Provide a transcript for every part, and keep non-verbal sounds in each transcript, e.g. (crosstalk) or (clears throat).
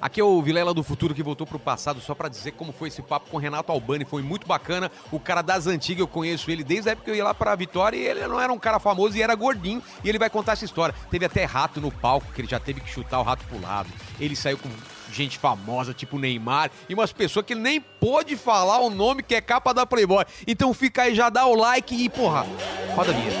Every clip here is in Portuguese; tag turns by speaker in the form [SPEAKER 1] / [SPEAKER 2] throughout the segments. [SPEAKER 1] Aqui é o Vilela do Futuro que voltou pro passado só pra dizer como foi esse papo com o Renato Albani. Foi muito bacana. O cara das antigas, eu conheço ele desde a época que eu ia lá pra Vitória e ele não era um cara famoso e era gordinho. E ele vai contar essa história. Teve até rato no palco, que ele já teve que chutar o rato pro lado. Ele saiu com gente famosa, tipo Neymar, e umas pessoas que ele nem pôde falar o nome que é capa da Playboy. Então fica aí, já dá o like e, porra, roda a vinheta.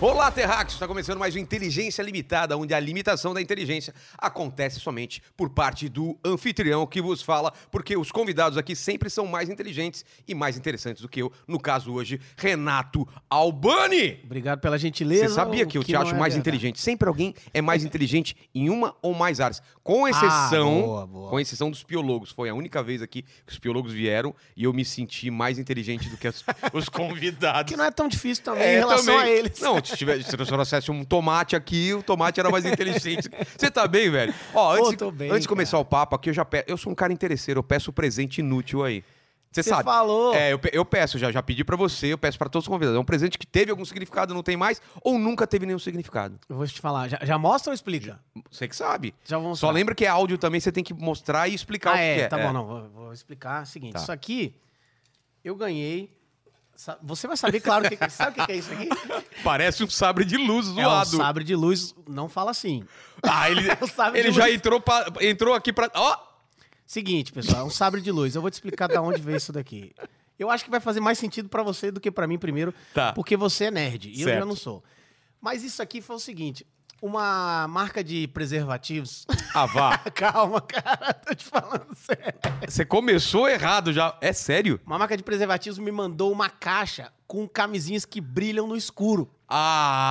[SPEAKER 1] Olá, Terráqueos! Está começando mais um Inteligência Limitada, onde a limitação da inteligência acontece somente por parte do anfitrião que vos fala, porque os convidados aqui sempre são mais inteligentes e mais interessantes do que eu, no caso hoje, Renato Albani!
[SPEAKER 2] Obrigado pela gentileza.
[SPEAKER 1] Você sabia que eu te
[SPEAKER 2] é
[SPEAKER 1] acho mais inteligente? Sempre alguém é mais inteligente em uma ou mais áreas. Com exceção,
[SPEAKER 2] Ah, boa, boa.
[SPEAKER 1] com exceção dos piólogos. Foi a única vez aqui que os piólogos vieram e eu me senti mais inteligente do que as- (laughs) os convidados.
[SPEAKER 2] Que não é tão difícil também
[SPEAKER 1] É,
[SPEAKER 2] em relação
[SPEAKER 1] também.
[SPEAKER 2] a eles.
[SPEAKER 1] Não, se tivesse, se trouxesse um tomate aqui, o tomate era mais (laughs) inteligente. Você tá bem, velho? Ó,
[SPEAKER 2] Pô,
[SPEAKER 1] antes,
[SPEAKER 2] tô bem,
[SPEAKER 1] antes de começar o papo aqui, eu já peço. Eu sou um cara interesseiro, eu peço presente inútil aí. Você
[SPEAKER 2] Você
[SPEAKER 1] sabe?
[SPEAKER 2] falou.
[SPEAKER 1] É, eu, pe- eu peço, já, já pedi pra você, eu peço pra todos os convidados. É um presente que teve algum significado, não tem mais, ou nunca teve nenhum significado.
[SPEAKER 2] Eu vou te falar. Já, já mostra ou explica?
[SPEAKER 1] Você que sabe.
[SPEAKER 2] Já vamos
[SPEAKER 1] Só lembra que é áudio também, você tem que mostrar e explicar o
[SPEAKER 2] ah,
[SPEAKER 1] que
[SPEAKER 2] é,
[SPEAKER 1] é.
[SPEAKER 2] Tá bom, não. Vou, vou explicar. É o seguinte.
[SPEAKER 1] Tá.
[SPEAKER 2] Isso aqui, eu ganhei. Sa- Você vai saber, claro, o que, que- sabe o que que é
[SPEAKER 1] (laughs)
[SPEAKER 2] isso aqui?
[SPEAKER 1] Parece um sabre de luz
[SPEAKER 2] É um
[SPEAKER 1] zoado.
[SPEAKER 2] sabre de luz. Não fala assim.
[SPEAKER 1] (laughs) ah, ele,
[SPEAKER 2] (laughs) É um sabre
[SPEAKER 1] ele
[SPEAKER 2] de
[SPEAKER 1] já
[SPEAKER 2] luz.
[SPEAKER 1] entrou, pra- entrou aqui pra. Ó!
[SPEAKER 2] Seguinte, pessoal. É um sabre de luz. Eu vou te explicar de onde veio isso daqui. Eu acho que vai fazer mais sentido pra você do que pra mim primeiro.
[SPEAKER 1] (laughs) Tá.
[SPEAKER 2] Porque você é nerd e eu
[SPEAKER 1] Certo.
[SPEAKER 2] já não sou. Mas isso aqui foi o seguinte. Uma marca de preservativos (laughs)
[SPEAKER 1] Ah, vá.
[SPEAKER 2] Calma, cara, (laughs) tô te falando sério.
[SPEAKER 1] Você começou errado já. É sério?
[SPEAKER 2] Uma marca de preservativos me mandou uma caixa com camisinhas que brilham no escuro.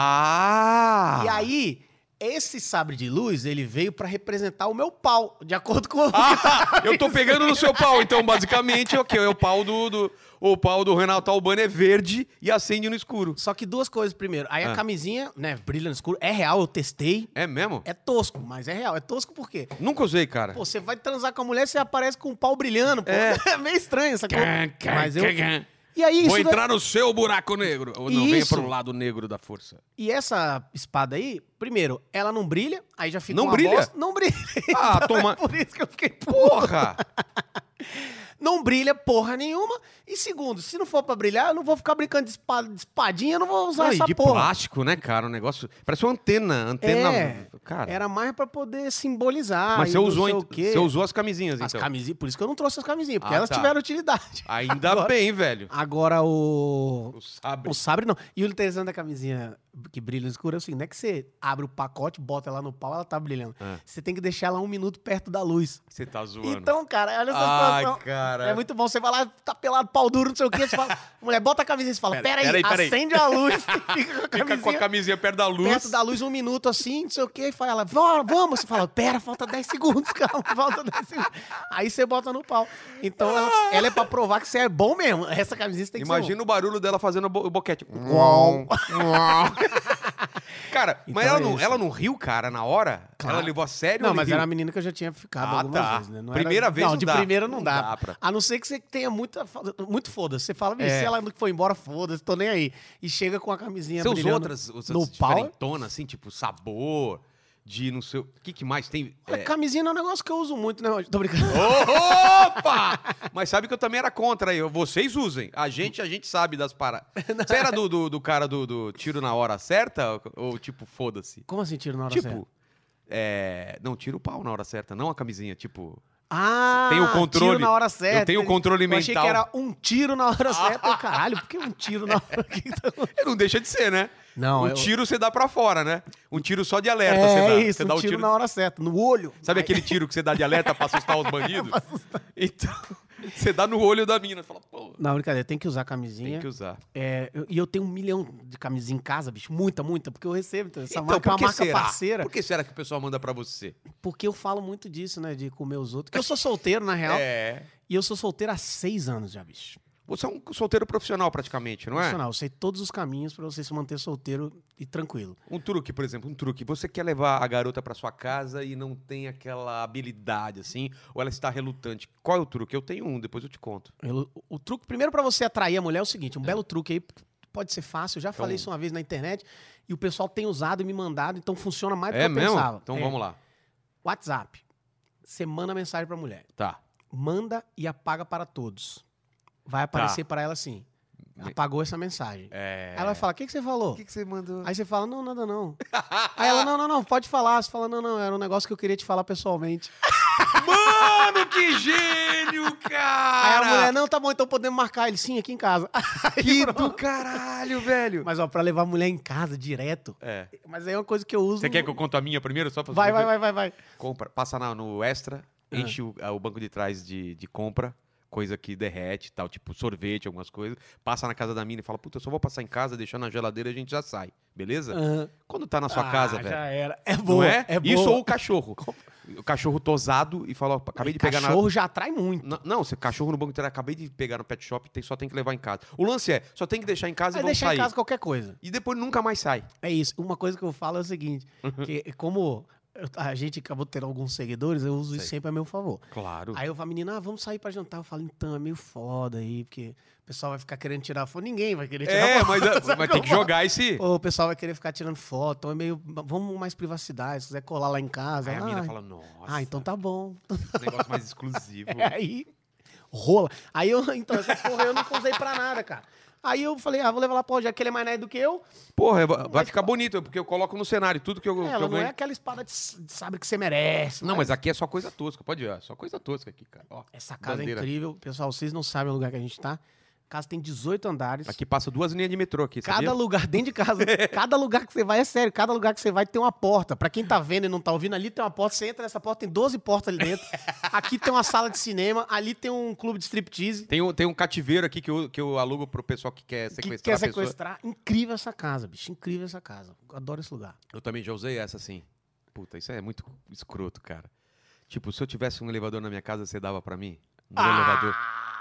[SPEAKER 1] Ah!
[SPEAKER 2] E aí, esse sabre de luz, ele veio pra representar o meu pau, de acordo com
[SPEAKER 1] (laughs)
[SPEAKER 2] o tá
[SPEAKER 1] Ah, (laughs) eu tô pegando no seu pau, então, basicamente, ok, é o pau do, do- o pau do Renato Albano é verde e acende no escuro.
[SPEAKER 2] (laughs) Só que duas coisas primeiro. Aí
[SPEAKER 1] Ah.
[SPEAKER 2] a camisinha, né, brilha no escuro, é real, eu testei.
[SPEAKER 1] É mesmo?
[SPEAKER 2] É tosco, mas é real. É tosco por quê?
[SPEAKER 1] Nunca usei, cara.
[SPEAKER 2] Pô, você vai transar com a mulher, você aparece com o pau brilhando, pô. (laughs) É, meio estranho essa coisa. Mas eu... E aí,
[SPEAKER 1] Vou
[SPEAKER 2] isso daí-
[SPEAKER 1] entrar no seu buraco negro. Ou não, venha
[SPEAKER 2] Isso.
[SPEAKER 1] pro lado negro da força.
[SPEAKER 2] E essa espada aí, primeiro, ela não brilha, aí já fica
[SPEAKER 1] Não
[SPEAKER 2] uma
[SPEAKER 1] brilha?
[SPEAKER 2] bosta. Não brilha.
[SPEAKER 1] Ah,
[SPEAKER 2] (laughs) Então
[SPEAKER 1] toma-
[SPEAKER 2] É por isso que eu fiquei puto.
[SPEAKER 1] Porra!
[SPEAKER 2] (laughs) Não brilha porra nenhuma. E segundo, se não for pra brilhar, eu não vou ficar brincando de, espada, de espadinha, eu não vou usar
[SPEAKER 1] Não, e
[SPEAKER 2] essa
[SPEAKER 1] de
[SPEAKER 2] porra.
[SPEAKER 1] plástico, né, cara? O negócio. Parece uma antena. Antena.
[SPEAKER 2] É.
[SPEAKER 1] Cara.
[SPEAKER 2] Era mais pra poder simbolizar.
[SPEAKER 1] Mas
[SPEAKER 2] e
[SPEAKER 1] você
[SPEAKER 2] não
[SPEAKER 1] usou,
[SPEAKER 2] sei
[SPEAKER 1] en-
[SPEAKER 2] o quê.
[SPEAKER 1] você usou as camisinhas,
[SPEAKER 2] As
[SPEAKER 1] então.
[SPEAKER 2] camisinhas, por isso que eu não trouxe as camisinhas, porque
[SPEAKER 1] Ah,
[SPEAKER 2] elas
[SPEAKER 1] tá.
[SPEAKER 2] tiveram utilidade.
[SPEAKER 1] Ainda
[SPEAKER 2] Agora-
[SPEAKER 1] bem, velho.
[SPEAKER 2] Agora o.
[SPEAKER 1] O sabre.
[SPEAKER 2] O sabre não. E o interessante da camisinha que brilha no escuro é o seguinte: não é que você abre o pacote, bota ela no pau, ela tá brilhando.
[SPEAKER 1] É.
[SPEAKER 2] Você tem que deixar ela um minuto perto da luz.
[SPEAKER 1] Você tá zoando.
[SPEAKER 2] Então, cara, olha essa
[SPEAKER 1] Ai,
[SPEAKER 2] situação.
[SPEAKER 1] cara.
[SPEAKER 2] É muito bom. Você vai lá, tá pelado, pau duro, não sei o quê.
[SPEAKER 1] (laughs)
[SPEAKER 2] Você fala, mulher, bota a camisinha. Você fala,
[SPEAKER 1] Pera-
[SPEAKER 2] peraí,
[SPEAKER 1] peraí, peraí."
[SPEAKER 2] acende a luz. Fica com
[SPEAKER 1] (laughs)
[SPEAKER 2] a
[SPEAKER 1] Fica
[SPEAKER 2] camisinha.
[SPEAKER 1] com a camisinha perto da luz.
[SPEAKER 2] Perto da luz, um minuto assim, não sei o quê. E fala, "Vó, vamos. Você fala, pera, falta 10 segundos, (laughs) calma, falta 10 segundos. Aí você bota no pau. Então,
[SPEAKER 1] Ah.
[SPEAKER 2] ela, ela é pra provar que você é bom mesmo. Essa camisinha você tem que ser um-
[SPEAKER 1] Imagina o barulho dela fazendo o bo- o boquete.
[SPEAKER 2] (laughs) Uau.
[SPEAKER 1] cara, mas
[SPEAKER 2] Então
[SPEAKER 1] ela,
[SPEAKER 2] é
[SPEAKER 1] não,
[SPEAKER 2] isso.
[SPEAKER 1] ela não riu, cara, na hora?
[SPEAKER 2] Claro.
[SPEAKER 1] Ela levou a sério?
[SPEAKER 2] Não,
[SPEAKER 1] ou
[SPEAKER 2] mas
[SPEAKER 1] riu?
[SPEAKER 2] era uma menina que eu já tinha ficado
[SPEAKER 1] Ah,
[SPEAKER 2] algumas
[SPEAKER 1] tá.
[SPEAKER 2] vezes, né? Não
[SPEAKER 1] Primeira
[SPEAKER 2] era...
[SPEAKER 1] vez
[SPEAKER 2] não,
[SPEAKER 1] não
[SPEAKER 2] de
[SPEAKER 1] dá.
[SPEAKER 2] primeira não
[SPEAKER 1] Não
[SPEAKER 2] dá.
[SPEAKER 1] dá pra-
[SPEAKER 2] A não ser que você tenha muita, fa- muito foda. Você fala, "Vixe,
[SPEAKER 1] É.
[SPEAKER 2] se ela não foi embora, foda-se, tô nem aí. E chega com a camisinha
[SPEAKER 1] Você usou
[SPEAKER 2] brilhando
[SPEAKER 1] outras, outras
[SPEAKER 2] no pau.
[SPEAKER 1] diferentonas, assim, tipo sabor, de não sei o... O que, que mais tem?
[SPEAKER 2] Olha,
[SPEAKER 1] É.
[SPEAKER 2] Camisinha não é um negócio que eu uso muito, né? Roger? Tô brincando.
[SPEAKER 1] Opa! Mas sabe que eu também era contra aí. Vocês usem. A gente, a gente sabe das
[SPEAKER 2] (laughs)
[SPEAKER 1] paradas. Você era do, do, do cara do, do tiro na hora certa? Ou, ou tipo, foda-se?
[SPEAKER 2] (laughs) Como assim tiro na hora certa?
[SPEAKER 1] Tipo... É... Não, tira o pau na hora certa, não a camisinha. Tipo...
[SPEAKER 2] Ah,
[SPEAKER 1] tem o controle.
[SPEAKER 2] tiro na hora certa.
[SPEAKER 1] Eu tenho o controle
[SPEAKER 2] Eu achei que
[SPEAKER 1] mental.
[SPEAKER 2] era um tiro
[SPEAKER 1] (laughs)
[SPEAKER 2] na hora certa. Eu, caralho, por que um tiro na hora? (laughs) O que que tá acontecendo?
[SPEAKER 1] Não deixa de ser, né?
[SPEAKER 2] Não,
[SPEAKER 1] um
[SPEAKER 2] eu-
[SPEAKER 1] tiro você dá pra fora, né? Um tiro só de alerta
[SPEAKER 2] é
[SPEAKER 1] você dá.
[SPEAKER 2] isso,
[SPEAKER 1] você
[SPEAKER 2] um
[SPEAKER 1] dá o
[SPEAKER 2] tiro, na hora certa, no olho. é
[SPEAKER 1] Sabe
[SPEAKER 2] Aí- (laughs)
[SPEAKER 1] aquele tiro que você dá de alerta pra assustar os bandidos? Então, (laughs) você dá no olho da mina. Você fala, pô,
[SPEAKER 2] Não, brincadeira, tem que usar
[SPEAKER 1] tem
[SPEAKER 2] camisinha.
[SPEAKER 1] que usar.
[SPEAKER 2] É, eu- e eu tenho um milhão de camisinha em casa, bicho. Muita, muita, porque eu recebo. Então, essa
[SPEAKER 1] Então,
[SPEAKER 2] marca é uma
[SPEAKER 1] por que
[SPEAKER 2] marca
[SPEAKER 1] será?
[SPEAKER 2] parceira.
[SPEAKER 1] Por que será que o pessoal manda pra você?
[SPEAKER 2] Porque eu falo
[SPEAKER 1] (laughs)
[SPEAKER 2] muito disso, né? De comer os outros. Porque eu sou solteiro, na real.
[SPEAKER 1] É.
[SPEAKER 2] E eu sou solteiro há seis anos já, bicho.
[SPEAKER 1] Você é um solteiro profissional praticamente, não é?
[SPEAKER 2] Profissional, eu sei todos os caminhos pra você se manter solteiro e tranquilo.
[SPEAKER 1] Um truque, por exemplo, um truque. Você quer levar a garota pra sua casa e não tem aquela habilidade assim, ou ela está relutante. Qual é o truque? Eu tenho um, depois eu te conto.
[SPEAKER 2] Eu- o truque, primeiro pra você atrair a mulher é o seguinte, um belo truque aí pode ser fácil. Eu já
[SPEAKER 1] Então-
[SPEAKER 2] falei isso uma vez na internet e o pessoal tem usado e me mandado, então funciona mais do
[SPEAKER 1] é
[SPEAKER 2] que eu
[SPEAKER 1] mesmo?
[SPEAKER 2] pensava.
[SPEAKER 1] Então
[SPEAKER 2] É.
[SPEAKER 1] vamos lá.
[SPEAKER 2] WhatsApp. Você manda mensagem pra mulher.
[SPEAKER 1] Tá.
[SPEAKER 2] Manda e apaga para todos. Vai aparecer pra ela assim.
[SPEAKER 1] Me-
[SPEAKER 2] Apagou essa mensagem.
[SPEAKER 1] É.
[SPEAKER 2] Aí Ela vai falar: "O que que você falou?"
[SPEAKER 1] O que, que você (laughs) mandou?
[SPEAKER 2] Aí você fala: "Não, nada não".
[SPEAKER 1] (laughs)
[SPEAKER 2] Aí ela: "Não, não, não, pode falar". Você fala: "Não, não, era um negócio que eu queria te falar pessoalmente".
[SPEAKER 1] Mano, que gênio,
[SPEAKER 2] Aí a mulher:
[SPEAKER 1] cara!
[SPEAKER 2] "Não, tá bom, então podemos marcar ele sim aqui em casa". (laughs) Aí
[SPEAKER 1] Que
[SPEAKER 2] pronto.
[SPEAKER 1] do caralho, velho!
[SPEAKER 2] Mas ó, pra levar a mulher em casa direto.
[SPEAKER 1] É.
[SPEAKER 2] Mas aí é uma coisa que eu uso.
[SPEAKER 1] Você quer que eu conte a minha primeiro? Só pra
[SPEAKER 2] Vai, vai, vai, vai, vai.
[SPEAKER 1] Compra, passa na- no extra,
[SPEAKER 2] Ah.
[SPEAKER 1] enche o, a- o banco de trás de, de compra, coisa que derrete e tal, tipo sorvete, algumas coisas. Passa na casa da mina e fala, puta, eu só vou passar em casa, deixar na geladeira e a gente já sai, beleza?
[SPEAKER 2] Aham.
[SPEAKER 1] Quando tá na sua casa,
[SPEAKER 2] Ah,
[SPEAKER 1] velho.
[SPEAKER 2] Já era. É
[SPEAKER 1] Não
[SPEAKER 2] boa.
[SPEAKER 1] é?
[SPEAKER 2] boa.
[SPEAKER 1] Isso ou o cachorro. O cachorro tosado e fala, ó, acabei de pegar na.
[SPEAKER 2] Cachorro já atrai muito.
[SPEAKER 1] Não, não, você cachorro no banco de trás, acabei de pegar no pet shop, tem- só tem que levar em casa. O lance é, só tem que deixar em casa
[SPEAKER 2] Vai
[SPEAKER 1] e vão
[SPEAKER 2] deixar
[SPEAKER 1] sair.
[SPEAKER 2] em casa qualquer coisa.
[SPEAKER 1] E depois nunca mais sai.
[SPEAKER 2] É isso. Uma coisa que eu falo é o seguinte:
[SPEAKER 1] Uhum.
[SPEAKER 2] que como eu- a gente acabou tendo alguns seguidores, eu uso isso
[SPEAKER 1] Sei.
[SPEAKER 2] sempre a meu favor.
[SPEAKER 1] Claro.
[SPEAKER 2] Aí eu falo, menina, ah, vamos sair pra jantar. Eu falo, então, é meio foda aí, porque o pessoal vai ficar querendo tirar foto. Ninguém vai querer tirar
[SPEAKER 1] É,
[SPEAKER 2] foto.
[SPEAKER 1] mas,
[SPEAKER 2] sabe
[SPEAKER 1] mas tem
[SPEAKER 2] como
[SPEAKER 1] que
[SPEAKER 2] é?
[SPEAKER 1] jogar esse.
[SPEAKER 2] Ou o pessoal vai querer ficar tirando foto. Então é meio. Vamos mais privacidade, se quiser colar lá em casa.
[SPEAKER 1] Aí a
[SPEAKER 2] ah,
[SPEAKER 1] mina fala, nossa.
[SPEAKER 2] ah, então
[SPEAKER 1] (laughs)
[SPEAKER 2] tá bom.
[SPEAKER 1] Um negócio mais exclusivo.
[SPEAKER 2] É, (laughs) aí rola. Aí eu, (laughs) então, essa porra eu nunca usei pra nada, cara. Aí eu falei, ah, vou levar lá pra onde? Já que ele é mais nerd do que eu.
[SPEAKER 1] (laughs) Porra, é, vai- vai ficar bonito, porque eu coloco no cenário tudo que eu, que
[SPEAKER 2] ela
[SPEAKER 1] eu
[SPEAKER 2] não é
[SPEAKER 1] ganho.
[SPEAKER 2] aquela espada de, s- de sabre que você merece.
[SPEAKER 1] Não, mas aqui é só coisa tosca, pode ver, ó, só coisa tosca aqui, cara. Ó,
[SPEAKER 2] Essa casa
[SPEAKER 1] bandeira.
[SPEAKER 2] é incrível. Pessoal, vocês não sabem o lugar que a gente tá. A casa tem 18 andares.
[SPEAKER 1] Aqui passa duas linhas de metrô aqui,
[SPEAKER 2] cada
[SPEAKER 1] sabia?
[SPEAKER 2] lugar, dentro
[SPEAKER 1] (laughs)
[SPEAKER 2] de casa, cada lugar que você vai, é sério, cada lugar que você vai tem uma porta. Pra quem tá vendo e não tá ouvindo, ali tem uma porta. Você entra nessa porta, tem 12 portas ali
[SPEAKER 1] (laughs)
[SPEAKER 2] dentro. Aqui tem uma sala de cinema, ali tem um clube de striptease.
[SPEAKER 1] Tem um, tem um cativeiro aqui que eu, que eu alugo pro pessoal que quer
[SPEAKER 2] que
[SPEAKER 1] sequestrar
[SPEAKER 2] quer
[SPEAKER 1] a pessoa.
[SPEAKER 2] sequestrar. Incrível essa casa, bicho. Incrível essa casa. Adoro esse lugar.
[SPEAKER 1] Eu também já usei essa assim. Puta, isso é muito escroto, cara. Tipo, se eu tivesse um elevador na minha casa, você dava pra mim? Um
[SPEAKER 2] Ah,
[SPEAKER 1] elevador.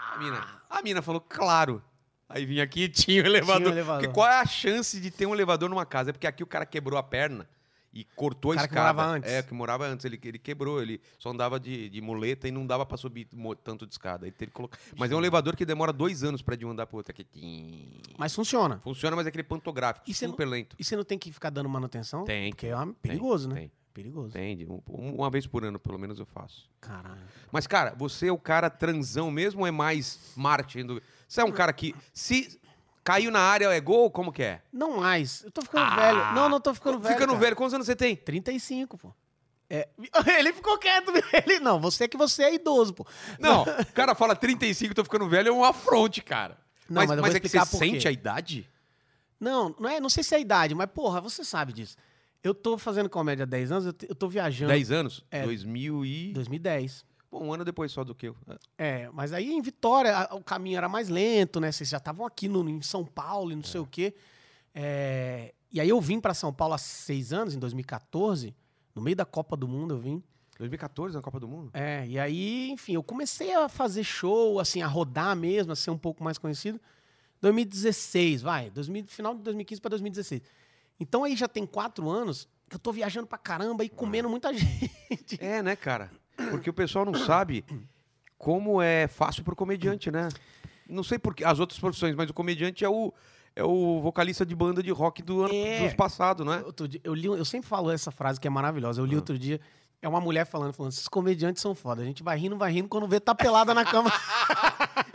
[SPEAKER 1] A mina, a mina falou, claro. Aí vinha aqui (laughs) e tinha o elevador.
[SPEAKER 2] um elevador.
[SPEAKER 1] Porque qual é a chance de ter um elevador numa casa? É porque aqui o cara quebrou a perna e cortou
[SPEAKER 2] O
[SPEAKER 1] a
[SPEAKER 2] cara que
[SPEAKER 1] escada.
[SPEAKER 2] morava antes.
[SPEAKER 1] É, que morava antes. Ele, ele quebrou, ele só andava de, de muleta e não dava pra subir mo- tanto de escada. Ele teve que colocar. Mas é um elevador que demora dois anos pra de um andar pro outro. Aqui. tim.
[SPEAKER 2] Mas funciona.
[SPEAKER 1] Funciona, mas é aquele pantográfico,
[SPEAKER 2] E você não-
[SPEAKER 1] super lento.
[SPEAKER 2] E você não tem que ficar dando manutenção?
[SPEAKER 1] Tem.
[SPEAKER 2] Porque é uma- perigoso, né?
[SPEAKER 1] Tem.
[SPEAKER 2] Perigoso.
[SPEAKER 1] Entende? Um- um- uma vez por ano, pelo menos, eu faço.
[SPEAKER 2] Caralho.
[SPEAKER 1] Mas, cara, você é o cara transão mesmo ou é mais Marte? do- Você é um cara que, se caiu na área, é gol? Como que é?
[SPEAKER 2] Não mais. Eu tô ficando
[SPEAKER 1] Ah!
[SPEAKER 2] velho. Não, não tô ficando velho.
[SPEAKER 1] Ficando
[SPEAKER 2] cara.
[SPEAKER 1] velho, quantos anos você tem?
[SPEAKER 2] 35, pô. É, (laughs) ele ficou quieto. (laughs) Ele, não, você é que você é idoso, pô.
[SPEAKER 1] Não, o cara fala 35, tô ficando velho, é um afronte, cara.
[SPEAKER 2] Não, mas eu vou
[SPEAKER 1] é que você
[SPEAKER 2] explicar por quê.
[SPEAKER 1] sente a idade?
[SPEAKER 2] Não, não é, não sei se é a idade, mas porra, você sabe disso. Eu tô fazendo comédia há 10 anos, eu, te- eu É. tô viajando.
[SPEAKER 1] 10 anos? 2000 e...
[SPEAKER 2] 2010.
[SPEAKER 1] Bom, um ano depois só do que eu.
[SPEAKER 2] É, mas aí em Vitória a- o caminho era mais lento, né? Vocês já estavam aqui no, em São Paulo e não sei o quê. É, e aí eu vim pra São Paulo há seis anos, em 2014, no meio da Copa do Mundo eu vim.
[SPEAKER 1] 2014, na Copa do Mundo?
[SPEAKER 2] É, e aí, enfim, eu comecei a fazer show, assim, a rodar mesmo, a ser um pouco mais conhecido. 2016, vai, 2000, final de 2015 pra 2016. Então aí já tem quatro anos que eu tô viajando pra caramba e comendo muita (laughs) gente.
[SPEAKER 1] É, né, cara? Porque o pessoal não sabe como é fácil pro comediante, né? Não sei por que as outras profissões, mas o comediante é o, é o vocalista de banda de rock do ano
[SPEAKER 2] É.
[SPEAKER 1] dos passado, né?
[SPEAKER 2] Outro dia, eu, li, eu sempre falo essa frase que é maravilhosa. Eu li
[SPEAKER 1] Ah.
[SPEAKER 2] outro dia, é uma mulher falando, falando, esses comediantes são foda. A gente vai rindo, vai rindo, quando vê, tá pelada
[SPEAKER 1] (laughs)
[SPEAKER 2] na cama.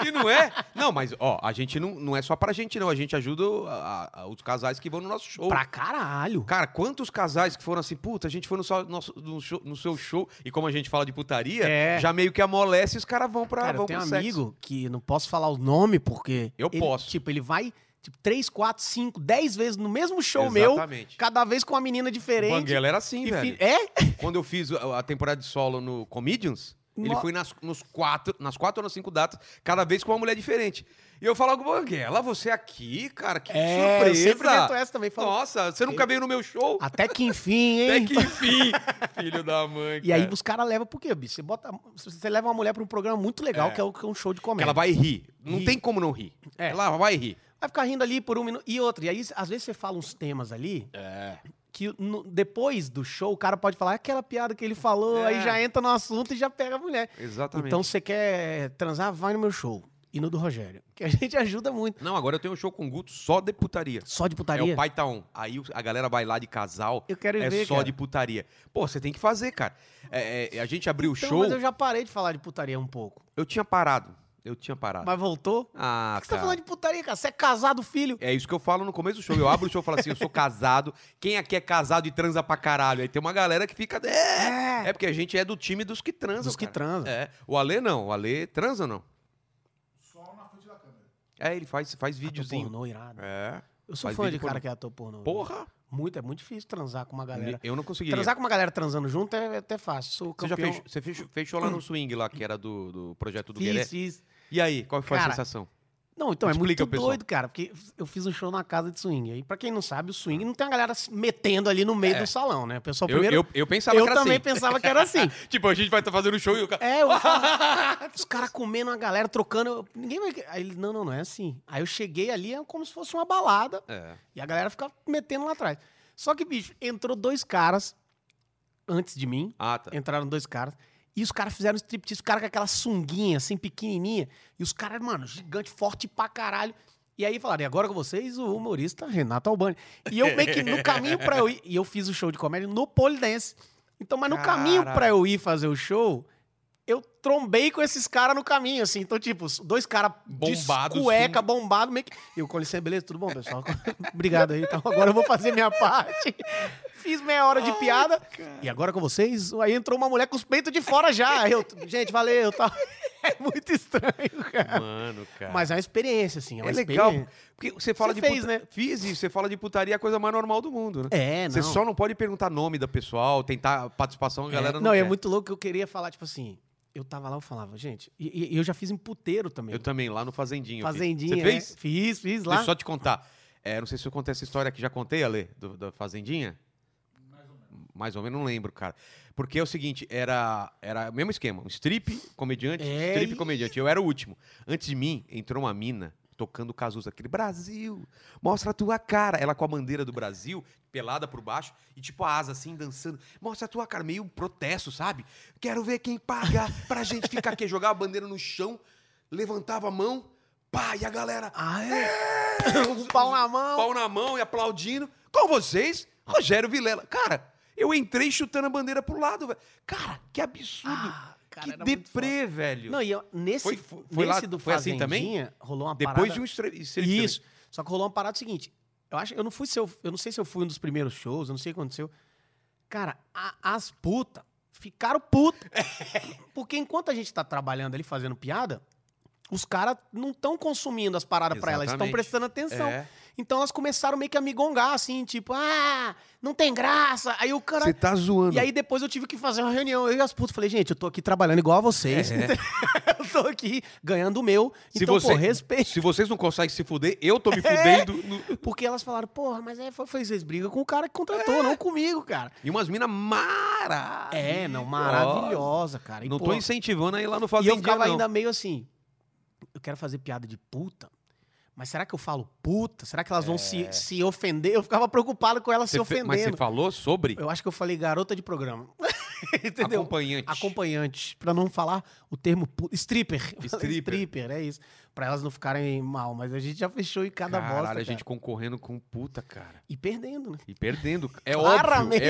[SPEAKER 1] E não é? Não, mas ó, a gente não, não é só pra gente, não. A gente ajuda a- a- os casais que vão no nosso show.
[SPEAKER 2] pra caralho.
[SPEAKER 1] Cara, quantos casais que foram assim, puta, a gente foi no, só- nosso- no show- no seu show, e como a gente fala de putaria,
[SPEAKER 2] É.
[SPEAKER 1] já meio que amolece e os caras vão pra.
[SPEAKER 2] Cara,
[SPEAKER 1] vão
[SPEAKER 2] eu tenho um
[SPEAKER 1] pro sexo.
[SPEAKER 2] amigo que não posso falar o nome porque.
[SPEAKER 1] Eu
[SPEAKER 2] ele-
[SPEAKER 1] posso.
[SPEAKER 2] Tipo, ele vai, tipo, 3, 4, 5, 10 vezes no mesmo show meu,
[SPEAKER 1] Exatamente.
[SPEAKER 2] cada vez com uma menina
[SPEAKER 1] O
[SPEAKER 2] diferente.
[SPEAKER 1] Banguela era assim,
[SPEAKER 2] E
[SPEAKER 1] velho.
[SPEAKER 2] fi- É?
[SPEAKER 1] Quando eu fiz a a temporada de solo no Comedians, Ele foi nas, nos quatro, nas quatro ou nas cinco datas, cada vez com uma mulher diferente. E eu falo, Banguela, você aqui, cara, que
[SPEAKER 2] É, eu
[SPEAKER 1] surpresa.
[SPEAKER 2] sempre meto essa também, falo-
[SPEAKER 1] Nossa, você nunca veio no meu show?
[SPEAKER 2] Até que É. enfim, hein?
[SPEAKER 1] Até que enfim, (laughs) filho da mãe.
[SPEAKER 2] E aí
[SPEAKER 1] cara.
[SPEAKER 2] os caras levam por quê, bicho? Você, bota, você leva uma mulher pra um programa muito legal, que, é o, que é um show de
[SPEAKER 1] Que
[SPEAKER 2] comédia.
[SPEAKER 1] ela vai rir. Não
[SPEAKER 2] Rir.
[SPEAKER 1] tem como não rir.
[SPEAKER 2] É.
[SPEAKER 1] Ela vai rir.
[SPEAKER 2] Vai ficar rindo ali por um minuto e outro. E aí, às vezes, você fala uns temas ali
[SPEAKER 1] É.
[SPEAKER 2] que no- depois do show o cara pode falar aquela piada que ele falou,
[SPEAKER 1] É.
[SPEAKER 2] aí já entra no assunto e já pega a mulher.
[SPEAKER 1] Exatamente.
[SPEAKER 2] Então, você quer transar? Vai no meu show. E no do Rogério. Que a (laughs) gente ajuda muito.
[SPEAKER 1] Não, agora eu tenho um show com o Guto só de putaria.
[SPEAKER 2] Só de
[SPEAKER 1] É
[SPEAKER 2] putaria.
[SPEAKER 1] o pai tá on. Aí o- a galera vai lá de casal.
[SPEAKER 2] Eu quero
[SPEAKER 1] é
[SPEAKER 2] ver,
[SPEAKER 1] só
[SPEAKER 2] cara.
[SPEAKER 1] de putaria. Pô, você tem que fazer, cara. É, é, a gente abriu o
[SPEAKER 2] Então,
[SPEAKER 1] show.
[SPEAKER 2] Mas eu
[SPEAKER 1] Eu,
[SPEAKER 2] já parei de falar de putaria um pouco.
[SPEAKER 1] tinha parado. Eu tinha parado.
[SPEAKER 2] Mas voltou?
[SPEAKER 1] Ah,
[SPEAKER 2] Por que você tá falando de putaria, cara? Você é casado, filho.
[SPEAKER 1] É isso que eu falo no começo do show. Eu abro o show e falo assim: eu sou casado. Quem aqui é casado e transa pra caralho? Aí tem uma galera que fica. É, é porque a gente é do time dos que transam.
[SPEAKER 2] Dos que
[SPEAKER 1] cara.
[SPEAKER 2] transam.
[SPEAKER 1] É. O Alê não. O Alê transa ou não? Só na frente da câmera. É, ele faz,
[SPEAKER 2] Ah,
[SPEAKER 1] faz
[SPEAKER 2] Ator
[SPEAKER 1] videozinho.
[SPEAKER 2] pornô irado.
[SPEAKER 1] É.
[SPEAKER 2] Eu sou
[SPEAKER 1] Faz
[SPEAKER 2] fã
[SPEAKER 1] vídeo
[SPEAKER 2] de cara
[SPEAKER 1] pornô.
[SPEAKER 2] que é ator pornô.
[SPEAKER 1] Porra!
[SPEAKER 2] Muito, é muito difícil transar com uma galera.
[SPEAKER 1] Eu não conseguiria.
[SPEAKER 2] Transar com uma galera transando junto é até fácil. Sou
[SPEAKER 1] é? Você já
[SPEAKER 2] campeão.
[SPEAKER 1] fechou, você fechou, fechou lá no swing, lá, que era do, do projeto do Gueré.
[SPEAKER 2] Fiz, fiz.
[SPEAKER 1] E aí, qual foi a
[SPEAKER 2] Cara,
[SPEAKER 1] sensação?
[SPEAKER 2] Não, então
[SPEAKER 1] Explica pro
[SPEAKER 2] é muito
[SPEAKER 1] pessoal.
[SPEAKER 2] doido, cara, porque eu fiz um show na casa de swing. Aí, pra quem não sabe, o swing não tem a galera se metendo ali no meio
[SPEAKER 1] É.
[SPEAKER 2] do salão, né? O pessoal
[SPEAKER 1] Eu,
[SPEAKER 2] primeiro.
[SPEAKER 1] eu, eu pensava
[SPEAKER 2] eu
[SPEAKER 1] que era
[SPEAKER 2] também
[SPEAKER 1] assim.
[SPEAKER 2] pensava que
[SPEAKER 1] (laughs)
[SPEAKER 2] era assim.
[SPEAKER 1] Tipo, a gente vai estar fazendo show e o cara.
[SPEAKER 2] É, eu falo,
[SPEAKER 1] (laughs)
[SPEAKER 2] os caras comendo a galera, trocando. eu- Ninguém vai. Aí ele, não, não, não é assim. Aí eu cheguei ali, é como se fosse uma balada.
[SPEAKER 1] É.
[SPEAKER 2] E a galera fica metendo lá atrás. Só que, bicho, entrou dois caras antes de mim.
[SPEAKER 1] Ah, tá.
[SPEAKER 2] Entraram dois caras. E os caras fizeram striptease, os caras com aquela sunguinha, assim, pequenininha. E os caras, mano, gigante, forte pra caralho. E aí falaram, e agora com vocês, o humorista Renato Albani. E eu meio que no caminho pra eu ir... E eu fiz o show de comédia no Polidense. Então, mas no caminho
[SPEAKER 1] Cara.
[SPEAKER 2] pra eu ir fazer o show, eu trombei com esses caras no caminho, assim. Então, tipo, os dois caras
[SPEAKER 1] Bombado,
[SPEAKER 2] de cueca, bombado, meio que... Eu, com licença, beleza? Tudo bom, pessoal? (laughs) Obrigado aí. Então, agora eu vou fazer minha (laughs) parte. Fiz meia hora de piada. E agora com vocês, aí entrou uma mulher com os peitos de fora já. Aí Eu, gente, valeu,
[SPEAKER 1] (laughs)
[SPEAKER 2] tal. É muito estranho, cara.
[SPEAKER 1] Mano, cara.
[SPEAKER 2] Mas é uma experiência, assim. É, uma
[SPEAKER 1] é legal.
[SPEAKER 2] experiência.
[SPEAKER 1] Porque você fala
[SPEAKER 2] Você
[SPEAKER 1] de
[SPEAKER 2] fez, né?
[SPEAKER 1] Fiz isso, você fala de putaria, é a coisa mais normal do mundo, né?
[SPEAKER 2] É, não.
[SPEAKER 1] Você só não pode perguntar nome da pessoal, tentar participação, a galera
[SPEAKER 2] é,
[SPEAKER 1] não.
[SPEAKER 2] não, é
[SPEAKER 1] quer.
[SPEAKER 2] muito louco que eu queria falar, tipo assim. Eu tava lá, eu falava, gente. E, e eu já fiz em puteiro também.
[SPEAKER 1] Eu também, lá no Fazendinho. eu fiz. Você
[SPEAKER 2] Fazendinha. né?
[SPEAKER 1] fez?
[SPEAKER 2] Fiz, fiz
[SPEAKER 1] Deixa
[SPEAKER 2] lá.
[SPEAKER 1] eu só te contar. É, não sei se eu contei essa história que já contei, Ale, do- da Fazendinha. Mais ou menos, não lembro, cara. Porque é o seguinte, era era o mesmo esquema. Um strip, comediante,
[SPEAKER 2] É
[SPEAKER 1] strip,
[SPEAKER 2] isso.
[SPEAKER 1] comediante. Eu era o último. Antes de mim, entrou uma mina tocando Cazuza, aquele Brasil, mostra a tua cara. Ela com a bandeira do Brasil, pelada por baixo, e tipo a asa assim, dançando. Mostra a tua cara, meio um protesto, sabe? Quero ver quem paga pra gente ficar aqui. (laughs) Jogava a bandeira no chão, levantava a mão, pá, e a galera
[SPEAKER 2] Ah, é? um pau na mão.
[SPEAKER 1] pau na mão e aplaudindo. Com vocês, Rogério Vilela. Cara, eu entrei chutando a bandeira pro lado, velho. Cara, que absurdo.
[SPEAKER 2] Ah, cara,
[SPEAKER 1] que
[SPEAKER 2] era muito
[SPEAKER 1] deprê, velho.
[SPEAKER 2] Não, e eu- nesse,
[SPEAKER 1] Foi- foi- foi lá-
[SPEAKER 2] nesse do
[SPEAKER 1] foi assim
[SPEAKER 2] Fazendinha,
[SPEAKER 1] também?
[SPEAKER 2] rolou uma
[SPEAKER 1] Depois
[SPEAKER 2] parada...
[SPEAKER 1] de um estre- estrelinho.
[SPEAKER 2] Isso. Só que rolou uma parada seguinte. Eu acho, eu não fui seu, eu não sei se eu fui um dos primeiros shows, eu não sei o que aconteceu. Cara, a- as putas ficaram
[SPEAKER 1] (laughs)
[SPEAKER 2] putas. Porque enquanto a gente tá trabalhando ali fazendo piada, os caras não estão consumindo as paradas pra elas, estão
[SPEAKER 1] Exatamente.
[SPEAKER 2] prestando atenção.
[SPEAKER 1] É.
[SPEAKER 2] Então elas começaram meio que a me gongar assim, tipo, ah, não tem graça. Aí o cara
[SPEAKER 1] Você tá zoando.
[SPEAKER 2] e aí (laughs) depois eu tive que fazer uma reunião. Eu e as putas falei, gente, eu tô aqui trabalhando igual a vocês. (laughs) eu tô aqui ganhando o meu.
[SPEAKER 1] É. Se
[SPEAKER 2] então,
[SPEAKER 1] você-
[SPEAKER 2] pô, respeito.
[SPEAKER 1] Se vocês não conseguem se fuder, eu tô
[SPEAKER 2] É.
[SPEAKER 1] me fudendo. no-
[SPEAKER 2] Porque elas falaram, porra, mas é, foi, foi, vocês brigam com o cara que contratou,
[SPEAKER 1] É.
[SPEAKER 2] não comigo, cara.
[SPEAKER 1] E umas minas maravilhosas.
[SPEAKER 2] É, não, maravilhosa, cara. E,
[SPEAKER 1] Ah, Não
[SPEAKER 2] pô,
[SPEAKER 1] tô incentivando a ir lá no
[SPEAKER 2] E eu
[SPEAKER 1] Fazendinha,
[SPEAKER 2] ficava
[SPEAKER 1] não.
[SPEAKER 2] ainda meio assim, eu quero fazer piada de puta, mas será que eu falo puta? Será que elas vão se, se ofender? Eu ficava preocupado com elas
[SPEAKER 1] É. Você
[SPEAKER 2] se
[SPEAKER 1] fe- Mas você
[SPEAKER 2] ofendendo.
[SPEAKER 1] falou sobre
[SPEAKER 2] Eu acho que eu falei garota de programa. (laughs) Entendeu?
[SPEAKER 1] acompanhante.
[SPEAKER 2] acompanhante, pra não falar o termo pu- stripper.
[SPEAKER 1] Stripper.
[SPEAKER 2] stripper, é isso. Pra elas não ficarem mal, mas a gente já fechou em cada
[SPEAKER 1] Caralho,
[SPEAKER 2] bosta,
[SPEAKER 1] a
[SPEAKER 2] cara.
[SPEAKER 1] gente concorrendo com puta, cara.
[SPEAKER 2] E perdendo, né?
[SPEAKER 1] E perdendo. É
[SPEAKER 2] Claramente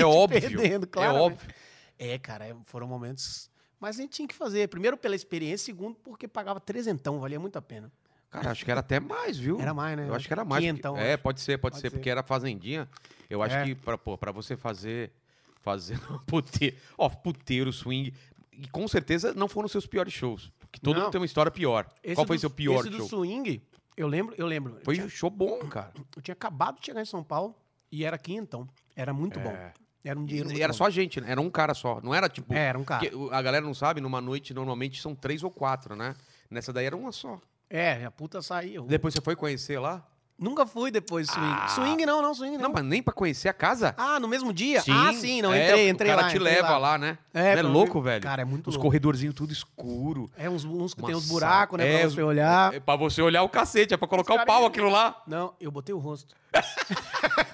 [SPEAKER 1] óbvio. É óbvio.
[SPEAKER 2] perdendo,
[SPEAKER 1] é
[SPEAKER 2] claramente.
[SPEAKER 1] óbvio.
[SPEAKER 2] É, cara, é- foram momentos, mas a gente tinha que fazer, primeiro pela experiência, segundo porque pagava trezentão, valia muito a pena.
[SPEAKER 1] Cara, acho que era até mais, viu?
[SPEAKER 2] Era mais, né?
[SPEAKER 1] Eu acho que era mais.
[SPEAKER 2] Quinhentão,
[SPEAKER 1] porque- é,
[SPEAKER 2] acho.
[SPEAKER 1] pode ser, pode,
[SPEAKER 2] Pode
[SPEAKER 1] ser,
[SPEAKER 2] ser.
[SPEAKER 1] porque era fazendinha. Eu acho
[SPEAKER 2] É.
[SPEAKER 1] que pra, pô, pra você fazer fazer (laughs) um puteiro, ó, puteiro, swing, e com certeza não foram os seus piores shows, porque todo
[SPEAKER 2] Não.
[SPEAKER 1] mundo tem uma história pior.
[SPEAKER 2] Esse
[SPEAKER 1] Qual foi
[SPEAKER 2] do-
[SPEAKER 1] seu pior
[SPEAKER 2] esse do
[SPEAKER 1] show?
[SPEAKER 2] swing, eu lembro, eu lembro.
[SPEAKER 1] Foi
[SPEAKER 2] Eu
[SPEAKER 1] um
[SPEAKER 2] tinha,
[SPEAKER 1] show bom, cara.
[SPEAKER 2] eu tinha acabado de chegar em São Paulo e era quinhentão, era muito bom.
[SPEAKER 1] É.
[SPEAKER 2] Era um dinheiro. muito
[SPEAKER 1] Era
[SPEAKER 2] bom.
[SPEAKER 1] só a gente, né? Era um cara só. Não era tipo.
[SPEAKER 2] É, era um cara.
[SPEAKER 1] porque o- a galera não sabe, numa noite normalmente são três ou quatro, né? Nessa daí era uma só.
[SPEAKER 2] É, a puta saiu.
[SPEAKER 1] Depois você foi conhecer lá?
[SPEAKER 2] Nunca fui depois swing.
[SPEAKER 1] Ah.
[SPEAKER 2] Swing não, não, swing não.
[SPEAKER 1] Não, mas nem pra conhecer a casa?
[SPEAKER 2] Ah, no mesmo dia? Ah, sim, não, entrei,
[SPEAKER 1] é,
[SPEAKER 2] entrei
[SPEAKER 1] O cara
[SPEAKER 2] lá.
[SPEAKER 1] te
[SPEAKER 2] entrei
[SPEAKER 1] leva lá, né?
[SPEAKER 2] É,
[SPEAKER 1] Não é
[SPEAKER 2] foi-
[SPEAKER 1] louco, velho?
[SPEAKER 2] Cara, é muito
[SPEAKER 1] Os
[SPEAKER 2] louco.
[SPEAKER 1] corredorzinhos tudo escuro.
[SPEAKER 2] É uns, uns que
[SPEAKER 1] Uma
[SPEAKER 2] tem uns
[SPEAKER 1] sala.
[SPEAKER 2] buracos, né,
[SPEAKER 1] É,
[SPEAKER 2] pra
[SPEAKER 1] os-
[SPEAKER 2] você olhar.
[SPEAKER 1] É pra você olhar o cacete, é pra colocar o
[SPEAKER 2] Cara,
[SPEAKER 1] pau
[SPEAKER 2] é-
[SPEAKER 1] aquilo lá.
[SPEAKER 2] Não, eu botei o rosto.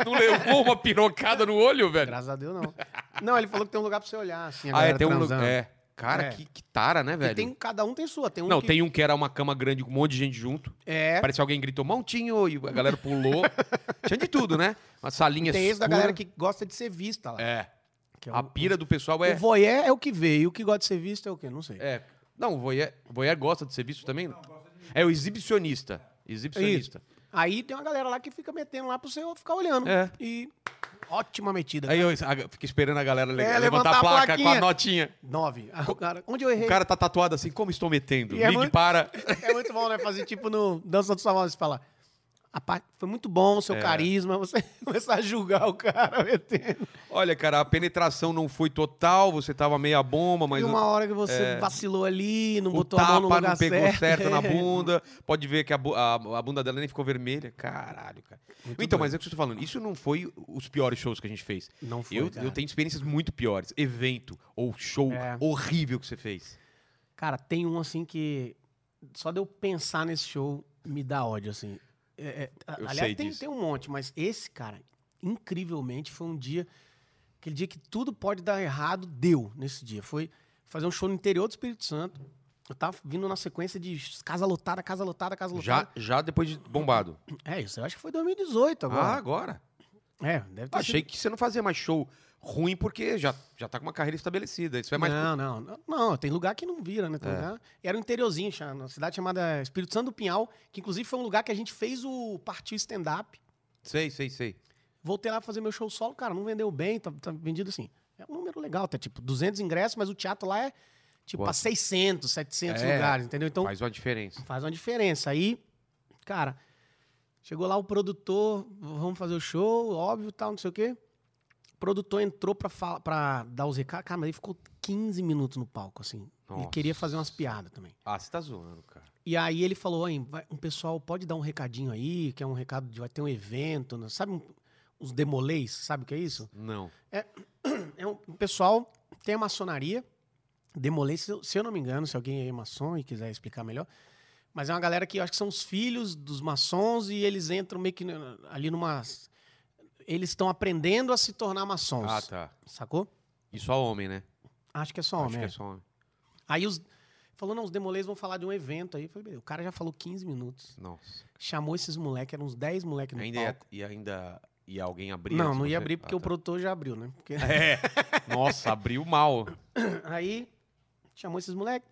[SPEAKER 1] Não levou uma pirocada no olho, velho?
[SPEAKER 2] Graças a Deus, não. Não, ele falou que tem um lugar pra você olhar, assim, a
[SPEAKER 1] Ah, é,
[SPEAKER 2] galera
[SPEAKER 1] tem um
[SPEAKER 2] transando.
[SPEAKER 1] lugar. É. Cara,
[SPEAKER 2] É.
[SPEAKER 1] Que, que tara, né,
[SPEAKER 2] E
[SPEAKER 1] velho?
[SPEAKER 2] tem, cada um tem sua. Tem um
[SPEAKER 1] Não,
[SPEAKER 2] que-
[SPEAKER 1] tem um que era uma cama grande com um monte de gente junto.
[SPEAKER 2] É,
[SPEAKER 1] Parece que alguém gritou Montinho e a galera
[SPEAKER 2] (laughs)
[SPEAKER 1] pulou. Tinha de tudo, né? Uma salinha
[SPEAKER 2] tem esse da
[SPEAKER 1] escura.
[SPEAKER 2] galera que gosta de ser vista lá.
[SPEAKER 1] É.
[SPEAKER 2] que é
[SPEAKER 1] A
[SPEAKER 2] o-
[SPEAKER 1] pira do pessoal
[SPEAKER 2] O
[SPEAKER 1] é.
[SPEAKER 2] voyeur é o que vê, e o que gosta de ser visto é o quê? Não sei.
[SPEAKER 1] é. Não, o voyeur, o voyeur gosta de ser visto também? É o exibicionista. Exibicionista.
[SPEAKER 2] Aí tem uma galera lá que fica metendo lá pra você ficar olhando.
[SPEAKER 1] É.
[SPEAKER 2] E ótima metida.
[SPEAKER 1] Aí eu a- fico esperando a galera le-
[SPEAKER 2] É,
[SPEAKER 1] levantar a
[SPEAKER 2] levantar a
[SPEAKER 1] placa com a
[SPEAKER 2] plaquinha.
[SPEAKER 1] notinha.
[SPEAKER 2] Nove. Ah, o cara- onde eu
[SPEAKER 1] O
[SPEAKER 2] errei?
[SPEAKER 1] cara tá tatuado assim, como estou metendo?
[SPEAKER 2] E é
[SPEAKER 1] Ligue
[SPEAKER 2] muito-
[SPEAKER 1] para.
[SPEAKER 2] É muito bom, né? Fazer tipo no Dança dos Famosos, falar. "Rapaz, Foi muito bom o seu
[SPEAKER 1] É.
[SPEAKER 2] carisma. Você (laughs) começar a julgar o cara metendo.
[SPEAKER 1] Olha, cara, a penetração não foi total, você tava meia bomba, mas é.
[SPEAKER 2] e uma hora que você vacilou ali, não
[SPEAKER 1] o
[SPEAKER 2] botou a
[SPEAKER 1] tapa
[SPEAKER 2] mão no
[SPEAKER 1] não,
[SPEAKER 2] lugar
[SPEAKER 1] pegou
[SPEAKER 2] certo.
[SPEAKER 1] certo,
[SPEAKER 2] (laughs)
[SPEAKER 1] na bunda. Pode ver que a, bu- a- a bunda dela nem ficou vermelha. Caralho, cara. então, mas é o que eu tô falando. Isso não foi os piores shows que a gente fez.
[SPEAKER 2] Não foi,
[SPEAKER 1] Eu,
[SPEAKER 2] cara.
[SPEAKER 1] eu tenho experiências muito piores. Evento ou show
[SPEAKER 2] É.
[SPEAKER 1] horrível que você fez.
[SPEAKER 2] Cara, tem um assim que só de eu pensar nesse show me dá ódio, assim. É, é, a-
[SPEAKER 1] Eu
[SPEAKER 2] aliás,
[SPEAKER 1] sei
[SPEAKER 2] tem,
[SPEAKER 1] disso.
[SPEAKER 2] tem um monte, mas esse, cara, incrivelmente, foi um dia. Aquele dia que tudo pode dar errado, deu nesse dia. Foi fazer um show no interior do Espírito Santo. Eu tava vindo na sequência de casa lotada, casa lotada, casa lotada.
[SPEAKER 1] Já, já depois de bombado.
[SPEAKER 2] É isso, eu acho que foi 2018
[SPEAKER 1] Ah,
[SPEAKER 2] agora.
[SPEAKER 1] agora? Ah.
[SPEAKER 2] é, deve ter
[SPEAKER 1] Achei que você não fazia mais show ruim porque já, já tá com uma carreira estabelecida. Isso é mais. É.
[SPEAKER 2] Não, não, não, não, tem lugar que não vira, né? Tem lugar- Era um interiorzinho, chama- uma cidade chamada Espírito Santo do Pinhal, que inclusive foi um lugar que a gente fez o partiu stand-up.
[SPEAKER 1] Sei, sei, sei.
[SPEAKER 2] Voltei lá pra fazer meu show solo, cara, não vendeu bem, tá, tá vendido assim. É um número legal, tá tipo 200 ingressos, mas o teatro lá é tipo
[SPEAKER 1] Boa.
[SPEAKER 2] pra 600, 700
[SPEAKER 1] É,
[SPEAKER 2] lugares, entendeu? Então
[SPEAKER 1] Faz uma diferença.
[SPEAKER 2] Faz uma diferença. Aí, cara, chegou lá o produtor, vamos fazer o show, óbvio, tal, não sei o quê. O produtor entrou pra, fala, pra dar os recados, cara, mas ele ficou 15 minutos no palco, assim.
[SPEAKER 1] Nossa.
[SPEAKER 2] Ele queria fazer umas piadas também.
[SPEAKER 1] Ah, você tá zoando, cara.
[SPEAKER 2] E aí ele falou, hein, vai- um pessoal pode dar um recadinho aí, que é um recado de vai ter um evento, né? sabe um- os demolês, sabe o que é isso?
[SPEAKER 1] Não.
[SPEAKER 2] É um, um pessoal, tem a maçonaria, demolês, se, eu- se eu não me engano, se alguém aí é maçom e quiser explicar melhor, Mas é uma galera que eu acho que são os filhos dos maçons e eles entram meio que n- ali numa. Eles estão aprendendo a se tornar maçons.
[SPEAKER 1] Ah, tá.
[SPEAKER 2] Sacou?
[SPEAKER 1] E só homem, né?
[SPEAKER 2] Acho que é só
[SPEAKER 1] Acho
[SPEAKER 2] homem.
[SPEAKER 1] que é
[SPEAKER 2] é.
[SPEAKER 1] só homem.
[SPEAKER 2] Aí os. Falou, não, os demolês vão falar de um evento aí. Eu Falei, beleza, o cara já falou 15 minutos.
[SPEAKER 1] Nossa.
[SPEAKER 2] Chamou esses moleques, eram uns 10 moleques no
[SPEAKER 1] Ainda
[SPEAKER 2] palco.
[SPEAKER 1] ia, e ainda ia alguém abrir?
[SPEAKER 2] não,
[SPEAKER 1] antes
[SPEAKER 2] não
[SPEAKER 1] de
[SPEAKER 2] ia
[SPEAKER 1] você?
[SPEAKER 2] abrir porque
[SPEAKER 1] Ah,
[SPEAKER 2] o produtor já abriu, né?
[SPEAKER 1] tá.
[SPEAKER 2] Porque-
[SPEAKER 1] (laughs) É. Nossa, abriu mal.
[SPEAKER 2] aí chamou esses moleques.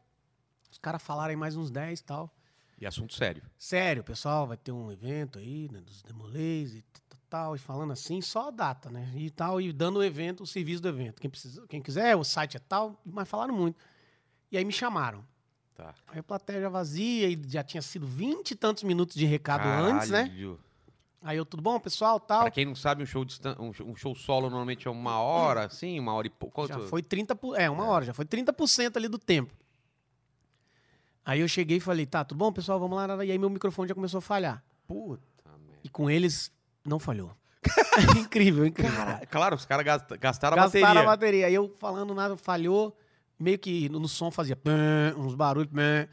[SPEAKER 2] Os caras falaram aí mais uns 10 e tal.
[SPEAKER 1] E assunto sério.
[SPEAKER 2] Sério, pessoal, vai ter um evento aí, né, dos demolês e t- t- tal, e falando assim, só a data, né? E tal, e dando o evento, o serviço do evento. Quem, precisa, quem quiser, o site é tal, mas falaram muito. E aí me chamaram.
[SPEAKER 1] Tá.
[SPEAKER 2] Aí a plateia já vazia, e já tinha sido vinte e tantos minutos de recado antes, né?
[SPEAKER 1] Caralho.
[SPEAKER 2] Aí eu, tudo bom, pessoal, tal.
[SPEAKER 1] Pra quem não sabe, um show, distan- um show- um show solo normalmente é uma hora, assim, uma hora e pouco.
[SPEAKER 2] Já
[SPEAKER 1] Quanto?
[SPEAKER 2] foi 30%, por- é, uma hora, já foi 30% ali do tempo. Aí eu cheguei e falei, tá, tudo bom, pessoal, vamos lá. E aí meu microfone já começou a falhar.
[SPEAKER 1] Puta Tá, merda.
[SPEAKER 2] E com eles, não
[SPEAKER 1] (laughs)
[SPEAKER 2] falhou. incrível, incrível.
[SPEAKER 1] Cara, (laughs) claro, os caras gasta- gastaram,
[SPEAKER 2] Gastaram
[SPEAKER 1] a
[SPEAKER 2] a
[SPEAKER 1] bateria.
[SPEAKER 2] bateria. Aí eu falando nada, falhou. Meio que no, no som fazia pã, uns barulhos. pã.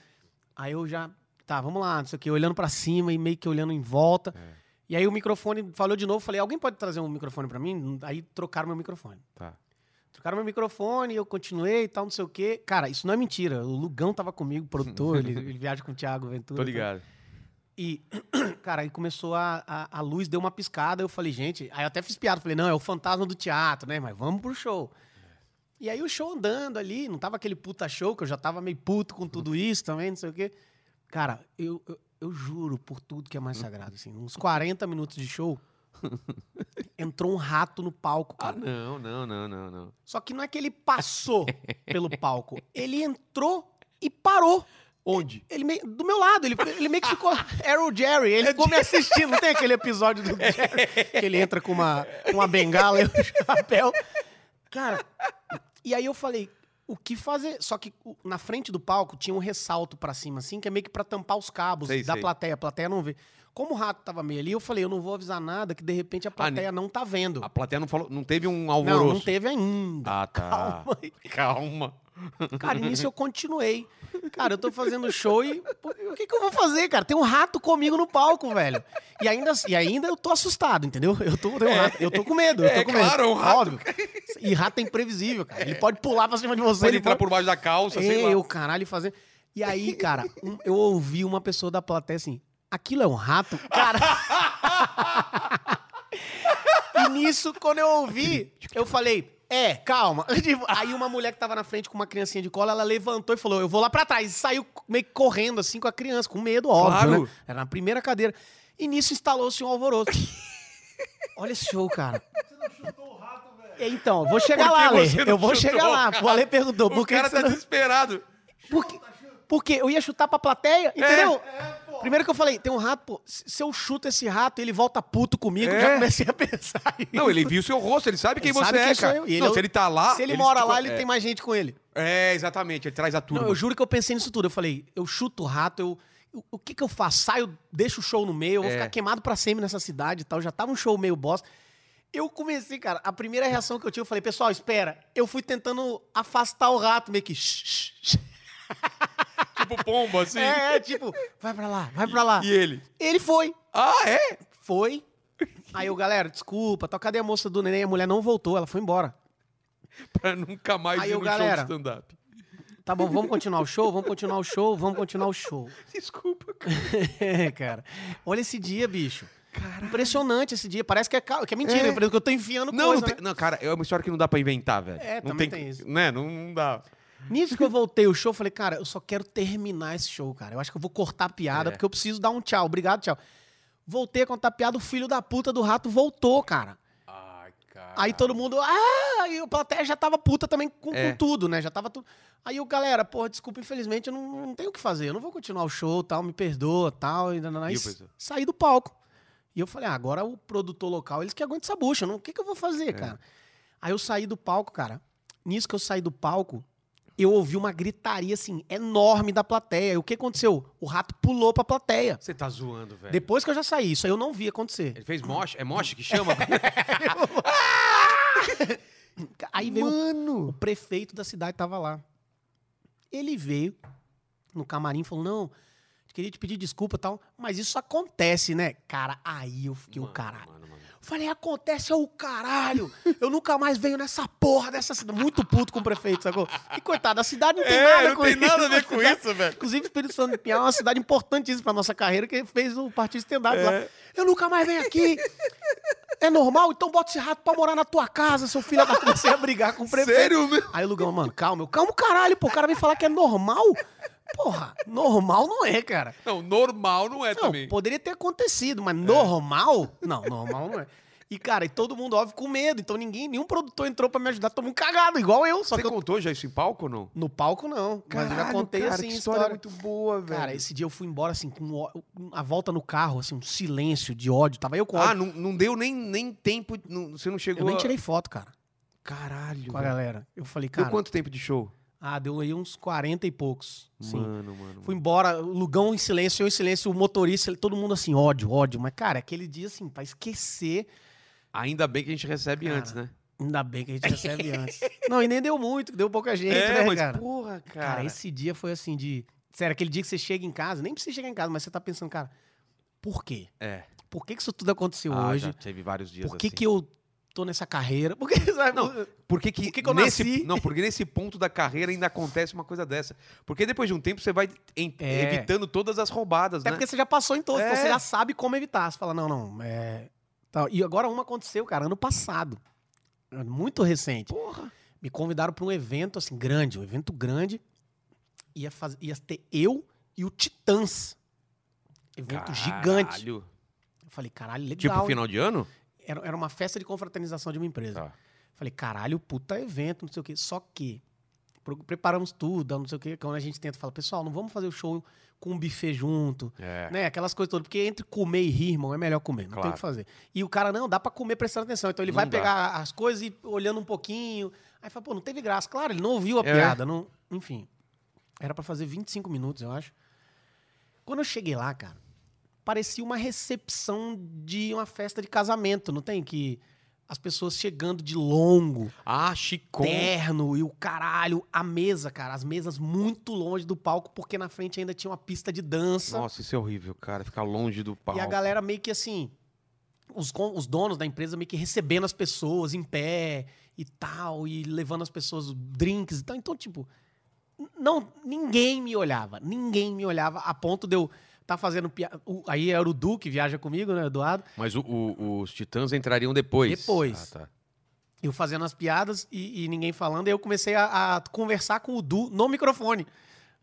[SPEAKER 2] Aí eu já, tá, vamos lá, não sei o quê. Olhando pra cima e meio que olhando em volta.
[SPEAKER 1] É.
[SPEAKER 2] E aí o microfone falhou de novo. Falei, alguém pode trazer um microfone pra mim? Aí trocaram meu microfone.
[SPEAKER 1] Tá.
[SPEAKER 2] Trocaram meu microfone, eu continuei e tal, não sei o quê. Cara, isso não é mentira. O Lugão tava comigo,
[SPEAKER 1] (laughs)
[SPEAKER 2] o produtor, ele, ele viaja com o Thiago
[SPEAKER 1] Tô
[SPEAKER 2] Ventura. e tal.
[SPEAKER 1] ligado.
[SPEAKER 2] E, (clears throat) cara, aí começou a, a, a luz, deu uma piscada. Eu falei, gente. Aí eu até fiz piada. Falei, não, é o fantasma do teatro, né? Mas vamos pro show. E aí o show andando ali, não tava aquele puta show, que eu já tava meio puto com tudo isso também, não sei o quê. Cara, eu, eu, eu juro por tudo que é mais sagrado, assim. Uns 40 minutos de show, entrou um rato no palco,
[SPEAKER 1] Ah,
[SPEAKER 2] cara.
[SPEAKER 1] não, não, não, não, não.
[SPEAKER 2] Só que não é que ele passou pelo palco, ele entrou e parou.
[SPEAKER 1] Onde?
[SPEAKER 2] Ele meio- do meu lado, ele, ele meio que ficou.
[SPEAKER 1] (laughs)
[SPEAKER 2] Era o Jerry, ele ficou me assistindo. Não tem aquele episódio do Jerry que ele entra com uma, com uma bengala e um chapéu. Cara, e aí eu falei, o que fazer? Só que o- na frente do palco tinha um ressalto pra cima, assim, que é meio que pra tampar os cabos
[SPEAKER 1] Sei,
[SPEAKER 2] da
[SPEAKER 1] sei.
[SPEAKER 2] plateia. A plateia não vê. Como o rato tava meio ali, eu falei, eu não vou avisar nada, que de repente a plateia não tá vendo.
[SPEAKER 1] A plateia não falou, não teve um Ah, alvoroço.
[SPEAKER 2] Não, não teve ainda.
[SPEAKER 1] Ah, tá.
[SPEAKER 2] Calma aí.
[SPEAKER 1] Calma.
[SPEAKER 2] Cara, e nisso eu continuei. Cara, eu tô fazendo show e. pô, O que, que eu vou fazer, cara? Tem um rato comigo no palco, velho. E ainda, assim, e ainda eu tô assustado, entendeu? Eu tô, tem um rato- eu tô com medo. Eu
[SPEAKER 1] É,
[SPEAKER 2] tô com medo.
[SPEAKER 1] claro, um rato. (laughs)
[SPEAKER 2] Óbvio. E rato é imprevisível, cara. Ele pode pular pra cima de você.
[SPEAKER 1] Você ele entrar
[SPEAKER 2] pode...
[SPEAKER 1] por baixo da calça, sei lá.
[SPEAKER 2] Eu, caralho, fazendo. E aí, cara, um- eu ouvi uma pessoa da plateia assim: aquilo é um rato? Cara. (laughs) e nisso, quando eu ouvi, eu falei. É, calma. (laughs) Tipo, Aí uma mulher que tava na frente com uma criancinha de cola, ela levantou e falou: Eu vou lá pra trás. E saiu meio que correndo, assim, com a criança, com medo, óbvio.
[SPEAKER 1] Claro.
[SPEAKER 2] Né? Era na primeira cadeira. E nisso instalou-se um
[SPEAKER 1] (laughs)
[SPEAKER 2] alvoroço. Olha esse show, cara. É, Então, vou chegar
[SPEAKER 1] Por que
[SPEAKER 2] lá,
[SPEAKER 1] você
[SPEAKER 2] Ale.
[SPEAKER 1] não
[SPEAKER 2] Eu vou
[SPEAKER 1] chutou,
[SPEAKER 2] chegar lá. O Ale perguntou:
[SPEAKER 1] O
[SPEAKER 2] por que
[SPEAKER 1] cara
[SPEAKER 2] que
[SPEAKER 1] tá
[SPEAKER 2] você não-
[SPEAKER 1] desesperado.
[SPEAKER 2] porque, porque eu ia chutar pra plateia, entendeu? Primeiro que eu falei, tem um rato, pô, se se eu chuto esse rato, ele volta puto comigo,
[SPEAKER 1] É.
[SPEAKER 2] já comecei a (laughs) pensar. isso.
[SPEAKER 1] Não, ele viu seu rosto, ele sabe quem
[SPEAKER 2] Ele
[SPEAKER 1] você
[SPEAKER 2] sabe
[SPEAKER 1] é,
[SPEAKER 2] quem sou
[SPEAKER 1] cara.
[SPEAKER 2] eu. E
[SPEAKER 1] não,
[SPEAKER 2] é o-
[SPEAKER 1] se ele tá lá.
[SPEAKER 2] Se ele mora
[SPEAKER 1] te
[SPEAKER 2] lá,
[SPEAKER 1] con-
[SPEAKER 2] ele
[SPEAKER 1] é.
[SPEAKER 2] tem mais gente com ele.
[SPEAKER 1] É, exatamente, ele traz a turma.
[SPEAKER 2] Não, eu juro que eu pensei nisso tudo. Eu falei, eu chuto o rato, eu. eu- O que que eu faço? Saio, deixo o show no meio, eu vou
[SPEAKER 1] É.
[SPEAKER 2] ficar queimado pra sempre nessa cidade e tal. Já tava um show meio bosta. Eu comecei, cara, a primeira reação que eu tive, eu falei, pessoal, espera. Eu fui tentando afastar o rato, meio que. "Shh, shh, shh."
[SPEAKER 1] Tipo pombo, assim.
[SPEAKER 2] É, é, tipo, vai pra lá, vai pra lá.
[SPEAKER 1] E ele?
[SPEAKER 2] Ele foi.
[SPEAKER 1] Ah, é?
[SPEAKER 2] Foi. Aí eu, galera, desculpa, tá, cadê a moça do neném? A mulher não voltou, ela foi embora.
[SPEAKER 1] Pra nunca mais
[SPEAKER 2] Aí
[SPEAKER 1] ir
[SPEAKER 2] eu,
[SPEAKER 1] no show
[SPEAKER 2] galera.
[SPEAKER 1] de stand-up.
[SPEAKER 2] Tá bom, vamos continuar o show, vamos continuar o show, vamos continuar o show. (laughs)
[SPEAKER 1] Desculpa, cara.
[SPEAKER 2] É, cara. Olha esse dia, bicho. Impressionante esse dia. Parece que é, ca- que é mentira,
[SPEAKER 1] É.
[SPEAKER 2] parece que eu tô enfiando
[SPEAKER 1] Não,
[SPEAKER 2] coisa,
[SPEAKER 1] não, tem-
[SPEAKER 2] né?
[SPEAKER 1] não, cara, é uma história que não dá pra inventar, velho.
[SPEAKER 2] É,
[SPEAKER 1] não
[SPEAKER 2] também
[SPEAKER 1] que-
[SPEAKER 2] tem isso.
[SPEAKER 1] Né, não, não dá.
[SPEAKER 2] Nisso que eu voltei o show, eu falei, cara, eu só quero terminar esse show, cara. Eu acho que eu vou cortar a piada,
[SPEAKER 1] É.
[SPEAKER 2] porque eu preciso dar um tchau. Obrigado, tchau. Voltei a contar a piada, o filho da puta do rato voltou, cara.
[SPEAKER 1] Ai, cara.
[SPEAKER 2] Aí todo mundo, ah, e o plateia já tava puta também com,
[SPEAKER 1] É.
[SPEAKER 2] com tudo, né? Já tava tudo. Aí o galera, porra, desculpa, infelizmente eu não, não tenho o que fazer, eu não vou continuar o show, tal, me perdoa, tal, e, nananá,
[SPEAKER 1] E
[SPEAKER 2] e
[SPEAKER 1] o pessoal?
[SPEAKER 2] saí do palco. E eu falei, ah, agora o produtor local, eles que aguentam essa bucha, não- o que, que eu vou fazer,
[SPEAKER 1] É.
[SPEAKER 2] cara? Aí eu saí do palco, cara. Nisso que eu saí do palco, eu ouvi uma gritaria assim enorme da plateia. E o que aconteceu? O rato pulou pra plateia.
[SPEAKER 1] Você tá zoando, velho.
[SPEAKER 2] Depois que eu já saí, isso aí eu não vi acontecer.
[SPEAKER 1] Ele fez moche? É moche que chama?
[SPEAKER 2] Aí um veio
[SPEAKER 1] Mano!
[SPEAKER 2] O prefeito da cidade estava lá. Ele veio no camarim e falou: não, queria te pedir desculpa e tal, mas isso acontece, né? Cara, aí eu fiquei o
[SPEAKER 1] Mano,
[SPEAKER 2] caralho.
[SPEAKER 1] mano, mano.
[SPEAKER 2] Falei, acontece é o caralho. Eu nunca mais venho nessa porra dessa cidade. Muito puto com o prefeito, sacou? E coitado, a cidade não tem
[SPEAKER 1] É,
[SPEAKER 2] nada
[SPEAKER 1] não
[SPEAKER 2] com
[SPEAKER 1] tem
[SPEAKER 2] isso.
[SPEAKER 1] nada a ver com isso, velho.
[SPEAKER 2] (laughs) Inclusive, Espírito Santo de Pinhal é uma cidade importantíssima pra nossa carreira, que fez o Partido Stand-Up lá.
[SPEAKER 1] É.
[SPEAKER 2] Eu nunca mais venho aqui. É normal? Então bota esse rato pra morar na tua casa, seu filho da... Comecei a brigar com o prefeito.
[SPEAKER 1] Sério, meu?
[SPEAKER 2] Aí o Lugão, mano, calma. Eu, calma o caralho, pô. O cara vem falar que é normal? Porra, normal não é, cara.
[SPEAKER 1] Não, normal não é
[SPEAKER 2] Não,
[SPEAKER 1] também.
[SPEAKER 2] poderia ter acontecido, mas normal? Não, normal não é. E, cara, e todo mundo, óbvio, com medo. Então ninguém, nenhum produtor entrou pra me ajudar. Todo mundo cagado, igual eu. Só
[SPEAKER 1] Você
[SPEAKER 2] que eu-
[SPEAKER 1] contou já isso em palco ou não?
[SPEAKER 2] no palco, não. mas eu já
[SPEAKER 1] Caralho,
[SPEAKER 2] contei,
[SPEAKER 1] cara,
[SPEAKER 2] assim,
[SPEAKER 1] que
[SPEAKER 2] história.
[SPEAKER 1] história é muito boa, velho.
[SPEAKER 2] Cara, esse dia eu fui embora, assim, com ó- a volta no carro, assim, um silêncio de ódio. Tava eu com ódio.
[SPEAKER 1] Ah, não, não deu nem, nem tempo. não- você não chegou.
[SPEAKER 2] eu nem
[SPEAKER 1] a-
[SPEAKER 2] tirei foto, cara,
[SPEAKER 1] Caralho.
[SPEAKER 2] com a
[SPEAKER 1] velho.
[SPEAKER 2] galera. Eu falei,
[SPEAKER 1] Deu
[SPEAKER 2] cara...
[SPEAKER 1] quanto tempo de show?
[SPEAKER 2] Ah, deu aí uns 40 e poucos. Sim.
[SPEAKER 1] Mano, mano.
[SPEAKER 2] Fui embora, o Lugão em silêncio, eu em silêncio, o motorista, todo mundo assim, ódio, ódio. Mas, cara, aquele dia, assim, pra esquecer,
[SPEAKER 1] Ainda bem que a gente recebe
[SPEAKER 2] Cara,
[SPEAKER 1] antes, né?
[SPEAKER 2] ainda bem que a
[SPEAKER 1] (laughs)
[SPEAKER 2] gente recebe antes. Não, e nem deu muito, deu pouca gente, né, cara?
[SPEAKER 1] É, porra, cara.
[SPEAKER 2] cara? esse dia foi assim de... Sério, aquele dia que você chega em casa, nem precisa chegar em casa, mas você tá pensando, cara, por quê?
[SPEAKER 1] É.
[SPEAKER 2] Por que, que isso tudo aconteceu
[SPEAKER 1] Ah,
[SPEAKER 2] hoje?
[SPEAKER 1] já teve vários dias
[SPEAKER 2] Por que
[SPEAKER 1] assim.
[SPEAKER 2] que eu tô nessa carreira? Por que, (laughs) sabe?
[SPEAKER 1] Não, né? Por que, que,
[SPEAKER 2] Por que que eu
[SPEAKER 1] nesse,
[SPEAKER 2] nasci?
[SPEAKER 1] Não, porque nesse ponto da carreira ainda acontece uma coisa dessa. Porque depois de um tempo você vai em-
[SPEAKER 2] É.
[SPEAKER 1] evitando todas as roubadas,
[SPEAKER 2] Até
[SPEAKER 1] né?
[SPEAKER 2] porque você já passou em todos, então
[SPEAKER 1] É.
[SPEAKER 2] você já sabe como evitar. Você fala, não, não, é... tal. E agora uma aconteceu, cara, ano passado. Muito recente.
[SPEAKER 1] Porra.
[SPEAKER 2] Me convidaram para um evento, assim, grande, um evento grande. Ia, faz... Ia ter eu e o Titãs. Evento gigante.
[SPEAKER 1] Caralho.
[SPEAKER 2] Eu falei, caralho,
[SPEAKER 1] Tipo
[SPEAKER 2] legal.
[SPEAKER 1] final de ano?
[SPEAKER 2] Era, era uma festa de confraternização de uma empresa.
[SPEAKER 1] Tá.
[SPEAKER 2] Falei, caralho, puta evento, não sei o quê. Só que pro- preparamos tudo, não sei o quê. Quando a gente tenta falar, pessoal, não vamos fazer o show com um buffet junto,
[SPEAKER 1] É.
[SPEAKER 2] né? Aquelas coisas todas. Porque entre comer e rir, irmão, é melhor comer. Não tem
[SPEAKER 1] Claro.
[SPEAKER 2] o que fazer. E o cara, não, dá pra comer prestando atenção. Então ele
[SPEAKER 1] Não
[SPEAKER 2] vai
[SPEAKER 1] dá.
[SPEAKER 2] pegar as coisas e olhando um pouquinho. Aí fala, pô, não teve graça. Claro, ele não ouviu a
[SPEAKER 1] É.
[SPEAKER 2] piada. Não... Enfim, era pra fazer 25 minutos, eu acho. Quando eu cheguei lá, cara, parecia uma recepção de uma festa de casamento, não tem? Que as pessoas chegando de longo,
[SPEAKER 1] Ah, Chicom.
[SPEAKER 2] terno e o caralho, a mesa, cara, as mesas muito longe do palco, porque na frente ainda tinha uma pista de dança.
[SPEAKER 1] Nossa, isso é horrível, cara. Ficar longe do palco.
[SPEAKER 2] E a galera meio que assim. Os, con- os donos da empresa meio que recebendo as pessoas em pé e tal, e levando as pessoas drinks e tal. Então, tipo, n- não, ninguém me olhava. Ninguém me olhava a ponto de eu estar fazendo piada. Aí era o Du que viaja comigo, né, Eduardo?
[SPEAKER 1] Mas o- o- os Titãs entrariam depois.
[SPEAKER 2] Depois.
[SPEAKER 1] Ah, tá.
[SPEAKER 2] Eu fazendo as piadas e, e ninguém falando. E eu comecei a, a conversar com o Du no microfone.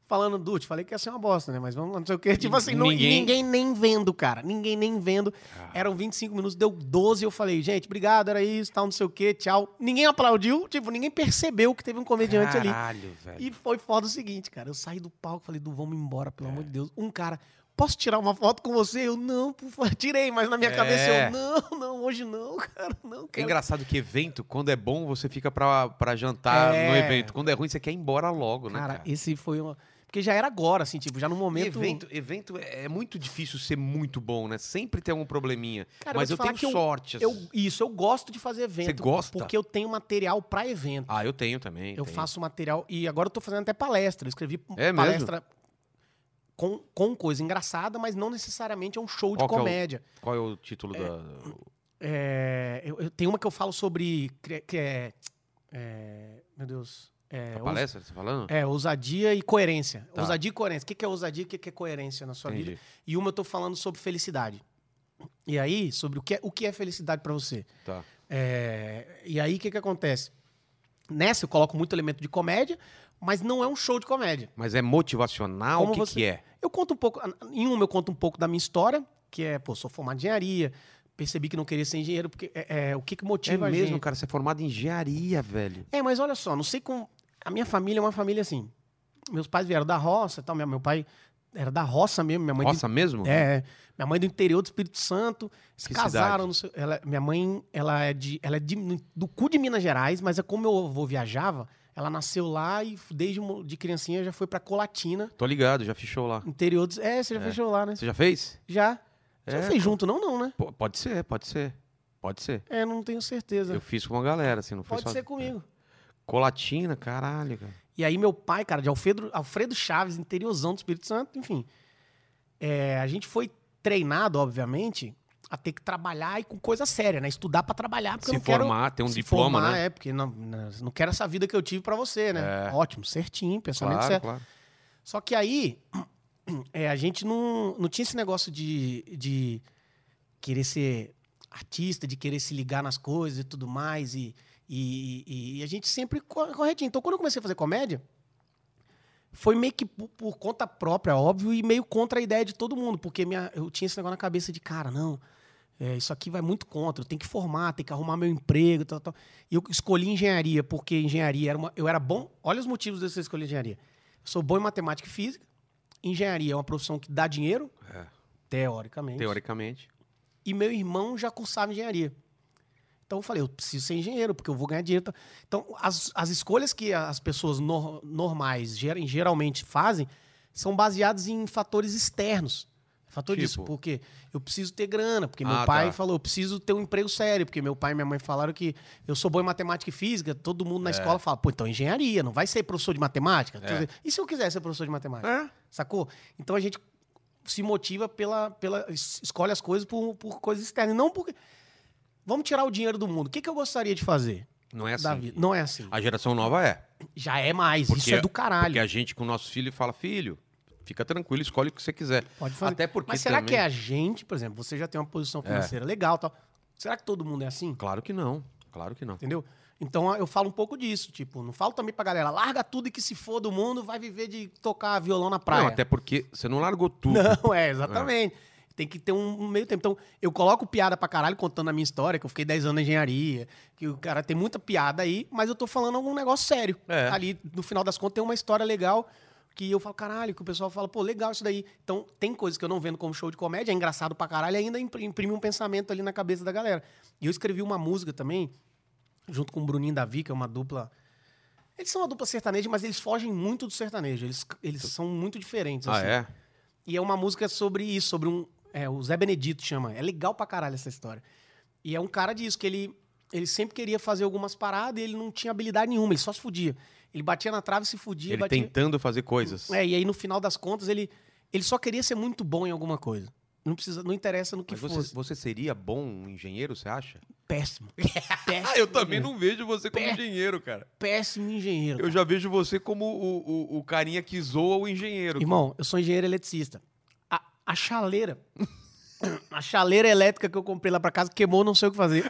[SPEAKER 2] Falando, Du, te falei que ia ser uma bosta, né? Mas vamos lá, não sei o quê. Tipo assim, não-
[SPEAKER 1] ninguém-
[SPEAKER 2] ninguém nem vendo, cara. Ninguém nem vendo.
[SPEAKER 1] Ah,
[SPEAKER 2] Eram 25 minutos, deu 12, eu falei, gente, obrigado, era isso, tal, não sei o quê, tchau. Ninguém aplaudiu, tipo, ninguém percebeu que teve um comediante ali.
[SPEAKER 1] Caralho, velho.
[SPEAKER 2] E foi foda o seguinte, cara, eu saí do palco, falei, Du, vamos embora, pelo
[SPEAKER 1] É.
[SPEAKER 2] amor de Deus. Um cara, posso tirar uma foto com você? Eu, não, por favor, (laughs) tirei, mas na minha
[SPEAKER 1] É.
[SPEAKER 2] cabeça eu, não, não, hoje não, (laughs) cara, não,
[SPEAKER 1] É
[SPEAKER 2] cara.
[SPEAKER 1] engraçado que evento, quando é bom, você fica pra, pra jantar
[SPEAKER 2] É.
[SPEAKER 1] no evento. Quando é ruim, você quer ir embora logo, né,
[SPEAKER 2] Cara,
[SPEAKER 1] cara?
[SPEAKER 2] esse foi uma... Porque já era agora, assim, tipo, já no
[SPEAKER 1] E
[SPEAKER 2] momento...
[SPEAKER 1] Evento, evento é é muito difícil ser muito bom, né? Sempre tem algum probleminha.
[SPEAKER 2] Cara,
[SPEAKER 1] Mas
[SPEAKER 2] vou
[SPEAKER 1] eu,
[SPEAKER 2] te falar
[SPEAKER 1] tenho
[SPEAKER 2] que eu-
[SPEAKER 1] sorte.
[SPEAKER 2] Eu,
[SPEAKER 1] assim.
[SPEAKER 2] isso, eu gosto de fazer evento.
[SPEAKER 1] gosta?
[SPEAKER 2] Porque eu tenho material pra evento.
[SPEAKER 1] Ah, eu tenho também.
[SPEAKER 2] Eu
[SPEAKER 1] tenho.
[SPEAKER 2] faço material e agora eu tô fazendo até palestra. Eu escrevi um
[SPEAKER 1] É
[SPEAKER 2] palestra com, com coisa engraçada, mas não necessariamente é um show de
[SPEAKER 1] Qual que é o-
[SPEAKER 2] comédia.
[SPEAKER 1] Qual é o título da.
[SPEAKER 2] É, eu, eu- tem uma que eu falo sobre. cre- que é- é, meu Deus. É,
[SPEAKER 1] da
[SPEAKER 2] ous-
[SPEAKER 1] palestra? Você tá falando?
[SPEAKER 2] é, ousadia e coerência.
[SPEAKER 1] Tá.
[SPEAKER 2] Ousadia e coerência. O que que é ousadia e o que que é coerência na sua vida?
[SPEAKER 1] Entendi.
[SPEAKER 2] E uma eu tô falando sobre felicidade. E aí, sobre o que é, o que é felicidade pra você.
[SPEAKER 1] Tá.
[SPEAKER 2] É, e aí, o que que acontece? Nessa eu coloco muito elemento de comédia, mas não é um show de comédia.
[SPEAKER 1] Mas é motivacional? O
[SPEAKER 2] Como
[SPEAKER 1] que,
[SPEAKER 2] você-
[SPEAKER 1] que é?
[SPEAKER 2] Eu conto um pouco, em uma eu conto um pouco da minha história, que é, pô, sou formado em engenharia, percebi que não queria ser engenheiro, porque é, é, o que, que
[SPEAKER 1] É
[SPEAKER 2] motiva a
[SPEAKER 1] mesmo,
[SPEAKER 2] gente.
[SPEAKER 1] cara. Você é formado em engenharia, velho.
[SPEAKER 2] É, mas olha só, não sei como. A minha família é uma família assim. Meus pais vieram da roça e tal, meu, meu pai era da roça mesmo, minha mãe. do-
[SPEAKER 1] Nossa, mesmo?
[SPEAKER 2] é, é. minha mãe do interior do Espírito Santo, se
[SPEAKER 1] Que cidade?
[SPEAKER 2] casaram. no seu- ela- minha mãe, ela é, de, ela é de- do cu de Minas Gerais, mas é como meu avô viajava, ela nasceu lá e desde mo- de criancinha já foi pra Colatina,
[SPEAKER 1] Tô ligado, já fechou lá.
[SPEAKER 2] interior. dos- é, você já
[SPEAKER 1] É.
[SPEAKER 2] fechou lá, né?
[SPEAKER 1] Você já fez?
[SPEAKER 2] Já. Você
[SPEAKER 1] É,
[SPEAKER 2] não fez junto, não, não, né?
[SPEAKER 1] Pô, pode ser, pode ser. Pode ser.
[SPEAKER 2] É, não tenho certeza.
[SPEAKER 1] Eu fiz com uma galera, assim, não foi
[SPEAKER 2] Pode ser comigo.
[SPEAKER 1] Colatina, caralho, cara.
[SPEAKER 2] E aí, meu pai, cara, de Alfredo, Alfredo Chaves, interiorzão do Espírito Santo, enfim. É, a gente foi treinado, obviamente, a ter que trabalhar e com coisa séria, né? Estudar pra trabalhar, porque eu
[SPEAKER 1] se
[SPEAKER 2] não quero.
[SPEAKER 1] formar, tem um
[SPEAKER 2] se
[SPEAKER 1] diploma,
[SPEAKER 2] formar,
[SPEAKER 1] né?
[SPEAKER 2] É, porque não, não, não quero essa vida que eu tive pra você, né?
[SPEAKER 1] É.
[SPEAKER 2] Ótimo, certinho, pensamento certo.
[SPEAKER 1] Claro, claro.
[SPEAKER 2] Só que aí, (clears throat) é, a gente não, não tinha esse negócio de, de querer ser artista, de querer se ligar nas coisas e tudo mais. E, e- e- e a gente sempre co- corretinho. Então, quando eu comecei a fazer comédia, foi meio que por, por conta própria, óbvio, e meio contra a ideia de todo mundo. Porque minha, eu tinha esse negócio na cabeça de, cara, não, é, isso aqui vai muito contra, eu tenho que formar, tenho que arrumar meu emprego, tal, tal. E eu escolhi engenharia, porque engenharia era uma. Eu era bom. Olha os motivos de eu escolher engenharia. Eu sou bom em matemática e física. Engenharia é uma profissão que dá dinheiro,
[SPEAKER 1] É,
[SPEAKER 2] teoricamente.
[SPEAKER 1] teoricamente.
[SPEAKER 2] E meu irmão já cursava engenharia. Então eu falei, eu preciso ser engenheiro, porque eu vou ganhar dinheiro. Então, as, as escolhas que as pessoas nor- normais ger- geralmente fazem são baseadas em fatores externos. É Fator
[SPEAKER 1] Tipo?
[SPEAKER 2] disso, porque eu preciso ter grana, porque meu
[SPEAKER 1] Ah,
[SPEAKER 2] pai
[SPEAKER 1] tá.
[SPEAKER 2] falou, eu preciso ter um emprego sério, porque meu pai e minha mãe falaram que eu sou bom em matemática e física, todo mundo na escola fala, pô, então engenharia, não vai ser professor de matemática?
[SPEAKER 1] É.
[SPEAKER 2] E se eu quiser ser professor de matemática?
[SPEAKER 1] É.
[SPEAKER 2] Sacou? Então a gente se motiva pela. pela es- escolhe as coisas por, por coisas externas. e Não porque. Vamos tirar o dinheiro do mundo. O que, que eu gostaria de fazer,
[SPEAKER 1] Não é assim.
[SPEAKER 2] Davi? Não é assim.
[SPEAKER 1] A geração nova é.
[SPEAKER 2] Já é mais.
[SPEAKER 1] Porque-
[SPEAKER 2] Isso é do caralho.
[SPEAKER 1] Porque a gente com o nosso filho fala, filho, fica tranquilo, escolhe o que você quiser.
[SPEAKER 2] Pode fazer.
[SPEAKER 1] Até porque
[SPEAKER 2] Mas será
[SPEAKER 1] também- É.
[SPEAKER 2] que é a gente, por exemplo, você já tem uma posição financeira legal tal. Será que todo mundo é assim?
[SPEAKER 1] Claro que não, claro que não.
[SPEAKER 2] Entendeu? Então eu falo um pouco disso. Tipo, não falo também pra galera, larga tudo e que se for do
[SPEAKER 1] é
[SPEAKER 2] mundo, vai viver de tocar violão na praia. (laughs)
[SPEAKER 1] Não, até porque você não largou tudo.
[SPEAKER 2] Não, é, exatamente. Tem que ter um um meio tempo. Então, eu coloco piada pra caralho contando a minha história, que eu fiquei 10 anos na engenharia, que o cara tem muita piada aí, mas eu tô falando algum negócio sério.
[SPEAKER 1] É.
[SPEAKER 2] Ali, no final das contas, tem uma história legal que eu falo, caralho, que o pessoal fala, pô, legal isso daí. Então, tem coisas que eu não vendo como show de comédia, é engraçado pra caralho, ainda impri- imprime um pensamento ali na cabeça da galera. E eu escrevi uma música também, junto com o Bruninho e Davi, que é uma dupla. Eles são uma dupla sertaneja, mas eles fogem muito do sertanejo. Eles, eles são muito diferentes.
[SPEAKER 1] Ah,
[SPEAKER 2] assim.
[SPEAKER 1] é?
[SPEAKER 2] E é uma música sobre isso, sobre um. É, o Zé Benedito chama. É legal pra caralho essa história. E é um cara disso, que ele, ele sempre queria fazer algumas paradas e ele não tinha habilidade nenhuma, ele só se fudia. Ele batia na trave e se fudia.
[SPEAKER 1] Ele
[SPEAKER 2] batia...
[SPEAKER 1] tentando fazer coisas.
[SPEAKER 2] É, e aí no final das contas ele, ele só queria ser muito bom em alguma coisa. Não precisa, não interessa no que
[SPEAKER 1] Mas você,
[SPEAKER 2] fosse.
[SPEAKER 1] você seria bom engenheiro, você acha?
[SPEAKER 2] Péssimo. É
[SPEAKER 1] Ah, eu também não vejo você como engenheiro, cara.
[SPEAKER 2] Péssimo engenheiro.
[SPEAKER 1] Eu já vejo você como o, o, o carinha que zoa o engenheiro.
[SPEAKER 2] Irmão, eu sou engenheiro eletricista. A, a chaleira. (coughs) A chaleira elétrica que eu comprei lá pra casa queimou, não sei o que fazer.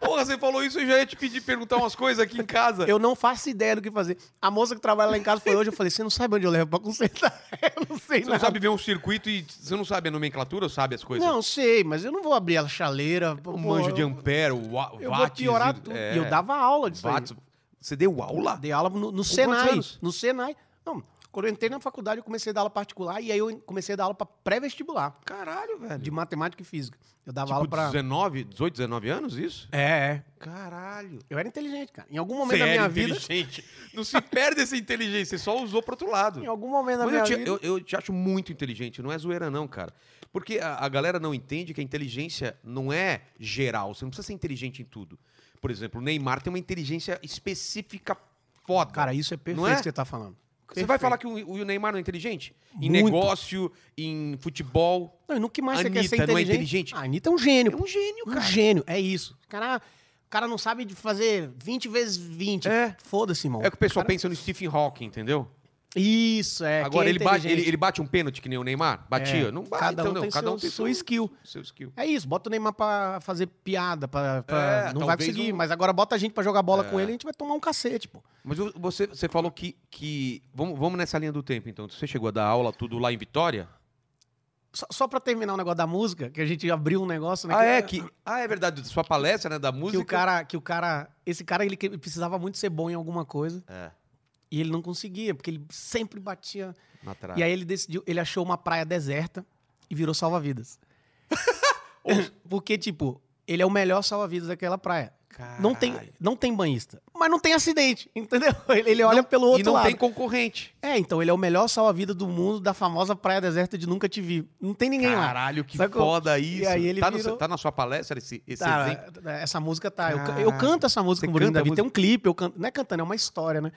[SPEAKER 1] Porra, você falou isso e já ia te pedir perguntar umas coisas aqui em casa.
[SPEAKER 2] Eu não faço ideia do que fazer. A moça que trabalha lá em casa foi hoje, eu falei, você não sabe onde eu levo pra consertar? (laughs) Eu não sei
[SPEAKER 1] Você não
[SPEAKER 2] nada.
[SPEAKER 1] sabe ver um circuito e você não sabe a nomenclatura ou sabe as coisas?
[SPEAKER 2] Não, sei, mas eu não vou abrir a chaleira.
[SPEAKER 1] O manjo Um de
[SPEAKER 2] eu,
[SPEAKER 1] ampere, o wa- watts...
[SPEAKER 2] eu vou piorar
[SPEAKER 1] e-
[SPEAKER 2] tudo.
[SPEAKER 1] é,
[SPEAKER 2] E eu dava aula disso aí.
[SPEAKER 1] watts. Você deu aula?
[SPEAKER 2] Dei aula no, no
[SPEAKER 1] quantos
[SPEAKER 2] Senai.
[SPEAKER 1] anos?
[SPEAKER 2] No Senai. Não, quando eu entrei na faculdade, eu comecei a dar aula particular e aí eu comecei a dar aula pra pré-vestibular,
[SPEAKER 1] Caralho, velho.
[SPEAKER 2] de matemática e física. Eu dava
[SPEAKER 1] tipo,
[SPEAKER 2] aula pra.
[SPEAKER 1] 19, 18, 19 anos, isso?
[SPEAKER 2] É, é.
[SPEAKER 1] Caralho.
[SPEAKER 2] Eu era inteligente, cara. Em algum momento da
[SPEAKER 1] era
[SPEAKER 2] minha vida.
[SPEAKER 1] inteligente. Não se perde essa inteligência, você só usou pro outro lado.
[SPEAKER 2] Em algum momento da
[SPEAKER 1] Mas
[SPEAKER 2] minha
[SPEAKER 1] eu, te,
[SPEAKER 2] vida.
[SPEAKER 1] eu- eu te acho muito inteligente, não é zoeira não, cara. Porque a, a galera não entende que a inteligência não é geral, você não precisa ser inteligente em tudo. Por exemplo, o Neymar tem uma inteligência específica foda.
[SPEAKER 2] Cara, isso é
[SPEAKER 1] Não
[SPEAKER 2] perfeito
[SPEAKER 1] é?
[SPEAKER 2] que você tá falando.
[SPEAKER 1] você vai falar que o, o Neymar não é inteligente? Em
[SPEAKER 2] Muito.
[SPEAKER 1] negócio, em futebol.
[SPEAKER 2] Não, e no que mais você quer ser
[SPEAKER 1] Anitta, não é
[SPEAKER 2] inteligente?
[SPEAKER 1] inteligente?
[SPEAKER 2] A Anitta é um
[SPEAKER 1] É
[SPEAKER 2] gênio.
[SPEAKER 1] um gênio,
[SPEAKER 2] Um
[SPEAKER 1] cara.
[SPEAKER 2] gênio, é isso. O cara, o cara não sabe de fazer 20 vezes 20.
[SPEAKER 1] É.
[SPEAKER 2] Foda-se, irmão.
[SPEAKER 1] É o que o pessoal
[SPEAKER 2] cara-
[SPEAKER 1] pensa no Stephen Hawking, entendeu?
[SPEAKER 2] Isso, é.
[SPEAKER 1] Agora,
[SPEAKER 2] quem é
[SPEAKER 1] ele, bate, ele,
[SPEAKER 2] inteligente.
[SPEAKER 1] ele bate um pênalti que nem o Neymar? Batia? Não bate,
[SPEAKER 2] Cada um
[SPEAKER 1] então não.
[SPEAKER 2] tem
[SPEAKER 1] Cada um
[SPEAKER 2] seu-
[SPEAKER 1] tem
[SPEAKER 2] sua skill.
[SPEAKER 1] seu skill.
[SPEAKER 2] É isso, bota o Neymar pra fazer piada, pra, pra-
[SPEAKER 1] É,
[SPEAKER 2] não vai
[SPEAKER 1] talvez
[SPEAKER 2] conseguir,
[SPEAKER 1] um- É.
[SPEAKER 2] mas agora bota a gente pra jogar bola com ele, a gente vai tomar um cacete, pô.
[SPEAKER 1] Mas vo- você, você falou que. que vamos, vamos nessa linha do tempo, então. Você chegou a dar aula tudo lá em Vitória?
[SPEAKER 2] Só, só pra terminar o negócio da música, que a gente abriu um negócio, né?
[SPEAKER 1] Ah, é? Que, ah, é verdade. Sua palestra, né? Da música.
[SPEAKER 2] que o cara, que o cara, esse cara ele que- precisava muito ser bom em alguma coisa
[SPEAKER 1] É,
[SPEAKER 2] e ele não conseguia, porque ele sempre batia.
[SPEAKER 1] na trave.
[SPEAKER 2] E aí ele decidiu, ele achou uma praia deserta e
[SPEAKER 1] (laughs)
[SPEAKER 2] virou salva-vidas. (laughs) porque tipo, ele é o melhor salva-vidas daquela praia. Não tem,
[SPEAKER 1] Caralho.
[SPEAKER 2] não tem banhista, mas não tem acidente, (laughs) entendeu? Ele, ele olha pelo outro
[SPEAKER 1] E não
[SPEAKER 2] lado.
[SPEAKER 1] tem concorrente.
[SPEAKER 2] É, então ele é o melhor salva-vida do mundo da famosa praia deserta de nunca te vi. Não tem ninguém lá.
[SPEAKER 1] Caralho, que
[SPEAKER 2] Sacou?
[SPEAKER 1] foda
[SPEAKER 2] E
[SPEAKER 1] isso.
[SPEAKER 2] aí ele
[SPEAKER 1] tá, no-
[SPEAKER 2] virou-
[SPEAKER 1] tá na sua palestra esse, esse
[SPEAKER 2] Tá,
[SPEAKER 1] exemplo?
[SPEAKER 2] essa música tá. Eu, ca-
[SPEAKER 1] Caralho.
[SPEAKER 2] eu canto essa
[SPEAKER 1] Você
[SPEAKER 2] música com o Bruno
[SPEAKER 1] canta a
[SPEAKER 2] Davi.
[SPEAKER 1] música?
[SPEAKER 2] Tem um clipe, eu canto. Não é cantando, é uma história, né?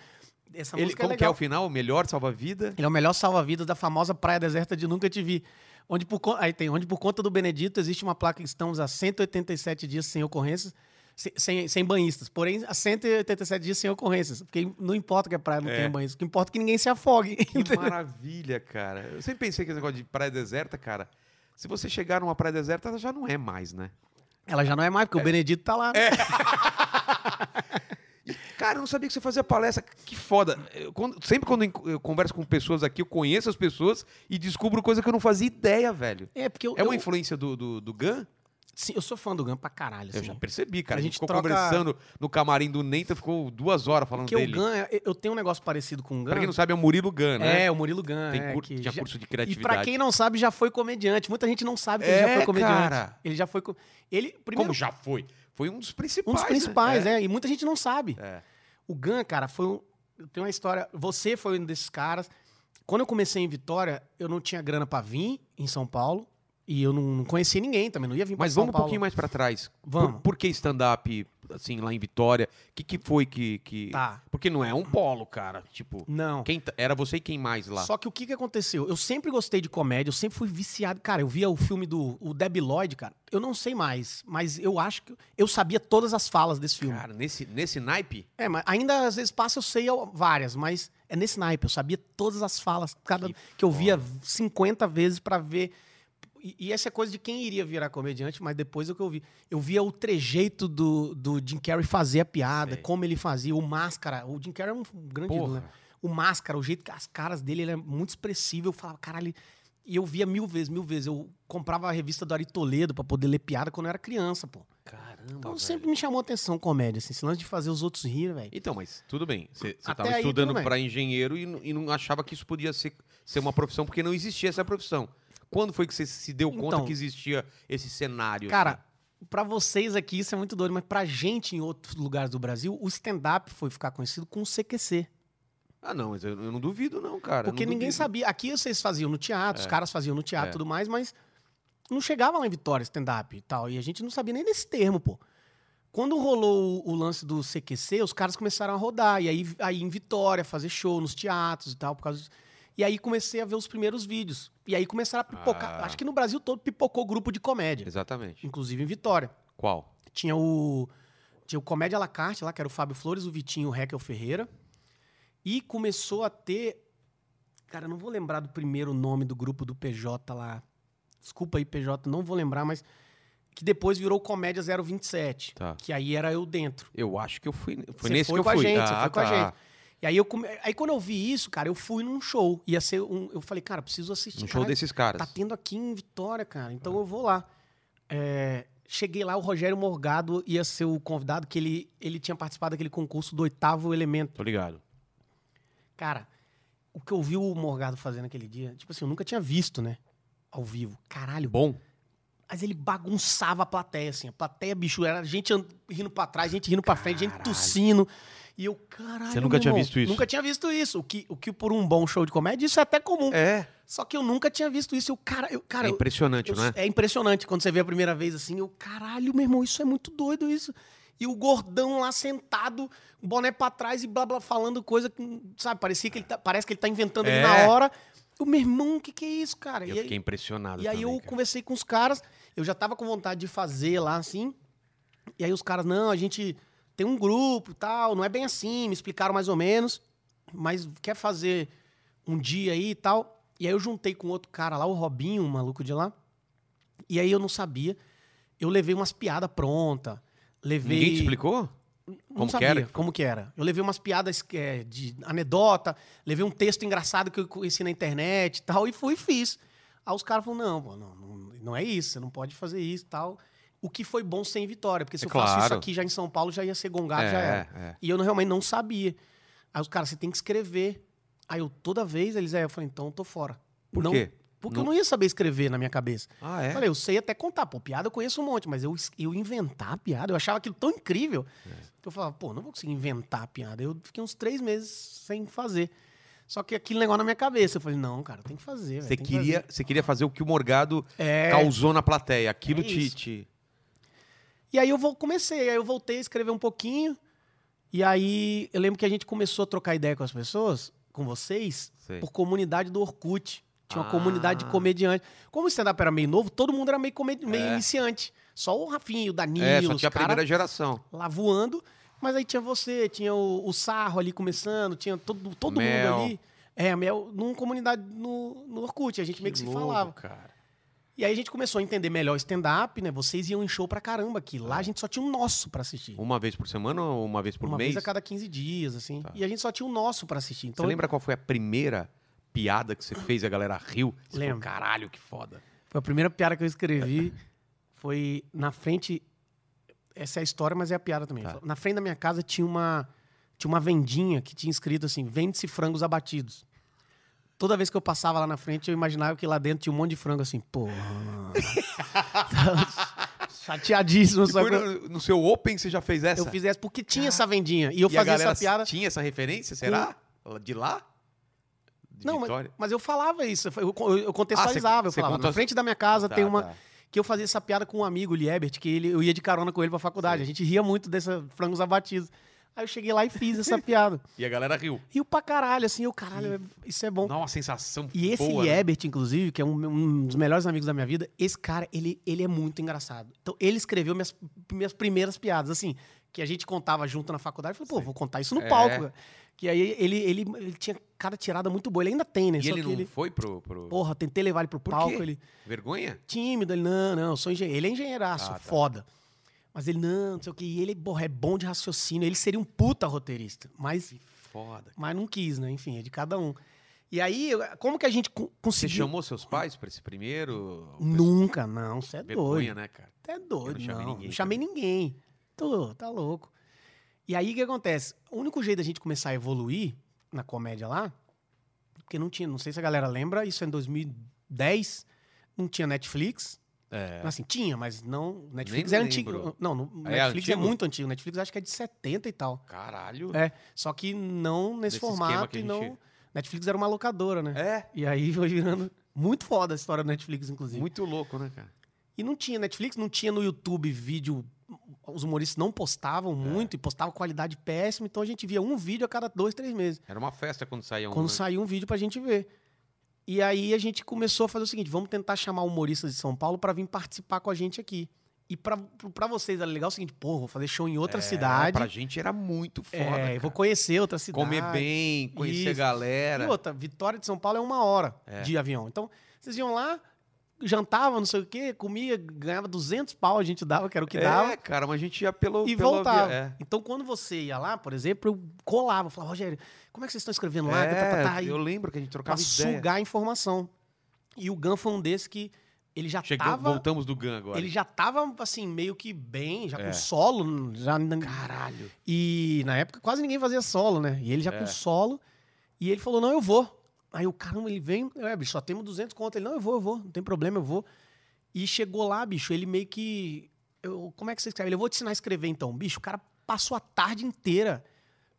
[SPEAKER 2] Essa
[SPEAKER 1] Ele,
[SPEAKER 2] música
[SPEAKER 1] como
[SPEAKER 2] é
[SPEAKER 1] que é
[SPEAKER 2] legal.
[SPEAKER 1] o final? O melhor salva-vida?
[SPEAKER 2] Ele é o melhor salva-vidas da famosa praia deserta de Nunca Te Vi. Onde por, con- aí tem, onde por conta do Benedito existe uma placa que estamos há 187 dias sem ocorrências, se- sem, sem banhistas. Porém, há 187 dias sem ocorrências. Porque não importa que a praia não
[SPEAKER 1] É.
[SPEAKER 2] tenha banhistas. O que importa é que ninguém se afogue. (laughs)
[SPEAKER 1] Que maravilha, cara. Eu sempre pensei que esse negócio de praia deserta, cara. Se você chegar numa praia deserta, ela já não é mais, né?
[SPEAKER 2] Ela já não é mais, porque o Benedito tá lá.
[SPEAKER 1] É. E, Cara, eu não sabia que você fazia palestra. Que foda. Eu, quando- sempre quando eu enco- eu converso com pessoas aqui, eu conheço as pessoas e descubro coisa que eu não fazia ideia, velho.
[SPEAKER 2] É, porque eu,
[SPEAKER 1] É uma
[SPEAKER 2] eu,
[SPEAKER 1] influência do, do, do Gun?
[SPEAKER 2] sim, eu sou fã do Gun pra caralho.
[SPEAKER 1] Eu
[SPEAKER 2] assim.
[SPEAKER 1] já percebi, cara.
[SPEAKER 2] A
[SPEAKER 1] A gente,
[SPEAKER 2] gente
[SPEAKER 1] ficou
[SPEAKER 2] troca-
[SPEAKER 1] conversando no camarim do Neita, ficou duas horas falando
[SPEAKER 2] Porque
[SPEAKER 1] dele.
[SPEAKER 2] o Gun, é- eu tenho um negócio parecido com o Gun.
[SPEAKER 1] Pra quem não sabe, é o Murilo Gun, né?
[SPEAKER 2] É, o Murilo Gun.
[SPEAKER 1] Tem
[SPEAKER 2] é,
[SPEAKER 1] cur-
[SPEAKER 2] que
[SPEAKER 1] tinha
[SPEAKER 2] já-
[SPEAKER 1] curso de
[SPEAKER 2] E
[SPEAKER 1] criatividade.
[SPEAKER 2] pra quem não sabe, já foi comediante. Muita gente não sabe que ele
[SPEAKER 1] É,
[SPEAKER 2] já foi comediante.
[SPEAKER 1] cara.
[SPEAKER 2] Ele já foi. co- Ele, primeiro,
[SPEAKER 1] Como já foi? Foi um dos principais.
[SPEAKER 2] um dos
[SPEAKER 1] né?
[SPEAKER 2] principais,
[SPEAKER 1] É.
[SPEAKER 2] é. E muita gente não sabe.
[SPEAKER 1] É.
[SPEAKER 2] O Gun, cara, foi um. Tem uma história. Você foi um desses caras. Quando eu comecei em Vitória, eu não tinha grana pra vir em São Paulo. E eu não, não conhecia ninguém também. Não ia vir pra
[SPEAKER 1] Mas
[SPEAKER 2] São
[SPEAKER 1] vamos um
[SPEAKER 2] Paulo.
[SPEAKER 1] pouquinho mais pra trás.
[SPEAKER 2] Vamos.
[SPEAKER 1] Por, por que stand-up, assim, lá em Vitória? O que, que foi que. que...
[SPEAKER 2] Tá.
[SPEAKER 1] Porque não é um polo, cara. Tipo,
[SPEAKER 2] Não.
[SPEAKER 1] quem t- era você e quem mais lá?
[SPEAKER 2] Só que o que, que aconteceu? Eu sempre gostei de comédia, eu sempre fui viciado. Cara, eu via o filme do o Debbie Lloyd, cara. Eu não sei mais, mas eu acho que eu sabia todas as falas desse filme.
[SPEAKER 1] Cara, nesse, nesse naipe.
[SPEAKER 2] É, mas ainda às vezes passa, eu sei al- várias, mas é nesse naipe. Eu sabia todas as falas, cada que,
[SPEAKER 1] Que
[SPEAKER 2] eu via 50 vezes pra ver. E, e essa é coisa de quem iria virar comediante, mas depois é o que eu vi. Eu via o trejeito do, do Jim Carrey fazer a piada,
[SPEAKER 1] Sei.
[SPEAKER 2] como ele fazia, o máscara. O Jim Carrey é um grande ídolo, né?
[SPEAKER 1] Porra.
[SPEAKER 2] o máscara, o jeito que as caras dele, ele é muito expressivo. Eu falava, caralho. ele- E eu via mil vezes, mil vezes. Eu comprava a revista do Ari Toledo pra poder ler piada quando eu era criança, pô.
[SPEAKER 1] Caramba,
[SPEAKER 2] Então
[SPEAKER 1] Tá velho.
[SPEAKER 2] sempre me chamou atenção comédia, assim. Esse lance de fazer os outros rir, velho.
[SPEAKER 1] Então, mas tudo bem. Você
[SPEAKER 2] Até
[SPEAKER 1] estava
[SPEAKER 2] aí,
[SPEAKER 1] estudando
[SPEAKER 2] tudo bem.
[SPEAKER 1] para engenheiro e, n- e não achava que isso podia ser, ser uma profissão, porque não existia essa profissão. Quando foi que você se deu conta
[SPEAKER 2] Então.
[SPEAKER 1] que existia esse cenário? assim?
[SPEAKER 2] Cara, pra vocês aqui isso é muito doido, mas pra gente em outros lugares do Brasil, o stand-up foi ficar conhecido com o CQC.
[SPEAKER 1] Ah, não, mas eu, eu não duvido, não, cara. eu
[SPEAKER 2] porque
[SPEAKER 1] não
[SPEAKER 2] ninguém
[SPEAKER 1] duvido.
[SPEAKER 2] sabia. Aqui vocês faziam no teatro, os caras faziam no teatro e
[SPEAKER 1] É.
[SPEAKER 2] tudo mais, mas não chegava lá em Vitória stand-up e tal. E a gente não sabia nem desse termo, pô. Quando rolou o, o lance do CQC, os caras começaram a rodar. E aí, aí em Vitória, fazer show nos teatros e tal, por causa disso. E aí comecei a ver os primeiros vídeos. E aí começaram a pipocar.
[SPEAKER 1] Ah.
[SPEAKER 2] Acho que no Brasil todo pipocou grupo de comédia.
[SPEAKER 1] Exatamente.
[SPEAKER 2] Inclusive em Vitória.
[SPEAKER 1] Qual?
[SPEAKER 2] Tinha o. Tinha o Comédia à la carte lá, que era o Fábio Flores, o Vitinho, o Raquel Ferreira. E começou a ter. Cara, eu não vou lembrar do primeiro nome do grupo do PJ lá. Desculpa aí, PJ, não vou lembrar, mas. Que depois virou Comédia 027.
[SPEAKER 1] Tá.
[SPEAKER 2] Que aí era eu dentro.
[SPEAKER 1] Eu acho que eu fui. Foi
[SPEAKER 2] Você
[SPEAKER 1] nesse
[SPEAKER 2] foi
[SPEAKER 1] que eu
[SPEAKER 2] com a
[SPEAKER 1] fui.
[SPEAKER 2] gente, você foi com a
[SPEAKER 1] tá.
[SPEAKER 2] E aí eu come... Aí quando eu vi isso, cara, eu fui num show. Ia ser um. Eu falei, cara, preciso assistir.
[SPEAKER 1] Um show
[SPEAKER 2] Caralho,
[SPEAKER 1] desses caras.
[SPEAKER 2] Tá tendo aqui em Vitória, cara. Então
[SPEAKER 1] Ah.
[SPEAKER 2] eu vou lá. É, cheguei lá, o Rogério Morgado ia ser o convidado, que ele, ele tinha participado daquele concurso do oitavo elemento.
[SPEAKER 1] Tô ligado.
[SPEAKER 2] Cara, o que eu vi o Morgado fazer naquele dia, tipo assim, eu nunca tinha visto, né? Ao vivo. Caralho.
[SPEAKER 1] Bom?
[SPEAKER 2] Mas ele bagunçava a plateia, assim. A plateia, bicho, era gente and- rindo pra trás, gente rindo pra frente, gente
[SPEAKER 1] Caralho.
[SPEAKER 2] tossindo. E eu, caralho.
[SPEAKER 1] Você nunca
[SPEAKER 2] meu
[SPEAKER 1] tinha
[SPEAKER 2] irmão,
[SPEAKER 1] visto isso?
[SPEAKER 2] Nunca tinha visto isso. O que, o que por um bom show de comédia, isso é até comum.
[SPEAKER 1] É.
[SPEAKER 2] Só que eu nunca tinha visto isso. Eu, cara, eu, cara,
[SPEAKER 1] é
[SPEAKER 2] eu-
[SPEAKER 1] impressionante,
[SPEAKER 2] eu-
[SPEAKER 1] não é?
[SPEAKER 2] É impressionante quando você vê a primeira vez assim, eu, caralho, meu irmão, isso é muito doido isso. E o gordão lá sentado, o boné pra trás e blá blá falando coisa que, sabe, parecia que ele tá, parece que ele tá inventando
[SPEAKER 1] É.
[SPEAKER 2] ali na hora. Eu, meu irmão, o que que é isso, cara?
[SPEAKER 1] Eu
[SPEAKER 2] e aí,
[SPEAKER 1] fiquei impressionado.
[SPEAKER 2] e aí
[SPEAKER 1] também,
[SPEAKER 2] eu
[SPEAKER 1] cara.
[SPEAKER 2] conversei com os caras, eu já tava com vontade de fazer lá assim. E aí os caras, não, a gente tem um grupo e tal, não é bem assim, me explicaram mais ou menos, mas quer fazer um dia aí e tal. E aí eu juntei com outro cara lá, o Robinho, um maluco de lá. E aí eu não sabia. Eu levei umas piadas prontas. Levei.
[SPEAKER 1] Ninguém te explicou?
[SPEAKER 2] Não
[SPEAKER 1] Como que
[SPEAKER 2] sabia
[SPEAKER 1] era?
[SPEAKER 2] como que era. Eu levei umas piadas é, de anedota, levei um texto engraçado que eu conheci na internet e tal, e fui e fiz. Aí os caras falaram, não, pô, não, não, não é isso, você não pode fazer isso e tal. O que foi bom sem vitória, porque se
[SPEAKER 1] É
[SPEAKER 2] eu faço isso
[SPEAKER 1] claro.
[SPEAKER 2] aqui já em São Paulo, já ia ser gongado, já era.
[SPEAKER 1] é, é.
[SPEAKER 2] E eu não- realmente não sabia. Aí os caras, você tem que escrever. Aí eu, toda vez, eles, aí eu falei, então eu tô fora.
[SPEAKER 1] Por
[SPEAKER 2] não,
[SPEAKER 1] quê?
[SPEAKER 2] Porque
[SPEAKER 1] Não-
[SPEAKER 2] eu não ia saber escrever na minha cabeça.
[SPEAKER 1] Ah, é?
[SPEAKER 2] Falei, eu sei até contar, pô, piada eu conheço um monte, mas eu, es- eu inventar piada, eu achava aquilo tão incrível.
[SPEAKER 1] É.
[SPEAKER 2] que Eu falava, pô, não vou conseguir inventar piada. Eu fiquei uns três meses sem fazer. Só que aquele negócio na minha cabeça. Eu falei, não, cara, tem que fazer.
[SPEAKER 1] Você
[SPEAKER 2] velho, tem que
[SPEAKER 1] queria, você queria fazer o que o Morgado
[SPEAKER 2] fazer. É.
[SPEAKER 1] causou na plateia. Aquilo
[SPEAKER 2] É
[SPEAKER 1] te,
[SPEAKER 2] isso.
[SPEAKER 1] te-
[SPEAKER 2] E aí eu vou, comecei, aí eu voltei a escrever um pouquinho. E aí eu lembro que a gente começou a trocar ideia com as pessoas, com vocês,
[SPEAKER 1] Sei.
[SPEAKER 2] por comunidade do Orkut. Tinha uma
[SPEAKER 1] Ah.
[SPEAKER 2] comunidade de comediantes. Como o stand-up era meio novo, todo mundo era meio, comedi- meio
[SPEAKER 1] É.
[SPEAKER 2] iniciante. Só o Rafinho, o Danilo,
[SPEAKER 1] É, só
[SPEAKER 2] os
[SPEAKER 1] tinha a
[SPEAKER 2] caras
[SPEAKER 1] primeira geração.
[SPEAKER 2] lá voando. Mas aí tinha você, tinha o, o Sarro ali começando, tinha todo, todo
[SPEAKER 1] Mel.
[SPEAKER 2] mundo ali. É, a Mel, numa comunidade no, no Orkut, a gente meio que se
[SPEAKER 1] louco,
[SPEAKER 2] falava.
[SPEAKER 1] cara.
[SPEAKER 2] E aí a gente começou a entender melhor o stand-up, né? Vocês iam em show pra caramba aqui. Lá a gente só tinha o nosso pra assistir.
[SPEAKER 1] Uma vez por semana ou uma vez É. Um por
[SPEAKER 2] Uma
[SPEAKER 1] mês?
[SPEAKER 2] vez a cada 15 dias, assim.
[SPEAKER 1] Tá.
[SPEAKER 2] E a gente só tinha o nosso pra assistir. Então,
[SPEAKER 1] Você lembra qual foi a primeira piada que você fez e a galera riu? Você falou,
[SPEAKER 2] Lembro.
[SPEAKER 1] caralho, que foda.
[SPEAKER 2] Foi a primeira piada que eu escrevi. foi na frente. Essa é a história, mas é a piada também.
[SPEAKER 1] Tá.
[SPEAKER 2] Na frente da minha casa tinha uma, tinha uma vendinha que tinha escrito assim: vende-se frangos abatidos. Toda vez que eu passava lá na frente, eu imaginava que lá dentro tinha um monte de frango assim, pô. mano. (laughs) Tá Chateadíssimo,
[SPEAKER 1] E foi
[SPEAKER 2] sabe?
[SPEAKER 1] no, no seu Open que você já fez é essa?
[SPEAKER 2] Eu fizesse porque tinha essa vendinha. E eu
[SPEAKER 1] e a
[SPEAKER 2] fazia
[SPEAKER 1] galera
[SPEAKER 2] essa piada.
[SPEAKER 1] tinha essa referência, será? De lá? De
[SPEAKER 2] Não, mas,
[SPEAKER 1] Vitória?
[SPEAKER 2] mas eu falava isso. Eu, eu- eu contextualizava. eu
[SPEAKER 1] Ah, você
[SPEAKER 2] falava,
[SPEAKER 1] contou-
[SPEAKER 2] na frente da minha casa
[SPEAKER 1] Tá,
[SPEAKER 2] tem uma.
[SPEAKER 1] tá.
[SPEAKER 2] que eu fazia essa piada com um amigo, o Liebert, que ele, eu ia de carona com ele pra faculdade. A gente ria muito dessa frangos abatidos. Aí eu cheguei lá e fiz essa
[SPEAKER 1] (laughs)
[SPEAKER 2] piada.
[SPEAKER 1] E a galera riu.
[SPEAKER 2] Riu pra caralho, assim, eu, caralho, isso é bom.
[SPEAKER 1] Dá uma sensação
[SPEAKER 2] E esse
[SPEAKER 1] boa. né?
[SPEAKER 2] Liebert, inclusive, que é um, um dos melhores amigos da minha vida, esse cara, ele, ele é muito engraçado. Então, ele escreveu minhas, minhas primeiras piadas, assim, que a gente contava junto na faculdade. Eu falei, pô,
[SPEAKER 1] Sim.
[SPEAKER 2] vou contar isso no
[SPEAKER 1] É.
[SPEAKER 2] palco. cara. Que aí ele, ele, ele tinha cada tirada muito boa. Ele ainda tem, né?
[SPEAKER 1] E
[SPEAKER 2] Só
[SPEAKER 1] ele
[SPEAKER 2] que
[SPEAKER 1] não
[SPEAKER 2] ele,
[SPEAKER 1] foi pro, pro-
[SPEAKER 2] porra, tentei levar ele pro
[SPEAKER 1] Por
[SPEAKER 2] palco,
[SPEAKER 1] quê?
[SPEAKER 2] ele
[SPEAKER 1] Vergonha?
[SPEAKER 2] tímido. Ele, não, não, eu sou engenheiro. Ele é engenheiraço,
[SPEAKER 1] Ah, tá.
[SPEAKER 2] foda. Mas ele, não, não sei o que. E ele, porra, é bom de raciocínio. Ele seria um puta roteirista. Mas,
[SPEAKER 1] Que foda.
[SPEAKER 2] mas não quis, né? Enfim, é de cada um. E aí, eu- como que a gente co-
[SPEAKER 1] Você
[SPEAKER 2] conseguiu?
[SPEAKER 1] chamou seus pais pra esse primeiro?
[SPEAKER 2] Nunca, não, você é doido.
[SPEAKER 1] Vergonha, né, cara?
[SPEAKER 2] Você é doido,
[SPEAKER 1] Eu não chamei
[SPEAKER 2] não.
[SPEAKER 1] ninguém,
[SPEAKER 2] Não chamei ninguém. Tô, tá louco. E aí, o que acontece? O único jeito da gente começar a evoluir na comédia lá, porque não tinha, não sei se a galera lembra, isso é em 2010, não tinha Netflix,
[SPEAKER 1] É.
[SPEAKER 2] Assim, tinha, mas não. Netflix
[SPEAKER 1] Nem
[SPEAKER 2] é
[SPEAKER 1] lembro.
[SPEAKER 2] antigo. Não, no-
[SPEAKER 1] Ah, é
[SPEAKER 2] Netflix é,
[SPEAKER 1] antigo?
[SPEAKER 2] muito antigo. Netflix acho que é de 70 e tal.
[SPEAKER 1] Caralho.
[SPEAKER 2] É, Só que não nesse,
[SPEAKER 1] Nesse esquema
[SPEAKER 2] formato
[SPEAKER 1] que
[SPEAKER 2] e
[SPEAKER 1] a
[SPEAKER 2] não.
[SPEAKER 1] gente-
[SPEAKER 2] Netflix era uma locadora, né?
[SPEAKER 1] É,
[SPEAKER 2] E aí foi virando. Muito foda a história do Netflix, inclusive.
[SPEAKER 1] muito louco, né, cara?
[SPEAKER 2] E não tinha Netflix, não tinha no YouTube vídeo. Os humoristas não
[SPEAKER 1] É.
[SPEAKER 2] postavam muito e postavam qualidade péssima, então a gente via um vídeo a cada dois, três meses.
[SPEAKER 1] Era uma festa quando saía um.
[SPEAKER 2] Quando
[SPEAKER 1] né?
[SPEAKER 2] saiu um vídeo pra gente ver. E aí a gente começou a fazer o seguinte: vamos tentar chamar humoristas de São Paulo pra vir participar com a gente aqui. E pra pra vocês era legal o seguinte: pô, vou fazer show em outra
[SPEAKER 1] É,
[SPEAKER 2] cidade.
[SPEAKER 1] pra gente era muito foda.
[SPEAKER 2] é,
[SPEAKER 1] cara.
[SPEAKER 2] eu vou conhecer outra cidade.
[SPEAKER 1] Comer bem, conhecer a
[SPEAKER 2] Isso.
[SPEAKER 1] galera.
[SPEAKER 2] E outra, Vitória de São Paulo é uma hora
[SPEAKER 1] É.
[SPEAKER 2] de avião. Então, vocês iam lá, jantavam, não sei o quê, comia, ganhava 200 pau, a gente dava, que era o que dava.
[SPEAKER 1] É, cara, mas a gente ia pelo.
[SPEAKER 2] E
[SPEAKER 1] pela
[SPEAKER 2] voltava.
[SPEAKER 1] via- é.
[SPEAKER 2] Então, quando você ia lá, por exemplo, eu colava, eu falava, Rogério, como é que vocês estão escrevendo lá?
[SPEAKER 1] É,
[SPEAKER 2] Tá, tá, tá, e
[SPEAKER 1] eu lembro que a gente
[SPEAKER 2] pra
[SPEAKER 1] trocava ideia.
[SPEAKER 2] sugar a informação. E o Gun foi um desses que ele já
[SPEAKER 1] Chegamos,
[SPEAKER 2] tava.
[SPEAKER 1] voltamos do GAN agora.
[SPEAKER 2] Ele já tava, assim, meio que bem, já
[SPEAKER 1] É.
[SPEAKER 2] com solo. Já...
[SPEAKER 1] Caralho.
[SPEAKER 2] E na época quase ninguém fazia solo, né? E ele já
[SPEAKER 1] É.
[SPEAKER 2] com solo. E ele falou: não, eu vou. Aí o caramba, ele vem, é, bicho, só temos 200 conto. Ele, não, eu vou, eu vou, não tem problema, eu vou. E chegou lá, bicho, ele meio que. Eu, como é que você escreve? Ele, eu vou te ensinar a escrever então. Bicho, o cara passou a tarde inteira,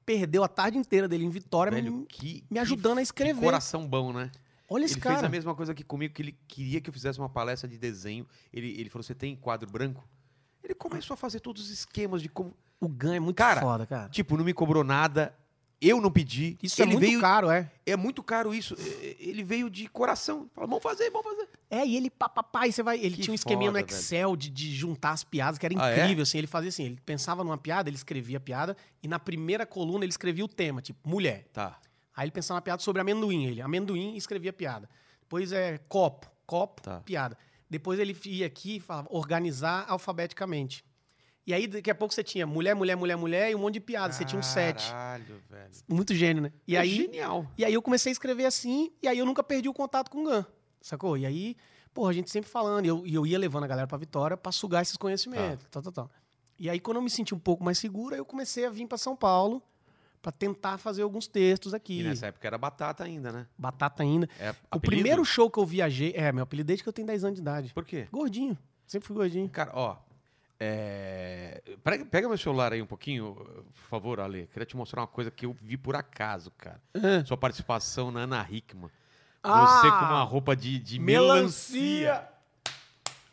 [SPEAKER 2] perdeu a tarde inteira dele em Vitória,
[SPEAKER 1] Velho,
[SPEAKER 2] me,
[SPEAKER 1] que,
[SPEAKER 2] me ajudando a
[SPEAKER 1] que, que
[SPEAKER 2] escrever.
[SPEAKER 1] coração bom, né?
[SPEAKER 2] Olha esse
[SPEAKER 1] ele
[SPEAKER 2] cara.
[SPEAKER 1] fez a mesma coisa que comigo, que ele queria que eu fizesse uma palestra de desenho. Ele, ele falou: Você tem quadro branco? Ele começou a fazer todos os esquemas de como.
[SPEAKER 2] O ganho é muito
[SPEAKER 1] Cara,
[SPEAKER 2] foda, cara.
[SPEAKER 1] Tipo, não me cobrou nada, eu não pedi.
[SPEAKER 2] Isso
[SPEAKER 1] ele
[SPEAKER 2] é muito
[SPEAKER 1] veio.
[SPEAKER 2] caro, é.
[SPEAKER 1] É muito caro isso. É, Ele veio de coração. Fala, vamos fazer, vamos fazer.
[SPEAKER 2] É, e ele papapá, e você vai. Ele
[SPEAKER 1] Que
[SPEAKER 2] tinha um esqueminha
[SPEAKER 1] foda,
[SPEAKER 2] no Excel de, de juntar as piadas, que era
[SPEAKER 1] Ah, é?
[SPEAKER 2] incrível, assim. Ele fazia assim, ele pensava numa piada, ele escrevia a piada, e na primeira coluna ele escrevia o tema, tipo, mulher.
[SPEAKER 1] Tá,
[SPEAKER 2] Aí ele pensava na piada sobre amendoim, ele. Amendoim e escrevia a piada. Depois é copo, copo,
[SPEAKER 1] Tá.
[SPEAKER 2] piada. Depois ele ia aqui e falava, organizar alfabeticamente. E aí, daqui a pouco, você tinha mulher, mulher, mulher, mulher, e um monte de piada. Você tinha um sete.
[SPEAKER 1] Caralho, velho.
[SPEAKER 2] Muito gênio, né? E
[SPEAKER 1] É
[SPEAKER 2] aí.
[SPEAKER 1] Genial.
[SPEAKER 2] E aí eu comecei a escrever assim, e aí eu nunca perdi o contato com o Gan, sacou? E aí, porra, a gente sempre falando, e eu, e eu ia levando a galera pra Vitória pra sugar esses conhecimentos,
[SPEAKER 1] Tá.
[SPEAKER 2] tal, tal, tal. E aí, quando eu me senti um pouco mais segura, eu comecei a vir pra São Paulo pra tentar fazer alguns textos aqui.
[SPEAKER 1] E nessa época era batata ainda, né?
[SPEAKER 2] Batata ainda.
[SPEAKER 1] É
[SPEAKER 2] O
[SPEAKER 1] apelido?
[SPEAKER 2] primeiro show que eu viajei... É, meu apelido desde que eu tenho 10 anos de idade.
[SPEAKER 1] Por quê?
[SPEAKER 2] Gordinho. Sempre fui gordinho.
[SPEAKER 1] Cara, ó. é, Pega, pega meu celular aí um pouquinho, por favor, Ale. Queria te mostrar uma coisa que eu vi por acaso, cara. Sua participação na Ana Hickman. Você
[SPEAKER 2] Ah!
[SPEAKER 1] com uma roupa de, de melancia.
[SPEAKER 2] Melancia!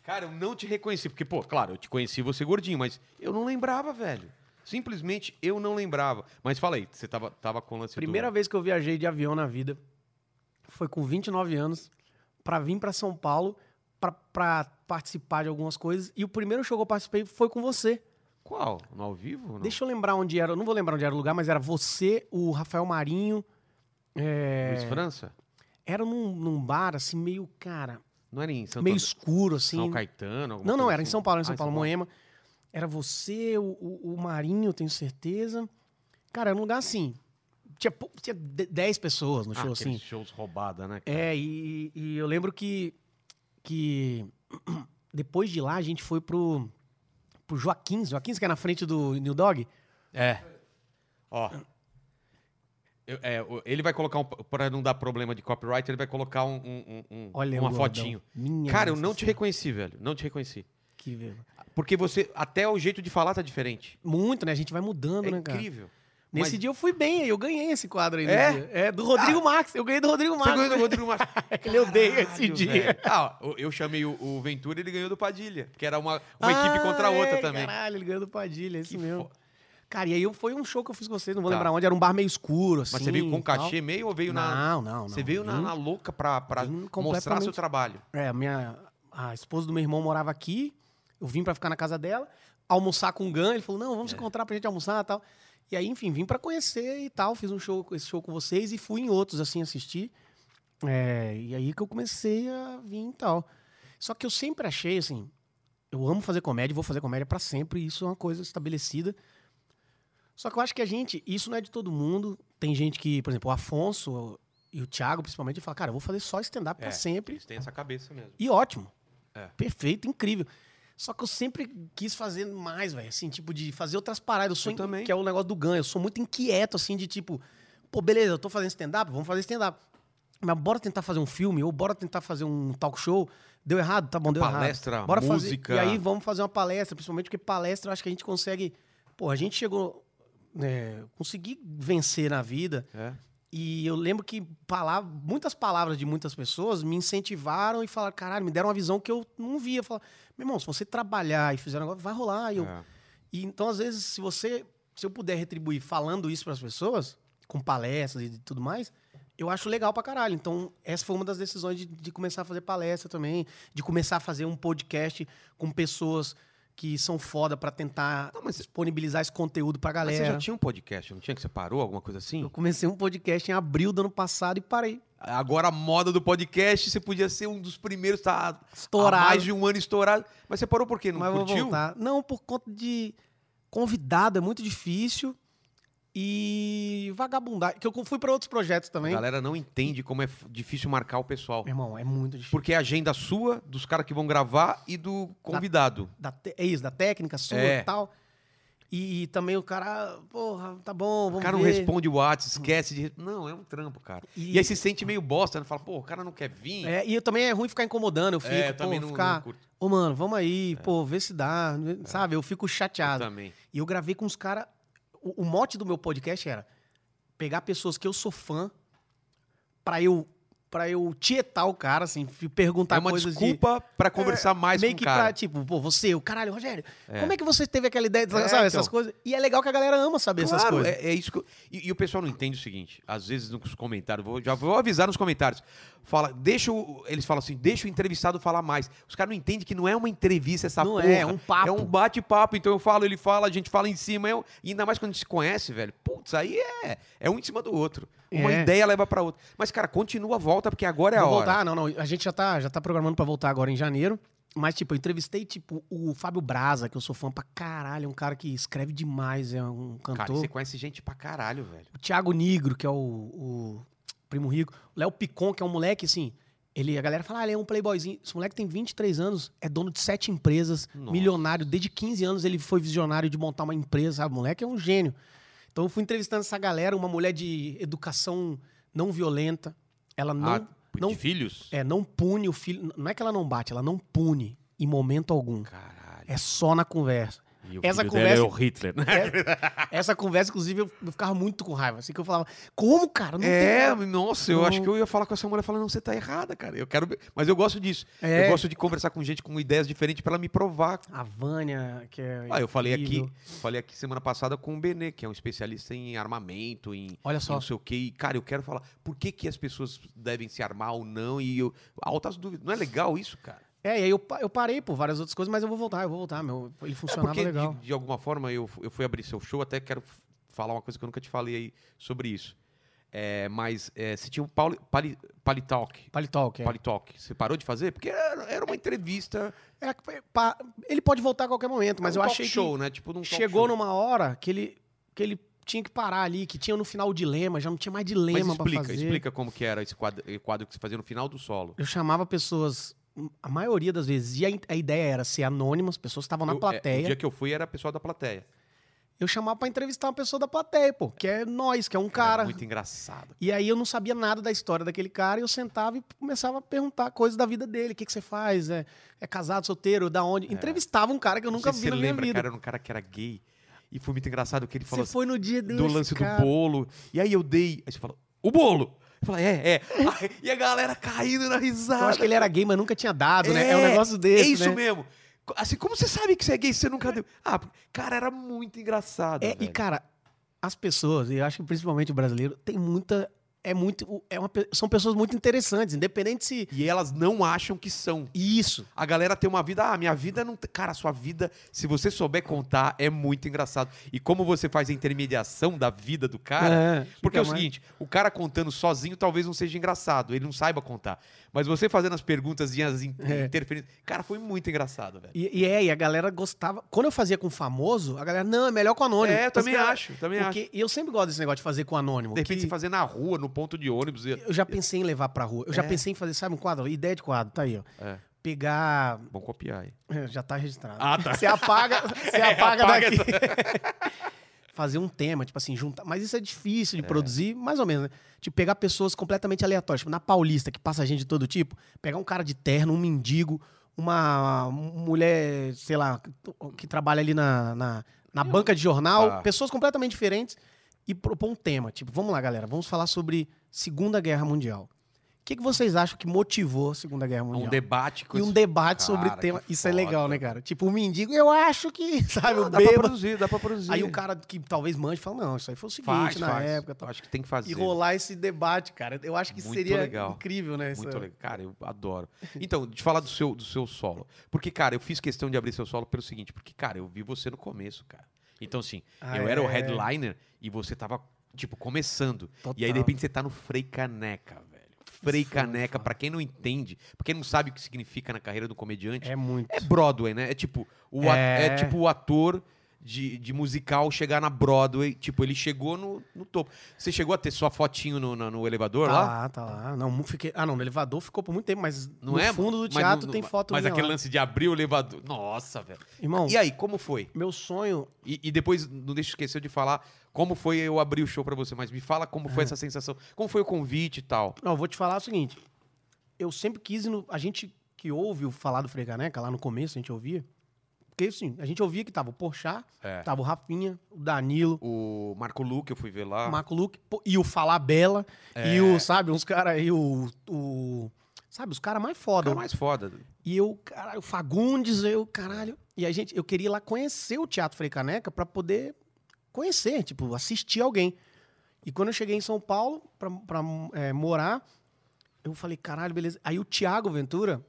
[SPEAKER 1] Cara, eu não te reconheci, porque, pô, claro, eu te conheci você gordinho, mas eu não lembrava, velho. Simplesmente eu não lembrava. Mas fala aí, você tava, tava com o lance do-
[SPEAKER 2] Primeira vez que eu viajei de avião na vida foi com 29 anos pra vir pra São Paulo pra- pra participar de algumas coisas. E o primeiro show que eu participei foi com você.
[SPEAKER 1] Qual? No ao vivo? Não?
[SPEAKER 2] Deixa eu lembrar onde era. Eu não vou lembrar onde era o lugar, mas era você, o Rafael Marinho.
[SPEAKER 1] Luiz
[SPEAKER 2] É.
[SPEAKER 1] França?
[SPEAKER 2] Era num, num bar, assim, meio, cara,
[SPEAKER 1] Não era em Santo
[SPEAKER 2] meio
[SPEAKER 1] André-
[SPEAKER 2] escuro, assim.
[SPEAKER 1] São Caetano? alguma
[SPEAKER 2] Não, não,
[SPEAKER 1] coisa
[SPEAKER 2] era em
[SPEAKER 1] assim?
[SPEAKER 2] São Paulo, era em
[SPEAKER 1] Ah,
[SPEAKER 2] São Paulo, Moema. Era você, o, o, o Marinho, eu tenho certeza. Cara, era um lugar assim. Tinha, pou- tinha de- 10 pessoas no
[SPEAKER 1] Ah,
[SPEAKER 2] show,
[SPEAKER 1] aqueles
[SPEAKER 2] assim.
[SPEAKER 1] shows roubada, né? cara?
[SPEAKER 2] É, e, e eu lembro que, que (clears throat) depois de lá a gente foi pro, pro Joaquins, Joaquins que é na frente do New Dog.
[SPEAKER 1] É. Ó. Eu- é, o- ele vai colocar, um, para não dar problema de copyright, ele vai colocar um, um- um- um-
[SPEAKER 2] Olha
[SPEAKER 1] uma
[SPEAKER 2] o gordão.
[SPEAKER 1] fotinho.
[SPEAKER 2] Minha
[SPEAKER 1] Cara, eu
[SPEAKER 2] nossa
[SPEAKER 1] não te reconheci, velho. Não te reconheci.
[SPEAKER 2] senhora, que vergonha.
[SPEAKER 1] Porque você, até o jeito de falar tá diferente.
[SPEAKER 2] Muito, né? A gente vai
[SPEAKER 1] É
[SPEAKER 2] mudando, né, cara?
[SPEAKER 1] incrível.
[SPEAKER 2] Nesse
[SPEAKER 1] Mas-
[SPEAKER 2] dia eu fui bem, eu ganhei esse quadro aí. no
[SPEAKER 1] É?
[SPEAKER 2] dia. É, do Rodrigo Marques. Eu ganhei do Rodrigo
[SPEAKER 1] Você ganhou
[SPEAKER 2] Marques.
[SPEAKER 1] do Rodrigo Marques.
[SPEAKER 2] (laughs) Ele odeia esse
[SPEAKER 1] Caralho,
[SPEAKER 2] dia.
[SPEAKER 1] velho. Ah, ó, eu- eu chamei o, o Ventura ele ganhou do Padilha. Que era uma, uma
[SPEAKER 2] Ah,
[SPEAKER 1] equipe contra a outra
[SPEAKER 2] é,
[SPEAKER 1] também.
[SPEAKER 2] Caralho, ele ganhou do Padilha, é isso
[SPEAKER 1] Que
[SPEAKER 2] mesmo.
[SPEAKER 1] fo-
[SPEAKER 2] Cara, e aí eu- foi um show que eu fiz com vocês, não vou
[SPEAKER 1] Tá.
[SPEAKER 2] lembrar onde, era um bar meio escuro, assim.
[SPEAKER 1] Mas você veio com um
[SPEAKER 2] e tal.
[SPEAKER 1] cachê meio ou veio na.
[SPEAKER 2] Não, não, não.
[SPEAKER 1] Você veio na,
[SPEAKER 2] Vim-
[SPEAKER 1] na louca pra, pra
[SPEAKER 2] vim
[SPEAKER 1] mostrar seu
[SPEAKER 2] completamente-
[SPEAKER 1] trabalho.
[SPEAKER 2] É, a minha a esposa do meu irmão morava aqui. Eu vim pra ficar na casa dela, almoçar com o Gan, ele falou: "Não, vamos se encontrar pra gente almoçar", e tal. E aí, enfim, vim pra conhecer e tal, fiz um show, esse show com vocês e fui em outros assim assistir. É, e aí que eu comecei a vir e tal. Só que eu sempre achei assim, eu amo fazer comédia, vou fazer comédia pra sempre, isso é uma coisa estabelecida. Só que eu acho que a gente, isso não é de todo mundo. Tem gente que, por exemplo, o Afonso, E o Thiago, principalmente, ele fala, cara, eu vou fazer só stand-up pra
[SPEAKER 1] É.
[SPEAKER 2] sempre.
[SPEAKER 1] Eles têm essa cabeça mesmo.
[SPEAKER 2] E ótimo.
[SPEAKER 1] É.
[SPEAKER 2] Perfeito, incrível. Só que eu sempre quis fazer mais, velho. Assim, tipo, de fazer outras paradas. Eu sou
[SPEAKER 1] Eu
[SPEAKER 2] in-
[SPEAKER 1] também.
[SPEAKER 2] Que é o negócio do ganho. Eu sou muito inquieto, assim, de tipo, pô, beleza, eu tô fazendo stand-up, vamos fazer stand-up. Mas bora tentar fazer um filme, ou bora tentar fazer um talk show. Deu errado? Tá bom, deu
[SPEAKER 1] Palestra,
[SPEAKER 2] errado. Bora
[SPEAKER 1] música.
[SPEAKER 2] Fazer, e aí vamos fazer uma palestra, principalmente porque palestra eu acho que a gente consegue. Pô, a gente chegou. né, consegui vencer na vida
[SPEAKER 1] É.
[SPEAKER 2] e eu lembro que pala- muitas palavras de muitas pessoas me incentivaram e falaram, caralho, me deram uma visão que eu não via. Falaram, meu irmão, se você trabalhar e fizer um negócio, vai rolar. E eu-
[SPEAKER 1] É.
[SPEAKER 2] e então, às vezes, se você. Se eu puder retribuir falando isso para as pessoas, com palestras e tudo mais, eu acho legal pra caralho. Então, essa foi uma das decisões de, de começar a fazer palestra também, de começar a fazer um podcast com pessoas que são foda para tentar
[SPEAKER 1] Não, mas-
[SPEAKER 2] disponibilizar esse conteúdo pra
[SPEAKER 1] Mas
[SPEAKER 2] galera.
[SPEAKER 1] você já tinha um podcast, não tinha que você parou, alguma coisa assim?
[SPEAKER 2] Eu comecei um podcast em abril do ano passado e parei.
[SPEAKER 1] Agora a moda do podcast, você podia ser um dos primeiros, tá
[SPEAKER 2] Estourado.
[SPEAKER 1] há mais de um ano estourado. Mas você parou por quê? Não
[SPEAKER 2] mas vou
[SPEAKER 1] curtiu?
[SPEAKER 2] voltar. Não, por conta de convidado, é muito difícil. E vagabundagem. Que eu fui pra outros projetos
[SPEAKER 1] a
[SPEAKER 2] também.
[SPEAKER 1] galera não entende como é f- difícil marcar o pessoal.
[SPEAKER 2] Meu irmão, é muito difícil.
[SPEAKER 1] Porque é a agenda sua, dos caras que vão gravar e do convidado.
[SPEAKER 2] Da te- É isso, da técnica sua
[SPEAKER 1] É.
[SPEAKER 2] e tal. E, também o cara, ah, porra, tá bom, vamos
[SPEAKER 1] O cara
[SPEAKER 2] ver.
[SPEAKER 1] não responde o WhatsApp, esquece de. Não, é um trampo, cara. E, aí se sente meio bosta, né? Fala, pô, o cara não quer vir.
[SPEAKER 2] é, e eu também é ruim ficar incomodando, eu fico,
[SPEAKER 1] É, eu
[SPEAKER 2] pô,
[SPEAKER 1] também não, não
[SPEAKER 2] ficar, ô
[SPEAKER 1] curto. É.
[SPEAKER 2] mano, vamos aí, pô, vê se dá, sabe? Eu fico
[SPEAKER 1] Eu
[SPEAKER 2] chateado.
[SPEAKER 1] também.
[SPEAKER 2] E eu gravei com os caras. O, o mote do meu podcast era pegar pessoas que eu sou fã pra eu para eu tietar o cara, assim, f- perguntar
[SPEAKER 1] é uma
[SPEAKER 2] coisas
[SPEAKER 1] desculpa pra conversar
[SPEAKER 2] de
[SPEAKER 1] mais
[SPEAKER 2] meio
[SPEAKER 1] com o
[SPEAKER 2] que
[SPEAKER 1] cara.
[SPEAKER 2] pra, tipo, pô, você, o caralho, Rogério,
[SPEAKER 1] É.
[SPEAKER 2] como é que você teve aquela ideia, de-
[SPEAKER 1] É,
[SPEAKER 2] sabe, essas
[SPEAKER 1] então.
[SPEAKER 2] coisas? E é legal que a galera ama saber essas
[SPEAKER 1] Claro,
[SPEAKER 2] coisas.
[SPEAKER 1] É, é isso que eu- e, e o pessoal não entende o seguinte, às vezes nos comentários, vou- já vou avisar nos comentários. Fala, deixa o- eles falam assim, deixa o entrevistado falar mais. Os caras não entendem que não é uma entrevista essa
[SPEAKER 2] Não
[SPEAKER 1] porra.
[SPEAKER 2] é, é um papo.
[SPEAKER 1] É um bate-papo, então eu falo, ele fala, a gente fala em cima, eu, e ainda mais quando a gente se conhece, velho. Putz, aí é, é um em cima do outro. Uma
[SPEAKER 2] É.
[SPEAKER 1] ideia leva pra outra. Mas cara, continua, volta porque agora é a
[SPEAKER 2] Vou
[SPEAKER 1] hora.
[SPEAKER 2] voltar, Ah, não, não. A gente já tá, já tá programando pra voltar agora em janeiro. Mas, tipo, eu entrevistei, tipo, o Fábio Braza, que eu sou fã pra caralho, é um cara que escreve demais, é um cantor.
[SPEAKER 1] Cara, você conhece gente pra caralho, velho.
[SPEAKER 2] o Thiago Nigro, que é o, o primo rico, o Léo Picon, que é um moleque assim, ele a galera fala, ah, ele é um playboyzinho. Esse moleque tem 23 anos, é dono de sete empresas,
[SPEAKER 1] Nossa.
[SPEAKER 2] milionário, desde 15 anos ele foi visionário de montar uma empresa, sabe? O moleque é um gênio. Então eu fui entrevistando essa galera, uma mulher de educação não violenta, ela não
[SPEAKER 1] Ah,
[SPEAKER 2] não-
[SPEAKER 1] de filhos?
[SPEAKER 2] é não pune o filho, não é que ela não bate, ela não pune em momento algum.
[SPEAKER 1] Caralho.
[SPEAKER 2] É só
[SPEAKER 1] (laughs)
[SPEAKER 2] na conversa.
[SPEAKER 1] E o
[SPEAKER 2] Essa
[SPEAKER 1] filho
[SPEAKER 2] conversa-
[SPEAKER 1] o Hitler. né?
[SPEAKER 2] Essa conversa, inclusive, eu eu ficava muito com raiva. Assim que eu falava, como, cara? Não tem
[SPEAKER 1] É, nossa, eu
[SPEAKER 2] Não.
[SPEAKER 1] acho que eu ia falar com essa mulher falando, não, você tá errada, cara. Eu quero. Mas eu gosto disso.
[SPEAKER 2] É.
[SPEAKER 1] Eu gosto de conversar com gente com ideias diferentes pra ela me provar.
[SPEAKER 2] A Vânia, que é.
[SPEAKER 1] Ah, eu falei
[SPEAKER 2] incrível.
[SPEAKER 1] aqui, falei aqui semana passada com o Benê, que é um especialista em armamento, em, em
[SPEAKER 2] Olha só.
[SPEAKER 1] não sei o quê. E, cara, eu quero falar por que, que as pessoas devem se armar ou não. E eu. Altas dúvidas. Não é legal isso, cara?
[SPEAKER 2] É, e aí eu, pa- eu parei por várias outras coisas, mas eu vou voltar, eu vou voltar, meu. Ele
[SPEAKER 1] É
[SPEAKER 2] funcionava
[SPEAKER 1] porque,
[SPEAKER 2] legal.
[SPEAKER 1] De, de alguma forma, eu, eu fui abrir seu show, até quero f- falar uma coisa que eu nunca te falei aí sobre isso. É, mas é, você tinha o Pali, Pali, Palitalk.
[SPEAKER 2] Paletó, que é.
[SPEAKER 1] Palitalk. Você parou de fazer? Porque era, era uma entrevista.
[SPEAKER 2] É, é, pa- Ele pode voltar a qualquer momento, mas
[SPEAKER 1] um
[SPEAKER 2] eu
[SPEAKER 1] talk
[SPEAKER 2] achei
[SPEAKER 1] show, né? Tipo num
[SPEAKER 2] que
[SPEAKER 1] talk
[SPEAKER 2] chegou
[SPEAKER 1] show.
[SPEAKER 2] numa hora que ele, que ele tinha que parar ali, que tinha no final o dilema, já não tinha mais
[SPEAKER 1] Mas
[SPEAKER 2] dilema pra
[SPEAKER 1] explica,
[SPEAKER 2] fazer.
[SPEAKER 1] explica como que era esse quadro, eh, quadro que você fazia no final do solo.
[SPEAKER 2] Eu chamava pessoas, a maioria das vezes, e a, in- a ideia era ser anônima, as pessoas estavam na
[SPEAKER 1] Eu- é, o
[SPEAKER 2] plateia.
[SPEAKER 1] dia que eu fui era pessoal da plateia.
[SPEAKER 2] Eu chamava pra entrevistar uma pessoa da plateia, pô, que é nós, que é um cara.
[SPEAKER 1] Era muito engraçado.
[SPEAKER 2] E aí eu não sabia nada da história daquele cara, e eu sentava e começava a perguntar coisas da vida dele. O que, que você faz? É, é casado, solteiro, da onde? Entrevistava um cara que eu nunca
[SPEAKER 1] É. Não sei
[SPEAKER 2] vi
[SPEAKER 1] se
[SPEAKER 2] na
[SPEAKER 1] você
[SPEAKER 2] minha
[SPEAKER 1] lembra,
[SPEAKER 2] vida.
[SPEAKER 1] cara, era um cara que era gay. E foi muito engraçado que ele
[SPEAKER 2] você
[SPEAKER 1] falou assim,
[SPEAKER 2] foi no dia
[SPEAKER 1] do
[SPEAKER 2] desse
[SPEAKER 1] lance
[SPEAKER 2] cara.
[SPEAKER 1] do bolo. E aí eu dei. Aí você falou, o bolo! Eu falei, é, é.
[SPEAKER 2] (laughs)
[SPEAKER 1] Aí- e a galera caindo na risada.
[SPEAKER 2] Eu acho que ele era gay, mas nunca tinha dado, né? É um
[SPEAKER 1] É,
[SPEAKER 2] negócio desse,
[SPEAKER 1] é isso
[SPEAKER 2] né?
[SPEAKER 1] mesmo. Co- Assim, como você sabe que você é gay se você nunca deu? Ah, cara, era muito engraçado.
[SPEAKER 2] É, e,
[SPEAKER 1] velho.
[SPEAKER 2] cara, as pessoas, e eu acho que principalmente o brasileiro, tem muita... É muito, é uma, pe- são pessoas muito interessantes, independente se...
[SPEAKER 1] E elas não acham que são.
[SPEAKER 2] Isso.
[SPEAKER 1] A galera tem uma vida, ah, minha vida não. tem- Cara, sua vida, se você souber contar, é muito engraçado. E como você faz a intermediação da vida do cara.
[SPEAKER 2] É,
[SPEAKER 1] Porque é o
[SPEAKER 2] fica mais-
[SPEAKER 1] seguinte, o cara contando sozinho talvez não seja engraçado, ele não saiba contar. Mas você fazendo as perguntas e as in-
[SPEAKER 2] É.
[SPEAKER 1] interferências. Cara, foi muito engraçado, velho.
[SPEAKER 2] E, e é, e a galera gostava... Quando eu fazia com famoso, a galera, não, é melhor com anônimo.
[SPEAKER 1] É, eu
[SPEAKER 2] Os
[SPEAKER 1] também
[SPEAKER 2] caras-
[SPEAKER 1] acho, também acho.
[SPEAKER 2] Porque eu sempre gosto desse negócio de fazer com anônimo.
[SPEAKER 1] De repente
[SPEAKER 2] que-
[SPEAKER 1] você fazer na rua, no ponto de ônibus. E...
[SPEAKER 2] Eu já pensei em levar pra rua. Eu já
[SPEAKER 1] É.
[SPEAKER 2] pensei em fazer, sabe, um quadro? Ideia de quadro, tá aí, ó.
[SPEAKER 1] É,
[SPEAKER 2] Pegar.
[SPEAKER 1] bom copiar aí.
[SPEAKER 2] Já tá registrado.
[SPEAKER 1] Ah, tá.
[SPEAKER 2] Você apaga,
[SPEAKER 1] (laughs)
[SPEAKER 2] você
[SPEAKER 1] É,
[SPEAKER 2] apaga,
[SPEAKER 1] apaga
[SPEAKER 2] daqui. Fazer um tema, tipo assim, juntar. Mas isso é difícil de produzir, mais ou menos, né? Tipo, pegar pessoas completamente aleatórias. Tipo, na Paulista, que passa gente de todo tipo, pegar um cara de terno, um mendigo, uma mulher, sei lá, que trabalha ali na, na, na banca de jornal,
[SPEAKER 1] Tá.
[SPEAKER 2] pessoas completamente diferentes, e propor um tema. Tipo, vamos lá, galera, vamos falar sobre Segunda Guerra Mundial. O que, que vocês acham que motivou a Segunda Guerra Mundial?
[SPEAKER 1] Um debate com
[SPEAKER 2] E um
[SPEAKER 1] esse-
[SPEAKER 2] debate sobre o
[SPEAKER 1] Cara,
[SPEAKER 2] tema.
[SPEAKER 1] que
[SPEAKER 2] Isso é legal,
[SPEAKER 1] foda.
[SPEAKER 2] né, cara? Tipo, o mendigo, eu acho que, (laughs) sabe,
[SPEAKER 1] Ah,
[SPEAKER 2] o
[SPEAKER 1] dá pra
[SPEAKER 2] um bêbado.
[SPEAKER 1] produzir, dá pra produzir.
[SPEAKER 2] Aí o cara que talvez manje fala, não, isso aí foi o seguinte
[SPEAKER 1] faz,
[SPEAKER 2] na
[SPEAKER 1] faz.
[SPEAKER 2] época. Tal.
[SPEAKER 1] Acho que tem que fazer.
[SPEAKER 2] E rolar esse debate, cara. Eu acho que
[SPEAKER 1] Muito
[SPEAKER 2] seria
[SPEAKER 1] legal.
[SPEAKER 2] incrível, né?
[SPEAKER 1] Muito
[SPEAKER 2] essa-
[SPEAKER 1] legal. Cara, eu adoro. Então, de falar do seu, do seu solo. Porque, cara, eu fiz questão de abrir seu solo pelo seguinte, porque, cara, eu vi você no começo, cara. Então, assim,
[SPEAKER 2] Ah,
[SPEAKER 1] eu era o
[SPEAKER 2] é.
[SPEAKER 1] headliner e você tava, tipo, começando. E aí,
[SPEAKER 2] Total.
[SPEAKER 1] de repente, você tá no Frei Caneca, velho. Frei
[SPEAKER 2] Isso foi
[SPEAKER 1] Caneca,
[SPEAKER 2] foda.
[SPEAKER 1] pra quem não entende, pra quem não sabe o que significa na carreira do comediante,
[SPEAKER 2] É muito.
[SPEAKER 1] é Broadway, né? É tipo o, a- é.
[SPEAKER 2] É.
[SPEAKER 1] tipo o ator de, de musical chegar na Broadway. Tipo, ele chegou no, no topo. Você chegou a ter sua fotinho no, no- no elevador
[SPEAKER 2] Tá
[SPEAKER 1] lá?
[SPEAKER 2] lá, tá lá. Não, mu- fiquei... Ah, não, no elevador ficou por muito tempo, mas
[SPEAKER 1] Não
[SPEAKER 2] no
[SPEAKER 1] é?
[SPEAKER 2] fundo do
[SPEAKER 1] Mas
[SPEAKER 2] teatro
[SPEAKER 1] no-
[SPEAKER 2] tem
[SPEAKER 1] no-
[SPEAKER 2] foto
[SPEAKER 1] Mas
[SPEAKER 2] minha
[SPEAKER 1] aquele
[SPEAKER 2] lá.
[SPEAKER 1] lance de abrir o elevador. Nossa, velho.
[SPEAKER 2] Irmão,
[SPEAKER 1] E aí, como foi?
[SPEAKER 2] meu sonho
[SPEAKER 1] E, e depois, não deixa esquecer de falar como foi eu abrir o show pra você, mas me fala como
[SPEAKER 2] É.
[SPEAKER 1] foi essa sensação. Como foi o convite e tal.
[SPEAKER 2] Não, eu vou te falar o seguinte. Eu sempre quis ir no, A gente que ouve o falar do Frei Caneca, lá no começo, a gente ouvia. Porque, assim, a gente ouvia que tava o Porchat,
[SPEAKER 1] É.
[SPEAKER 2] tava o Rafinha, o Danilo,
[SPEAKER 1] O Marco Luque, eu fui ver lá.
[SPEAKER 2] o Marco Luque, pô, e o Falar Bela,
[SPEAKER 1] É.
[SPEAKER 2] e o, sabe, uns caras, e o, o- Sabe, os caras mais
[SPEAKER 1] O
[SPEAKER 2] foda. né?
[SPEAKER 1] cara mais foda.
[SPEAKER 2] E eu, caralho, o Fagundes, eu, caralho. E a gente, eu queria ir lá conhecer o Teatro Frei Caneca pra poder conhecer, tipo, assistir alguém. E quando eu cheguei em São Paulo pra, pra é, morar, eu falei, caralho, beleza. Aí o Thiago Ventura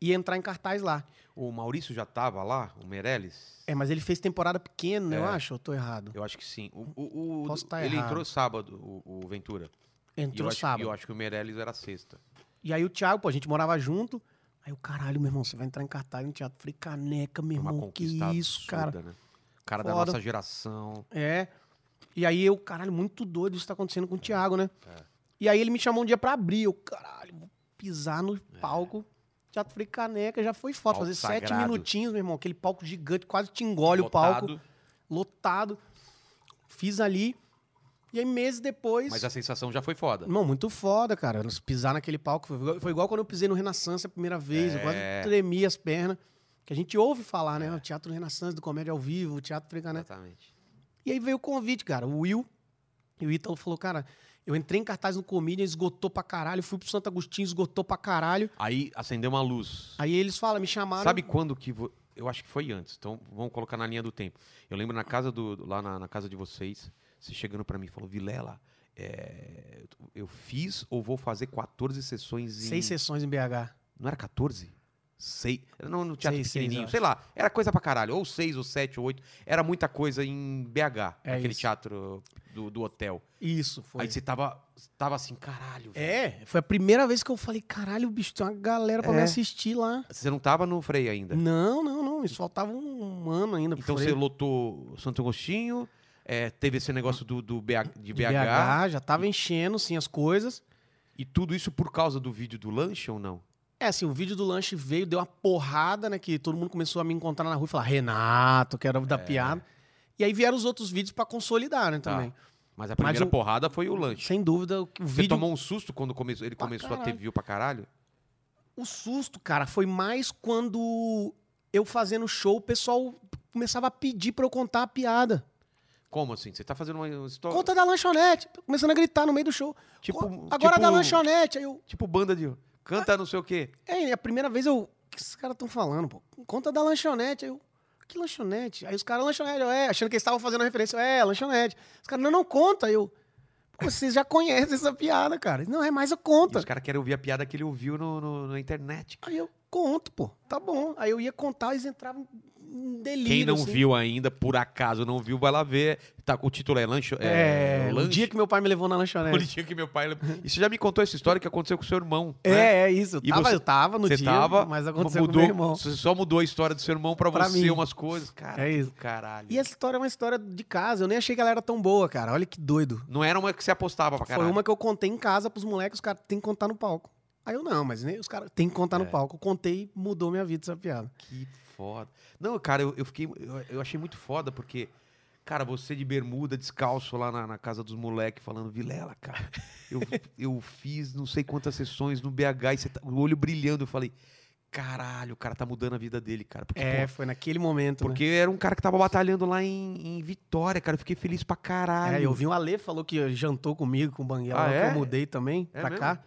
[SPEAKER 2] ia entrar em cartaz lá.
[SPEAKER 1] O Maurício já tava lá, o Meirelles?
[SPEAKER 2] É, mas ele fez temporada pequena,
[SPEAKER 1] É.
[SPEAKER 2] eu acho, eu tô errado.
[SPEAKER 1] Eu acho que sim. O, o- o-
[SPEAKER 2] Posso tá
[SPEAKER 1] ele
[SPEAKER 2] errado.
[SPEAKER 1] entrou sábado, o, o Ventura. E eu
[SPEAKER 2] Entrou
[SPEAKER 1] acho-
[SPEAKER 2] sábado.
[SPEAKER 1] E eu acho que o Meirelles era sexta.
[SPEAKER 2] E aí o Thiago, pô, a gente morava junto. Aí o caralho, meu irmão, você vai entrar em cartaz no Teatro Frei Caneca, meu
[SPEAKER 1] Foi uma
[SPEAKER 2] irmão, que
[SPEAKER 1] conquista
[SPEAKER 2] isso,
[SPEAKER 1] absurda,
[SPEAKER 2] cara.
[SPEAKER 1] né? Cara da
[SPEAKER 2] Foda.
[SPEAKER 1] nossa geração.
[SPEAKER 2] É. E aí eu, caralho, muito doido isso tá acontecendo com o Thiago, né?
[SPEAKER 1] É.
[SPEAKER 2] E aí ele me chamou um dia pra abrir. Eu, caralho, vou pisar no palco. Já falei, caneca, já foi foto.
[SPEAKER 1] É. Palco
[SPEAKER 2] Fazer sete
[SPEAKER 1] sagrado.
[SPEAKER 2] minutinhos, meu irmão. Aquele palco gigante, quase te engole o palco.
[SPEAKER 1] Lotado,
[SPEAKER 2] Lotado. Fiz ali. E aí, meses depois.
[SPEAKER 1] Mas a sensação já foi foda.
[SPEAKER 2] Não, muito foda, cara. Pisar naquele palco foi igual, foi igual quando eu pisei no Renaissance a primeira vez. Eu quase
[SPEAKER 1] É.
[SPEAKER 2] tremi as pernas. Que a gente ouve falar, né? O Teatro Renaissance, do Comédia ao Vivo, o Teatro Frei Caneca.
[SPEAKER 1] Exatamente.
[SPEAKER 2] E aí veio o convite, cara. O Will e o Ítalo falou, cara, eu entrei em cartaz no Comedian, esgotou pra caralho. Fui pro Santo Agostinho, esgotou pra caralho.
[SPEAKER 1] Aí acendeu uma luz.
[SPEAKER 2] Aí eles falam, me chamaram.
[SPEAKER 1] Sabe quando que. vo- Eu acho que foi antes, então vamos colocar na linha do tempo. Eu lembro na casa do. do- lá na, na casa de vocês, você chegando pra mim e falou, Vilela, é, eu fiz ou vou fazer 14 sessões em.
[SPEAKER 2] Seis sessões em BH.
[SPEAKER 1] Não era 14? Sei. Não, no teatro
[SPEAKER 2] Seis, seis,
[SPEAKER 1] pequenininho.
[SPEAKER 2] eu acho.
[SPEAKER 1] sei lá. Era coisa pra caralho. Ou seis, ou sete, ou oito. Era muita coisa em BH.
[SPEAKER 2] É
[SPEAKER 1] aquele
[SPEAKER 2] isso.
[SPEAKER 1] teatro do, do hotel.
[SPEAKER 2] Isso, foi.
[SPEAKER 1] Aí você tava, tava assim, caralho. velho.
[SPEAKER 2] É, foi a primeira vez que eu falei, caralho, bicho, tem uma galera pra
[SPEAKER 1] É.
[SPEAKER 2] me assistir lá.
[SPEAKER 1] Você não tava no freio ainda.
[SPEAKER 2] Não, não, não. Isso faltava um ano ainda. pro
[SPEAKER 1] Então
[SPEAKER 2] freio.
[SPEAKER 1] você lotou Santo Agostinho. é, teve esse negócio do, do BH, de,
[SPEAKER 2] De
[SPEAKER 1] BH,
[SPEAKER 2] BH, já tava enchendo, sim, as coisas.
[SPEAKER 1] E tudo isso por causa do vídeo do lanche ou não?
[SPEAKER 2] É, assim, o vídeo do lanche veio, deu uma porrada, né? Que todo mundo começou a me encontrar na rua e falar, Renato, que era o da piada. E aí vieram os outros vídeos pra consolidar, né,
[SPEAKER 1] É. Tá.
[SPEAKER 2] também.
[SPEAKER 1] Mas a primeira
[SPEAKER 2] o-
[SPEAKER 1] porrada foi o lanche.
[SPEAKER 2] Sem dúvida, o que- o
[SPEAKER 1] Você
[SPEAKER 2] vídeo.
[SPEAKER 1] tomou um susto quando começou, ele
[SPEAKER 2] Pra
[SPEAKER 1] começou a ter
[SPEAKER 2] caralho.
[SPEAKER 1] view pra caralho?
[SPEAKER 2] O susto, cara, foi mais quando eu fazendo show, o pessoal começava a pedir pra eu contar a piada.
[SPEAKER 1] Como assim? Você tá fazendo uma história.
[SPEAKER 2] Conta da lanchonete. Começando a gritar no meio do show.
[SPEAKER 1] Tipo-
[SPEAKER 2] "Co- Agora
[SPEAKER 1] tipo-
[SPEAKER 2] da lanchonete. Aí eu.
[SPEAKER 1] Tipo banda de.
[SPEAKER 2] Ah.
[SPEAKER 1] Canta não sei o quê.
[SPEAKER 2] É, é a primeira vez eu. O que esses caras estão falando, pô? Conta da lanchonete. Aí eu. Que lanchonete? Aí os caras, lanchonete, eu, é, achando que eles estavam fazendo referência. eu, É, lanchonete. Os caras, não, não conta. Aí eu. Pô, vocês já conhecem essa piada, cara. Não, é mais eu
[SPEAKER 1] E
[SPEAKER 2] conta.
[SPEAKER 1] os caras querem ouvir a piada que ele ouviu no, no- na internet.
[SPEAKER 2] Aí eu conto, pô, tá bom. Aí eu ia contar, eles entravam um delírio.
[SPEAKER 1] Quem não
[SPEAKER 2] assim.
[SPEAKER 1] viu ainda, por acaso não viu, vai lá ver. Tá, o título é Lancho.
[SPEAKER 2] É, o
[SPEAKER 1] lanche? (laughs)
[SPEAKER 2] dia que meu pai me levou na
[SPEAKER 1] O
[SPEAKER 2] lanchonete.
[SPEAKER 1] dia que meu pai. E você já me contou essa história que aconteceu com seu irmão. né?
[SPEAKER 2] É, é isso. Eu
[SPEAKER 1] E
[SPEAKER 2] tava,
[SPEAKER 1] você-
[SPEAKER 2] eu tava no
[SPEAKER 1] você
[SPEAKER 2] dia,
[SPEAKER 1] tava,
[SPEAKER 2] mas aconteceu
[SPEAKER 1] mudou,
[SPEAKER 2] com meu irmão.
[SPEAKER 1] Você só mudou a história do seu irmão pra,
[SPEAKER 2] Pra
[SPEAKER 1] você,
[SPEAKER 2] mim.
[SPEAKER 1] umas coisas. Cara,
[SPEAKER 2] É isso.
[SPEAKER 1] do caralho.
[SPEAKER 2] E essa história é uma história de casa. Eu nem achei que ela era tão boa, cara. Olha que doido.
[SPEAKER 1] Não era uma que você apostava pra caralho.
[SPEAKER 2] Foi uma que eu contei em casa pros moleques, os caras têm que contar no palco. Aí eu não, mas né, os caras têm que contar no
[SPEAKER 1] É.
[SPEAKER 2] palco. Eu contei e mudou minha vida essa piada.
[SPEAKER 1] Que foda. Não, cara, eu, eu fiquei. Eu, eu achei muito foda, porque. Cara, você de bermuda, descalço lá na, na casa dos moleques, falando, Vilela, cara,
[SPEAKER 2] (laughs)
[SPEAKER 1] eu, eu fiz não sei quantas sessões no BH e você tá, o olho brilhando. Eu falei, caralho, o cara tá mudando a vida dele, cara. Porque,
[SPEAKER 2] É,
[SPEAKER 1] pô,
[SPEAKER 2] foi naquele momento, né?
[SPEAKER 1] porque era um cara que tava batalhando lá em, em Vitória, cara. Eu fiquei feliz pra caralho.
[SPEAKER 2] É, eu vi o Ale falou que jantou comigo, com o Banguela,
[SPEAKER 1] Ah,
[SPEAKER 2] lá
[SPEAKER 1] é?
[SPEAKER 2] que eu mudei também
[SPEAKER 1] É
[SPEAKER 2] pra cá.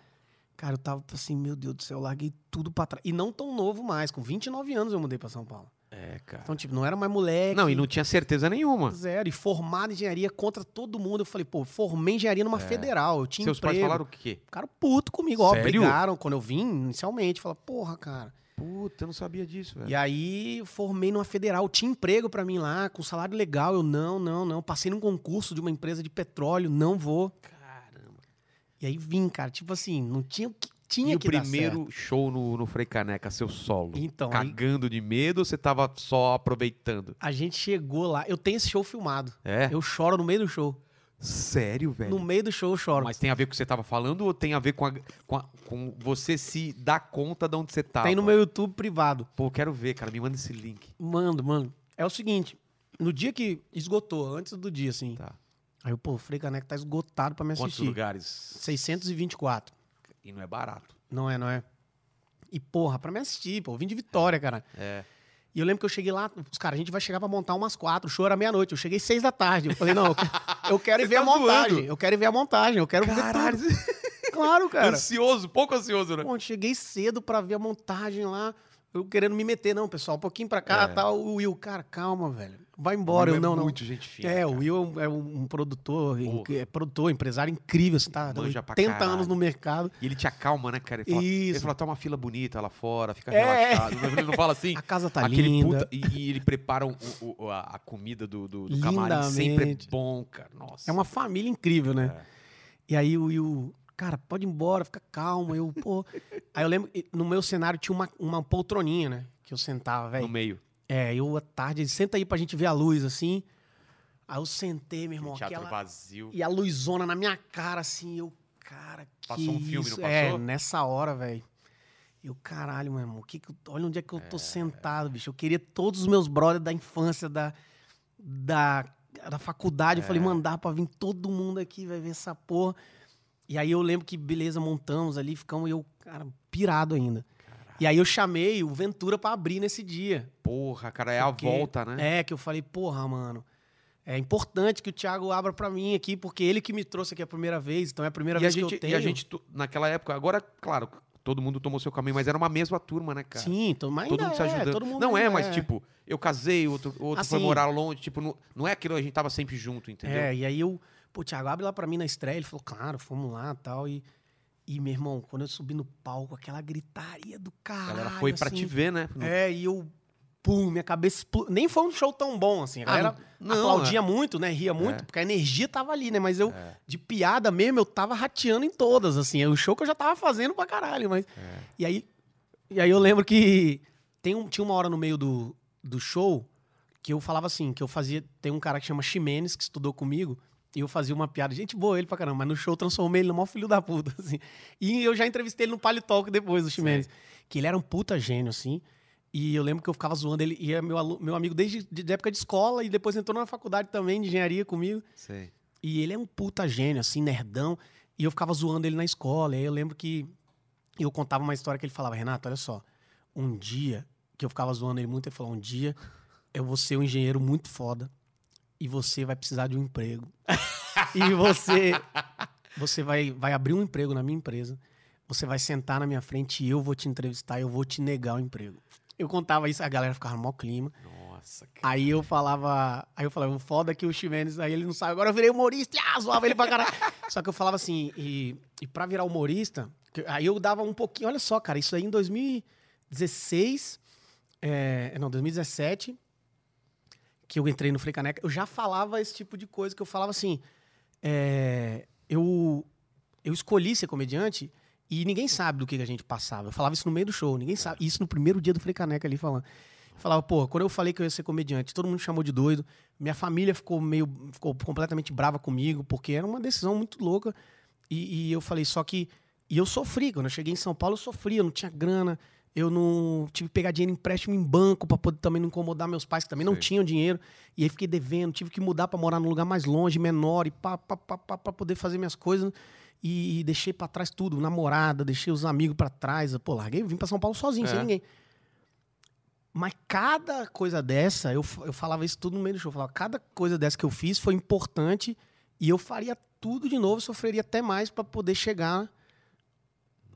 [SPEAKER 2] Cara, eu tava assim, meu Deus do céu, eu larguei tudo pra trás. E não tão novo mais, com 29 anos eu mudei pra São Paulo.
[SPEAKER 1] É, cara.
[SPEAKER 2] Então, tipo, não era mais moleque.
[SPEAKER 1] Não, e não tinha certeza nenhuma.
[SPEAKER 2] Zero. E formado em engenharia contra todo mundo. Eu falei, pô, formei engenharia numa federal, eu tinha
[SPEAKER 1] É. Seus
[SPEAKER 2] emprego.
[SPEAKER 1] pais falaram o quê?
[SPEAKER 2] Ficaram puto comigo, ó,
[SPEAKER 1] Sério?
[SPEAKER 2] brigaram quando eu vim inicialmente. Falaram, porra, cara.
[SPEAKER 1] Puta, eu não sabia disso, velho.
[SPEAKER 2] E aí, eu formei numa federal, tinha emprego pra mim lá, com salário legal. Eu, não, não, não. Passei num concurso de uma empresa de petróleo, não vou.
[SPEAKER 1] Caramba.
[SPEAKER 2] E aí vim, cara, tipo assim, não tinha o que tinha
[SPEAKER 1] E o
[SPEAKER 2] que dar certo.
[SPEAKER 1] primeiro show no, no Frei Caneca, seu solo?
[SPEAKER 2] Então, aí-
[SPEAKER 1] Cagando de medo ou você tava só aproveitando?
[SPEAKER 2] A gente chegou lá, eu tenho esse show filmado.
[SPEAKER 1] É?
[SPEAKER 2] Eu choro no meio do show.
[SPEAKER 1] Sério, velho?
[SPEAKER 2] No meio do show eu choro.
[SPEAKER 1] Mas tem a ver com o que você tava falando ou tem a ver com, a- com, a- com você se dar conta de onde você tava?
[SPEAKER 2] Tem no meu YouTube privado.
[SPEAKER 1] Pô, eu quero ver, cara. Me manda esse link.
[SPEAKER 2] Mando, mano. É o seguinte, no dia que esgotou, antes do dia, assim.
[SPEAKER 1] Tá.
[SPEAKER 2] Aí eu, pô, o Frei Caneca tá esgotado pra me
[SPEAKER 1] Quantos
[SPEAKER 2] assistir.
[SPEAKER 1] lugares?
[SPEAKER 2] 624.
[SPEAKER 1] E não é barato.
[SPEAKER 2] Não é, não é? E, porra, pra me assistir, pô, eu vim de Vitória, cara.
[SPEAKER 1] É.
[SPEAKER 2] E eu lembro que eu cheguei lá, os caras, a gente vai chegar pra montar umas quatro, o show era meia-noite, eu cheguei seis da tarde. Eu falei, não,
[SPEAKER 1] (laughs)
[SPEAKER 2] eu- eu quero ir
[SPEAKER 1] Você
[SPEAKER 2] ver
[SPEAKER 1] tá
[SPEAKER 2] a montagem,
[SPEAKER 1] zoando.
[SPEAKER 2] eu quero ir ver a montagem, eu quero ver
[SPEAKER 1] Caralho,
[SPEAKER 2] tudo. Claro, cara.
[SPEAKER 1] ansioso, pouco ansioso, né?
[SPEAKER 2] Pô, cheguei cedo pra ver a montagem lá, eu querendo me meter, não, pessoal, um pouquinho pra cá,
[SPEAKER 1] É.
[SPEAKER 2] tal. O Will, cara, calma, velho, vai embora. Eu,
[SPEAKER 1] é
[SPEAKER 2] não, não.
[SPEAKER 1] muito gente fina.
[SPEAKER 2] É,
[SPEAKER 1] cara.
[SPEAKER 2] o Will é um- é um, produtor,
[SPEAKER 1] Porra.
[SPEAKER 2] inc- é produtor, empresário incrível, assim, tá?
[SPEAKER 1] Manja pra
[SPEAKER 2] 80
[SPEAKER 1] caralho.
[SPEAKER 2] anos no mercado.
[SPEAKER 1] E ele te acalma, né, cara? Ele fala, ele
[SPEAKER 2] Isso.
[SPEAKER 1] fala, tá uma fila bonita lá fora, fica
[SPEAKER 2] É.
[SPEAKER 1] relaxado. Ele não fala assim,
[SPEAKER 2] A casa (laughs) tá
[SPEAKER 1] aquele
[SPEAKER 2] linda.
[SPEAKER 1] puta- e, e ele prepara o- o- o- a, a comida do, do, do camarim sempre
[SPEAKER 2] Lindamente.
[SPEAKER 1] é bom, cara. Nossa.
[SPEAKER 2] É uma família incrível,
[SPEAKER 1] É.
[SPEAKER 2] né? E aí o Will, cara, pode ir embora, fica calmo. Eu, pô. aí eu lembro, que no meu cenário tinha uma, uma poltroninha, né? Que eu sentava,
[SPEAKER 1] No
[SPEAKER 2] velho.
[SPEAKER 1] meio.
[SPEAKER 2] É, eu à tarde, ele senta aí pra gente ver a luz, assim. Aí eu sentei, meu
[SPEAKER 1] Um
[SPEAKER 2] irmão,
[SPEAKER 1] teatro
[SPEAKER 2] É aquela.
[SPEAKER 1] vazio.
[SPEAKER 2] E a luzona na minha cara, assim, eu, cara, que.
[SPEAKER 1] Passou um filme,
[SPEAKER 2] isso?
[SPEAKER 1] não
[SPEAKER 2] É,
[SPEAKER 1] passou?
[SPEAKER 2] nessa hora, velho. Eu, caralho, meu irmão, que que eu- olha onde é que eu tô sentado, bicho. Eu queria todos os meus brothers da infância, da, da, da faculdade. Eu
[SPEAKER 1] É.
[SPEAKER 2] falei, mandar pra vir todo mundo aqui, vai ver essa porra. E aí eu lembro que, beleza, montamos ali, ficamos eu, cara, pirado ainda. E aí eu chamei o Ventura pra abrir nesse dia.
[SPEAKER 1] Porra, cara, é a
[SPEAKER 2] Porque-
[SPEAKER 1] volta, né?
[SPEAKER 2] É, que eu falei, porra, mano. É importante que o Thiago abra pra mim aqui, porque ele que me trouxe aqui a primeira vez, então é a primeira
[SPEAKER 1] e, a
[SPEAKER 2] vez
[SPEAKER 1] gente,
[SPEAKER 2] que eu tenho.
[SPEAKER 1] e a gente, tu- naquela época, agora, claro, todo mundo tomou seu caminho, mas era uma mesma turma, né, cara?
[SPEAKER 2] Sim, então, mas
[SPEAKER 1] Todo
[SPEAKER 2] ainda
[SPEAKER 1] mundo se
[SPEAKER 2] é,
[SPEAKER 1] ajudando.
[SPEAKER 2] todo mundo
[SPEAKER 1] não é,
[SPEAKER 2] ainda
[SPEAKER 1] mas tipo, eu casei, outro, outro foi
[SPEAKER 2] Assim.
[SPEAKER 1] morar longe. Tipo, não, não é aquilo, a gente tava sempre junto, entendeu?
[SPEAKER 2] É, e aí eu, pô, Thiago, abre lá pra mim na estreia. Ele falou, claro, fomos lá tal, e E, meu irmão, quando eu subi no palco, aquela gritaria do
[SPEAKER 1] a
[SPEAKER 2] caralho.
[SPEAKER 1] galera foi pra
[SPEAKER 2] assim.
[SPEAKER 1] te ver, né? No-
[SPEAKER 2] É, e eu, pum, minha cabeça explo- Nem foi um show tão bom, assim. A
[SPEAKER 1] Ah,
[SPEAKER 2] galera
[SPEAKER 1] não- não,
[SPEAKER 2] aplaudia muito, né? Ria muito,
[SPEAKER 1] É.
[SPEAKER 2] porque a energia tava ali, né? Mas eu,
[SPEAKER 1] É.
[SPEAKER 2] de piada mesmo, eu tava rateando em todas, assim. É um show que eu já tava fazendo pra caralho, mas...
[SPEAKER 1] É.
[SPEAKER 2] E aí, e aí eu lembro que tem um, tinha uma hora no meio do, do show que eu falava assim, que eu fazia... Tem um cara que chama Ximenes, que estudou comigo, e eu fazia uma piada. Gente boa ele pra caramba, mas no show eu transformei ele no maior filho da puta, (laughs) assim. E eu já entrevistei ele no Palio Talk depois, do Ximenes. Que ele era um puta gênio, assim. E eu lembro que eu ficava zoando ele, e é meu, alu- meu amigo desde de, de época de escola, e depois entrou na faculdade também de engenharia comigo.
[SPEAKER 1] Sei.
[SPEAKER 2] E ele é um puta gênio, assim, nerdão. E eu ficava zoando ele na escola. E aí eu lembro que eu contava uma história que ele falava, Renato, olha só, um dia, que eu ficava zoando ele muito, ele falou, um dia eu vou ser um engenheiro muito foda e você vai precisar de um emprego. (laughs) e você você vai, vai abrir um emprego na minha empresa, você vai sentar na minha frente e eu vou te entrevistar e eu vou te negar o emprego. Eu contava isso, a galera ficava no maior clima.
[SPEAKER 1] Nossa, cara.
[SPEAKER 2] Aí eu falava, aí eu falava, o foda é que o Ximenes, aí ele não sabe, agora eu virei humorista, ah, zoava ele pra caralho. só que eu falava assim, e, e pra virar humorista, que- aí eu dava um pouquinho, eh, olha só, cara, isso aí em 2016, é, não, 2017, que eu entrei no Frei Caneca, eu já falava esse tipo de coisa, que eu falava assim, é, eu, eu escolhi ser comediante e ninguém sabe do que que a gente passava. Eu falava isso no meio do show, ninguém sabe. Isso no primeiro dia do Frei Caneca ali falando. Eu falava, pô, quando eu falei que eu ia ser comediante, todo mundo me chamou de doido. Minha família ficou meio, ficou completamente brava comigo, porque era uma decisão muito louca. E, e eu falei, só que. E eu sofri, quando eu cheguei em São Paulo, eu sofri, eu não tinha grana, eu não tive que pegar dinheiro em empréstimo em banco para poder também não incomodar meus pais, que também não
[SPEAKER 1] Sei.
[SPEAKER 2] tinham dinheiro. E aí fiquei devendo, tive que mudar para morar num lugar mais longe, menor, e pá, pá, pá, pá, pra poder fazer minhas coisas. E, e deixei para trás tudo, namorada, deixei os amigos para trás. Pô, larguei, vim para São Paulo sozinho, sem
[SPEAKER 1] É.
[SPEAKER 2] ninguém. Mas cada coisa dessa, eu, fa- eu falava isso tudo no meio do show. Eu falava, cada coisa dessa que eu fiz foi importante e eu faria tudo de novo, sofreria até mais para poder chegar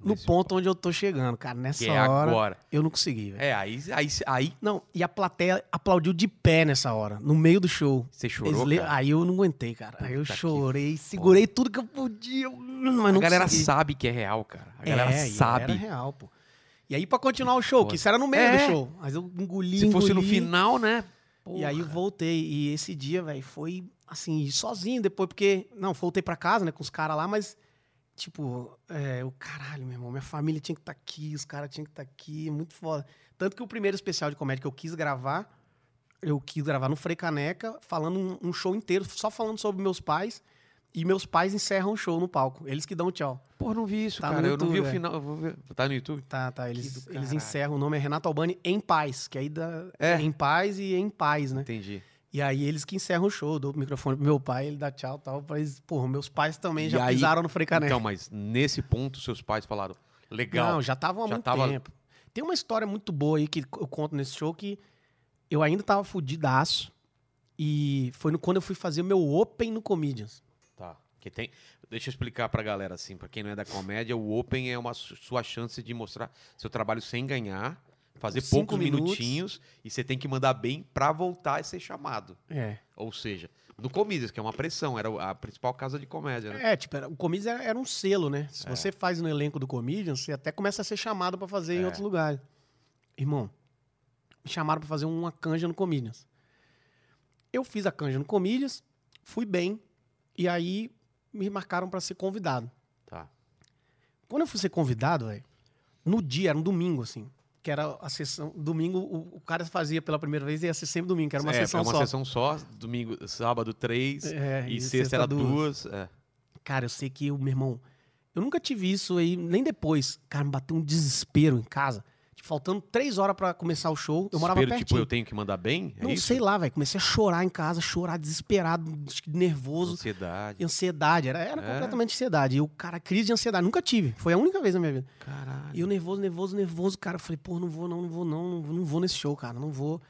[SPEAKER 2] no
[SPEAKER 1] Nesse
[SPEAKER 2] ponto onde eu tô chegando, cara. Nessa
[SPEAKER 1] Que é
[SPEAKER 2] hora,
[SPEAKER 1] agora.
[SPEAKER 2] eu não consegui, velho.
[SPEAKER 1] É, aí, aí, aí
[SPEAKER 2] Não, e a plateia aplaudiu de pé nessa hora, no meio do show.
[SPEAKER 1] você
[SPEAKER 2] Eles
[SPEAKER 1] chorou,
[SPEAKER 2] le- Ah,
[SPEAKER 1] cara.
[SPEAKER 2] Aí eu não aguentei, cara. Aí eu
[SPEAKER 1] Puta que
[SPEAKER 2] chorei, segurei tudo que eu podia, mas
[SPEAKER 1] A
[SPEAKER 2] não
[SPEAKER 1] galera
[SPEAKER 2] consegui.
[SPEAKER 1] sabe que é real, cara. A galera
[SPEAKER 2] É, e Era
[SPEAKER 1] sabe.
[SPEAKER 2] real, pô. E aí pra continuar o show, que isso era no meio do
[SPEAKER 1] É.
[SPEAKER 2] show, mas eu engoli,
[SPEAKER 1] Se fosse no
[SPEAKER 2] engoli.
[SPEAKER 1] final, né?
[SPEAKER 2] E aí eu
[SPEAKER 1] Porra.
[SPEAKER 2] voltei. E esse dia, velho, foi assim, sozinho depois, porque. Não, voltei pra casa, né, com os caras lá, mas. Tipo, é, o caralho, meu irmão, minha família tinha que estar aqui, os caras tinham que estar aqui, é muito foda. Tanto que o primeiro especial de comédia que eu quis gravar, eu quis gravar no Frei Caneca, falando um, um show inteiro, só falando sobre meus pais. E meus pais encerram o show no palco. Eles que dão o tchau.
[SPEAKER 1] Porra, não vi isso,
[SPEAKER 2] Tá no
[SPEAKER 1] cara. Eu não vi
[SPEAKER 2] YouTube,
[SPEAKER 1] o
[SPEAKER 2] é.
[SPEAKER 1] final. Eu vou ver. Tá no YouTube?
[SPEAKER 2] Tá, tá.
[SPEAKER 1] Que
[SPEAKER 2] Eles,
[SPEAKER 1] do
[SPEAKER 2] eles
[SPEAKER 1] caralho.
[SPEAKER 2] encerram. O nome é Renato Albani em paz, que aí dá
[SPEAKER 1] É.
[SPEAKER 2] em paz e em paz, né?
[SPEAKER 1] Entendi.
[SPEAKER 2] E aí eles que encerram o show, dou o microfone pro meu pai, ele dá tchau e tal. pra eles- Porra, meus pais também
[SPEAKER 1] E
[SPEAKER 2] já
[SPEAKER 1] aí-
[SPEAKER 2] pisaram no Frei Caneca.
[SPEAKER 1] Então, mas nesse ponto, seus pais falaram, legal.
[SPEAKER 2] é. Não, já estavam há
[SPEAKER 1] Já
[SPEAKER 2] muito
[SPEAKER 1] tava-
[SPEAKER 2] tempo. Tem uma história muito boa aí que eu conto nesse show que eu ainda tava fudidaço. E foi no- quando eu fui fazer o meu Open no Comedians.
[SPEAKER 1] Tá. Que tem... Deixa eu explicar pra galera, assim, pra quem não é da comédia, o Open é uma su- sua chance de mostrar seu trabalho sem ganhar, fazer
[SPEAKER 2] Cinco
[SPEAKER 1] poucos
[SPEAKER 2] minutos.
[SPEAKER 1] minutinhos, e você tem que mandar bem pra voltar e ser chamado.
[SPEAKER 2] É.
[SPEAKER 1] Ou seja, no Comedians, que é uma pressão, era a principal casa de comédia, né? É.
[SPEAKER 2] É, tipo, era- o Comedians era, era um selo, né? Se você faz no elenco do Comedians, você até começa a ser chamado pra fazer em
[SPEAKER 1] É.
[SPEAKER 2] outros lugares. Irmão, me chamaram pra fazer uma canja no Comedians. Eu fiz a canja no Comedians, fui bem, e aí me marcaram pra ser convidado.
[SPEAKER 1] Tá.
[SPEAKER 2] Quando eu fui ser convidado, velho, no dia, era um domingo, assim, que era a sessão... Domingo, o, o cara fazia pela primeira vez e ia ser sempre domingo, que era uma
[SPEAKER 1] é,
[SPEAKER 2] sessão
[SPEAKER 1] é uma
[SPEAKER 2] só.
[SPEAKER 1] sessão só, domingo, sábado três,
[SPEAKER 2] É,
[SPEAKER 1] e, sexta, era duas. é.
[SPEAKER 2] Cara, eu sei que o meu irmão. Eu nunca tive isso aí, nem depois. Cara, me bateu um desespero em casa. Tipo, faltando três horas pra começar o show, eu morava
[SPEAKER 1] Espero, tipo,
[SPEAKER 2] pertinho.
[SPEAKER 1] eu tenho que mandar bem? é
[SPEAKER 2] não
[SPEAKER 1] isso?
[SPEAKER 2] sei lá, velho. Comecei a chorar em casa, chorar desesperado, acho que nervoso.
[SPEAKER 1] Ansiedade.
[SPEAKER 2] Ansiedade, era, era
[SPEAKER 1] É?
[SPEAKER 2] completamente ansiedade. E o cara, crise de ansiedade, nunca tive. Foi a única vez na minha vida.
[SPEAKER 1] Caralho.
[SPEAKER 2] E eu nervoso, nervoso, nervoso, cara. Eu falei, pô, não vou, não, não vou, não, não vou, não vou nesse show, cara, não vou.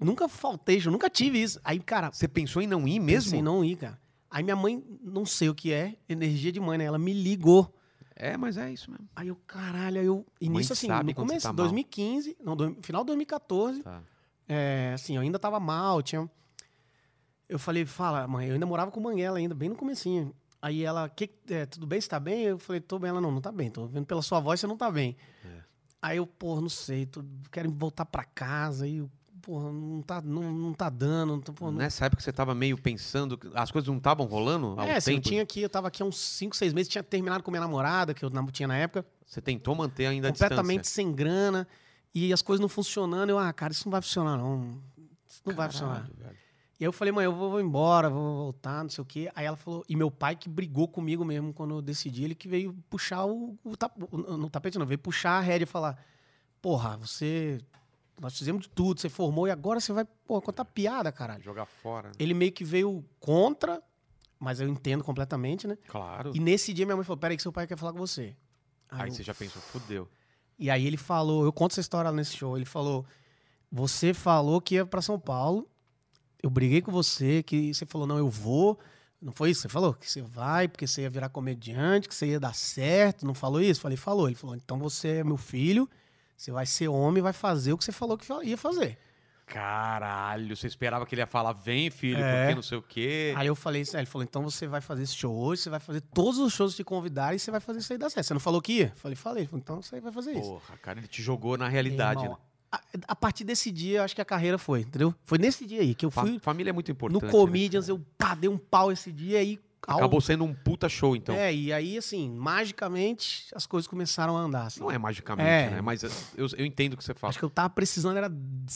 [SPEAKER 2] Nunca faltei, show, nunca tive isso. Aí, cara,
[SPEAKER 1] Você pensou em não ir mesmo?
[SPEAKER 2] Sem não ir, cara. Aí minha mãe, não sei o que é, energia de mãe, né? Ela me ligou.
[SPEAKER 1] É, mas é isso mesmo.
[SPEAKER 2] Aí eu, caralho, aí eu. Início assim,
[SPEAKER 1] sabe
[SPEAKER 2] no
[SPEAKER 1] quando você
[SPEAKER 2] começo,
[SPEAKER 1] tá mal.
[SPEAKER 2] 2015, não, do- final de 2014,
[SPEAKER 1] Tá.
[SPEAKER 2] é, assim, eu ainda tava mal, tinha. Eu falei, fala, mãe, eu ainda morava com Manguela ainda, bem no comecinho. Aí ela, que, é, tudo bem, você tá bem? Eu falei, tô bem. Ela, não, não tá bem, tô vendo pela sua voz, você não tá bem.
[SPEAKER 1] É.
[SPEAKER 2] Aí eu, pô, não sei, tô, quero voltar pra casa, aí, eu, porra, não tá, não, não tá dando, não tô, pô, não
[SPEAKER 1] Nessa época você tava meio pensando, que as coisas não estavam rolando ao
[SPEAKER 2] É, assim, eu
[SPEAKER 1] tempo?
[SPEAKER 2] tinha aqui, eu tava aqui há uns 5, 6 meses, tinha terminado com minha namorada, que eu nam- tinha na época,
[SPEAKER 1] Você tentou manter ainda a
[SPEAKER 2] completamente
[SPEAKER 1] distância.
[SPEAKER 2] sem grana, e as coisas não funcionando. Eu, ah, cara, isso não vai funcionar, não. Isso não vai funcionar.
[SPEAKER 1] Caralho, velho.
[SPEAKER 2] E aí eu falei, mãe, eu vou, vou embora, vou voltar, não sei o quê. Aí ela falou, e meu pai que brigou comigo mesmo quando eu decidi, ele que veio puxar o, o, tap- o- no tapete, não, veio puxar a rédea e falar: Porra, você. Nós fizemos de tudo, você formou e agora você vai, porra, contar piada, caralho.
[SPEAKER 1] Jogar fora. né?
[SPEAKER 2] Ele meio que veio contra, mas eu entendo completamente, né?
[SPEAKER 1] Claro.
[SPEAKER 2] E nesse dia minha mãe falou: peraí, que seu pai quer falar com você. Aí
[SPEAKER 1] Aí
[SPEAKER 2] eu-
[SPEAKER 1] você já pensou, fudeu.
[SPEAKER 2] E aí ele falou: eu conto essa história lá nesse show. Ele falou: você falou que ia pra São Paulo, eu briguei com você, que você falou: não, eu vou. Não foi isso? que Você falou que você vai porque você ia virar comediante, que você ia dar certo. Não falou isso? Falei: falou. Ele falou: então você é meu filho, você vai ser homem e vai fazer o que você falou que fa- ia fazer.
[SPEAKER 1] Caralho, você esperava que ele ia falar, vem filho,
[SPEAKER 2] É.
[SPEAKER 1] porque não sei o quê.
[SPEAKER 2] Aí eu falei isso. Aí ele falou: então você vai fazer esse show hoje, você vai fazer todos os shows que te convidarem e você vai fazer isso aí dar certo. Você não falou que ia? Falei: falei. Ele falou, então você vai fazer isso.
[SPEAKER 1] Porra, cara, ele te jogou na realidade,
[SPEAKER 2] Irmão,
[SPEAKER 1] né?
[SPEAKER 2] a, a partir desse dia, eu acho que a carreira foi, entendeu? Foi nesse dia aí que eu
[SPEAKER 1] Fa-
[SPEAKER 2] fui
[SPEAKER 1] Família é muito importante.
[SPEAKER 2] no
[SPEAKER 1] né,
[SPEAKER 2] Comedians,
[SPEAKER 1] cara?
[SPEAKER 2] eu pá, dei um pau esse dia e
[SPEAKER 1] Acabou sendo um puta show, então.
[SPEAKER 2] É, e aí, assim, magicamente, as coisas começaram a andar. assim.
[SPEAKER 1] Não é magicamente,
[SPEAKER 2] É.
[SPEAKER 1] né? Mas eu, eu entendo o que você fala.
[SPEAKER 2] Acho que eu tava precisando era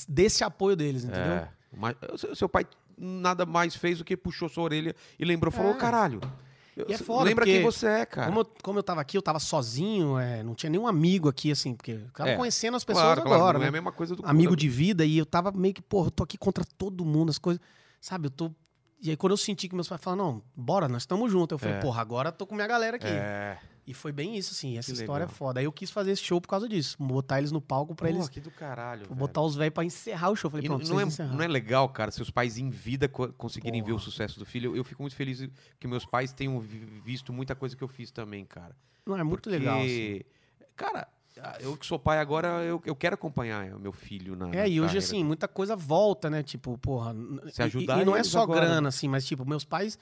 [SPEAKER 2] desse apoio deles, entendeu?
[SPEAKER 1] É. Mas o seu- seu pai nada mais fez do que puxou sua orelha e lembrou, falou,
[SPEAKER 2] É.
[SPEAKER 1] "Ô, caralho. eu-
[SPEAKER 2] E é
[SPEAKER 1] cê-
[SPEAKER 2] foda,
[SPEAKER 1] lembra quem
[SPEAKER 2] porque
[SPEAKER 1] você é, cara.
[SPEAKER 2] Como eu, como eu tava aqui, eu tava sozinho, é, não tinha nenhum amigo aqui, assim, porque eu tava
[SPEAKER 1] É.
[SPEAKER 2] conhecendo as pessoas
[SPEAKER 1] claro, claro,
[SPEAKER 2] agora,
[SPEAKER 1] não é a
[SPEAKER 2] né?
[SPEAKER 1] mesma coisa do
[SPEAKER 2] Amigo de vida, e eu tava meio que, porra, eu tô aqui contra todo mundo, as coisas. Sabe, eu tô. E aí, quando eu senti que meus pais falaram, não, bora, nós estamos juntos. Eu falei,
[SPEAKER 1] É.
[SPEAKER 2] porra, agora eu tô com minha galera aqui.
[SPEAKER 1] É.
[SPEAKER 2] E foi bem isso, assim, essa
[SPEAKER 1] Que
[SPEAKER 2] história é
[SPEAKER 1] legal.
[SPEAKER 2] foda. Aí eu quis fazer esse show por causa disso, botar eles no palco pra
[SPEAKER 1] Pô,
[SPEAKER 2] eles.
[SPEAKER 1] que do caralho, velho.
[SPEAKER 2] Botar os velhos pra encerrar o show. Eu Falei,
[SPEAKER 1] E
[SPEAKER 2] pronto,
[SPEAKER 1] não, é,
[SPEAKER 2] vocês encerraram.
[SPEAKER 1] não é legal, cara, se os pais em vida co- conseguirem ver o
[SPEAKER 2] Porra.
[SPEAKER 1] sucesso do filho. Eu, eu fico muito feliz que meus pais tenham vi- visto muita coisa que eu fiz também, cara.
[SPEAKER 2] Não, é muito
[SPEAKER 1] Porque,
[SPEAKER 2] legal. assim.
[SPEAKER 1] Cara, ah, eu que sou pai agora, eu, eu quero acompanhar o meu filho na. na
[SPEAKER 2] É, e hoje,
[SPEAKER 1] carreira
[SPEAKER 2] assim, muita coisa volta, né? Tipo, porra. n-
[SPEAKER 1] né? Se
[SPEAKER 2] e-
[SPEAKER 1] ajudar
[SPEAKER 2] E, não é
[SPEAKER 1] eles
[SPEAKER 2] só
[SPEAKER 1] agora, né?
[SPEAKER 2] grana, assim, mas, tipo, meus pais.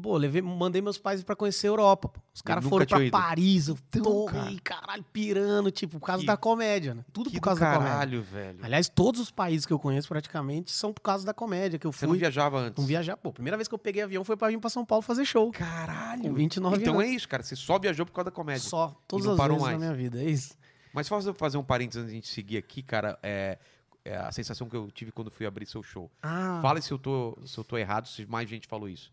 [SPEAKER 2] Pô, levei, mandei meus pais pra conhecer a Europa. pô. Os caras
[SPEAKER 1] nunca
[SPEAKER 2] foram pra
[SPEAKER 1] tinham ido.
[SPEAKER 2] Paris, eu
[SPEAKER 1] Então,
[SPEAKER 2] tô
[SPEAKER 1] cara.
[SPEAKER 2] ih, caralho, pirando, tipo, por causa
[SPEAKER 1] Que-
[SPEAKER 2] da comédia, né? Tudo
[SPEAKER 1] Que
[SPEAKER 2] por
[SPEAKER 1] do
[SPEAKER 2] causa da comédia.
[SPEAKER 1] caralho, velho.
[SPEAKER 2] Aliás, todos os países que eu conheço praticamente são por causa da comédia que eu
[SPEAKER 1] Você
[SPEAKER 2] fui.
[SPEAKER 1] não viajava antes?
[SPEAKER 2] Não viajar, pô. Primeira vez que eu peguei avião foi pra vir pra São Paulo fazer show. Com
[SPEAKER 1] Caralho.
[SPEAKER 2] 29
[SPEAKER 1] Então é
[SPEAKER 2] anos.
[SPEAKER 1] isso, cara. Você só viajou por causa da comédia.
[SPEAKER 2] Só, todas
[SPEAKER 1] não
[SPEAKER 2] as
[SPEAKER 1] parou
[SPEAKER 2] vezes na
[SPEAKER 1] mais.
[SPEAKER 2] minha vida, é isso.
[SPEAKER 1] Mas só fazer- fazer um parênteses antes de a gente seguir aqui, cara. É, é a sensação que eu tive quando fui abrir seu show.
[SPEAKER 2] Ah,
[SPEAKER 1] Fala se eu, tô, se eu tô errado, se mais gente falou isso.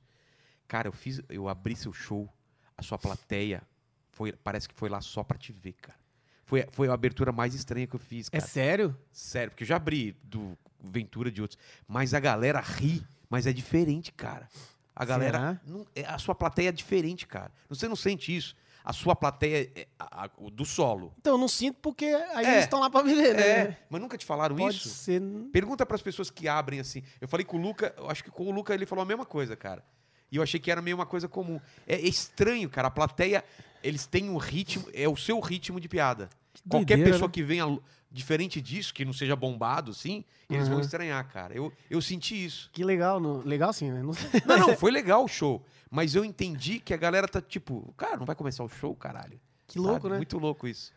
[SPEAKER 1] Cara, eu fiz, eu abri seu show, a sua plateia foi, parece que foi lá só pra te ver, cara. Foi, foi a abertura mais estranha que eu fiz,
[SPEAKER 2] é
[SPEAKER 1] cara.
[SPEAKER 2] sério?
[SPEAKER 1] Sério, porque eu já abri do Ventura de outros, mas a galera ri, mas é diferente, cara. A galera,
[SPEAKER 2] Será?
[SPEAKER 1] não- é, a sua plateia é diferente, cara. Você não sente isso? A sua plateia é, a- a- o do solo.
[SPEAKER 2] Então, eu não sinto porque aí
[SPEAKER 1] É.
[SPEAKER 2] eles estão lá pra viver, né?
[SPEAKER 1] É, mas nunca te falaram
[SPEAKER 2] Pode
[SPEAKER 1] isso?
[SPEAKER 2] ser.
[SPEAKER 1] Pergunta pras pessoas que abrem assim. Eu falei com o Luca, eu acho que com o Luca ele falou a mesma coisa, cara. E eu achei que era meio uma coisa comum. É, é estranho, cara. A plateia, eles têm um ritmo, é o seu ritmo de piada. Qualquer
[SPEAKER 2] doideira,
[SPEAKER 1] pessoa
[SPEAKER 2] né?
[SPEAKER 1] que venha lu- diferente disso, que não seja bombado, assim, eles vão
[SPEAKER 2] Aham.
[SPEAKER 1] estranhar, cara. Eu, eu senti
[SPEAKER 2] (laughs)
[SPEAKER 1] isso.
[SPEAKER 2] Que legal, não- legal sim, né? Não-
[SPEAKER 1] Não, não, foi legal o show. Mas eu entendi que a galera tá tipo, cara, não vai começar o show, caralho.
[SPEAKER 2] Que louco,
[SPEAKER 1] Sabe?
[SPEAKER 2] né?
[SPEAKER 1] Muito louco isso.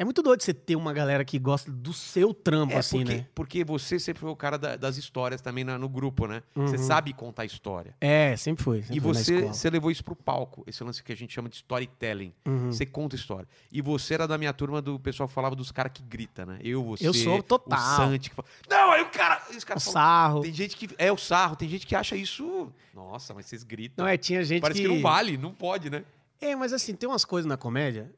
[SPEAKER 2] É muito doido você ter uma galera que gosta do seu trampo,
[SPEAKER 1] É,
[SPEAKER 2] assim,
[SPEAKER 1] porque,
[SPEAKER 2] né?
[SPEAKER 1] porque você sempre foi o cara da- das histórias também na- no grupo, né? Você
[SPEAKER 2] Uhum.
[SPEAKER 1] sabe contar história.
[SPEAKER 2] É, sempre foi. sempre
[SPEAKER 1] E
[SPEAKER 2] foi na
[SPEAKER 1] você,
[SPEAKER 2] escola.
[SPEAKER 1] você levou isso pro palco, esse lance que a gente chama de storytelling.
[SPEAKER 2] Uhum.
[SPEAKER 1] Você conta história. E você era da minha turma do pessoal que falava dos caras que grita, né? Eu, você.
[SPEAKER 2] Eu sou total.
[SPEAKER 1] O Santi que fala. Não, aí o cara. Os
[SPEAKER 2] O
[SPEAKER 1] caras falam.
[SPEAKER 2] sarro.
[SPEAKER 1] Tem gente que. É o sarro, tem gente que acha isso. Nossa, mas vocês gritam.
[SPEAKER 2] Não, é, tinha gente
[SPEAKER 1] Parece que... não vale, não pode, né?
[SPEAKER 2] É, mas assim, tem umas coisas na comédia.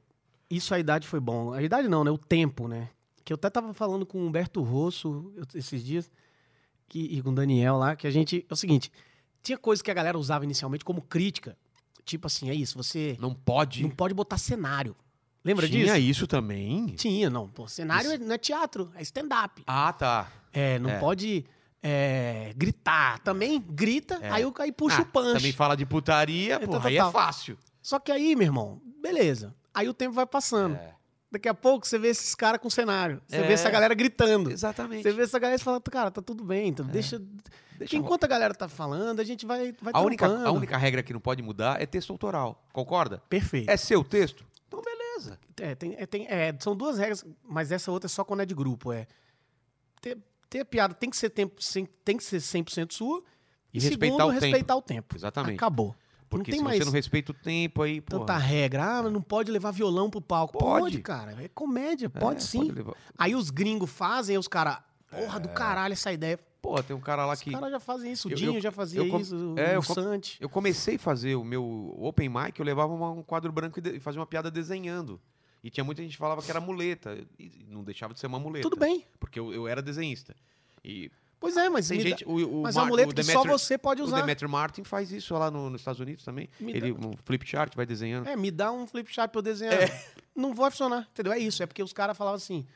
[SPEAKER 2] Isso a idade foi bom. A idade não, né? O tempo, né? Que eu até tava falando com o Humberto Rosso eu- esses dias que- e com o Daniel lá, que a gente. É o seguinte: tinha coisas que a galera usava inicialmente como crítica. Tipo assim, é isso, você
[SPEAKER 1] Não pode.
[SPEAKER 2] não pode botar cenário. Lembra
[SPEAKER 1] Tinha
[SPEAKER 2] disso?
[SPEAKER 1] isso também.
[SPEAKER 2] Tinha, não. Pô, cenário é- não é teatro, é stand-up.
[SPEAKER 1] Ah, tá.
[SPEAKER 2] É, não
[SPEAKER 1] É.
[SPEAKER 2] pode é, gritar. Também grita,
[SPEAKER 1] É.
[SPEAKER 2] aí, o- aí puxa
[SPEAKER 1] Ah,
[SPEAKER 2] o punch.
[SPEAKER 1] Também fala de putaria,
[SPEAKER 2] Então,
[SPEAKER 1] porra, aí é
[SPEAKER 2] total.
[SPEAKER 1] fácil.
[SPEAKER 2] Só que aí, meu irmão, beleza. Aí o tempo vai passando.
[SPEAKER 1] É.
[SPEAKER 2] Daqui a pouco você vê esses caras com cenário. Você
[SPEAKER 1] É.
[SPEAKER 2] vê essa galera gritando.
[SPEAKER 1] Exatamente. É.
[SPEAKER 2] Você vê essa galera e fala, cara, tá tudo bem. Então deixa...
[SPEAKER 1] Deixa
[SPEAKER 2] Porque enquanto a galera tá falando, a gente vai, vai
[SPEAKER 1] a, única, a
[SPEAKER 2] trampando.
[SPEAKER 1] única regra que não pode mudar é texto autoral. Concorda?
[SPEAKER 2] Perfeito.
[SPEAKER 1] É seu texto? Então, beleza.
[SPEAKER 2] É, tem- é, tem- é, são duas regras, mas essa outra é só quando é de grupo. É ter, ter piada tem que ser, tempo, sem- tem que ser 100% sua.
[SPEAKER 1] E
[SPEAKER 2] E,
[SPEAKER 1] respeitar
[SPEAKER 2] segundo,
[SPEAKER 1] o tempo.
[SPEAKER 2] respeitar o tempo.
[SPEAKER 1] Exatamente.
[SPEAKER 2] Acabou.
[SPEAKER 1] Porque
[SPEAKER 2] não
[SPEAKER 1] se
[SPEAKER 2] tem mais
[SPEAKER 1] você não respeita o tempo aí, pô.
[SPEAKER 2] tanta regra. Ah, mas não pode levar violão pro palco.
[SPEAKER 1] Pode.
[SPEAKER 2] Pode, cara. É comédia, pode sim.
[SPEAKER 1] levar.
[SPEAKER 2] Aí os gringos fazem, aí os caras. Porra do caralho essa ideia.
[SPEAKER 1] Pô, tem um cara lá
[SPEAKER 2] Os
[SPEAKER 1] que.
[SPEAKER 2] caras já fazem isso. O
[SPEAKER 1] Eu-
[SPEAKER 2] Dinho
[SPEAKER 1] eu-
[SPEAKER 2] já fazia
[SPEAKER 1] eu com-
[SPEAKER 2] isso.
[SPEAKER 1] é,
[SPEAKER 2] o
[SPEAKER 1] eu com-
[SPEAKER 2] Santi.
[SPEAKER 1] Eu comecei a fazer o meu open mic, eu levava uma- um quadro branco e de- e fazia uma piada desenhando. E tinha muita gente que falava que era muleta. E não deixava de ser uma muleta.
[SPEAKER 2] Tudo bem.
[SPEAKER 1] Porque eu, eu era desenhista. E
[SPEAKER 2] Pois é, mas.
[SPEAKER 1] tem
[SPEAKER 2] me dá-
[SPEAKER 1] gente. O, o
[SPEAKER 2] Mas é
[SPEAKER 1] Mar-
[SPEAKER 2] um amuleto
[SPEAKER 1] o
[SPEAKER 2] que só
[SPEAKER 1] Demetrio-
[SPEAKER 2] você pode
[SPEAKER 1] O
[SPEAKER 2] usar.
[SPEAKER 1] Demetrio Martin faz isso lá no- nos Estados Unidos também.
[SPEAKER 2] Me
[SPEAKER 1] Ele, um flip chart, vai desenhando.
[SPEAKER 2] É, me dá um flip chart pra eu desenhar.
[SPEAKER 1] É.
[SPEAKER 2] Não vai funcionar, entendeu? É isso. É porque os caras falavam assim.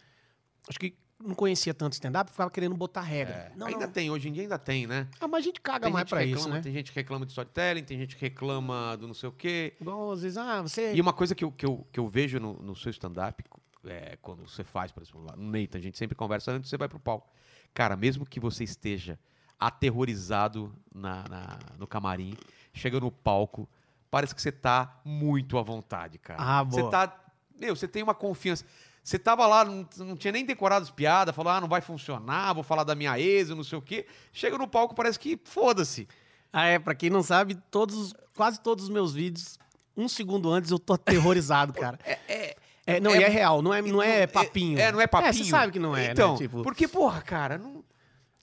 [SPEAKER 2] Acho que não conhecia tanto stand-up, ficava querendo botar regra. É, Não,
[SPEAKER 1] É. ainda
[SPEAKER 2] não.
[SPEAKER 1] tem, hoje em dia ainda tem, né?
[SPEAKER 2] Ah, mas a gente caga mais
[SPEAKER 1] gente
[SPEAKER 2] pra
[SPEAKER 1] que reclama,
[SPEAKER 2] isso, né?
[SPEAKER 1] Tem gente que reclama de storytelling, tem gente que reclama do não sei o quê.
[SPEAKER 2] Igual às vezes, ah, você.
[SPEAKER 1] E uma coisa que eu, que eu, que eu vejo no, no seu stand-up, é, quando você faz, por exemplo, lá no Neita, a gente sempre conversa antes, você vai pro palco. Cara, mesmo que você esteja aterrorizado na, na- no camarim, chega no palco, parece que você tá muito à vontade, cara.
[SPEAKER 2] Ah, boa.
[SPEAKER 1] Você tá. Meu, você tem uma confiança. Você tava lá, não, não tinha nem decorado as piadas, falou, ah, não vai funcionar, vou falar da minha ex, eu não sei o quê. Chega no palco, parece que foda-se.
[SPEAKER 2] Ah, é, pra quem não sabe, todos, os- quase todos os meus vídeos, um segundo antes eu tô
[SPEAKER 1] (laughs)
[SPEAKER 2] aterrorizado, cara.
[SPEAKER 1] É, é,
[SPEAKER 2] É, não,
[SPEAKER 1] É-
[SPEAKER 2] e é real, não é, não é papinho.
[SPEAKER 1] É, não é papinho.
[SPEAKER 2] você sabe que não é,
[SPEAKER 1] então,
[SPEAKER 2] né? Tipo,
[SPEAKER 1] Porque, porra, cara, não...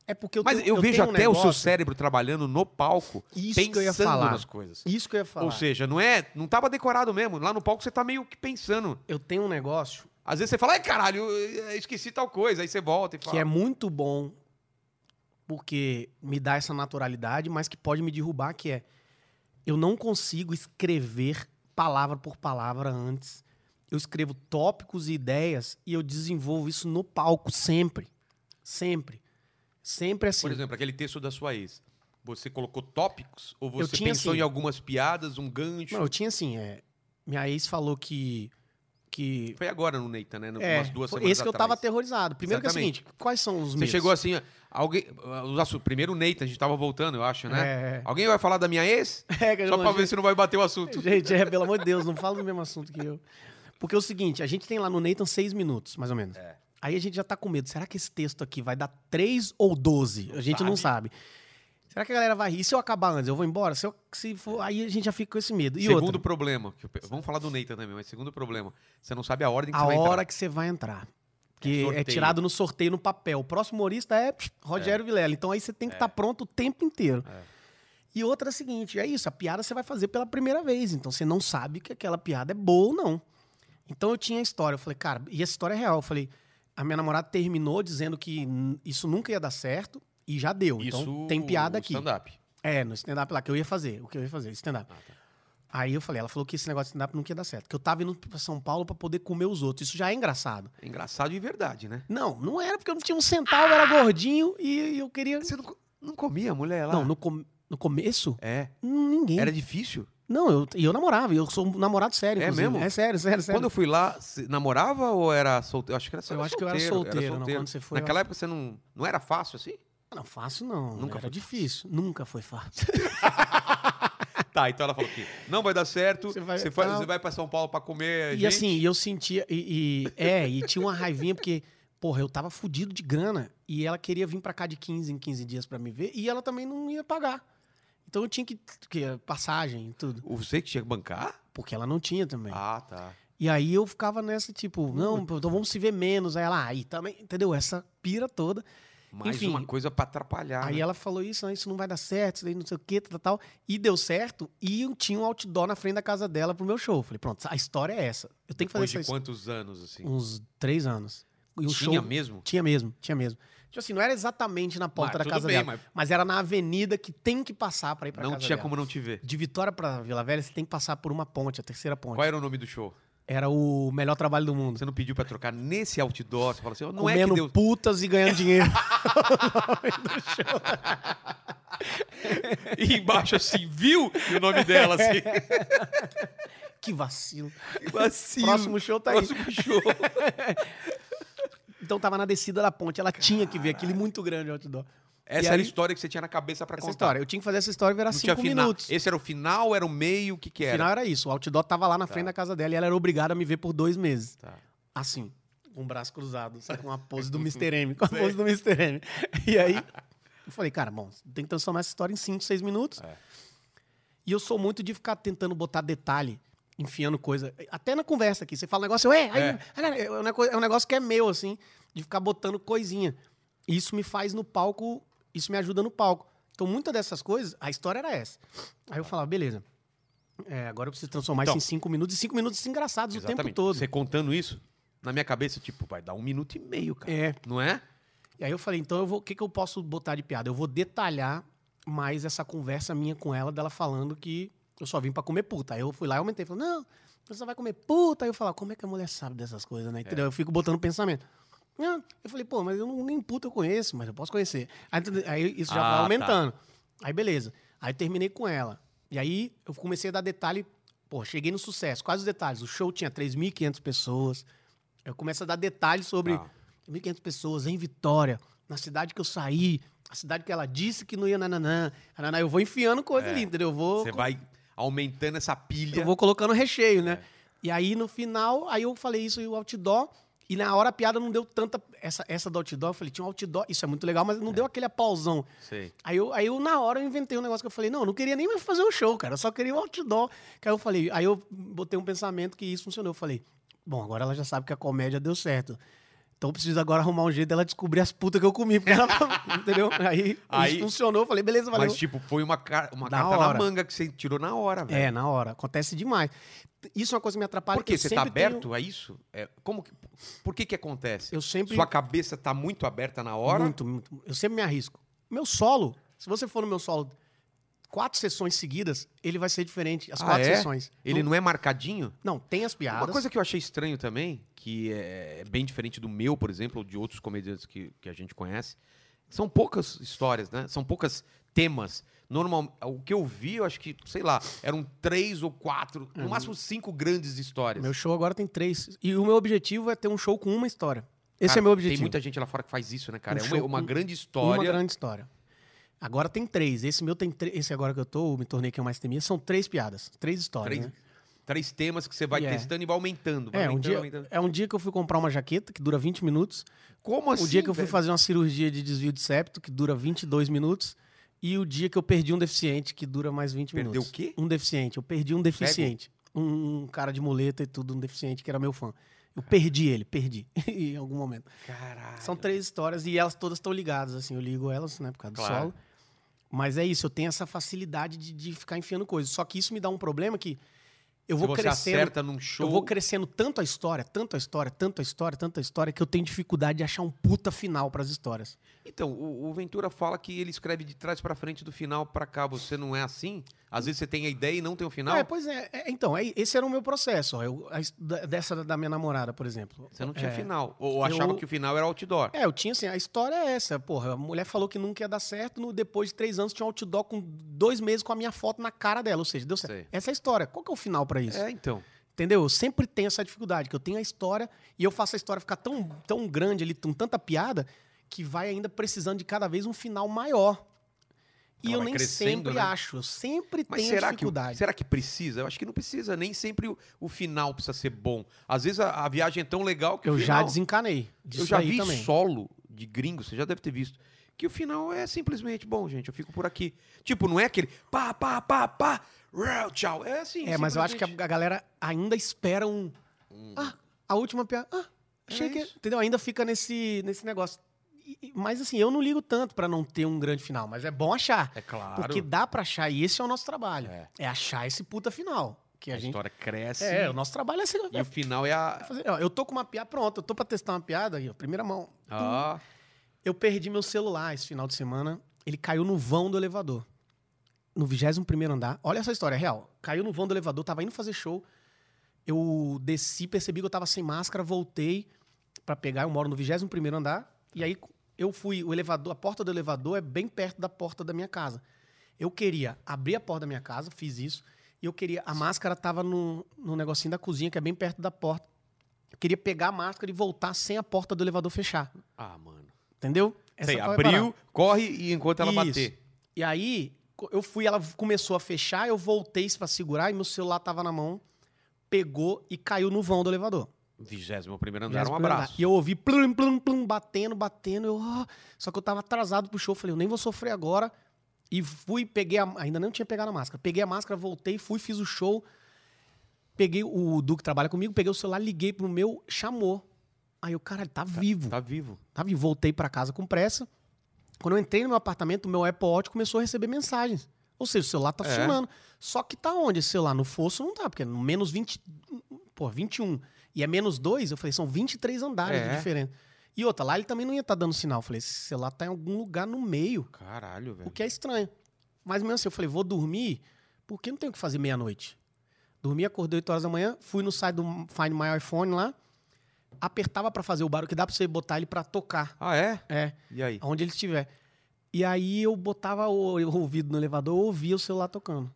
[SPEAKER 2] é porque eu
[SPEAKER 1] Mas
[SPEAKER 2] tenho-
[SPEAKER 1] eu, vejo
[SPEAKER 2] tenho um
[SPEAKER 1] até o seu
[SPEAKER 2] negócio-
[SPEAKER 1] cérebro trabalhando no palco,
[SPEAKER 2] Isso
[SPEAKER 1] pensando
[SPEAKER 2] que eu ia falar.
[SPEAKER 1] nas coisas.
[SPEAKER 2] Isso que eu ia falar.
[SPEAKER 1] Ou seja, não é, não tava decorado mesmo. Lá no palco você tá meio que pensando.
[SPEAKER 2] eu tenho um negócio
[SPEAKER 1] Às vezes você fala, ai caralho, eu eu esqueci tal coisa. Aí você volta e fala.
[SPEAKER 2] que é muito bom porque me dá essa naturalidade, mas que pode me derrubar, que é eu não consigo escrever palavra por palavra antes. Eu escrevo tópicos e ideias e eu desenvolvo isso no palco sempre. Sempre. Sempre assim.
[SPEAKER 1] Por exemplo, aquele texto da sua ex. Você colocou tópicos? Ou
[SPEAKER 2] Eu
[SPEAKER 1] você
[SPEAKER 2] tinha,
[SPEAKER 1] pensou
[SPEAKER 2] assim-
[SPEAKER 1] em algumas piadas, um gancho?
[SPEAKER 2] Não, eu tinha assim, é, minha ex falou que que
[SPEAKER 1] Foi agora no Neita, né? No-
[SPEAKER 2] é,
[SPEAKER 1] umas duas
[SPEAKER 2] foi
[SPEAKER 1] semanas
[SPEAKER 2] esse que eu
[SPEAKER 1] atrás.
[SPEAKER 2] tava aterrorizado. Primeiro
[SPEAKER 1] Exatamente.
[SPEAKER 2] que é o seguinte, quais são os
[SPEAKER 1] Você
[SPEAKER 2] medos?
[SPEAKER 1] chegou assim, ó, alguém. ah, o nosso- primeiro o Neita, a gente tava voltando, eu acho, né?
[SPEAKER 2] É, (laughs)
[SPEAKER 1] Alguém vai falar da minha ex?
[SPEAKER 2] é, é, que eu
[SPEAKER 1] Só
[SPEAKER 2] não
[SPEAKER 1] pra ver se não vai bater o assunto.
[SPEAKER 2] (laughs) Gente, é, pelo amor de Deus, não fala do mesmo assunto que eu. Porque é o seguinte, a gente tem lá no Nathan seis minutos, mais ou menos.
[SPEAKER 1] É.
[SPEAKER 2] Aí a gente já tá com medo. Será que esse texto aqui vai dar três ou doze? A gente não sabe. Será que a galera vai rir? E se eu acabar antes, eu vou embora? Se eu, se for, aí a gente já fica com esse medo. E
[SPEAKER 1] segundo
[SPEAKER 2] outra,
[SPEAKER 1] problema. que eu pe- vamos falar do Neita também, mas segundo problema. Você não sabe a ordem que
[SPEAKER 2] a
[SPEAKER 1] você vai entrar.
[SPEAKER 2] hora que você vai entrar. Que é
[SPEAKER 1] Sorteio.
[SPEAKER 2] tirado no sorteio, no papel. O próximo humorista é psh, Rogério Vilela. Então aí você tem que estar pronto o tempo inteiro.
[SPEAKER 1] É.
[SPEAKER 2] E outra é a seguinte, é isso, a piada você vai fazer pela primeira vez. Então você não sabe que aquela piada é boa ou não. Então eu tinha a história, eu falei, cara, e essa história é real. Eu falei, a minha namorada terminou dizendo que hum, isso nunca ia dar certo e já deu. então tem piada aqui.
[SPEAKER 1] Stand-up.
[SPEAKER 2] É, no stand-up lá, que eu ia fazer, o que eu ia fazer, stand-up.
[SPEAKER 1] Ah, tá.
[SPEAKER 2] Aí eu falei, ela falou que esse negócio de stand-up nunca ia dar certo. Que eu tava indo pra São Paulo pra poder comer os outros. Isso já é engraçado.
[SPEAKER 1] É engraçado e verdade, né?
[SPEAKER 2] Não, não era porque eu não tinha um centavo, eu era gordinho e eu queria.
[SPEAKER 1] Você não, co- não comia a mulher lá?
[SPEAKER 2] Não, no, com- no começo,
[SPEAKER 1] É.
[SPEAKER 2] hum, ninguém.
[SPEAKER 1] Era difícil.
[SPEAKER 2] Não, eu, e eu namorava, e eu sou um namorado sério.
[SPEAKER 1] É
[SPEAKER 2] inclusive.
[SPEAKER 1] mesmo?
[SPEAKER 2] É sério, sério, sério.
[SPEAKER 1] Quando eu fui lá, você namorava ou era solteiro? Eu acho que era,
[SPEAKER 2] Eu acho que eu era solteiro, não, quando você foi, eu
[SPEAKER 1] Naquela época você não, não era fácil assim? (laughs)
[SPEAKER 2] Não, fácil não.
[SPEAKER 1] Nunca
[SPEAKER 2] Nunca
[SPEAKER 1] foi
[SPEAKER 2] foi difícil. Nunca foi fácil.
[SPEAKER 1] Tá, então ela falou que não vai dar certo, você
[SPEAKER 2] Você
[SPEAKER 1] vai,
[SPEAKER 2] vai-
[SPEAKER 1] você vai,
[SPEAKER 2] tá.
[SPEAKER 1] pra São Paulo pra comer
[SPEAKER 2] e
[SPEAKER 1] gente.
[SPEAKER 2] assim, eu sentia. E, e- é, e tinha uma raivinha, porque, porra, eu tava fudido de grana e ela queria vir pra cá de 15 em 15 dias pra me ver e ela também não ia pagar. Então eu tinha que. que passagem e tudo.
[SPEAKER 1] Você que tinha que bancar?
[SPEAKER 2] Porque ela não tinha também.
[SPEAKER 1] Ah, Hum. tá.
[SPEAKER 2] E aí eu ficava nessa, tipo, não, pô, então vamos se ver menos. Aí ela, aí também, entendeu? Essa pira toda.
[SPEAKER 1] Mais
[SPEAKER 2] Enfim.
[SPEAKER 1] uma coisa pra atrapalhar.
[SPEAKER 2] aí
[SPEAKER 1] né?
[SPEAKER 2] ela falou isso, ah, isso não vai dar certo, isso daí não sei o que, tal, tal. tal. E deu certo, e eu tinha um outdoor na frente da casa dela pro meu show. Eu Falei, pronto, a história é essa. Eu tenho que fazer
[SPEAKER 1] Depois
[SPEAKER 2] isso.
[SPEAKER 1] de quantos anos, assim?
[SPEAKER 2] Uns três anos. E o
[SPEAKER 1] tinha
[SPEAKER 2] show.
[SPEAKER 1] mesmo?
[SPEAKER 2] Tinha mesmo, tinha mesmo. Tipo assim, não era exatamente na
[SPEAKER 1] Mas
[SPEAKER 2] porta da
[SPEAKER 1] tudo
[SPEAKER 2] casa
[SPEAKER 1] bem,
[SPEAKER 2] dela,
[SPEAKER 1] mas
[SPEAKER 2] mas... era na avenida que tem que passar pra ir pra
[SPEAKER 1] não
[SPEAKER 2] casa
[SPEAKER 1] tinha
[SPEAKER 2] dela. Um
[SPEAKER 1] como não te ver.
[SPEAKER 2] De Vitória pra Vila Velha, você tem que passar por uma ponte, a terceira ponte.
[SPEAKER 1] Qual é? era o nome do show?
[SPEAKER 2] Era o melhor trabalho do mundo.
[SPEAKER 1] Você não pediu pra trocar nesse outdoor? Você fala assim, não é
[SPEAKER 2] comendo
[SPEAKER 1] que
[SPEAKER 2] (laughs)
[SPEAKER 1] deu
[SPEAKER 2] putas e
[SPEAKER 1] (laughs)
[SPEAKER 2] ganhando dinheiro.
[SPEAKER 1] E embaixo assim, viu? E o nome dela,
[SPEAKER 2] (laughs)
[SPEAKER 1] assim.
[SPEAKER 2] É, que vacilo.
[SPEAKER 1] Vacilo.
[SPEAKER 2] Próximo show tá aí.
[SPEAKER 1] Próximo show.
[SPEAKER 2] Então tava na descida da ponte, ela tinha que ver aquele muito grande outdoor.
[SPEAKER 1] Essa
[SPEAKER 2] E
[SPEAKER 1] era a
[SPEAKER 2] aí-
[SPEAKER 1] história que você tinha na cabeça pra
[SPEAKER 2] Essa
[SPEAKER 1] contar.
[SPEAKER 2] história, eu tinha que fazer essa história virar
[SPEAKER 1] Não tinha
[SPEAKER 2] cinco
[SPEAKER 1] final.
[SPEAKER 2] minutos.
[SPEAKER 1] Esse era o final, era o meio, o que que
[SPEAKER 2] O
[SPEAKER 1] era?
[SPEAKER 2] final era isso, o outdoor tava lá na frente da casa dela e ela era obrigada a me ver por dois meses.
[SPEAKER 1] Tá.
[SPEAKER 2] Assim, com o braço cruzado, sabe, com a
[SPEAKER 1] (laughs)
[SPEAKER 2] pose do Mr. M, com a pose do Mr. M. E aí, eu falei, cara, bom, tem que transformar essa história em cinco, seis minutos.
[SPEAKER 1] É.
[SPEAKER 2] E eu sou muito de ficar tentando botar detalhe, enfiando coisa. Até na conversa aqui, você fala um negócio, eu, é, aí-
[SPEAKER 1] É.
[SPEAKER 2] ah, não, é uma coi- é um negócio que é meu, assim, de ficar botando coisinha. E Isso me faz no palco, isso me ajuda no palco. Então, muitas dessas coisas, a história era essa. Aí eu falava, beleza, é, agora eu preciso transformar
[SPEAKER 1] Então.
[SPEAKER 2] isso em cinco minutos, e cinco minutos engraçados o
[SPEAKER 1] Exatamente.
[SPEAKER 2] tempo todo.
[SPEAKER 1] Você contando isso, na minha cabeça, tipo, vai dar um minuto e meio, cara.
[SPEAKER 2] É.
[SPEAKER 1] Não é?
[SPEAKER 2] E aí eu falei, então eu vou- o que, que eu posso botar de piada? Eu vou detalhar mais essa conversa minha com ela, dela falando que eu só vim pra comer puta. Aí eu fui lá e aumentei, falei, não, você só vai comer puta. Aí eu falava, como é que a mulher sabe dessas coisas,
[SPEAKER 1] É.
[SPEAKER 2] né? Entendeu? Eu fico botando pensamento. Não, eu falei, pô, mas eu não, nem puta eu conheço, mas eu posso conhecer. Aí, tudo- aí isso já
[SPEAKER 1] Ah,
[SPEAKER 2] vai
[SPEAKER 1] tá.
[SPEAKER 2] aumentando. Aí beleza. Aí terminei com ela. E aí eu comecei a dar detalhe, pô, cheguei no sucesso, quais os detalhes. O show tinha 3.500 pessoas. Eu começo a dar detalhes sobre
[SPEAKER 1] Tá.
[SPEAKER 2] 1.500 pessoas em Vitória, na cidade que eu saí, a cidade que ela disse que não ia nananã. nananã eu vou enfiando coisa ali, entendeu? Eu vou,
[SPEAKER 1] É. Você vai aumentando essa pilha. É.
[SPEAKER 2] eu vou colocando recheio, né? E aí, no final, aí eu falei isso e o outdoor. E na hora a piada não deu tanta. Essa, essa do outdoor, eu falei, tinha um outdoor, isso é muito legal, mas não deu aquele aplausão.
[SPEAKER 1] Sei.
[SPEAKER 2] Aí eu, aí eu, na hora, eu inventei um negócio que eu falei, não, eu não queria nem mais fazer um show, cara, eu só queria o outdoor. Que aí eu falei, aí eu botei um pensamento que isso funcionou. Eu falei, bom, agora ela já sabe que a comédia deu certo. Então eu preciso agora arrumar um jeito dela descobrir as putas que eu comi. Porque ela, (laughs) entendeu? Aí,
[SPEAKER 1] Aí-
[SPEAKER 2] isso funcionou, eu falei, beleza, valeu.
[SPEAKER 1] Mas, tipo, foi uma, car- uma
[SPEAKER 2] Na
[SPEAKER 1] carta na
[SPEAKER 2] hora.
[SPEAKER 1] manga que você tirou na hora, velho.
[SPEAKER 2] É, na hora. Acontece demais. Isso é uma coisa que me atrapalha.
[SPEAKER 1] Por quê?
[SPEAKER 2] eu
[SPEAKER 1] Você tá
[SPEAKER 2] sempre tenho-
[SPEAKER 1] aberto a isso? É, como que- por que que acontece?
[SPEAKER 2] eu sempre.
[SPEAKER 1] Sua cabeça tá muito aberta na hora?
[SPEAKER 2] Muito, muito. Eu sempre me arrisco. Meu solo, se você for no meu solo quatro sessões seguidas, ele vai ser diferente. As
[SPEAKER 1] Ah,
[SPEAKER 2] quatro
[SPEAKER 1] é?
[SPEAKER 2] sessões.
[SPEAKER 1] Ele
[SPEAKER 2] não,
[SPEAKER 1] não é marcadinho?
[SPEAKER 2] não, tem as piadas.
[SPEAKER 1] Uma coisa que eu achei estranho também, que é bem diferente do meu, por exemplo, ou de outros comediantes que, que a gente conhece, são poucas histórias, né? São poucas temas. Normal, o que eu vi, eu acho que, sei lá, eram três ou quatro, no máximo cinco grandes histórias.
[SPEAKER 2] Uhum. Meu show agora tem três. E o meu objetivo é ter um show com uma história. Esse
[SPEAKER 1] Cara,
[SPEAKER 2] é meu objetivo.
[SPEAKER 1] Tem muita gente lá fora que faz isso, né, cara?
[SPEAKER 2] Um
[SPEAKER 1] é uma,
[SPEAKER 2] show
[SPEAKER 1] uma
[SPEAKER 2] com-
[SPEAKER 1] grande história.
[SPEAKER 2] Uma grande história. Agora tem três. Esse meu tem três. Esse agora que eu tô, me tornei quem eu mais temia, são três piadas. Três histórias.
[SPEAKER 1] Três,
[SPEAKER 2] né?
[SPEAKER 1] três temas que você vai
[SPEAKER 2] Yeah.
[SPEAKER 1] testando e vai aumentando. vai
[SPEAKER 2] É, um
[SPEAKER 1] aumentando,
[SPEAKER 2] dia,
[SPEAKER 1] aumentando.
[SPEAKER 2] é um dia que eu fui comprar uma jaqueta, que dura 20 minutos.
[SPEAKER 1] Como assim?
[SPEAKER 2] o dia que eu fui
[SPEAKER 1] velho?
[SPEAKER 2] fazer uma cirurgia de desvio de septo, que dura 22 minutos. E o dia que eu perdi um deficiente, que dura mais 20
[SPEAKER 1] Perdeu
[SPEAKER 2] minutos.
[SPEAKER 1] o quê?
[SPEAKER 2] Um deficiente. Eu perdi um deficiente. Um, um cara de muleta e tudo, um deficiente que era meu fã. Eu perdi ele, perdi. (laughs) em algum momento.
[SPEAKER 1] Caralho.
[SPEAKER 2] São três histórias e elas todas estão ligadas, assim. Eu ligo elas, né, por causa
[SPEAKER 1] Claro.
[SPEAKER 2] do solo. Mas é isso, eu tenho essa facilidade de, de ficar enfiando coisas. Só que isso me dá um problema que eu
[SPEAKER 1] Se
[SPEAKER 2] vou
[SPEAKER 1] você
[SPEAKER 2] crescendo
[SPEAKER 1] acerta num show.
[SPEAKER 2] eu vou crescendo tanto a história, tanto a história, tanto a história, tanto a história, que eu tenho dificuldade de achar um puta final pras histórias.
[SPEAKER 1] Então, o, o Ventura fala que ele escreve de trás pra frente, do final pra cá. Você não é assim? Às vezes você tem a ideia e não tem o final.
[SPEAKER 2] É, pois é. é, então, é- esse era o meu processo. ó. Eu- a his- da- dessa da minha namorada, por exemplo.
[SPEAKER 1] Você não tinha
[SPEAKER 2] é,
[SPEAKER 1] final. Ou achava
[SPEAKER 2] eu-
[SPEAKER 1] que o final era outdoor.
[SPEAKER 2] É, eu tinha assim, a história é essa, porra. A mulher falou que nunca ia dar certo, no, depois de três anos tinha um outdoor com dois meses com a minha foto na cara dela, ou seja, deu certo.
[SPEAKER 1] Sei.
[SPEAKER 2] Essa é a história. Qual que é o final pra isso?
[SPEAKER 1] É, então.
[SPEAKER 2] Entendeu? Eu sempre tenho essa dificuldade, que eu tenho a história e eu faço a história ficar tão, tão grande ali, com tanta piada, que vai ainda precisando de cada vez um final maior. E
[SPEAKER 1] Ela
[SPEAKER 2] eu
[SPEAKER 1] vai
[SPEAKER 2] nem
[SPEAKER 1] crescendo,
[SPEAKER 2] sempre
[SPEAKER 1] né?
[SPEAKER 2] acho, eu sempre
[SPEAKER 1] Mas
[SPEAKER 2] tenho
[SPEAKER 1] será que,
[SPEAKER 2] dificuldade.
[SPEAKER 1] será que precisa? Eu acho que não precisa. Nem sempre o, o final precisa ser bom. Às vezes a, a viagem é tão legal que
[SPEAKER 2] Eu
[SPEAKER 1] o
[SPEAKER 2] já
[SPEAKER 1] final...
[SPEAKER 2] desencanei
[SPEAKER 1] Eu
[SPEAKER 2] disso
[SPEAKER 1] já
[SPEAKER 2] aí
[SPEAKER 1] vi
[SPEAKER 2] também.
[SPEAKER 1] solo de gringo, você já deve ter visto. Que o final é simplesmente, bom, gente, eu fico por aqui. Tipo, não é aquele pá, pá, pá, pá, rau, tchau. É assim.
[SPEAKER 2] É, mas eu acho que a
[SPEAKER 1] simplesmente. Hum.
[SPEAKER 2] a galera ainda espera um... Ah, a última piada... Ah, achei
[SPEAKER 1] É
[SPEAKER 2] que...
[SPEAKER 1] isso.
[SPEAKER 2] Entendeu? Ainda fica nesse, nesse negócio. E- e- mas assim, eu não ligo tanto pra não ter um grande final, mas é bom achar.
[SPEAKER 1] É claro.
[SPEAKER 2] Porque dá pra achar, e esse é o nosso trabalho.
[SPEAKER 1] É.
[SPEAKER 2] É, achar esse puta final. Que a,
[SPEAKER 1] a
[SPEAKER 2] gente.
[SPEAKER 1] história cresce.
[SPEAKER 2] É, o nosso trabalho é ser.
[SPEAKER 1] E o final é
[SPEAKER 2] é
[SPEAKER 1] a.
[SPEAKER 2] fazer- ó, eu tô com uma piada, pronto, eu tô pra testar uma piada aí, ó, primeira mão.
[SPEAKER 1] Ah,
[SPEAKER 2] Eu perdi meu celular esse final de semana, ele caiu no vão do elevador. No 21 andar. Olha essa história, é real. Caiu no vão do elevador, tava indo fazer show. Eu desci, percebi que eu tava sem máscara, voltei pra pegar. Eu moro no 21 andar. E aí eu fui, o elevador, a porta do elevador é bem perto da porta da minha casa. Eu queria abrir a porta da minha casa, fiz isso. E eu queria. A máscara tava no, no negocinho da cozinha, que é bem perto da porta. Eu queria pegar a máscara e voltar sem a porta do elevador fechar.
[SPEAKER 1] ah mano.
[SPEAKER 2] Entendeu?
[SPEAKER 1] Sei,
[SPEAKER 2] foi a
[SPEAKER 1] abriu,
[SPEAKER 2] parada.
[SPEAKER 1] corre e enquanto ela
[SPEAKER 2] Isso.
[SPEAKER 1] bater.
[SPEAKER 2] E aí, co- eu fui, ela começou a fechar, eu voltei pra segurar e meu celular tava na mão, pegou e caiu no vão do elevador.
[SPEAKER 1] 21 primeiro andar, um
[SPEAKER 2] Primeiro andar.
[SPEAKER 1] abraço.
[SPEAKER 2] E eu ouvi plum, plum, plum, batendo, batendo. Eu, ah, só que eu tava atrasado pro show, falei, eu nem vou sofrer agora. E fui, peguei a. Ainda não tinha pegado a máscara. Peguei a máscara, voltei, fui, fiz o show. Peguei o Duque que trabalha comigo, peguei o celular, liguei pro meu, chamou. Aí eu, caralho, tá vivo.
[SPEAKER 1] Tá vivo.
[SPEAKER 2] Tá? E voltei pra casa com pressa. Quando eu entrei no meu apartamento, o meu Apple Watch começou a receber mensagens. Ou seja, o celular tá
[SPEAKER 1] É.
[SPEAKER 2] funcionando. Só que tá onde esse celular? No fosso não tá, porque é no menos 20. Pô, 21. E é menos 2, eu falei, são 23 andares
[SPEAKER 1] É.
[SPEAKER 2] de diferença. E outra, lá ele também não ia estar dando sinal. Eu falei, esse celular tá em algum lugar no meio,
[SPEAKER 1] Caralho,
[SPEAKER 2] o
[SPEAKER 1] velho.
[SPEAKER 2] que é estranho. Mas mesmo assim, eu falei, vou dormir, porque não tenho o que fazer meia-noite. Dormi, acordei 8 horas da manhã, fui no site do Find My iPhone lá, apertava pra fazer o barulho, que dá pra você botar ele pra tocar.
[SPEAKER 1] Ah, é?
[SPEAKER 2] É,
[SPEAKER 1] E aí?
[SPEAKER 2] aonde ele estiver. E aí eu botava o o ouvido no elevador, eu ouvia o
[SPEAKER 1] (laughs)
[SPEAKER 2] celular tocando.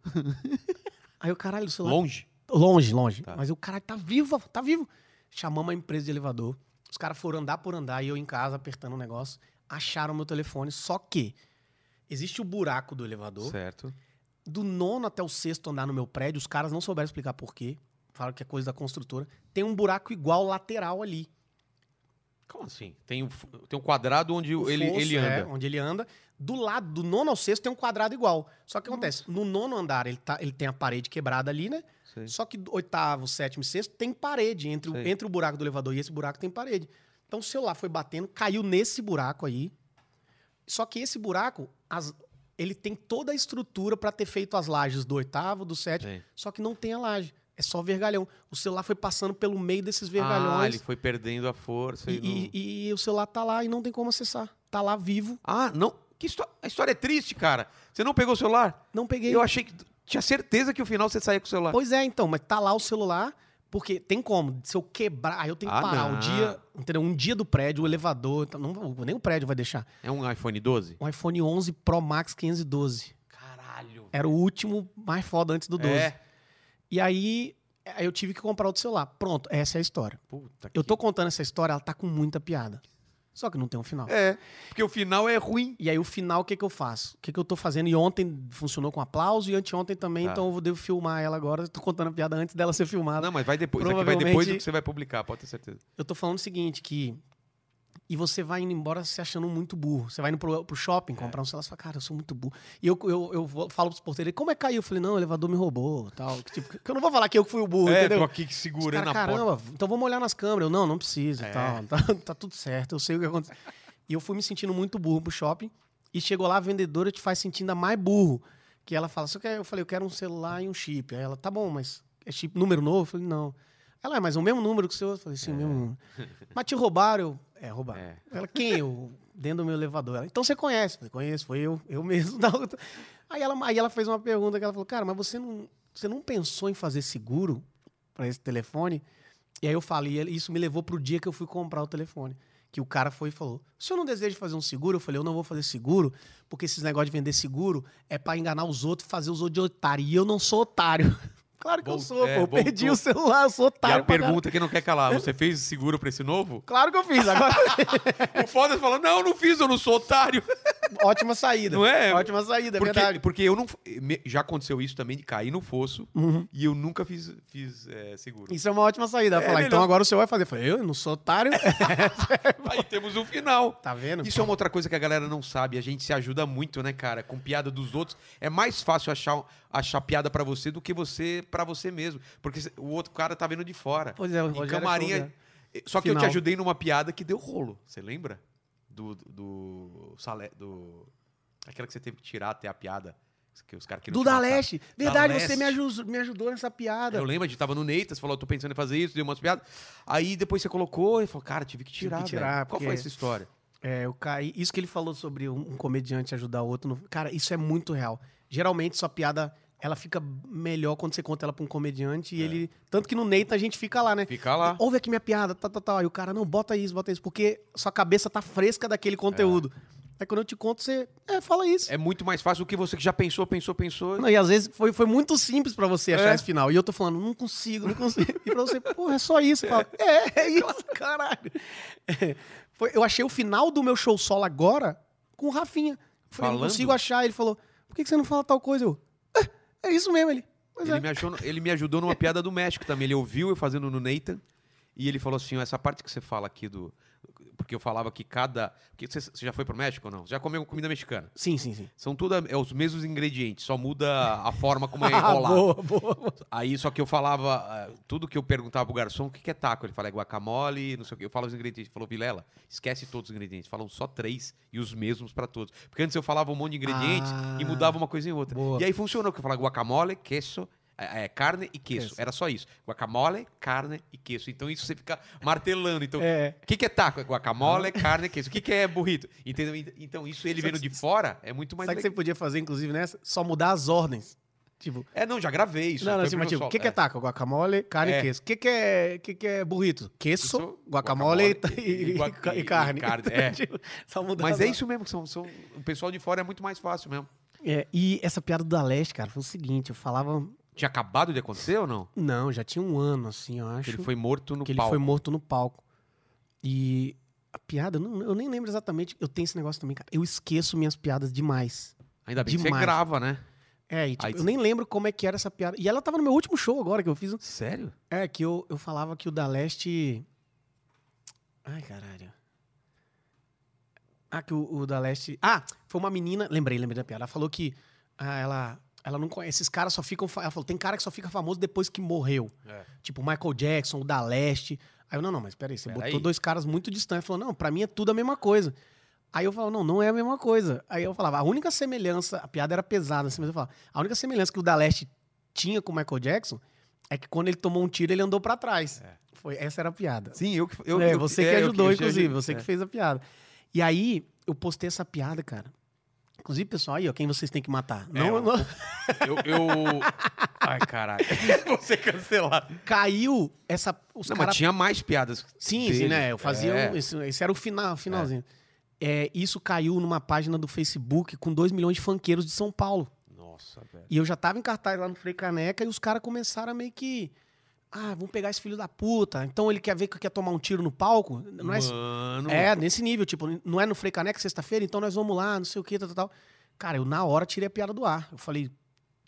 [SPEAKER 2] aí eu, caralho, o celular.
[SPEAKER 1] Longe?
[SPEAKER 2] Longe, longe.
[SPEAKER 1] Tá.
[SPEAKER 2] Mas o cara tá vivo, tá vivo. Chamamos a empresa de elevador. Os caras foram andar por andar e eu em casa apertando o negócio. Acharam meu telefone, só que existe o buraco do elevador.
[SPEAKER 1] Certo.
[SPEAKER 2] Do nono até o sexto andar no meu prédio, os caras não souberam explicar por quê. Falaram que é coisa da construtora. Tem um buraco igual lateral ali.
[SPEAKER 1] Como assim? Tem um, f- tem um quadrado onde
[SPEAKER 2] O
[SPEAKER 1] ele,
[SPEAKER 2] fosso,
[SPEAKER 1] ele
[SPEAKER 2] é,
[SPEAKER 1] anda.
[SPEAKER 2] onde ele anda. Do lado, do nono ao sexto, tem um quadrado igual. Só que acontece, no nono andar, ele, tá, ele tem a parede quebrada ali, né?
[SPEAKER 1] Sei.
[SPEAKER 2] Só que do oitavo, sétimo e sexto tem parede. Entre o,
[SPEAKER 1] Sei.
[SPEAKER 2] entre o buraco do elevador e esse buraco tem parede. Então o celular foi batendo, caiu nesse buraco aí. Só que esse buraco, as- ele tem toda a estrutura pra ter feito as lajes do oitavo, do sétimo,
[SPEAKER 1] Sei.
[SPEAKER 2] só que não tem a laje. É só vergalhão. O celular foi passando pelo meio desses vergalhões.
[SPEAKER 1] Ah, ele foi perdendo a força.
[SPEAKER 2] E,
[SPEAKER 1] E, não-
[SPEAKER 2] e- e o celular tá lá e não tem como acessar. Tá lá vivo.
[SPEAKER 1] Ah, não. Que histó- A história é triste, cara. Você não pegou o celular?
[SPEAKER 2] Não peguei.
[SPEAKER 1] Eu achei que. Tinha certeza que no final você saía com o celular.
[SPEAKER 2] Pois é, então, mas tá lá o celular, porque tem como. Se eu quebrar, aí eu tenho que
[SPEAKER 1] Ah,
[SPEAKER 2] parar
[SPEAKER 1] não.
[SPEAKER 2] um dia, entendeu? Um dia do prédio, o elevador, então, não, vou- nem o prédio vai deixar.
[SPEAKER 1] É um iPhone 12?
[SPEAKER 2] Um iPhone 11 Pro Max 512.
[SPEAKER 1] Caralho.
[SPEAKER 2] Era o último mais foda antes do 12.
[SPEAKER 1] É.
[SPEAKER 2] E aí, aí eu tive que comprar outro celular. Pronto, essa é a história.
[SPEAKER 1] Puta
[SPEAKER 2] Eu tô contando essa história, ela tá com muita piada. Só que não tem um final.
[SPEAKER 1] É, porque o final é ruim.
[SPEAKER 2] E aí, o final, o que, que eu faço? O que, que eu tô fazendo? E ontem funcionou com aplauso e anteontem também,
[SPEAKER 1] Tá.
[SPEAKER 2] então eu vou- devo filmar ela agora. Eu tô contando a piada antes dela ser filmada.
[SPEAKER 1] Não, mas vai depois. Isso aqui vai depois
[SPEAKER 2] Ah, Provavelmente-
[SPEAKER 1] do que você vai publicar, pode ter certeza.
[SPEAKER 2] Eu tô falando o seguinte, que... E você vai indo embora se achando muito burro. Você vai indo pro, pro shopping
[SPEAKER 1] É.
[SPEAKER 2] comprar um celular e fala, cara, eu sou muito burro. E eu, eu, eu vou- falo pros porteiros, como é que caiu? Eu falei, não, o elevador me roubou, tal. Que, tipo, que eu não vou falar que eu que fui o burro,
[SPEAKER 1] É,
[SPEAKER 2] entendeu?
[SPEAKER 1] tô aqui que
[SPEAKER 2] Os
[SPEAKER 1] segurando
[SPEAKER 2] cara,
[SPEAKER 1] a porta.
[SPEAKER 2] caramba, então vamos olhar nas câmeras. Eu, não, não precisa,
[SPEAKER 1] É.
[SPEAKER 2] tal, tá, tá tudo certo, eu sei o que aconteceu. E eu fui me sentindo muito burro pro shopping. E chegou lá, a vendedora te faz sentindo ainda mais burro. Que ela fala, só que eu falei, eu quero um celular e um chip. Aí ela, tá bom, mas é chip número novo? Eu falei, não. Ela, é, mas é o mesmo número que o seu? Eu falei, sim, o mesmo número. Mas te roubaram? Eu, é, roubaram.
[SPEAKER 1] É.
[SPEAKER 2] Ela, quem eu? Dentro do meu elevador. Ela, então você conhece? Eu falei, conheço, foi eu, eu mesmo. (laughs) da outra. Aí ela, aí ela fez uma pergunta que ela falou, cara, mas você não, você não pensou em fazer seguro para esse telefone? E aí eu falei, e ele- isso me levou pro dia que eu fui comprar o telefone. Que o cara foi e falou: o senhor não deseja fazer um seguro? Eu falei, eu não vou fazer seguro, porque esses negócios de vender seguro é para enganar os outros, fazer os outros de otário. E eu não sou otário. (laughs) claro que eu
[SPEAKER 1] Voltou,
[SPEAKER 2] sou,
[SPEAKER 1] é,
[SPEAKER 2] pô. Eu
[SPEAKER 1] voltou.
[SPEAKER 2] perdi o celular, eu
[SPEAKER 1] E
[SPEAKER 2] sou otário.
[SPEAKER 1] a
[SPEAKER 2] pra É. caralho.
[SPEAKER 1] pergunta que não quer calar, você fez seguro pra esse novo?
[SPEAKER 2] Claro que eu (laughs) fiz. Agora,
[SPEAKER 1] O foda falou, não, eu não fiz, eu não sou
[SPEAKER 2] (laughs)
[SPEAKER 1] otário.
[SPEAKER 2] ótima saída.
[SPEAKER 1] Não é?
[SPEAKER 2] Ótima saída, é
[SPEAKER 1] porque,
[SPEAKER 2] verdade.
[SPEAKER 1] porque eu não. me- Já aconteceu isso também de cair no fosso
[SPEAKER 2] Uhum.
[SPEAKER 1] e eu nunca fiz, fiz é, seguro.
[SPEAKER 2] Isso é uma ótima saída. Ela
[SPEAKER 1] É
[SPEAKER 2] falar,
[SPEAKER 1] melhor.
[SPEAKER 2] então agora o senhor vai fazer. Eu falei, eu não
[SPEAKER 1] (laughs)
[SPEAKER 2] sou otário.
[SPEAKER 1] Aí temos o final.
[SPEAKER 2] é tá vendo?
[SPEAKER 1] Isso é uma outra coisa que a galera não sabe. A gente se ajuda muito, né, cara? Com piada dos outros. É mais fácil achar, achar piada pra você do que você pra você mesmo. Porque o outro cara tá vendo de fora.
[SPEAKER 2] Pois é, o
[SPEAKER 1] Em
[SPEAKER 2] Rogério
[SPEAKER 1] camarim,
[SPEAKER 2] é folgado.
[SPEAKER 1] Só que eu te
[SPEAKER 2] Final.
[SPEAKER 1] ajudei numa piada que deu rolo. Você lembra? Do. Do. Salé, do aquela que você teve que tirar até a piada. Que os caras queriam
[SPEAKER 2] Do
[SPEAKER 1] te matar.
[SPEAKER 2] Daleste. Verdade, você
[SPEAKER 1] Daleste.
[SPEAKER 2] me ajudou, me ajudou nessa piada.
[SPEAKER 1] Eu lembro, a gente tava no Neita, você falou, eu tô pensando em fazer isso, deu umas piadas. Aí depois você colocou e falou, cara, tive que tirar.
[SPEAKER 2] que tirar,
[SPEAKER 1] velho. Qual
[SPEAKER 2] porque-
[SPEAKER 1] foi essa história?
[SPEAKER 2] É, eu caí. Isso que ele falou sobre um, um comediante ajudar o outro. no- Cara, isso é muito real. Geralmente, sua piada ela fica melhor quando você conta ela pra um comediante e ele. Tanto que no Neita a gente fica lá, né?
[SPEAKER 1] É. Fica lá.
[SPEAKER 2] Ouve aqui minha piada, tá, tá, tá. Aí o cara, não, bota isso, bota isso, porque sua cabeça tá fresca daquele conteúdo. Aí quando eu te conto, você. É, fala isso.
[SPEAKER 1] É muito mais fácil do que você que já pensou, pensou, pensou.
[SPEAKER 2] Não, e às vezes foi, foi muito simples pra você achar
[SPEAKER 1] É.
[SPEAKER 2] esse final. E eu tô falando, não consigo, não (laughs) consigo. E pra você, porra, é só isso. Eu falo, é, é isso, caralho. É. Foi- eu achei o final do meu show solo agora com o Rafinha. Eu falei, não
[SPEAKER 1] Falando?
[SPEAKER 2] consigo achar. Ele falou, por que que você não fala tal coisa? Eu, é, é isso mesmo, ele. Pois
[SPEAKER 1] Ele
[SPEAKER 2] é.
[SPEAKER 1] me, achou- ele me ajudou numa piada do México também. Ele ouviu eu fazendo no Nathan e ele falou assim: ó, essa parte que você fala aqui do. Porque eu falava que cada. Porque você, você já foi pro México ou não? Você já comeu comida mexicana?
[SPEAKER 2] Sim, sim, sim.
[SPEAKER 1] São tudo é, os mesmos ingredientes, só muda a forma como é
[SPEAKER 2] (laughs) (laughs) Ah,
[SPEAKER 1] enrolado.
[SPEAKER 2] boa, boa, boa.
[SPEAKER 1] Aí só que eu falava, eh, tudo que eu perguntava pro garçom, o que, que é taco? Ele fala é guacamole, não sei o que. Eu falo os ingredientes, ele falou Vilela, esquece todos os ingredientes, falam só três e os mesmos pra todos. Porque antes eu falava um monte de ingredientes
[SPEAKER 2] Ah,
[SPEAKER 1] e mudava uma coisa em outra.
[SPEAKER 2] boa.
[SPEAKER 1] E aí funcionou, que eu falava guacamole, queso, é, é, carne e queso.
[SPEAKER 2] Queso.
[SPEAKER 1] Era só isso. Guacamole, carne e queso. Então isso você
[SPEAKER 2] (laughs)
[SPEAKER 1] fica martelando. Então, o
[SPEAKER 2] É.
[SPEAKER 1] que, que é taco? É guacamole, carne e queso. O que, que é burrito? Entendeu? Então isso ele
[SPEAKER 2] Sabe
[SPEAKER 1] vendo
[SPEAKER 2] que-
[SPEAKER 1] de fora é muito mais
[SPEAKER 2] Sabe o que você
[SPEAKER 1] legal.
[SPEAKER 2] podia fazer, inclusive, nessa? Só mudar as ordens. Tipo,
[SPEAKER 1] É, não, já gravei isso.
[SPEAKER 2] Não, não,
[SPEAKER 1] foi
[SPEAKER 2] assim,
[SPEAKER 1] pro
[SPEAKER 2] mas
[SPEAKER 1] meu
[SPEAKER 2] tipo, o
[SPEAKER 1] solo.
[SPEAKER 2] que, que é
[SPEAKER 1] É.
[SPEAKER 2] taco? Guacamole, carne
[SPEAKER 1] É.
[SPEAKER 2] e queso. O que, que, é, que, que é burrito? Queso,
[SPEAKER 1] Queso,
[SPEAKER 2] guacamole,
[SPEAKER 1] guacamole
[SPEAKER 2] e,
[SPEAKER 1] e- e gua-
[SPEAKER 2] e- e
[SPEAKER 1] e-
[SPEAKER 2] carne.
[SPEAKER 1] e
[SPEAKER 2] (laughs)
[SPEAKER 1] carne, é.
[SPEAKER 2] Tipo, Só mudar
[SPEAKER 1] Mas
[SPEAKER 2] as
[SPEAKER 1] é
[SPEAKER 2] horas.
[SPEAKER 1] isso mesmo, que são, são- o pessoal de fora é muito mais fácil mesmo.
[SPEAKER 2] É, e essa piada do Aleste, cara, foi o seguinte: eu falava.
[SPEAKER 1] Tinha acabado de acontecer ou não?
[SPEAKER 2] Não, já tinha um ano, assim, eu
[SPEAKER 1] Que
[SPEAKER 2] acho.
[SPEAKER 1] ele foi morto no
[SPEAKER 2] que ele
[SPEAKER 1] palco.
[SPEAKER 2] foi morto no palco. E a piada, eu não- eu nem lembro exatamente. Eu tenho esse negócio também, cara. Eu esqueço minhas piadas demais.
[SPEAKER 1] Ainda bem que você
[SPEAKER 2] demais.
[SPEAKER 1] grava, né?
[SPEAKER 2] É, e, tipo,
[SPEAKER 1] Aí
[SPEAKER 2] eu
[SPEAKER 1] você-
[SPEAKER 2] nem lembro como é que era essa piada. E ela tava no meu último show agora, que eu fiz um-
[SPEAKER 1] Sério?
[SPEAKER 2] É, que eu, eu falava que o da Leste. Ai, caralho. Ah, que o, o da Leste. Ah, foi uma menina. Lembrei, lembrei da piada. Ela falou que ah, ela, ela não conhece. Esses caras só ficam. fa- Ela falou: tem cara que só fica famoso depois que morreu.
[SPEAKER 1] É.
[SPEAKER 2] Tipo o Michael Jackson, o da Leste. Aí eu, não, não, mas peraí, você
[SPEAKER 1] Peraí.
[SPEAKER 2] botou dois caras muito distantes. Falou, não, pra mim é tudo a mesma coisa. Aí eu falava, não, não é a mesma coisa. Aí eu falava, a única semelhança, a piada era pesada, assim, mas eu falava, a única semelhança que o da Leste tinha com o Michael Jackson é que quando ele tomou um tiro, ele andou pra trás.
[SPEAKER 1] É.
[SPEAKER 2] Foi, essa era a piada.
[SPEAKER 1] Sim, eu que. Eu,
[SPEAKER 2] é,
[SPEAKER 1] eu-
[SPEAKER 2] você que
[SPEAKER 1] é, eu
[SPEAKER 2] ajudou,
[SPEAKER 1] eu-
[SPEAKER 2] inclusive, você
[SPEAKER 1] é.
[SPEAKER 2] que fez a piada. E aí, eu postei essa piada, cara. Inclusive, pessoal, aí, ó, quem vocês têm que matar?
[SPEAKER 1] É,
[SPEAKER 2] não,
[SPEAKER 1] ó.
[SPEAKER 2] não-
[SPEAKER 1] Eu, eu- Ai, caralho. (laughs) você cancelar.
[SPEAKER 2] (laughs) caiu essa. Os
[SPEAKER 1] Não,
[SPEAKER 2] cara-
[SPEAKER 1] mas tinha mais piadas.
[SPEAKER 2] Sim,
[SPEAKER 1] dele.
[SPEAKER 2] sim, né? Eu fazia.
[SPEAKER 1] É.
[SPEAKER 2] um- esse, esse era o final, finalzinho. É, isso caiu numa página do Facebook com 2 milhões de funkeiros de São Paulo.
[SPEAKER 1] Nossa, velho.
[SPEAKER 2] E eu já tava em cartaz lá no Frei Caneca e os caras começaram a meio que. Ah, vamos pegar esse filho da puta. Então ele quer ver que quer tomar um tiro no palco? Não é,
[SPEAKER 1] Mano.
[SPEAKER 2] É, nesse nível, tipo, não é no Frei Caneca sexta-feira, então nós vamos lá, não sei o que, tal, tal, tal. Cara, eu na hora tirei a piada do ar. Eu falei,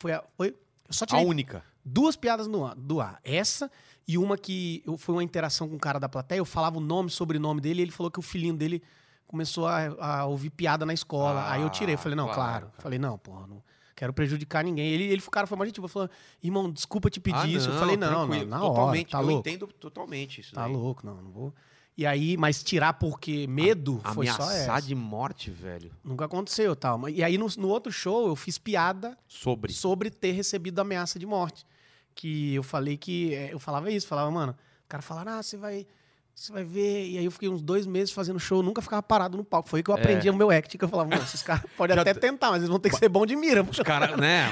[SPEAKER 2] foi, a- foi eu só
[SPEAKER 1] A
[SPEAKER 2] tirei
[SPEAKER 1] única.
[SPEAKER 2] duas piadas no ar- do ar. Essa e uma que eu, foi uma interação com um cara da plateia, eu falava o nome, sobrenome dele, e ele falou que o filhinho dele começou a, a ouvir piada na escola.
[SPEAKER 1] Ah,
[SPEAKER 2] Aí eu tirei, eu falei, não,
[SPEAKER 1] claro,
[SPEAKER 2] claro.
[SPEAKER 1] cara.
[SPEAKER 2] Falei, não, porra, não quero prejudicar ninguém. Ele, ele o cara foi mais gente, falou, irmão, desculpa te pedir
[SPEAKER 1] Ah,
[SPEAKER 2] isso. Eu falei, não, não,
[SPEAKER 1] tranquilo,
[SPEAKER 2] na hora,
[SPEAKER 1] totalmente.
[SPEAKER 2] tá
[SPEAKER 1] eu
[SPEAKER 2] louco.
[SPEAKER 1] entendo totalmente isso.
[SPEAKER 2] Tá
[SPEAKER 1] daí.
[SPEAKER 2] louco, não, não vou. E aí, mas tirar porque medo foi só
[SPEAKER 1] Ameaçar
[SPEAKER 2] essa.
[SPEAKER 1] de morte, velho.
[SPEAKER 2] Nunca aconteceu, tal. Mas- E aí, no, no outro show, eu fiz piada
[SPEAKER 1] Sobre.
[SPEAKER 2] sobre ter recebido ameaça de morte. Que eu falei que... é, Eu falava isso, falava, mano... O cara falava, ah, você vai... Você vai ver... E aí, eu fiquei uns dois meses fazendo show, eu nunca ficava parado no palco. Foi aí que eu
[SPEAKER 1] É.
[SPEAKER 2] aprendi no meu act, que eu falava, mano,
[SPEAKER 1] (laughs)
[SPEAKER 2] esses caras podem
[SPEAKER 1] Já
[SPEAKER 2] até
[SPEAKER 1] t-
[SPEAKER 2] tentar, mas eles vão ter que ser bom de mira.
[SPEAKER 1] (laughs) Os caras, né?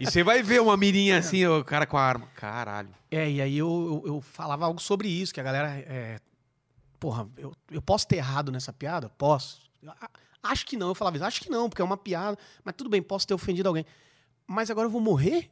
[SPEAKER 1] E você vai ver uma mirinha assim, o cara com a arma. Caralho.
[SPEAKER 2] É, e aí eu, eu, eu falava algo sobre isso, que a galera. é, porra, eu, eu posso ter errado nessa piada? Posso. A- Acho que não, eu falava isso, acho que não, porque é uma piada, mas tudo bem, posso ter ofendido alguém. Mas agora eu vou morrer?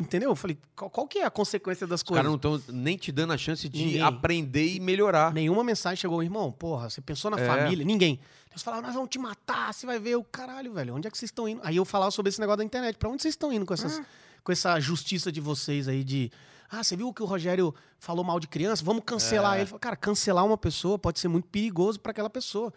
[SPEAKER 2] Entendeu? Eu falei, qual, qual que é a consequência das
[SPEAKER 1] É. Os
[SPEAKER 2] coisas?
[SPEAKER 1] caras não estão nem te dando a chance de
[SPEAKER 2] Ninguém.
[SPEAKER 1] aprender e melhorar.
[SPEAKER 2] Nenhuma mensagem chegou, irmão, porra, você pensou na
[SPEAKER 1] Ah. É.
[SPEAKER 2] família? Ninguém. Eles falavam, nós vamos te matar, você vai ver o caralho, velho, onde é que vocês estão indo? Aí eu falava sobre esse negócio da internet, pra onde vocês estão indo com, essas,
[SPEAKER 1] Ah.
[SPEAKER 2] com essa justiça de vocês aí de... Ah, você viu que o Rogério falou mal de criança? Vamos cancelar
[SPEAKER 1] É.
[SPEAKER 2] ele. Cara, cancelar uma pessoa pode ser muito perigoso pra aquela pessoa.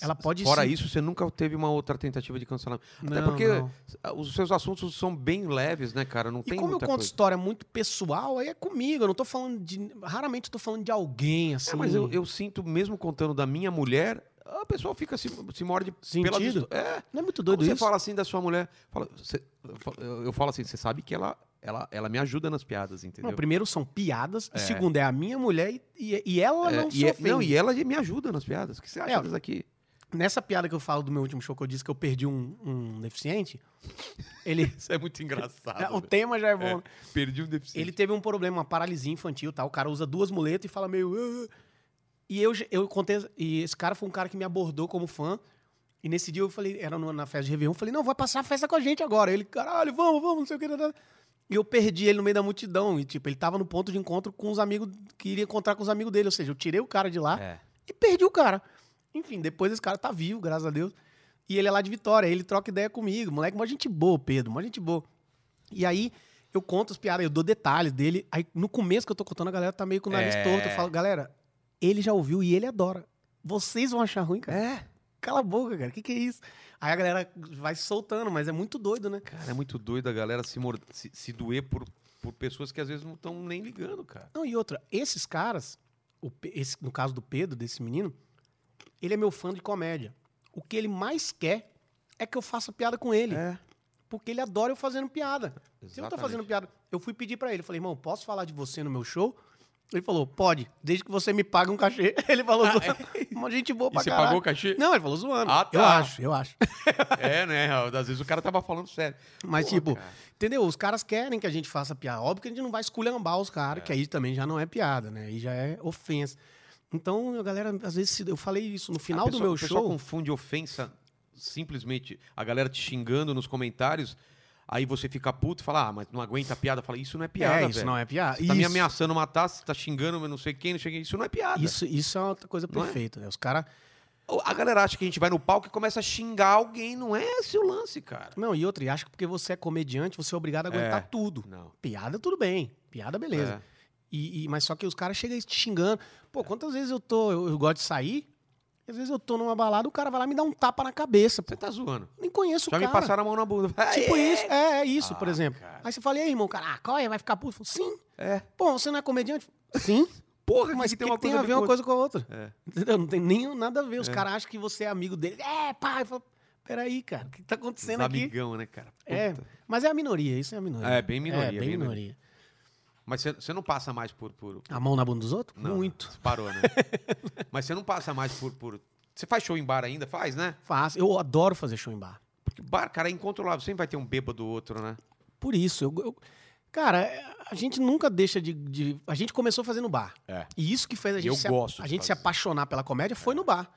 [SPEAKER 2] Ela pode
[SPEAKER 1] Fora
[SPEAKER 2] se-
[SPEAKER 1] isso, você nunca teve uma outra tentativa de cancelamento. Até
[SPEAKER 2] Não,
[SPEAKER 1] porque
[SPEAKER 2] não.
[SPEAKER 1] os seus assuntos são bem leves, né, cara? Não
[SPEAKER 2] E
[SPEAKER 1] tem
[SPEAKER 2] como eu
[SPEAKER 1] muita
[SPEAKER 2] conto
[SPEAKER 1] coisa.
[SPEAKER 2] história muito pessoal, aí é comigo. Eu não tô falando de. Raramente eu tô falando de alguém, assim.
[SPEAKER 1] É, mas eu, eu sinto, mesmo contando da minha mulher, a pessoa fica se, se morde pela...
[SPEAKER 2] Sentido?
[SPEAKER 1] disto- É,
[SPEAKER 2] Não é muito doido
[SPEAKER 1] Quando você
[SPEAKER 2] isso?
[SPEAKER 1] fala assim da sua mulher, fala- você- eu falo- eu, eu falo assim, você sabe que ela, ela, ela me ajuda nas piadas, entendeu?
[SPEAKER 2] Não, primeiro são piadas, e segundo é a minha mulher e, e- e ela
[SPEAKER 1] É,
[SPEAKER 2] não se
[SPEAKER 1] e, é-
[SPEAKER 2] ofende.
[SPEAKER 1] não, e ela me ajuda nas piadas. O que você acha
[SPEAKER 2] É,
[SPEAKER 1] disso aqui?
[SPEAKER 2] Nessa piada que eu falo do meu último show que eu disse que eu perdi um, um deficiente, ele.
[SPEAKER 1] (laughs) Isso é muito engraçado.
[SPEAKER 2] (laughs) o tema já é bom.
[SPEAKER 1] Perdi um deficiente.
[SPEAKER 2] Ele teve um problema, uma paralisia infantil, tá? O cara usa duas muletas e fala meio. "Ah". E eu, já- eu contei. E esse cara foi um cara que me abordou como fã. E nesse dia eu falei, era no- na festa de Réveillon, eu falei, não, vai passar a festa com a gente agora. Ele, caralho, vamos, vamos, não sei o que. tá, tá. E eu perdi ele no meio da multidão. E, tipo, ele tava no ponto de encontro com os amigos, que iria encontrar com os amigos dele. Ou seja, eu tirei o cara de lá
[SPEAKER 1] É.
[SPEAKER 2] e perdi o cara. Enfim, depois esse cara tá vivo, graças a Deus. E ele é lá de Vitória, aí ele troca ideia comigo. Moleque, mó gente boa, Pedro, mó gente boa. E aí eu conto as piadas, eu dou detalhes dele. Aí no começo que eu tô contando, a galera tá meio com o nariz
[SPEAKER 1] É.
[SPEAKER 2] torto. Eu falo, galera, ele já ouviu e ele adora. Vocês vão achar ruim, cara.
[SPEAKER 1] É,
[SPEAKER 2] Cala a boca, cara. O que, que é isso? Aí a galera vai se soltando, mas é muito doido, né?
[SPEAKER 1] cara, é muito doido a galera se, mord... se, se doer por, por pessoas que às vezes não estão nem ligando, cara.
[SPEAKER 2] Não, e outra, esses caras, o Pe- esse- no caso do Pedro, desse menino, ele é meu fã de comédia. O que ele mais quer é que eu faça piada com ele.
[SPEAKER 1] É.
[SPEAKER 2] Porque ele adora eu fazendo piada. Você não tá
[SPEAKER 1] Exatamente.
[SPEAKER 2] fazendo piada. Eu fui pedir pra ele, falei, irmão, posso falar de você no meu show? Ele falou, pode, desde que você me pague um cachê. (laughs) Ele falou, zoando. Uma gente
[SPEAKER 1] Ah, é.
[SPEAKER 2] boa
[SPEAKER 1] E
[SPEAKER 2] pra
[SPEAKER 1] você
[SPEAKER 2] caralho.
[SPEAKER 1] pagou o cachê?
[SPEAKER 2] Não, ele falou zoando.
[SPEAKER 1] Ah, tá.
[SPEAKER 2] Eu acho,
[SPEAKER 1] (laughs)
[SPEAKER 2] eu acho.
[SPEAKER 1] É, né? Às vezes o cara tava falando sério.
[SPEAKER 2] Mas,
[SPEAKER 1] Porra,
[SPEAKER 2] tipo,
[SPEAKER 1] cara.
[SPEAKER 2] entendeu? Os caras querem que a gente faça piada. Óbvio que a gente não vai esculhambar os caras, que aí também já não é piada, né? Aí já é ofensa. Então, a galera, às vezes, se- eu falei isso no
[SPEAKER 1] A
[SPEAKER 2] final
[SPEAKER 1] pessoa-
[SPEAKER 2] do meu
[SPEAKER 1] o pessoal
[SPEAKER 2] show.
[SPEAKER 1] confunde ofensa simplesmente a galera te xingando nos comentários, aí você fica puto e fala, ah, mas não aguenta a piada. Fala, isso não é piada,
[SPEAKER 2] é, isso
[SPEAKER 1] velho.
[SPEAKER 2] não é piada.
[SPEAKER 1] Você tá me
[SPEAKER 2] Isso.
[SPEAKER 1] ameaçando matar, você tá xingando mas não sei quem, não sei quem. Isso não é piada.
[SPEAKER 2] Isso, isso é uma outra coisa
[SPEAKER 1] Não é?
[SPEAKER 2] perfeita, né? Os caras.
[SPEAKER 1] A galera acha que a gente vai no palco e começa a xingar alguém. Não é esse o lance, cara.
[SPEAKER 2] Não, e outra, e acha que porque você é comediante, você é obrigado a aguentar tudo.
[SPEAKER 1] Não.
[SPEAKER 2] Piada, tudo bem. Piada, beleza.
[SPEAKER 1] É.
[SPEAKER 2] E, e- mas só que os caras chegam aí te xingando. Pô, quantas vezes eu tô. Eu, eu gosto de sair. e Às vezes eu tô numa balada, o cara vai lá e me dá um tapa na cabeça. Pô,
[SPEAKER 1] Você tá zoando.
[SPEAKER 2] nem conheço
[SPEAKER 1] Só
[SPEAKER 2] o cara.
[SPEAKER 1] me passaram a mão na bunda. (laughs)
[SPEAKER 2] Tipo isso. É, é isso, por
[SPEAKER 1] Ah,
[SPEAKER 2] exemplo.
[SPEAKER 1] cara.
[SPEAKER 2] Aí você fala, e aí, irmão, cara, ah, qual é? Vai ficar puto? Eu falo, Sim.
[SPEAKER 1] É.
[SPEAKER 2] Pô, você não é comediante? Sim.
[SPEAKER 1] Porra,
[SPEAKER 2] (laughs) Mas
[SPEAKER 1] que
[SPEAKER 2] que
[SPEAKER 1] tem
[SPEAKER 2] que
[SPEAKER 1] uma
[SPEAKER 2] tem
[SPEAKER 1] coisa
[SPEAKER 2] a ver
[SPEAKER 1] com
[SPEAKER 2] uma
[SPEAKER 1] outra.
[SPEAKER 2] coisa com a outra?
[SPEAKER 1] É.
[SPEAKER 2] Entendeu? Não tem nem nada a ver. Os caras acham que você é amigo dele. É, pai. Fala, Peraí, cara, o que tá acontecendo
[SPEAKER 1] Os
[SPEAKER 2] aqui?
[SPEAKER 1] amigão, né, cara?
[SPEAKER 2] É,
[SPEAKER 1] Puta.
[SPEAKER 2] mas é a minoria, isso é a minoria.
[SPEAKER 1] É, bem minoria,
[SPEAKER 2] É, bem,
[SPEAKER 1] bem
[SPEAKER 2] minoria.
[SPEAKER 1] Mas você- você não passa mais por. por...
[SPEAKER 2] A mão na bunda dos outros?
[SPEAKER 1] Não,
[SPEAKER 2] Muito.
[SPEAKER 1] não, você Parou,
[SPEAKER 2] (laughs)
[SPEAKER 1] né? Mas você não passa mais por, por. Você faz show em bar ainda? Faz, né?
[SPEAKER 2] Fácil. Eu adoro fazer show em bar.
[SPEAKER 1] Porque bar, cara, é incontrolável. Sempre vai ter um bêbado ou outro, né?
[SPEAKER 2] Por isso, eu, eu- cara, é, a gente nunca deixa de, de- A gente começou fazendo bar.
[SPEAKER 1] É.
[SPEAKER 2] E isso que fez a
[SPEAKER 1] E
[SPEAKER 2] gente,
[SPEAKER 1] eu
[SPEAKER 2] se,
[SPEAKER 1] gosto
[SPEAKER 2] a
[SPEAKER 1] de
[SPEAKER 2] gente se
[SPEAKER 1] fazer. É.
[SPEAKER 2] apaixonar pela comédia foi no bar.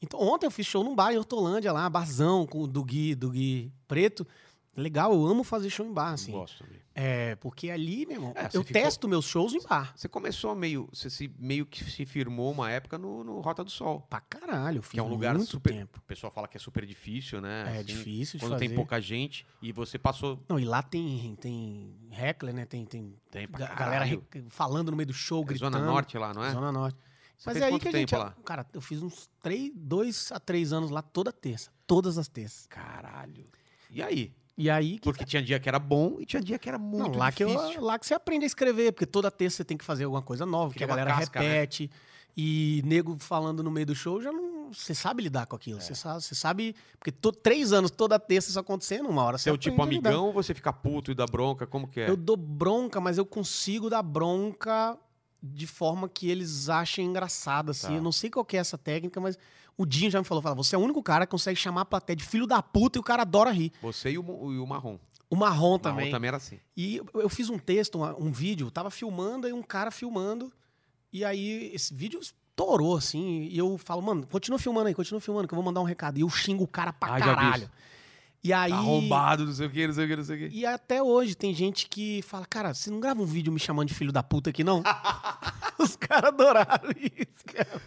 [SPEAKER 2] Então, ontem eu fiz show num bar em Hortolândia, lá, barzão, com o do Gui, do Gui Preto. Legal, eu amo fazer show em bar, assim.
[SPEAKER 1] Gosto também.
[SPEAKER 2] É, porque ali, meu irmão,
[SPEAKER 1] É, você
[SPEAKER 2] eu
[SPEAKER 1] ficou-
[SPEAKER 2] testo meus shows em bar.
[SPEAKER 1] Você começou meio. Você se, meio que se firmou uma época no, no Rota do Sol.
[SPEAKER 2] Pra caralho, eu fiz
[SPEAKER 1] Que é um lugar
[SPEAKER 2] muito
[SPEAKER 1] super.
[SPEAKER 2] tempo.
[SPEAKER 1] O pessoal fala que é super difícil, né?
[SPEAKER 2] É
[SPEAKER 1] Assim,
[SPEAKER 2] difícil de
[SPEAKER 1] Quando tem
[SPEAKER 2] fazer.
[SPEAKER 1] pouca gente e você passou.
[SPEAKER 2] Não, e lá tem, tem heckler, né? Tem, tem
[SPEAKER 1] Tem pra
[SPEAKER 2] ga-
[SPEAKER 1] caralho.
[SPEAKER 2] galera re- falando no meio do show,
[SPEAKER 1] É
[SPEAKER 2] gritando.
[SPEAKER 1] Zona Norte lá, não é?
[SPEAKER 2] Zona Norte.
[SPEAKER 1] Você
[SPEAKER 2] Mas
[SPEAKER 1] fez
[SPEAKER 2] é aí
[SPEAKER 1] quanto
[SPEAKER 2] que a
[SPEAKER 1] tempo
[SPEAKER 2] gente.
[SPEAKER 1] lá?
[SPEAKER 2] Cara, eu fiz uns três, dois a três anos lá toda terça. Todas as terças.
[SPEAKER 1] Caralho. E aí?
[SPEAKER 2] E aí que.
[SPEAKER 1] Porque tinha dia que era bom e tinha dia que era
[SPEAKER 2] Não,
[SPEAKER 1] muito
[SPEAKER 2] lá que,
[SPEAKER 1] difícil.
[SPEAKER 2] eu, lá que você aprende a escrever, porque toda terça você tem que fazer alguma coisa nova, que
[SPEAKER 1] Cria
[SPEAKER 2] a
[SPEAKER 1] uma
[SPEAKER 2] galera
[SPEAKER 1] casca, né?
[SPEAKER 2] repete. E nego falando no meio do show, já não. Você sabe lidar com
[SPEAKER 1] É.
[SPEAKER 2] aquilo. Você, sabe, você sabe. Porque to- três anos toda terça isso acontecendo, uma hora você
[SPEAKER 1] Seu tipo
[SPEAKER 2] aprende a lidar.
[SPEAKER 1] amigão ou você fica puto e dá bronca? Como que é?
[SPEAKER 2] Eu dou bronca, mas eu consigo dar bronca de forma que eles achem engraçado, assim.
[SPEAKER 1] Tá.
[SPEAKER 2] Eu não sei qual que é essa técnica, mas o Dinho já me falou, fala, você é o único cara que consegue chamar a plateia de filho da puta e o cara adora rir.
[SPEAKER 1] Você e o, Mo- e o Marrom. O
[SPEAKER 2] O Marrom
[SPEAKER 1] Marrom
[SPEAKER 2] também.
[SPEAKER 1] também era assim.
[SPEAKER 2] E eu- eu fiz um texto, uma- um vídeo, tava filmando e um cara filmando. E aí esse vídeo estourou, assim. E eu falo, mano, continua filmando aí, continua filmando, que eu vou mandar um recado. E eu xingo o cara pra
[SPEAKER 1] Ah, já vi
[SPEAKER 2] caralho.
[SPEAKER 1] isso.
[SPEAKER 2] E aí...
[SPEAKER 1] Tá Arrombado, não sei o que, não sei o que, não sei o que.
[SPEAKER 2] E até hoje tem gente que fala, cara, você não grava um vídeo me chamando de filho da puta
[SPEAKER 1] (laughs)
[SPEAKER 2] aqui, não? Os caras adoraram isso, cara.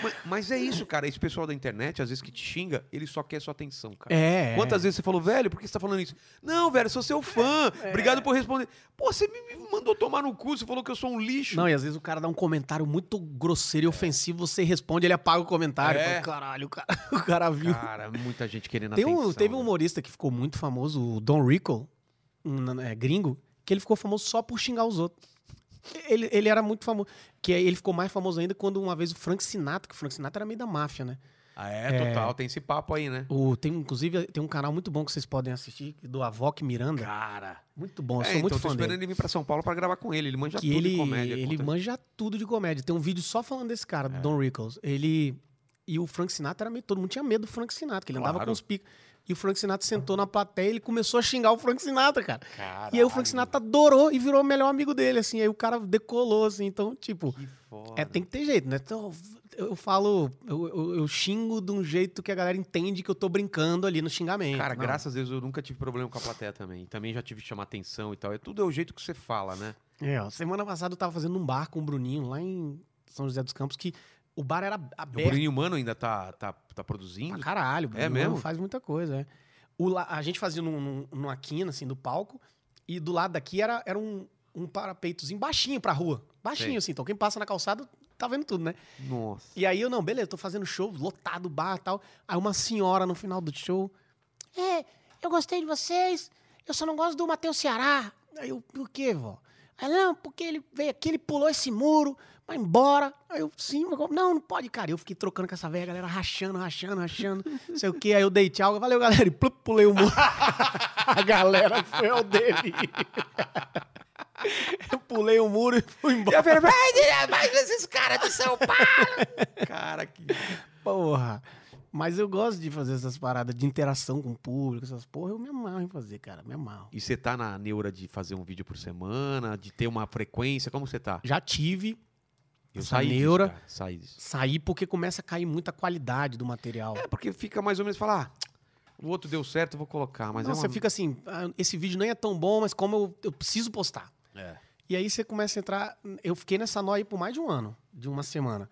[SPEAKER 1] mas, mas é isso, cara. Esse pessoal da internet, às vezes que te xinga, ele só quer sua atenção, cara.
[SPEAKER 2] É.
[SPEAKER 1] Quantas vezes você falou, velho, por que você tá falando isso? Não, velho, sou seu fã.
[SPEAKER 2] É.
[SPEAKER 1] Obrigado por responder. Pô, você me me mandou tomar no cu, você falou que eu sou um lixo.
[SPEAKER 2] Não, e às vezes o cara dá um comentário muito grosseiro e ofensivo, você responde, ele apaga o comentário.
[SPEAKER 1] É.
[SPEAKER 2] Fala, Caralho, o cara, (laughs) o cara viu.
[SPEAKER 1] Cara, muita gente querendo
[SPEAKER 2] Tem um-
[SPEAKER 1] atenção.
[SPEAKER 2] teve um
[SPEAKER 1] né?
[SPEAKER 2] humorista que ficou muito famoso, o Don Rickle, um, né, gringo, que ele ficou famoso só por xingar os outros. Ele, ele era muito famoso. Que ele ficou mais famoso ainda quando uma vez o Frank Sinatra, que o Frank Sinatra era meio da máfia, né?
[SPEAKER 1] Ah, é, total. Tem esse papo aí, né?
[SPEAKER 2] O- tem, inclusive, tem um canal muito bom que vocês podem assistir, do Avoc Miranda.
[SPEAKER 1] Cara.
[SPEAKER 2] Muito bom, eu
[SPEAKER 1] é,
[SPEAKER 2] sou
[SPEAKER 1] então
[SPEAKER 2] muito
[SPEAKER 1] tô
[SPEAKER 2] fã
[SPEAKER 1] esperando
[SPEAKER 2] dele.
[SPEAKER 1] ele vir pra São Paulo pra gravar com ele. Ele manja
[SPEAKER 2] Que
[SPEAKER 1] tudo
[SPEAKER 2] ele,
[SPEAKER 1] de comédia. É.
[SPEAKER 2] ele
[SPEAKER 1] conta-
[SPEAKER 2] manja tudo de comédia. Tem um vídeo só falando desse cara, do Don Rickles. Ele. E o Frank Sinatra era meio. Todo mundo tinha medo do Frank Sinatra, que ele andava
[SPEAKER 1] Claro.
[SPEAKER 2] com os picos. E o Frank Sinatra sentou na plateia e ele começou a xingar o Frank Sinatra, cara. E aí o Frank
[SPEAKER 1] Caralho.
[SPEAKER 2] Sinatra adorou e virou o melhor amigo dele, assim. Aí o cara decolou, assim. Então, tipo,
[SPEAKER 1] Que foda.
[SPEAKER 2] é, tem que ter jeito, né? Então, eu eu falo, eu, eu- eu xingo de um jeito que a galera entende que eu tô brincando ali no xingamento.
[SPEAKER 1] Cara,
[SPEAKER 2] Não.
[SPEAKER 1] graças a Deus eu nunca tive problema com a plateia também. Também já tive que chamar atenção e tal. É tudo é o jeito que você fala, né?
[SPEAKER 2] É, ó, semana passada eu tava fazendo um bar com o Bruninho lá em São José dos Campos, que o bar era
[SPEAKER 1] É O
[SPEAKER 2] aberto
[SPEAKER 1] Bruninho Humano ainda tá, tá, tá
[SPEAKER 2] pra
[SPEAKER 1] produzindo.
[SPEAKER 2] caralho. O Bruninho
[SPEAKER 1] mesmo?
[SPEAKER 2] faz muita coisa, é. O la- a gente fazia num, num- numa quina, assim, do palco, e do lado daqui era, era um, um parapeitozinho baixinho pra rua. Baixinho,
[SPEAKER 1] Sei.
[SPEAKER 2] assim, então quem passa na calçada tá vendo tudo, né?
[SPEAKER 1] Nossa.
[SPEAKER 2] E aí eu, não, beleza, tô fazendo show, lotado, bar e tal. Aí uma senhora no final do show. É, eu gostei de vocês, eu só não gosto do Matheus Ceará. Aí eu, por quê, vó? Aí, não, porque ele veio aqui, ele pulou esse muro, vai embora. Aí eu, sim, mas como- não, não pode, cara. Eu fiquei trocando com essa velha, galera rachando, rachando, rachando, não sei o quê. Aí eu dei tchau, valeu, galera, e plup, pulei o muro. (laughs) A galera foi ao dele. (laughs) Eu pulei o muro e fui embora.
[SPEAKER 1] é mais esses caras de São
[SPEAKER 2] (laughs)
[SPEAKER 1] Paulo! cara, que.
[SPEAKER 2] Porra. Mas eu gosto de fazer essas paradas de interação com o público, essas porra, eu me amarro em fazer, cara, me amarro.
[SPEAKER 1] E você tá na neura de fazer um vídeo por semana, de ter uma frequência? Como você tá?
[SPEAKER 2] Já tive,
[SPEAKER 1] Eu
[SPEAKER 2] Essa
[SPEAKER 1] saí
[SPEAKER 2] neura.
[SPEAKER 1] disso. Cara. Saí disso.
[SPEAKER 2] saí porque começa a cair muita qualidade do material.
[SPEAKER 1] É, porque fica mais ou menos falar, ah, o outro deu certo, eu vou colocar. Mas
[SPEAKER 2] Não,
[SPEAKER 1] é uma...
[SPEAKER 2] você fica assim, "Ah, esse vídeo nem é tão bom, mas como eu, eu preciso postar.
[SPEAKER 1] É.
[SPEAKER 2] E aí você começa a entrar, eu fiquei nessa nóia aí por mais de um ano, de uma semana.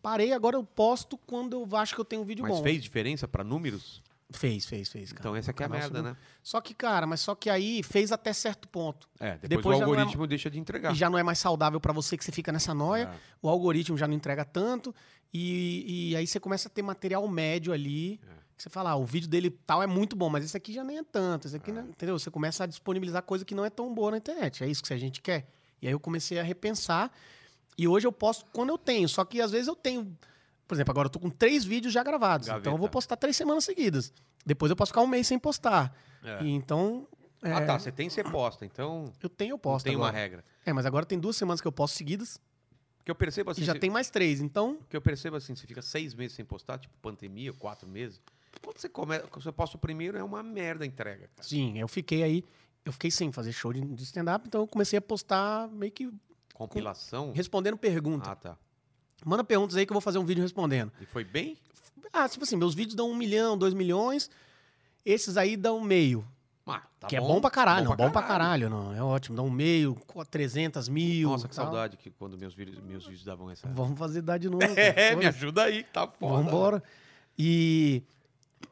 [SPEAKER 2] Parei, agora eu posto quando eu acho que eu tenho um vídeo
[SPEAKER 1] Mas
[SPEAKER 2] bom.
[SPEAKER 1] fez diferença pra números?
[SPEAKER 2] Fez, fez, fez, cara.
[SPEAKER 1] Então essa aqui é a
[SPEAKER 2] Canal
[SPEAKER 1] merda,
[SPEAKER 2] subiu.
[SPEAKER 1] né?
[SPEAKER 2] Só que, cara, mas só que aí fez até certo ponto.
[SPEAKER 1] É, depois,
[SPEAKER 2] Depois
[SPEAKER 1] o
[SPEAKER 2] já não é-
[SPEAKER 1] algoritmo deixa de entregar.
[SPEAKER 2] E já não é mais saudável pra você que você fica nessa noia.
[SPEAKER 1] É.
[SPEAKER 2] O algoritmo já não entrega tanto. E, e aí você começa a ter material médio ali.
[SPEAKER 1] É.
[SPEAKER 2] Que você fala, ah, o vídeo dele tal é muito bom, mas esse aqui já nem é tanto. Esse aqui, não é- entendeu? Você começa a disponibilizar coisa que não é tão boa na internet. É isso que a gente quer. E aí eu comecei a repensar. E hoje eu posto quando eu tenho. Só que às vezes eu tenho. Por exemplo, agora eu tô com três vídeos já gravados. Então eu vou
[SPEAKER 1] Gaveta.
[SPEAKER 2] postar três semanas seguidas. Depois eu posso ficar um mês sem postar.
[SPEAKER 1] É.
[SPEAKER 2] E então. é,
[SPEAKER 1] Ah, tá. Você tem, você posta. Então,
[SPEAKER 2] Eu tenho, eu
[SPEAKER 1] não
[SPEAKER 2] posto.
[SPEAKER 1] tem uma
[SPEAKER 2] agora.
[SPEAKER 1] regra.
[SPEAKER 2] É, mas agora tem duas semanas que eu posto seguidas
[SPEAKER 1] Porque eu percebo assim.
[SPEAKER 2] e já
[SPEAKER 1] você-
[SPEAKER 2] tem mais três. Então,
[SPEAKER 1] Porque eu percebo assim, você fica seis meses sem postar, tipo pandemia, quatro meses. Quando você começa, quando você posta o primeiro, é uma merda a entrega, cara.
[SPEAKER 2] sim, eu fiquei aí. Eu fiquei sem fazer show de, de stand-up, então eu comecei a postar meio que
[SPEAKER 1] Compilação.
[SPEAKER 2] respondendo pergunta.
[SPEAKER 1] Ah, tá.
[SPEAKER 2] Manda perguntas aí que eu vou fazer um vídeo respondendo.
[SPEAKER 1] E foi bem?
[SPEAKER 2] Ah, tipo assim, meus vídeos dão um milhão, dois milhões. Esses aí dão meio.
[SPEAKER 1] Ah, tá
[SPEAKER 2] que é bom pra caralho, não.
[SPEAKER 1] pra
[SPEAKER 2] Bom pra caralho, não. É ótimo. Dá um meio, co- 300 mil.
[SPEAKER 1] Nossa, que
[SPEAKER 2] tal.
[SPEAKER 1] saudade que quando meus vídeos, meus vídeos davam essa.
[SPEAKER 2] Vamos fazer dar
[SPEAKER 1] (laughs)
[SPEAKER 2] de novo.
[SPEAKER 1] É,
[SPEAKER 2] cara.
[SPEAKER 1] me ajuda aí, tá foda.
[SPEAKER 2] Vambora. E.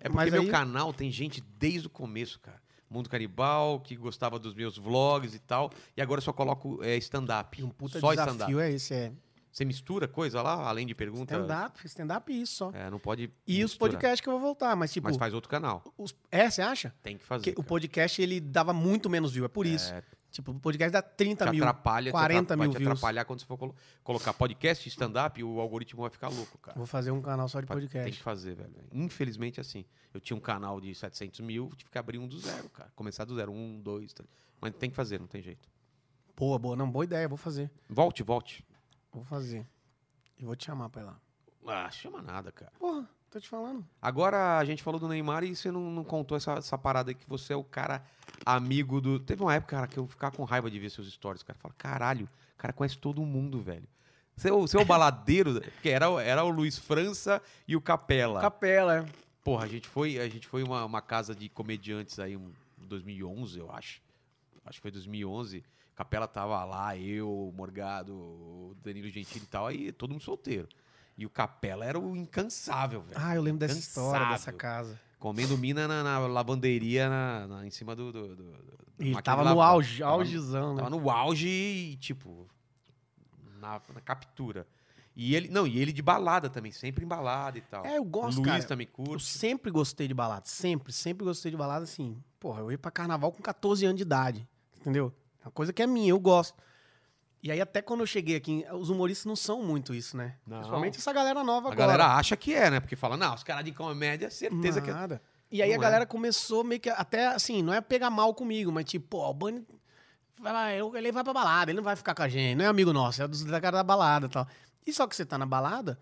[SPEAKER 1] É porque
[SPEAKER 2] Mas
[SPEAKER 1] meu
[SPEAKER 2] aí-
[SPEAKER 1] canal tem gente desde o começo, cara. Mundo Canibal, que gostava dos meus vlogs e tal. E agora eu só coloco é, stand-up.
[SPEAKER 2] e um puta
[SPEAKER 1] só stand-up.
[SPEAKER 2] desafio é esse, é.
[SPEAKER 1] Você mistura coisa lá, além de pergunta?
[SPEAKER 2] Stand-up, stand-up e isso só.
[SPEAKER 1] É, não pode.
[SPEAKER 2] E os
[SPEAKER 1] misturar.
[SPEAKER 2] podcasts que eu vou voltar, mas tipo.
[SPEAKER 1] Mas faz outro canal.
[SPEAKER 2] os- é, você acha?
[SPEAKER 1] Tem que fazer.
[SPEAKER 2] Porque o
[SPEAKER 1] cara.
[SPEAKER 2] podcast ele dava muito menos view, é por isso. Tipo, o podcast dá 30
[SPEAKER 1] te
[SPEAKER 2] mil.
[SPEAKER 1] atrapalha, 40
[SPEAKER 2] 40
[SPEAKER 1] mil
[SPEAKER 2] mil
[SPEAKER 1] vai te
[SPEAKER 2] views.
[SPEAKER 1] atrapalhar quando você for colo- colocar podcast, stand-up, o algoritmo vai ficar louco, cara.
[SPEAKER 2] Vou fazer um canal só de
[SPEAKER 1] Fa- Tem
[SPEAKER 2] podcast.
[SPEAKER 1] que fazer, velho. Infelizmente, é assim. Eu tinha um canal de 700 mil, tive que abrir um do zero, cara. Começar do zero. Um, dois, três. Mas tem que fazer, não tem jeito.
[SPEAKER 2] Boa, boa. Não, boa ideia, vou fazer.
[SPEAKER 1] Volte, volte.
[SPEAKER 2] Vou fazer. E vou te chamar pra ir lá.
[SPEAKER 1] Ah, chama nada, cara.
[SPEAKER 2] Porra, tô te falando.
[SPEAKER 1] Agora, a gente falou do Neymar e você não, não contou essa, essa parada aí que você é o cara amigo do... Teve uma época, cara, que eu ficava com raiva de ver seus stories, cara. Fala, caralho, o cara conhece todo mundo, velho. Você é o, você é o baladeiro, porque era, o- era o Luiz França e o Capela.
[SPEAKER 2] Capela, é.
[SPEAKER 1] Porra, a gente foi, a gente foi uma, uma casa de comediantes aí um, em 2011, eu acho. Acho que foi 2011. Capela tava lá, eu, o Morgado, o Danilo Gentili e tal, aí todo mundo solteiro. E o Capela era o incansável, velho.
[SPEAKER 2] Ah, eu lembro dessa história,
[SPEAKER 1] Cansável.
[SPEAKER 2] dessa casa.
[SPEAKER 1] Comendo mina na, na lavanderia, na, na- em cima do... do, do- do- da
[SPEAKER 2] E
[SPEAKER 1] máquina
[SPEAKER 2] tava
[SPEAKER 1] de
[SPEAKER 2] no
[SPEAKER 1] lavar.
[SPEAKER 2] auge,
[SPEAKER 1] Tava-
[SPEAKER 2] augezão, né?
[SPEAKER 1] Tava no auge e, tipo, na, na captura. E ele, não, e ele de balada também, sempre em balada e tal.
[SPEAKER 2] É, eu gosto,
[SPEAKER 1] Luiz
[SPEAKER 2] cara.
[SPEAKER 1] também
[SPEAKER 2] Eu
[SPEAKER 1] curte.
[SPEAKER 2] sempre gostei de balada, sempre, sempre gostei de balada assim. Porra, eu ia pra carnaval com 14 anos de idade, entendeu? É uma coisa que é minha, eu gosto. E aí, até quando eu cheguei aqui, os humoristas não são muito isso, né?
[SPEAKER 1] Não.
[SPEAKER 2] Principalmente essa galera nova
[SPEAKER 1] A
[SPEAKER 2] agora.
[SPEAKER 1] galera acha que é, né? Porque fala, não, os caras de comédia, certeza que é.
[SPEAKER 2] Nada. E aí
[SPEAKER 1] Não
[SPEAKER 2] a
[SPEAKER 1] é.
[SPEAKER 2] galera começou meio que até assim, não é pegar mal comigo, mas tipo, pô, o Bunny vai lá, eu- ele vai pra balada, ele não vai ficar com a gente, não é amigo nosso, é dos da cara da balada e tal. E só que você tá na balada,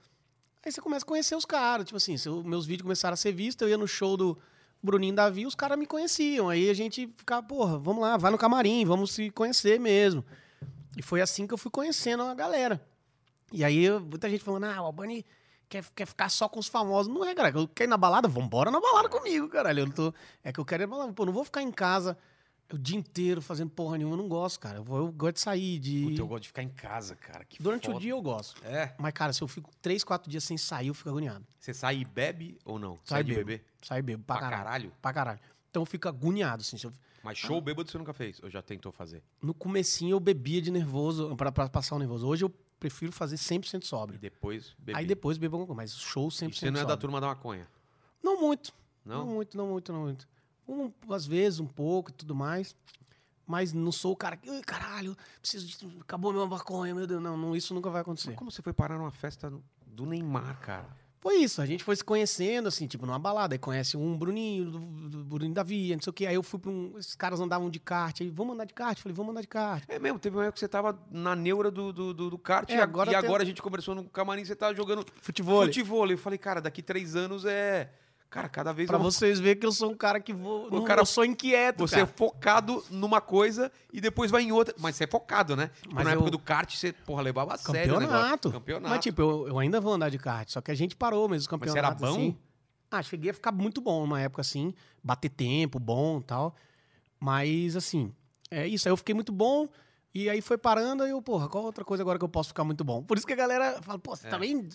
[SPEAKER 2] aí você começa a conhecer os caras. Tipo assim, se os meus vídeos começaram a ser vistos, eu ia no show do Bruninho Davi, os caras me conheciam. Aí a gente ficava, porra, vamos lá, vai no camarim, vamos se conhecer mesmo. E foi assim que eu fui conhecendo a galera. E aí eu- muita gente falando, ah, o Albani quer, quer ficar só com os famosos. Não é, cara. Eu quero ir na balada, vambora na balada comigo, caralho. Eu não tô. É que eu quero ir na balada. Pô, eu não vou ficar em casa o dia inteiro fazendo porra nenhuma, eu não gosto, cara. Eu, vou- eu gosto de sair, de.
[SPEAKER 1] Puta, eu gosto de ficar em casa, cara. que
[SPEAKER 2] Durante o
[SPEAKER 1] foda.
[SPEAKER 2] dia eu gosto.
[SPEAKER 1] É.
[SPEAKER 2] Mas, cara, se eu fico três, quatro dias sem sair, eu fico agoniado.
[SPEAKER 1] Você sai e bebe ou não?
[SPEAKER 2] Sai
[SPEAKER 1] Sai de
[SPEAKER 2] bebo.
[SPEAKER 1] beber?
[SPEAKER 2] Sair bebo, pra,
[SPEAKER 1] Pra
[SPEAKER 2] caralho.
[SPEAKER 1] caralho.
[SPEAKER 2] Pra caralho. Então eu fico agoniado, assim. se eu-
[SPEAKER 1] Mas show bêbado você nunca fez. Ou já tentou fazer.
[SPEAKER 2] No comecinho eu bebia de nervoso, pra, pra passar o nervoso. Hoje eu prefiro fazer 100%
[SPEAKER 1] E
[SPEAKER 2] sóbrio.
[SPEAKER 1] depois beber.
[SPEAKER 2] Aí depois bebo alguma coisa, mas show 100%
[SPEAKER 1] E
[SPEAKER 2] sóbrio.
[SPEAKER 1] você não é da turma da maconha,
[SPEAKER 2] Não muito.
[SPEAKER 1] não?
[SPEAKER 2] Não? muito, não muito, não muito. Um, às vezes, um pouco e tudo mais. Mas não sou o cara que, "Ai, caralho, preciso de. Acabou meu maconha, meu Deus. Não, não, isso nunca vai
[SPEAKER 1] Mas
[SPEAKER 2] acontecer.
[SPEAKER 1] Como você foi parar numa festa no- do Neymar, cara?
[SPEAKER 2] Foi isso, a gente foi se conhecendo, assim, tipo, numa balada. Aí conhece um Bruninho, do, do Bruninho Davi, não sei o quê. Aí eu fui pra um. Esses caras andavam de kart. Aí, vamos andar de kart? Falei, vamos andar de kart.
[SPEAKER 1] É mesmo, teve uma época que você tava na neura do, do, do, do kart
[SPEAKER 2] É,
[SPEAKER 1] e, agora
[SPEAKER 2] agora
[SPEAKER 1] e
[SPEAKER 2] tem-
[SPEAKER 1] agora a gente conversou no camarim você tava jogando
[SPEAKER 2] Futebol.
[SPEAKER 1] futebol. Eu falei, cara, daqui três anos é... Cara, cada vez
[SPEAKER 2] Pra
[SPEAKER 1] eu-
[SPEAKER 2] vocês verem que eu sou um cara que vou. Não,
[SPEAKER 1] cara-
[SPEAKER 2] eu sou inquieto,
[SPEAKER 1] Você é
[SPEAKER 2] cara.
[SPEAKER 1] focado numa coisa e depois vai em outra. Mas você é focado, né? Tipo,
[SPEAKER 2] Mas
[SPEAKER 1] na
[SPEAKER 2] eu-
[SPEAKER 1] época do kart, você, porra, levava a sério o negócio.
[SPEAKER 2] Campeonato.
[SPEAKER 1] Campeonato.
[SPEAKER 2] Mas, tipo, eu, eu ainda vou andar de kart, só que a gente parou mesmo os
[SPEAKER 1] Mas você era
[SPEAKER 2] campeonatos.
[SPEAKER 1] bom?
[SPEAKER 2] Assim. Ah, cheguei a ficar muito bom numa época assim, bater tempo, bom e tal. Mas, assim, é isso. Aí eu fiquei muito bom, E aí foi parando e eu, porra, qual outra coisa agora que eu posso ficar muito bom? Por isso que a galera fala, pô, você
[SPEAKER 1] É.
[SPEAKER 2] também.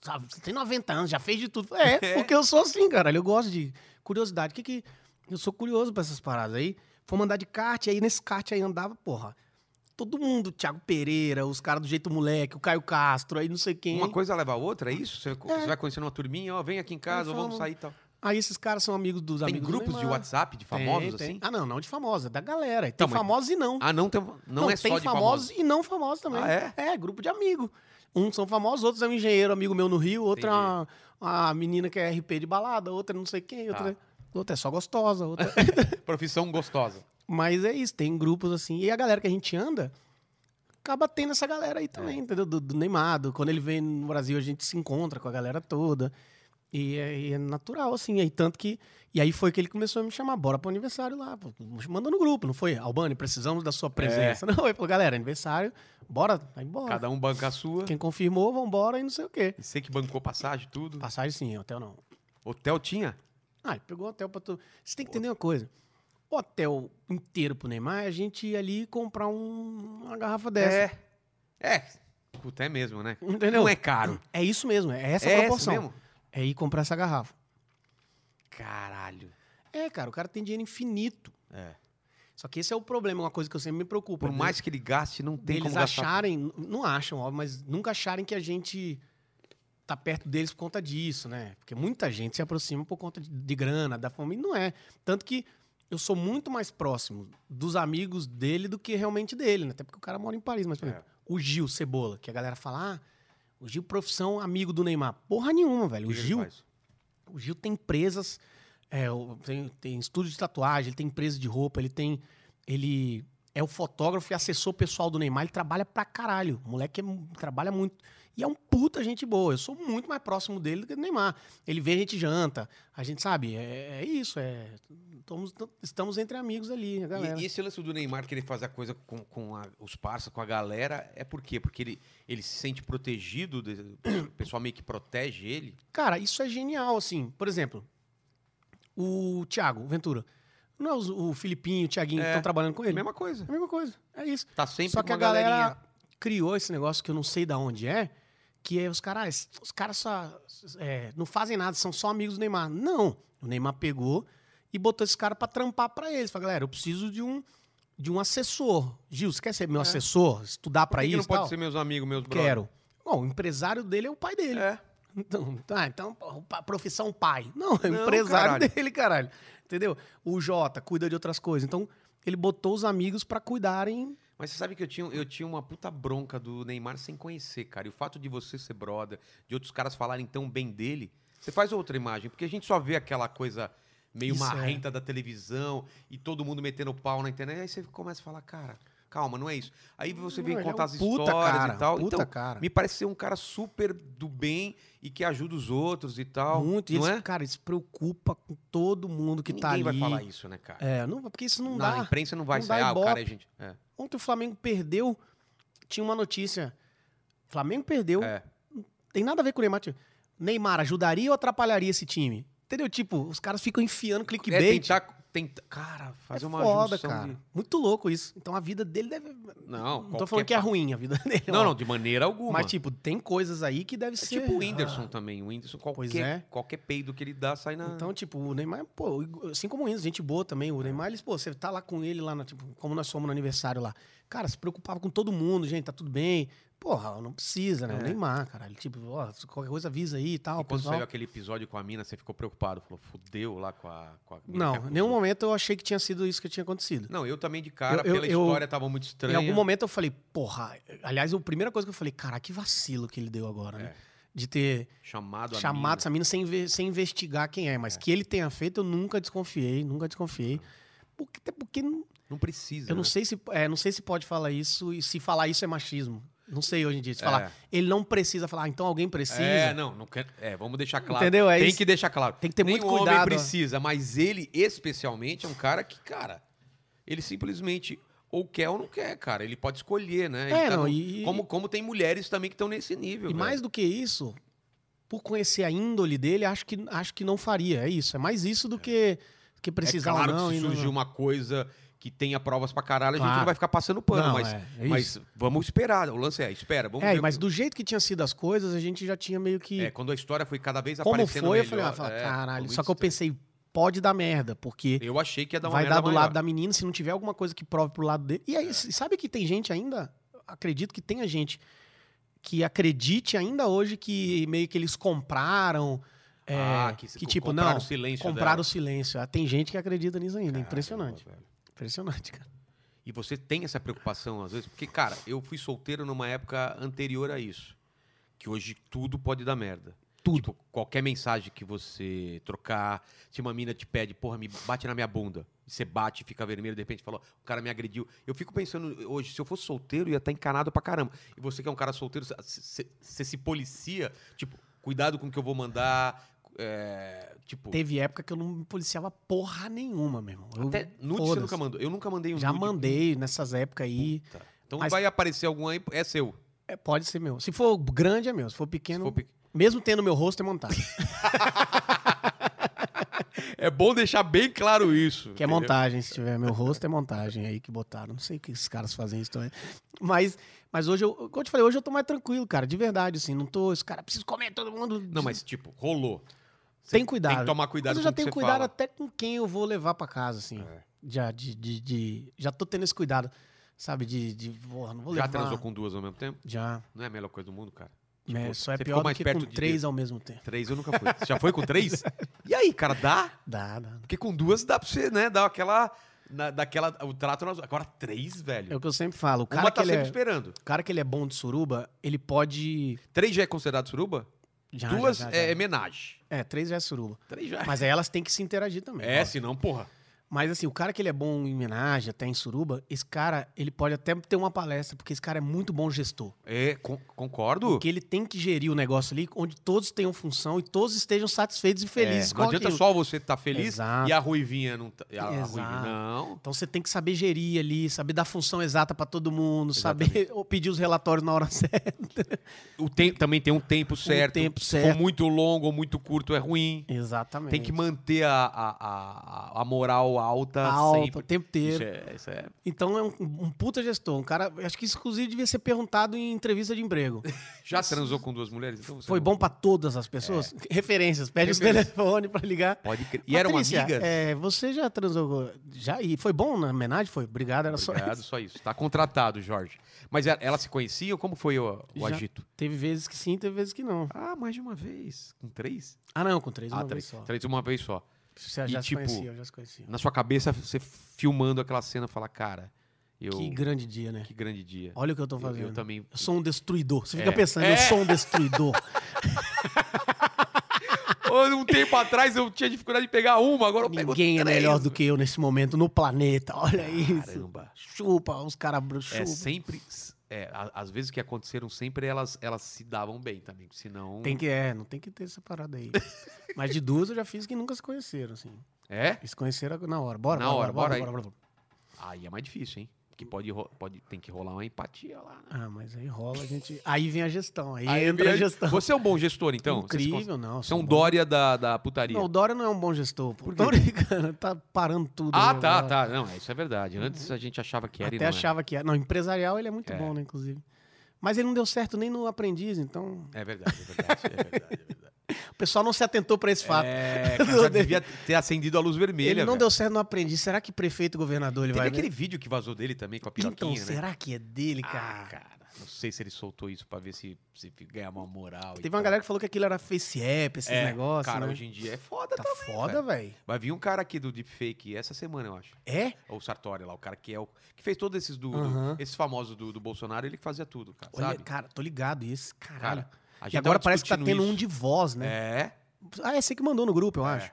[SPEAKER 2] sabe, Você tem 90 anos, já fez de tudo.
[SPEAKER 1] (laughs)
[SPEAKER 2] É, porque eu sou assim, caralho. Eu gosto de curiosidade. O que que. Eu sou curioso pra essas paradas aí. Fomos andar de kart, aí nesse kart aí andava, porra. Todo mundo, Thiago Pereira, os caras do jeito moleque, o Caio Castro, aí não sei quem.
[SPEAKER 1] Uma coisa leva a outra, é isso? Você, você vai conhecendo uma turminha, ó, vem aqui em casa,
[SPEAKER 2] Aí
[SPEAKER 1] vamos
[SPEAKER 2] fala-
[SPEAKER 1] sair e tal.
[SPEAKER 2] Aí esses caras são amigos dos
[SPEAKER 1] Tem
[SPEAKER 2] amigos do
[SPEAKER 1] grupos de
[SPEAKER 2] Neymar.
[SPEAKER 1] WhatsApp de
[SPEAKER 2] Tem,
[SPEAKER 1] famosos
[SPEAKER 2] tem.
[SPEAKER 1] assim?
[SPEAKER 2] Ah, não, não de famosa, é da galera. E Tem
[SPEAKER 1] Então, mas-
[SPEAKER 2] famosos e não.
[SPEAKER 1] Ah, não tem, não, é
[SPEAKER 2] tem
[SPEAKER 1] só de famosos.
[SPEAKER 2] e não famosos também.
[SPEAKER 1] Ah, é?
[SPEAKER 2] grupo de amigo. Uns são famosos, outros é um engenheiro amigo meu no Rio, outra é uma, uma menina que é RP de balada, outra não sei quem,
[SPEAKER 1] Tá.
[SPEAKER 2] outra, outra é só gostosa, outra...
[SPEAKER 1] Profissão gostosa.
[SPEAKER 2] Mas é isso, tem grupos assim. E a galera que a gente anda acaba tendo essa galera aí também, entendeu? Do, do Neymar, do- quando ele vem no Brasil, a gente se encontra com a galera toda. E é, e é natural, assim. Aí, tanto que. E aí foi que ele começou a me chamar, bora pro aniversário lá. pô. Mandou no grupo, não foi? Albani, precisamos da sua presença. (laughs) Não, ele falou, galera, aniversário, bora, vai embora.
[SPEAKER 1] Cada um banca a sua.
[SPEAKER 2] Quem confirmou, vambora e não sei o quê.
[SPEAKER 1] E Você que bancou passagem, tudo.
[SPEAKER 2] Passagem sim, hotel não.
[SPEAKER 1] Hotel tinha?
[SPEAKER 2] Ah, ele pegou hotel pra tu. Você tem que entender uma coisa. O hotel inteiro pro Neymar, a gente ia ali comprar um- uma garrafa dessa.
[SPEAKER 1] É. É. Puta, é mesmo, né?
[SPEAKER 2] Entendeu?
[SPEAKER 1] Não é caro.
[SPEAKER 2] É isso mesmo, é essa
[SPEAKER 1] é
[SPEAKER 2] a
[SPEAKER 1] essa
[SPEAKER 2] proporção.
[SPEAKER 1] mesmo?
[SPEAKER 2] É ir comprar essa garrafa.
[SPEAKER 1] Caralho.
[SPEAKER 2] É, cara, o cara tem dinheiro infinito.
[SPEAKER 1] É.
[SPEAKER 2] Só que esse é o problema, é uma coisa que eu sempre me preocupo.
[SPEAKER 1] Por mais que ele gaste, não tem
[SPEAKER 2] deles
[SPEAKER 1] como gastar.
[SPEAKER 2] acharem, não acham, óbvio, mas nunca acharem que a gente tá perto deles por conta disso, né? Porque muita gente se aproxima por conta de, de grana, da família, não é. Tanto que eu sou muito mais próximo dos amigos dele do que realmente dele, né? Até porque o cara mora em Paris, mas, por
[SPEAKER 1] É.
[SPEAKER 2] exemplo, o Gil Cebola, que a galera fala, ah, o Gil profissão amigo do Neymar. Porra nenhuma, velho.
[SPEAKER 1] O
[SPEAKER 2] O
[SPEAKER 1] que ele
[SPEAKER 2] Gil,
[SPEAKER 1] faz?
[SPEAKER 2] o Gil tem empresas, é, o- tem, tem estúdio de tatuagem, ele tem empresa de roupa, ele tem. Ele é o fotógrafo e assessor pessoal do Neymar, ele trabalha pra caralho. O moleque é mu- trabalha muito. E é um puta gente boa. Eu sou muito mais próximo dele do que do Neymar. Ele vê, a gente janta. A gente sabe, é, é isso. É, estamos, estamos entre amigos ali, a galera.
[SPEAKER 1] E, e esse lance do Neymar querer fazer a coisa com, com a- os parceiros, com a galera, é por quê? Porque ele, ele se sente protegido, de- o pessoal meio que protege ele.
[SPEAKER 2] Cara, isso é genial, assim. Por exemplo, o Thiago Ventura. Não é os- o Filipinho, o Thiaguinho que
[SPEAKER 1] É.
[SPEAKER 2] estão trabalhando com
[SPEAKER 1] É a
[SPEAKER 2] ele?
[SPEAKER 1] mesma coisa.
[SPEAKER 2] É a mesma coisa. É isso.
[SPEAKER 1] Tá sempre
[SPEAKER 2] Só que
[SPEAKER 1] com
[SPEAKER 2] a
[SPEAKER 1] uma galerinha.
[SPEAKER 2] galera criou esse negócio que eu não sei da onde é, que é os caras, os caras só é, não fazem nada, são só amigos do Neymar. Não, o Neymar pegou e botou esse cara pra trampar pra eles. Falei, galera, eu preciso de um de um assessor. Gil, você quer ser meu
[SPEAKER 1] É.
[SPEAKER 2] assessor? Estudar
[SPEAKER 1] Por
[SPEAKER 2] pra
[SPEAKER 1] que que
[SPEAKER 2] isso,
[SPEAKER 1] não
[SPEAKER 2] e tal? é
[SPEAKER 1] pode ser meus amigos, meus brothers?
[SPEAKER 2] Quero. Bom, o empresário dele é o pai dele.
[SPEAKER 1] É.
[SPEAKER 2] Então, tá, então, pô, pa- profissão pai. Não, é o
[SPEAKER 1] Não,
[SPEAKER 2] empresário
[SPEAKER 1] caralho.
[SPEAKER 2] dele, caralho. Entendeu? O Jota cuida de outras coisas. Então, ele botou os amigos pra cuidarem
[SPEAKER 1] Mas você sabe que eu tinha, um, eu tinha uma puta bronca do Neymar sem conhecer, cara. E o fato de você ser brother, de outros caras falarem tão bem dele, você faz outra imagem, porque a gente só vê aquela coisa meio
[SPEAKER 2] Isso, é.
[SPEAKER 1] marrenta da televisão e todo mundo metendo pau na internet. Aí você começa a falar, cara, calma, não é isso. Aí você vem
[SPEAKER 2] Não, ele é
[SPEAKER 1] contar
[SPEAKER 2] um
[SPEAKER 1] as
[SPEAKER 2] puta
[SPEAKER 1] histórias
[SPEAKER 2] cara,
[SPEAKER 1] e tal.
[SPEAKER 2] puta
[SPEAKER 1] então,
[SPEAKER 2] cara.
[SPEAKER 1] me parece ser um cara super do bem e que ajuda os outros e tal.
[SPEAKER 2] Muito, e
[SPEAKER 1] não
[SPEAKER 2] eles,
[SPEAKER 1] é?
[SPEAKER 2] cara, eles se preocupa com todo mundo que
[SPEAKER 1] Ninguém
[SPEAKER 2] tá ali.
[SPEAKER 1] vai falar isso, né, cara?
[SPEAKER 2] É, não, porque isso não,
[SPEAKER 1] Na
[SPEAKER 2] dá.
[SPEAKER 1] imprensa não vai
[SPEAKER 2] não dá
[SPEAKER 1] sair, ah, o cara é
[SPEAKER 2] ibope.
[SPEAKER 1] gente. É,
[SPEAKER 2] Ontem o Flamengo perdeu, tinha uma notícia. Flamengo perdeu,
[SPEAKER 1] é.
[SPEAKER 2] tem nada a ver com o Neymar. tio. Neymar ajudaria ou atrapalharia esse time? Entendeu? Tipo, os caras ficam enfiando
[SPEAKER 1] É
[SPEAKER 2] clickbait. É
[SPEAKER 1] tentar, tentar. Cara, fazer uma
[SPEAKER 2] foda,
[SPEAKER 1] junção
[SPEAKER 2] cara.
[SPEAKER 1] de-
[SPEAKER 2] Muito louco isso. Então a vida dele deve.
[SPEAKER 1] Não,
[SPEAKER 2] Não
[SPEAKER 1] qualquer
[SPEAKER 2] tô falando que é
[SPEAKER 1] pa-
[SPEAKER 2] ruim a vida (laughs) dele.
[SPEAKER 1] Não,
[SPEAKER 2] ó.
[SPEAKER 1] não, de maneira alguma.
[SPEAKER 2] Mas, tipo, tem coisas aí que deve
[SPEAKER 1] é
[SPEAKER 2] ser.
[SPEAKER 1] tipo o Whindersson também. O Whindersson,
[SPEAKER 2] Pois
[SPEAKER 1] qualquer,
[SPEAKER 2] é.
[SPEAKER 1] qualquer peido que ele dá, sai na.
[SPEAKER 2] Então, tipo, o Neymar, pô, assim como o Enzo, gente boa também. O Neymar, eles, pô, você tá lá com ele lá, no, tipo, como nós fomos no aniversário lá. Cara, se preocupava com todo mundo, gente, tá tudo bem. Porra, não precisa, né?
[SPEAKER 1] É.
[SPEAKER 2] O Neymar, cara. Ele, tipo, ó, qualquer coisa avisa aí e tal.
[SPEAKER 1] e quando
[SPEAKER 2] pessoal.
[SPEAKER 1] saiu aquele episódio com a mina, você ficou preocupado. Falou, fudeu lá com a. Com a mina que
[SPEAKER 2] Não,
[SPEAKER 1] acusou."
[SPEAKER 2] em nenhum momento eu achei que tinha sido isso que tinha acontecido.
[SPEAKER 1] Não, eu também de cara,
[SPEAKER 2] Eu- eu-
[SPEAKER 1] pela
[SPEAKER 2] eu-
[SPEAKER 1] história, tava muito estranho.
[SPEAKER 2] Em algum momento eu falei, porra. Aliás, a primeira coisa que eu falei, cara, que vacilo que ele deu agora, né? De ter
[SPEAKER 1] Chamado É. a
[SPEAKER 2] chamado
[SPEAKER 1] mina.
[SPEAKER 2] essa mina sem, inve- sem investigar quem é. Mas que ele tenha feito, eu nunca desconfiei, nunca desconfiei. Porque, até porque não-
[SPEAKER 1] Não precisa.
[SPEAKER 2] Eu não
[SPEAKER 1] né?
[SPEAKER 2] sei se é, não sei se pode falar isso e se falar isso é machismo. Não sei hoje em dia. Se
[SPEAKER 1] É.
[SPEAKER 2] falar, ele não precisa falar, ah, então alguém precisa.
[SPEAKER 1] É, não, não quero. É, vamos deixar claro.
[SPEAKER 2] Entendeu? É
[SPEAKER 1] Tem
[SPEAKER 2] isso.
[SPEAKER 1] que deixar claro.
[SPEAKER 2] Tem que ter
[SPEAKER 1] Nem
[SPEAKER 2] muito
[SPEAKER 1] o homem
[SPEAKER 2] cuidado, ó.
[SPEAKER 1] precisa, mas ele especialmente é um cara que, cara, ele simplesmente ou quer ou não quer, cara. Ele pode escolher, né? Ele
[SPEAKER 2] É,
[SPEAKER 1] tá
[SPEAKER 2] não,
[SPEAKER 1] no-
[SPEAKER 2] e-
[SPEAKER 1] como, como tem mulheres também que estão nesse nível. É
[SPEAKER 2] e mais do que isso, por conhecer a índole dele, acho que, acho que não faria. É isso. É mais isso do que, que
[SPEAKER 1] é
[SPEAKER 2] precisar
[SPEAKER 1] claro
[SPEAKER 2] ou não.
[SPEAKER 1] que
[SPEAKER 2] e
[SPEAKER 1] se
[SPEAKER 2] não-
[SPEAKER 1] surgiu uma coisa que tenha provas pra caralho, a gente
[SPEAKER 2] Claro.
[SPEAKER 1] não vai ficar passando pano,
[SPEAKER 2] Não,
[SPEAKER 1] mas,
[SPEAKER 2] é, é isso.
[SPEAKER 1] mas vamos esperar. O lance é, espera, vamos
[SPEAKER 2] É,
[SPEAKER 1] ver.
[SPEAKER 2] mas do jeito que tinha sido as coisas, a gente já tinha meio que.
[SPEAKER 1] É, quando a história foi cada vez
[SPEAKER 2] como
[SPEAKER 1] aparecendo
[SPEAKER 2] foi, eu
[SPEAKER 1] melhor,
[SPEAKER 2] falei, ah, fala,
[SPEAKER 1] é,
[SPEAKER 2] caralho.
[SPEAKER 1] foi
[SPEAKER 2] Só que eu
[SPEAKER 1] muito
[SPEAKER 2] pensei, pode dar merda, porque
[SPEAKER 1] estranho. Eu achei que ia dar uma
[SPEAKER 2] vai
[SPEAKER 1] merda
[SPEAKER 2] dar do
[SPEAKER 1] maior. É.
[SPEAKER 2] lado da menina se não tiver alguma coisa que prove pro lado dele. E aí, s- sabe que tem gente ainda? Acredito que tenha gente que acredite ainda hoje que meio que eles compraram. é,
[SPEAKER 1] Ah,
[SPEAKER 2] que,
[SPEAKER 1] que,
[SPEAKER 2] tipo,
[SPEAKER 1] compraram
[SPEAKER 2] não,
[SPEAKER 1] o silêncio
[SPEAKER 2] compraram o
[SPEAKER 1] dela.
[SPEAKER 2] silêncio. Ah, Tem gente que acredita nisso ainda.
[SPEAKER 1] Caramba,
[SPEAKER 2] É impressionante.
[SPEAKER 1] velho.
[SPEAKER 2] Impressionante, cara.
[SPEAKER 1] E você tem essa preocupação às vezes? Porque, cara, eu fui solteiro numa época anterior a isso. Que hoje tudo pode dar merda.
[SPEAKER 2] Tudo.
[SPEAKER 1] Tipo, qualquer mensagem que você trocar, se uma mina te pede, porra, me bate na minha bunda. E você bate, fica vermelho, de repente fala, o cara me agrediu. Eu fico pensando hoje, se eu fosse solteiro, eu ia estar encanado pra caramba. E você que é um cara solteiro, você se policia, tipo, cuidado com o que eu vou mandar. é, tipo,
[SPEAKER 2] Teve época que eu não me policiava porra nenhuma, meu irmão. Eu-
[SPEAKER 1] até nude você
[SPEAKER 2] foda-se.
[SPEAKER 1] nunca mandou. Eu nunca mandei um
[SPEAKER 2] Já
[SPEAKER 1] nude.
[SPEAKER 2] mandei nessas épocas aí.
[SPEAKER 1] Puta. Então
[SPEAKER 2] Mas-
[SPEAKER 1] vai aparecer algum aí, é seu.
[SPEAKER 2] É, pode ser meu. Se for grande, é meu. Se for
[SPEAKER 1] Se
[SPEAKER 2] pequeno,
[SPEAKER 1] for pe-
[SPEAKER 2] mesmo tendo meu rosto, é montado.
[SPEAKER 1] É bom deixar bem claro isso.
[SPEAKER 2] Que é
[SPEAKER 1] entendeu?
[SPEAKER 2] montagem, se tiver
[SPEAKER 1] (laughs)
[SPEAKER 2] meu rosto, é montagem aí que botaram. Não sei o que esses caras fazem isso também. Mas, mas hoje eu, como eu te falei, hoje eu tô mais tranquilo, cara, de verdade, assim. Não tô, esse cara precisa comer todo mundo.
[SPEAKER 1] Não, mas tipo, rolou.
[SPEAKER 2] Tem cuidado.
[SPEAKER 1] Tem que tomar cuidado
[SPEAKER 2] Mas eu
[SPEAKER 1] com
[SPEAKER 2] já
[SPEAKER 1] o que
[SPEAKER 2] tenho
[SPEAKER 1] você
[SPEAKER 2] cuidado
[SPEAKER 1] fala.
[SPEAKER 2] até com quem eu vou levar pra casa, assim.
[SPEAKER 1] É.
[SPEAKER 2] Já, de, de, de- já tô tendo esse cuidado, sabe? De, de porra, não vou
[SPEAKER 1] Já
[SPEAKER 2] levar.
[SPEAKER 1] transou com duas ao mesmo tempo?
[SPEAKER 2] Já.
[SPEAKER 1] Não é a melhor coisa do mundo, cara.
[SPEAKER 2] Né,
[SPEAKER 1] Tipo,
[SPEAKER 2] Só é
[SPEAKER 1] você
[SPEAKER 2] pior
[SPEAKER 1] ficou
[SPEAKER 2] do
[SPEAKER 1] mais
[SPEAKER 2] que
[SPEAKER 1] perto
[SPEAKER 2] com
[SPEAKER 1] de
[SPEAKER 2] três ao mesmo tempo.
[SPEAKER 1] Três eu nunca fui. Você já foi com
[SPEAKER 2] (laughs)
[SPEAKER 1] três? E aí, cara, dá?
[SPEAKER 2] Dá, dá.
[SPEAKER 1] Porque com duas dá pra você, né? Dar aquela. na- daquela. O trato nas. Agora, três, velho.
[SPEAKER 2] É o que eu sempre falo. O cara,
[SPEAKER 1] Uma
[SPEAKER 2] que
[SPEAKER 1] tá
[SPEAKER 2] ele
[SPEAKER 1] sempre
[SPEAKER 2] é,
[SPEAKER 1] esperando.
[SPEAKER 2] o cara que ele é bom de suruba, ele pode.
[SPEAKER 1] Três já é considerado suruba?
[SPEAKER 2] Já,
[SPEAKER 1] duas
[SPEAKER 2] já, já,
[SPEAKER 1] é
[SPEAKER 2] já.
[SPEAKER 1] homenagem.
[SPEAKER 2] É, três já é suruba.
[SPEAKER 1] Três já.
[SPEAKER 2] Mas aí elas têm que se interagir também.
[SPEAKER 1] É,
[SPEAKER 2] Ó.
[SPEAKER 1] senão, porra.
[SPEAKER 2] Mas assim, o cara que ele é bom em homenagem, até em suruba, esse cara, ele pode até ter uma palestra, porque esse cara é muito bom gestor.
[SPEAKER 1] É, con- concordo.
[SPEAKER 2] Porque ele tem que gerir o negócio ali, onde todos tenham função e todos estejam satisfeitos e felizes
[SPEAKER 1] É,
[SPEAKER 2] com
[SPEAKER 1] não adianta
[SPEAKER 2] aquilo.
[SPEAKER 1] só você estar feliz
[SPEAKER 2] Exato.
[SPEAKER 1] e a Ruivinha não. Tá, a Ruivinha,
[SPEAKER 2] Exato.
[SPEAKER 1] não.
[SPEAKER 2] Então você tem que saber gerir ali, saber dar função exata pra todo mundo,
[SPEAKER 1] Exatamente.
[SPEAKER 2] saber ou (laughs) pedir os relatórios na hora certa.
[SPEAKER 1] O tem, também tem um tempo certo.
[SPEAKER 2] tempo
[SPEAKER 1] Se for
[SPEAKER 2] certo.
[SPEAKER 1] muito longo ou muito curto é ruim.
[SPEAKER 2] Exatamente.
[SPEAKER 1] Tem que manter a, a, a, a moral alta,
[SPEAKER 2] alta o
[SPEAKER 1] sempre.
[SPEAKER 2] tempo
[SPEAKER 1] Isso
[SPEAKER 2] inteiro.
[SPEAKER 1] é, isso é-
[SPEAKER 2] Então é um, um puta gestor, um cara, acho que isso inclusive devia ser perguntado em entrevista de
[SPEAKER 1] (laughs)
[SPEAKER 2] emprego.
[SPEAKER 1] Já transou com duas mulheres? Então você
[SPEAKER 2] Foi
[SPEAKER 1] não-
[SPEAKER 2] bom pra todas as pessoas? É. (laughs) Referências, pede os
[SPEAKER 1] Referência.
[SPEAKER 2] telefones pra ligar.
[SPEAKER 1] Pode crer. E eram
[SPEAKER 2] Patrícia,
[SPEAKER 1] amigas?
[SPEAKER 2] É, você já transou. com- Já, e foi bom na homenagem? Foi. Obrigado, era só.
[SPEAKER 1] Obrigado,
[SPEAKER 2] isso.
[SPEAKER 1] só isso. Tá contratado, Jorge. Mas e- elas se conheciam? Como foi o, o
[SPEAKER 2] Já.
[SPEAKER 1] agito?
[SPEAKER 2] (laughs) Teve vezes que sim, teve vezes que não.
[SPEAKER 1] Ah, mais de uma vez. Com três?
[SPEAKER 2] Ah, não, com três
[SPEAKER 1] ah,
[SPEAKER 2] uma
[SPEAKER 1] três.
[SPEAKER 2] vez só.
[SPEAKER 1] Três uma vez só.
[SPEAKER 2] Você
[SPEAKER 1] E,
[SPEAKER 2] já se
[SPEAKER 1] tipo,
[SPEAKER 2] conhecia, já se conhecia.
[SPEAKER 1] Na sua cabeça, você filmando aquela cena, fala, cara, eu...
[SPEAKER 2] Que
[SPEAKER 1] Que,
[SPEAKER 2] grande dia, né?
[SPEAKER 1] grande dia.
[SPEAKER 2] Olha o que eu tô
[SPEAKER 1] Eu-
[SPEAKER 2] fazendo.
[SPEAKER 1] eu também...
[SPEAKER 2] Eu sou um destruidor. Você
[SPEAKER 1] É.
[SPEAKER 2] fica pensando,
[SPEAKER 1] É.
[SPEAKER 2] eu sou um destruidor.
[SPEAKER 1] (laughs) Ô, Um tempo atrás eu tinha dificuldade de pegar uma, agora (laughs) eu pego
[SPEAKER 2] Ninguém é
[SPEAKER 1] três.
[SPEAKER 2] melhor do que eu nesse momento no planeta. Olha isso.
[SPEAKER 1] Caramba.
[SPEAKER 2] Chupa, os caras
[SPEAKER 1] É
[SPEAKER 2] chupam.
[SPEAKER 1] sempre. É, a- as vezes que aconteceram sempre, elas, elas se davam bem também. Senão.
[SPEAKER 2] Tem que, é, não tem que ter essa
[SPEAKER 1] (laughs)
[SPEAKER 2] parada aí. Mas de duas eu já fiz que nunca se conheceram, assim.
[SPEAKER 1] É?
[SPEAKER 2] Eles se conheceram na hora. Bora,
[SPEAKER 1] Na
[SPEAKER 2] bora,
[SPEAKER 1] hora, bora
[SPEAKER 2] bora,
[SPEAKER 1] aí.
[SPEAKER 2] bora, bora, bora.
[SPEAKER 1] Aí é mais difícil, hein? Porque pode, ro- pode, tem que rolar uma empatia lá. né?
[SPEAKER 2] Ah, mas aí rola, a gente. Aí vem a gestão, aí,
[SPEAKER 1] Aí
[SPEAKER 2] entra a
[SPEAKER 1] vem-
[SPEAKER 2] gestão.
[SPEAKER 1] Você é um bom gestor, então? Você se
[SPEAKER 2] Incrível,
[SPEAKER 1] cons-
[SPEAKER 2] não.
[SPEAKER 1] Você é
[SPEAKER 2] sou
[SPEAKER 1] um
[SPEAKER 2] bom.
[SPEAKER 1] Dória da, da putaria.
[SPEAKER 2] Não, o Dória não é um bom gestor. Por
[SPEAKER 1] Por
[SPEAKER 2] tô
[SPEAKER 1] quê?
[SPEAKER 2] brincando, tá parando tudo.
[SPEAKER 1] ah,
[SPEAKER 2] né,
[SPEAKER 1] tá,
[SPEAKER 2] agora.
[SPEAKER 1] tá. Não, isso é verdade. Antes a gente achava que era e não
[SPEAKER 2] Até
[SPEAKER 1] é.
[SPEAKER 2] achava que era. Não, empresarial ele é muito
[SPEAKER 1] É.
[SPEAKER 2] bom, né, inclusive. Mas ele não deu certo nem no aprendiz, então.
[SPEAKER 1] É verdade, é verdade, é verdade. É, verdade.
[SPEAKER 2] O pessoal não se atentou pra esse (laughs) fato.
[SPEAKER 1] é cara, já devia ter acendido a luz vermelha.
[SPEAKER 2] ele não
[SPEAKER 1] velho.
[SPEAKER 2] deu certo no aprendiz. Será que prefeito e governador ele
[SPEAKER 1] Teve
[SPEAKER 2] vai. ver?
[SPEAKER 1] aquele vídeo que vazou dele também com a
[SPEAKER 2] Então,
[SPEAKER 1] piroquinha, né?
[SPEAKER 2] será que é dele,
[SPEAKER 1] Ah,
[SPEAKER 2] cara?
[SPEAKER 1] cara. Não sei se ele soltou isso pra ver se, se ganhar uma moral. e
[SPEAKER 2] Teve uma
[SPEAKER 1] tal.
[SPEAKER 2] galera que falou que aquilo era face app, esses
[SPEAKER 1] É,
[SPEAKER 2] negócios.
[SPEAKER 1] Cara,
[SPEAKER 2] né?
[SPEAKER 1] hoje em dia é foda
[SPEAKER 2] tá
[SPEAKER 1] também,
[SPEAKER 2] foda,
[SPEAKER 1] velho.
[SPEAKER 2] velho.
[SPEAKER 1] Vai vir um cara aqui do Deepfake essa semana, eu acho.
[SPEAKER 2] É?
[SPEAKER 1] Ou o Sartori lá, o cara que é o. Que fez todos esses do.
[SPEAKER 2] Aham.
[SPEAKER 1] do- esses famosos do, do Bolsonaro, ele que fazia tudo, cara.
[SPEAKER 2] Olha,
[SPEAKER 1] sabe?
[SPEAKER 2] cara, tô ligado isso. Caralho.
[SPEAKER 1] Cara, a
[SPEAKER 2] e
[SPEAKER 1] gente
[SPEAKER 2] agora
[SPEAKER 1] tava
[SPEAKER 2] parece que tá
[SPEAKER 1] discutindo
[SPEAKER 2] tendo um
[SPEAKER 1] isso.
[SPEAKER 2] de voz, né?
[SPEAKER 1] É.
[SPEAKER 2] Ah, é você que mandou no grupo, eu acho.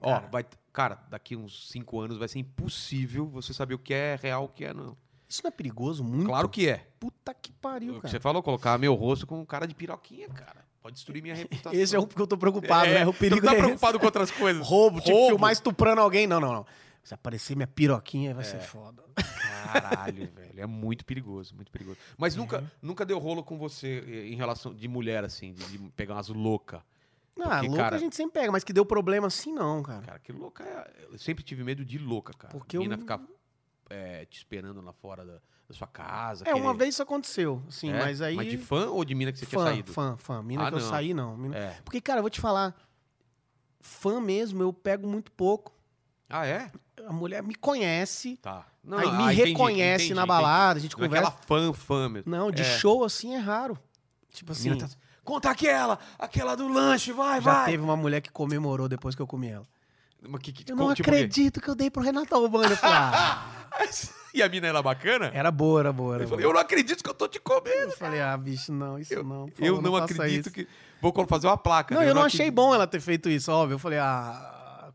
[SPEAKER 1] Ó,
[SPEAKER 2] Cara.
[SPEAKER 1] vai. Cara, daqui uns cinco anos vai ser impossível você saber o que é real o que é, não.
[SPEAKER 2] Isso não é perigoso muito?
[SPEAKER 1] Claro que é.
[SPEAKER 2] Puta que
[SPEAKER 1] o
[SPEAKER 2] pariu,
[SPEAKER 1] que você
[SPEAKER 2] cara.
[SPEAKER 1] falou, colocar meu rosto com um cara de piroquinha, cara. Pode destruir minha reputação.
[SPEAKER 2] (laughs) Esse é o que eu tô preocupado, né? O perigo
[SPEAKER 1] Não tá
[SPEAKER 2] é esse.
[SPEAKER 1] preocupado com outras coisas.
[SPEAKER 2] Roubo, tipo,
[SPEAKER 1] Roubo.
[SPEAKER 2] filmar estuprando alguém. Não, não, não. Se aparecer minha piroquinha, vai
[SPEAKER 1] É.
[SPEAKER 2] ser foda.
[SPEAKER 1] Caralho, velho. É muito perigoso, muito perigoso. Mas
[SPEAKER 2] Uhum.
[SPEAKER 1] nunca, nunca deu rolo com você eh, em relação de mulher, assim, de, de pegar umas loucas.
[SPEAKER 2] Não,
[SPEAKER 1] Porque,
[SPEAKER 2] Ah, louco
[SPEAKER 1] cara-
[SPEAKER 2] a gente sempre pega, mas que deu problema assim não, cara.
[SPEAKER 1] Cara, que louca é. Eu sempre tive medo de louca, cara.
[SPEAKER 2] Porque
[SPEAKER 1] Mina
[SPEAKER 2] eu-
[SPEAKER 1] ficar é, te esperando lá fora da, da sua casa?
[SPEAKER 2] É, uma
[SPEAKER 1] querer-
[SPEAKER 2] vez isso aconteceu, sim,
[SPEAKER 1] É?
[SPEAKER 2] mas aí.
[SPEAKER 1] Mas de fã ou de mina que você tinha
[SPEAKER 2] fã,
[SPEAKER 1] saído?
[SPEAKER 2] fã, fã. Mina
[SPEAKER 1] Ah,
[SPEAKER 2] que eu
[SPEAKER 1] não.
[SPEAKER 2] saí, não. Mina-
[SPEAKER 1] É.
[SPEAKER 2] Porque, cara, eu vou te falar, fã mesmo, eu pego muito pouco.
[SPEAKER 1] Ah, é?
[SPEAKER 2] A mulher me conhece,
[SPEAKER 1] Tá.
[SPEAKER 2] aí me
[SPEAKER 1] ah, entendi,
[SPEAKER 2] reconhece
[SPEAKER 1] entendi,
[SPEAKER 2] na
[SPEAKER 1] entendi.
[SPEAKER 2] balada, a gente
[SPEAKER 1] Não é
[SPEAKER 2] conversa.
[SPEAKER 1] aquela fã, fã mesmo.
[SPEAKER 2] Não, de
[SPEAKER 1] É.
[SPEAKER 2] show assim é raro.
[SPEAKER 1] A
[SPEAKER 2] Tipo assim,
[SPEAKER 1] mina tá- Conta aquela, aquela do lanche, vai,
[SPEAKER 2] já
[SPEAKER 1] vai.
[SPEAKER 2] teve uma mulher que comemorou depois que eu comi ela.
[SPEAKER 1] Mas que- que-
[SPEAKER 2] Eu não
[SPEAKER 1] como- tipo o quê?
[SPEAKER 2] acredito que eu dei pro Renato Albano. Eu falei, ah,
[SPEAKER 1] (laughs) E a mina era bacana?
[SPEAKER 2] era boa, era boa. É, Era
[SPEAKER 1] Eu
[SPEAKER 2] boa.
[SPEAKER 1] falei, eu não acredito que eu tô te comendo.
[SPEAKER 2] Eu falei, ah, bicho, não, isso não. por
[SPEAKER 1] eu
[SPEAKER 2] favor,
[SPEAKER 1] não,
[SPEAKER 2] faça
[SPEAKER 1] acredito
[SPEAKER 2] isso.
[SPEAKER 1] que. Vou colo- fazer uma placa.
[SPEAKER 2] Não,
[SPEAKER 1] né?
[SPEAKER 2] eu não achei
[SPEAKER 1] acredito.
[SPEAKER 2] bom ela ter feito isso, óbvio. Eu falei, ah.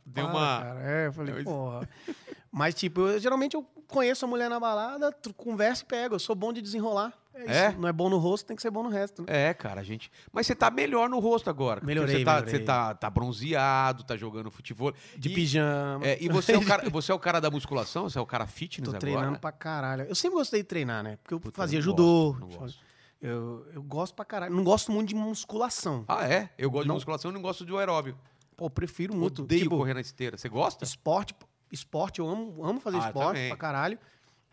[SPEAKER 1] Deu
[SPEAKER 2] para,
[SPEAKER 1] uma-
[SPEAKER 2] Cara. É, eu falei,
[SPEAKER 1] Deu-
[SPEAKER 2] porra. (laughs) Mas, tipo, eu- geralmente eu conheço a mulher na balada, tu- converso e pego. Eu sou bom de desenrolar. É isso.
[SPEAKER 1] É?
[SPEAKER 2] Não é bom no rosto, tem que ser bom no resto. Né?
[SPEAKER 1] É, cara, a gente. Mas você tá melhor no rosto agora. porque
[SPEAKER 2] Melhorei,
[SPEAKER 1] Você tá,
[SPEAKER 2] melhorei.
[SPEAKER 1] Você tá, tá bronzeado, tá jogando futebol.
[SPEAKER 2] De
[SPEAKER 1] e,
[SPEAKER 2] pijama.
[SPEAKER 1] é, e você é,
[SPEAKER 2] (laughs)
[SPEAKER 1] o cara, você é o cara da musculação? Você é o cara fitness
[SPEAKER 2] Tô
[SPEAKER 1] agora?
[SPEAKER 2] treinando pra caralho. Eu sempre gostei de treinar, né? Porque eu
[SPEAKER 1] Puta,
[SPEAKER 2] fazia
[SPEAKER 1] eu não
[SPEAKER 2] judô.
[SPEAKER 1] gosto, não gosto.
[SPEAKER 2] Eu, eu gosto pra caralho. Não gosto muito de musculação.
[SPEAKER 1] Ah, é? Eu gosto
[SPEAKER 2] Não.
[SPEAKER 1] de musculação e não gosto de um aeróbio.
[SPEAKER 2] Pô, eu prefiro muito.
[SPEAKER 1] Odeio
[SPEAKER 2] Tipo,
[SPEAKER 1] correr na esteira. Você gosta?
[SPEAKER 2] Esporte, esporte, eu amo, amo fazer
[SPEAKER 1] Ah,
[SPEAKER 2] esporte
[SPEAKER 1] também.
[SPEAKER 2] pra caralho.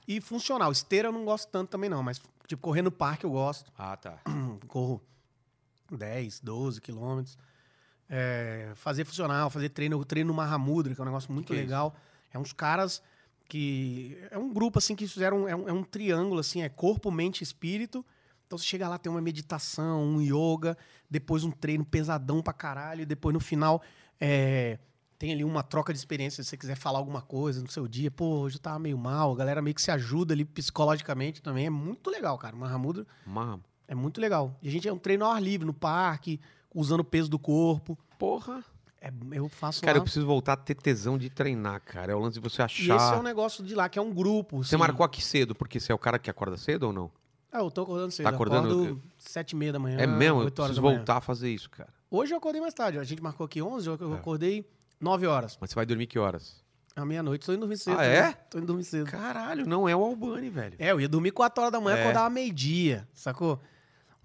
[SPEAKER 2] E funcional. Esteira eu não gosto tanto também, não, mas, tipo, correr no parque eu gosto.
[SPEAKER 1] Ah,
[SPEAKER 2] (clears throat)
[SPEAKER 1] tá.
[SPEAKER 2] Corro 10, 12 quilômetros. É, fazer funcional, fazer treino, eu treino no Mahamudra, que é um negócio muito
[SPEAKER 1] que é isso?
[SPEAKER 2] legal. É uns caras que. É um grupo assim que fizeram. É um, é um triângulo, assim, é corpo, mente e espírito. Então você chega lá, tem uma meditação, um yoga, depois um treino pesadão pra caralho, e depois no final é, tem ali uma troca de experiência. Se você quiser falar alguma coisa no seu dia, pô, hoje eu tava meio mal, a galera meio que se ajuda ali psicologicamente também. É muito legal, cara. O Mahamudra
[SPEAKER 1] Mano.
[SPEAKER 2] é muito legal. E a gente é um treino ao ar livre, no parque, usando o peso do corpo.
[SPEAKER 1] Porra.
[SPEAKER 2] É, eu faço
[SPEAKER 1] Cara,
[SPEAKER 2] lá.
[SPEAKER 1] eu preciso voltar a ter tesão de treinar, cara. É o lance de você achar.
[SPEAKER 2] E esse é um negócio de lá, que é um grupo.
[SPEAKER 1] Você
[SPEAKER 2] assim.
[SPEAKER 1] marcou aqui cedo, porque você é o cara que acorda cedo ou não?
[SPEAKER 2] Ah, eu tô acordando cedo.
[SPEAKER 1] Tá acordando?
[SPEAKER 2] Acordo sete e meia da manhã,
[SPEAKER 1] É, mesmo? Eu
[SPEAKER 2] oito horas
[SPEAKER 1] preciso
[SPEAKER 2] da manhã.
[SPEAKER 1] voltar a fazer isso, cara.
[SPEAKER 2] Hoje eu acordei mais tarde. A gente marcou aqui 11, eu
[SPEAKER 1] É.
[SPEAKER 2] acordei 9 horas.
[SPEAKER 1] Mas você vai dormir que horas?
[SPEAKER 2] À meia-noite, tô indo dormir cedo.
[SPEAKER 1] Ah, é?
[SPEAKER 2] né? Tô indo dormir cedo.
[SPEAKER 1] Caralho, não é o Albani, velho.
[SPEAKER 2] É, eu ia dormir 4 horas da manhã,
[SPEAKER 1] É.
[SPEAKER 2] acordava meio-dia, sacou?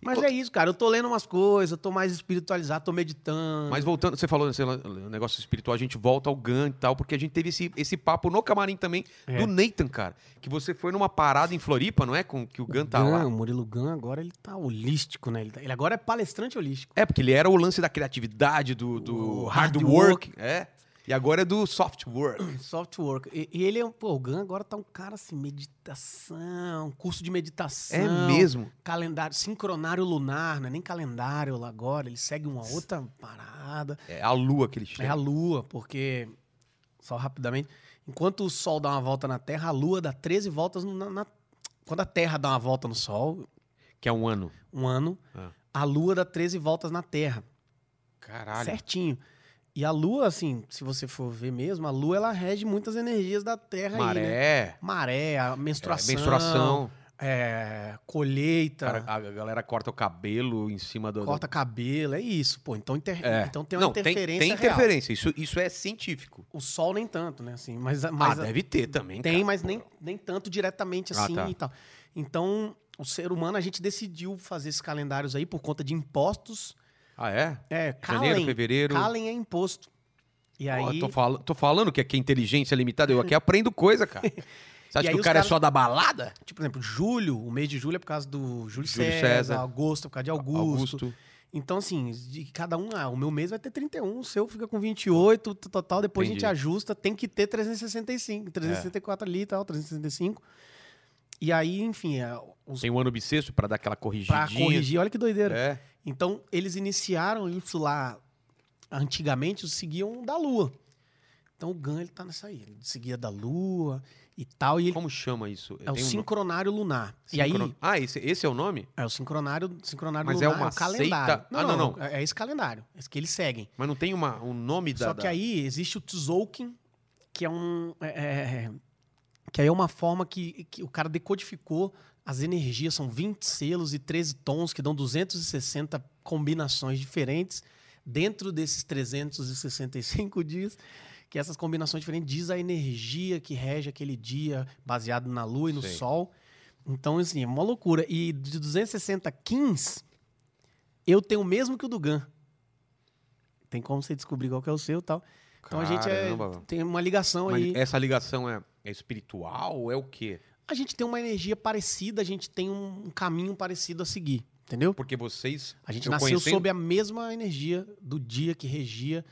[SPEAKER 2] Mas
[SPEAKER 1] co-
[SPEAKER 2] é isso, cara. Eu tô lendo umas coisas, eu tô mais espiritualizado, tô meditando.
[SPEAKER 1] Mas voltando, você falou nesse lan- negócio espiritual, a gente volta ao GAN e tal, porque a gente teve esse, esse papo no camarim também
[SPEAKER 2] É.
[SPEAKER 1] do Nathan, cara. Que você foi numa parada em Floripa, não é? Com que o GAN tá
[SPEAKER 2] Gan,
[SPEAKER 1] lá.
[SPEAKER 2] O Murilo Gan agora ele tá holístico, né? Ele, tá- ele agora é palestrante holístico.
[SPEAKER 1] É, porque ele era o lance da criatividade, do, do
[SPEAKER 2] O
[SPEAKER 1] hard
[SPEAKER 2] hard
[SPEAKER 1] work. É. E agora é do soft work.
[SPEAKER 2] Soft work. E, e ele é um. Pô, o Gan agora tá um cara assim, meditação, curso de meditação.
[SPEAKER 1] É mesmo.
[SPEAKER 2] Calendário, sincronário lunar, não é nem calendário lá agora. Ele segue uma outra parada.
[SPEAKER 1] É a lua que ele
[SPEAKER 2] É a
[SPEAKER 1] chega.
[SPEAKER 2] Lua, porque. Só rapidamente. Enquanto o Sol dá uma volta na Terra, a Lua dá 13 voltas na. na- quando a Terra dá uma volta no Sol,
[SPEAKER 1] que é um ano.
[SPEAKER 2] um ano,
[SPEAKER 1] Ah.
[SPEAKER 2] a Lua dá 13 voltas na Terra.
[SPEAKER 1] Caralho.
[SPEAKER 2] Certinho. E a Lua, assim, se você for ver mesmo, a Lua ela rege muitas energias da Terra aí, né?
[SPEAKER 1] Maré.
[SPEAKER 2] Maré, a
[SPEAKER 1] Menstruação.
[SPEAKER 2] menstruação.
[SPEAKER 1] É, menstruação.
[SPEAKER 2] é, colheita,
[SPEAKER 1] Cara, a a galera corta o cabelo em cima do. do-
[SPEAKER 2] corta cabelo, é isso, pô. Então, inter-
[SPEAKER 1] É.
[SPEAKER 2] então tem uma
[SPEAKER 1] Não,
[SPEAKER 2] interferência.
[SPEAKER 1] Tem,
[SPEAKER 2] real.
[SPEAKER 1] interferência. Isso, isso é científico.
[SPEAKER 2] O Sol nem tanto, né? Assim, mas, a- mas
[SPEAKER 1] ah,
[SPEAKER 2] a-
[SPEAKER 1] deve ter também.
[SPEAKER 2] Tem,
[SPEAKER 1] cara.
[SPEAKER 2] mas nem, nem tanto diretamente
[SPEAKER 1] Ah,
[SPEAKER 2] assim
[SPEAKER 1] tá.
[SPEAKER 2] e tal. Então, o ser humano, a gente decidiu fazer esses calendários aí por conta de impostos.
[SPEAKER 1] Ah, é?
[SPEAKER 2] É,
[SPEAKER 1] Janeiro,
[SPEAKER 2] Calen.
[SPEAKER 1] fevereiro.
[SPEAKER 2] Calen é imposto. E
[SPEAKER 1] Ó,
[SPEAKER 2] aí.
[SPEAKER 1] tô, fal- tô falando que aqui é inteligência limitada. Eu
[SPEAKER 2] (laughs)
[SPEAKER 1] aqui aprendo coisa, cara. Você
[SPEAKER 2] E
[SPEAKER 1] acha
[SPEAKER 2] aí
[SPEAKER 1] que o
[SPEAKER 2] os
[SPEAKER 1] cara é
[SPEAKER 2] caras-
[SPEAKER 1] só da balada?
[SPEAKER 2] Tipo, por exemplo, julho, o mês de julho é por causa do
[SPEAKER 1] Júlio
[SPEAKER 2] Júlio, César,
[SPEAKER 1] César.
[SPEAKER 2] agosto é por causa de Augusto. Então, assim, de cada um, ah, o meu mês vai ter 31, o seu fica com 28, t- total, depois a gente
[SPEAKER 1] Entendi.
[SPEAKER 2] ajusta, tem que ter 365, 364 ali e tal, 365. E aí, enfim, é, os,
[SPEAKER 1] Tem um ano bissexto pra dar aquela corrigidinha.
[SPEAKER 2] pra corrigir, olha que doideira.
[SPEAKER 1] É.
[SPEAKER 2] Então, eles iniciaram isso lá. Antigamente, eles seguiam da Lua. Então, o Gan, ele tá nessa aí. Ele seguia da Lua e tal. E ele
[SPEAKER 1] Como chama isso?
[SPEAKER 2] é o
[SPEAKER 1] Tem um no-
[SPEAKER 2] sincronário lunar. E aí,
[SPEAKER 1] sincron- Ah, esse, esse é o nome?
[SPEAKER 2] é o sincronário, sincronário
[SPEAKER 1] Mas é
[SPEAKER 2] lunar.
[SPEAKER 1] uma
[SPEAKER 2] o calendário.
[SPEAKER 1] seita- Ah, não, não.
[SPEAKER 2] É esse calendário. Esse que eles seguem.
[SPEAKER 1] Mas não tem uma, um nome da.
[SPEAKER 2] Só
[SPEAKER 1] da-
[SPEAKER 2] que aí, existe o Tzolk'in, que é um... é- é- que aí é uma forma que, que o cara decodificou as energias. São 20 selos e 13 tons, que dão 260 combinações diferentes. Dentro desses 365 dias, que essas combinações diferentes diz a energia que rege aquele dia, baseado na lua e no
[SPEAKER 1] Sei.
[SPEAKER 2] sol. Então, assim, é uma loucura. E de 260 kins, eu tenho o mesmo que o do Gan. Tem como você descobrir qual que é o seu e tal. Então a gente é-
[SPEAKER 1] Caramba.
[SPEAKER 2] tem uma ligação
[SPEAKER 1] Mas
[SPEAKER 2] aí.
[SPEAKER 1] essa ligação é É espiritual? É o quê?
[SPEAKER 2] A gente tem uma energia parecida, a gente tem um, um caminho parecido a seguir, entendeu?
[SPEAKER 1] Porque vocês.
[SPEAKER 2] A gente
[SPEAKER 1] eu
[SPEAKER 2] nasceu
[SPEAKER 1] conhecendo-
[SPEAKER 2] sob a mesma energia do dia que regia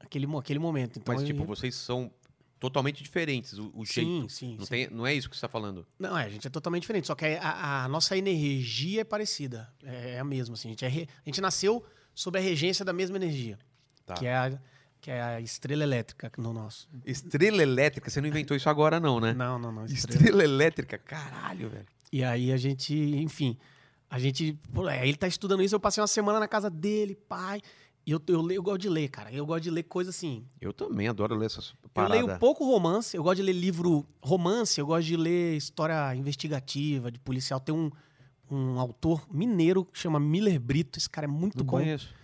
[SPEAKER 2] aquele, mo- aquele momento. Então,
[SPEAKER 1] Mas,
[SPEAKER 2] eu-
[SPEAKER 1] tipo, vocês são totalmente diferentes, o, o jeito.
[SPEAKER 2] sim, sim,
[SPEAKER 1] Não,
[SPEAKER 2] sim.
[SPEAKER 1] tem- não é isso que você está falando.
[SPEAKER 2] Não, é, a gente é totalmente diferente. Só que a, a nossa energia é parecida. É, é a mesma, assim. A gente, é re- a gente nasceu sob a regência da mesma energia.
[SPEAKER 1] Tá.
[SPEAKER 2] Que, é a, que é a estrela elétrica no nosso.
[SPEAKER 1] Estrela elétrica, você não inventou isso agora, não, né?
[SPEAKER 2] Não, não, não.
[SPEAKER 1] Estrela, elétrica, caralho, velho.
[SPEAKER 2] E aí a gente, enfim, a gente. pô, é, ele tá estudando isso, eu passei uma semana na casa dele, pai. E eu, eu, leio- eu gosto de ler, cara. Eu gosto de ler coisa assim.
[SPEAKER 1] Eu também adoro ler essas paradas.
[SPEAKER 2] Eu leio um pouco romance, eu gosto de ler livro romance, eu gosto de ler história investigativa, de policial. Tem um, um autor mineiro que chama Miller Brito, esse cara é muito
[SPEAKER 1] Não
[SPEAKER 2] bom.
[SPEAKER 1] conheço.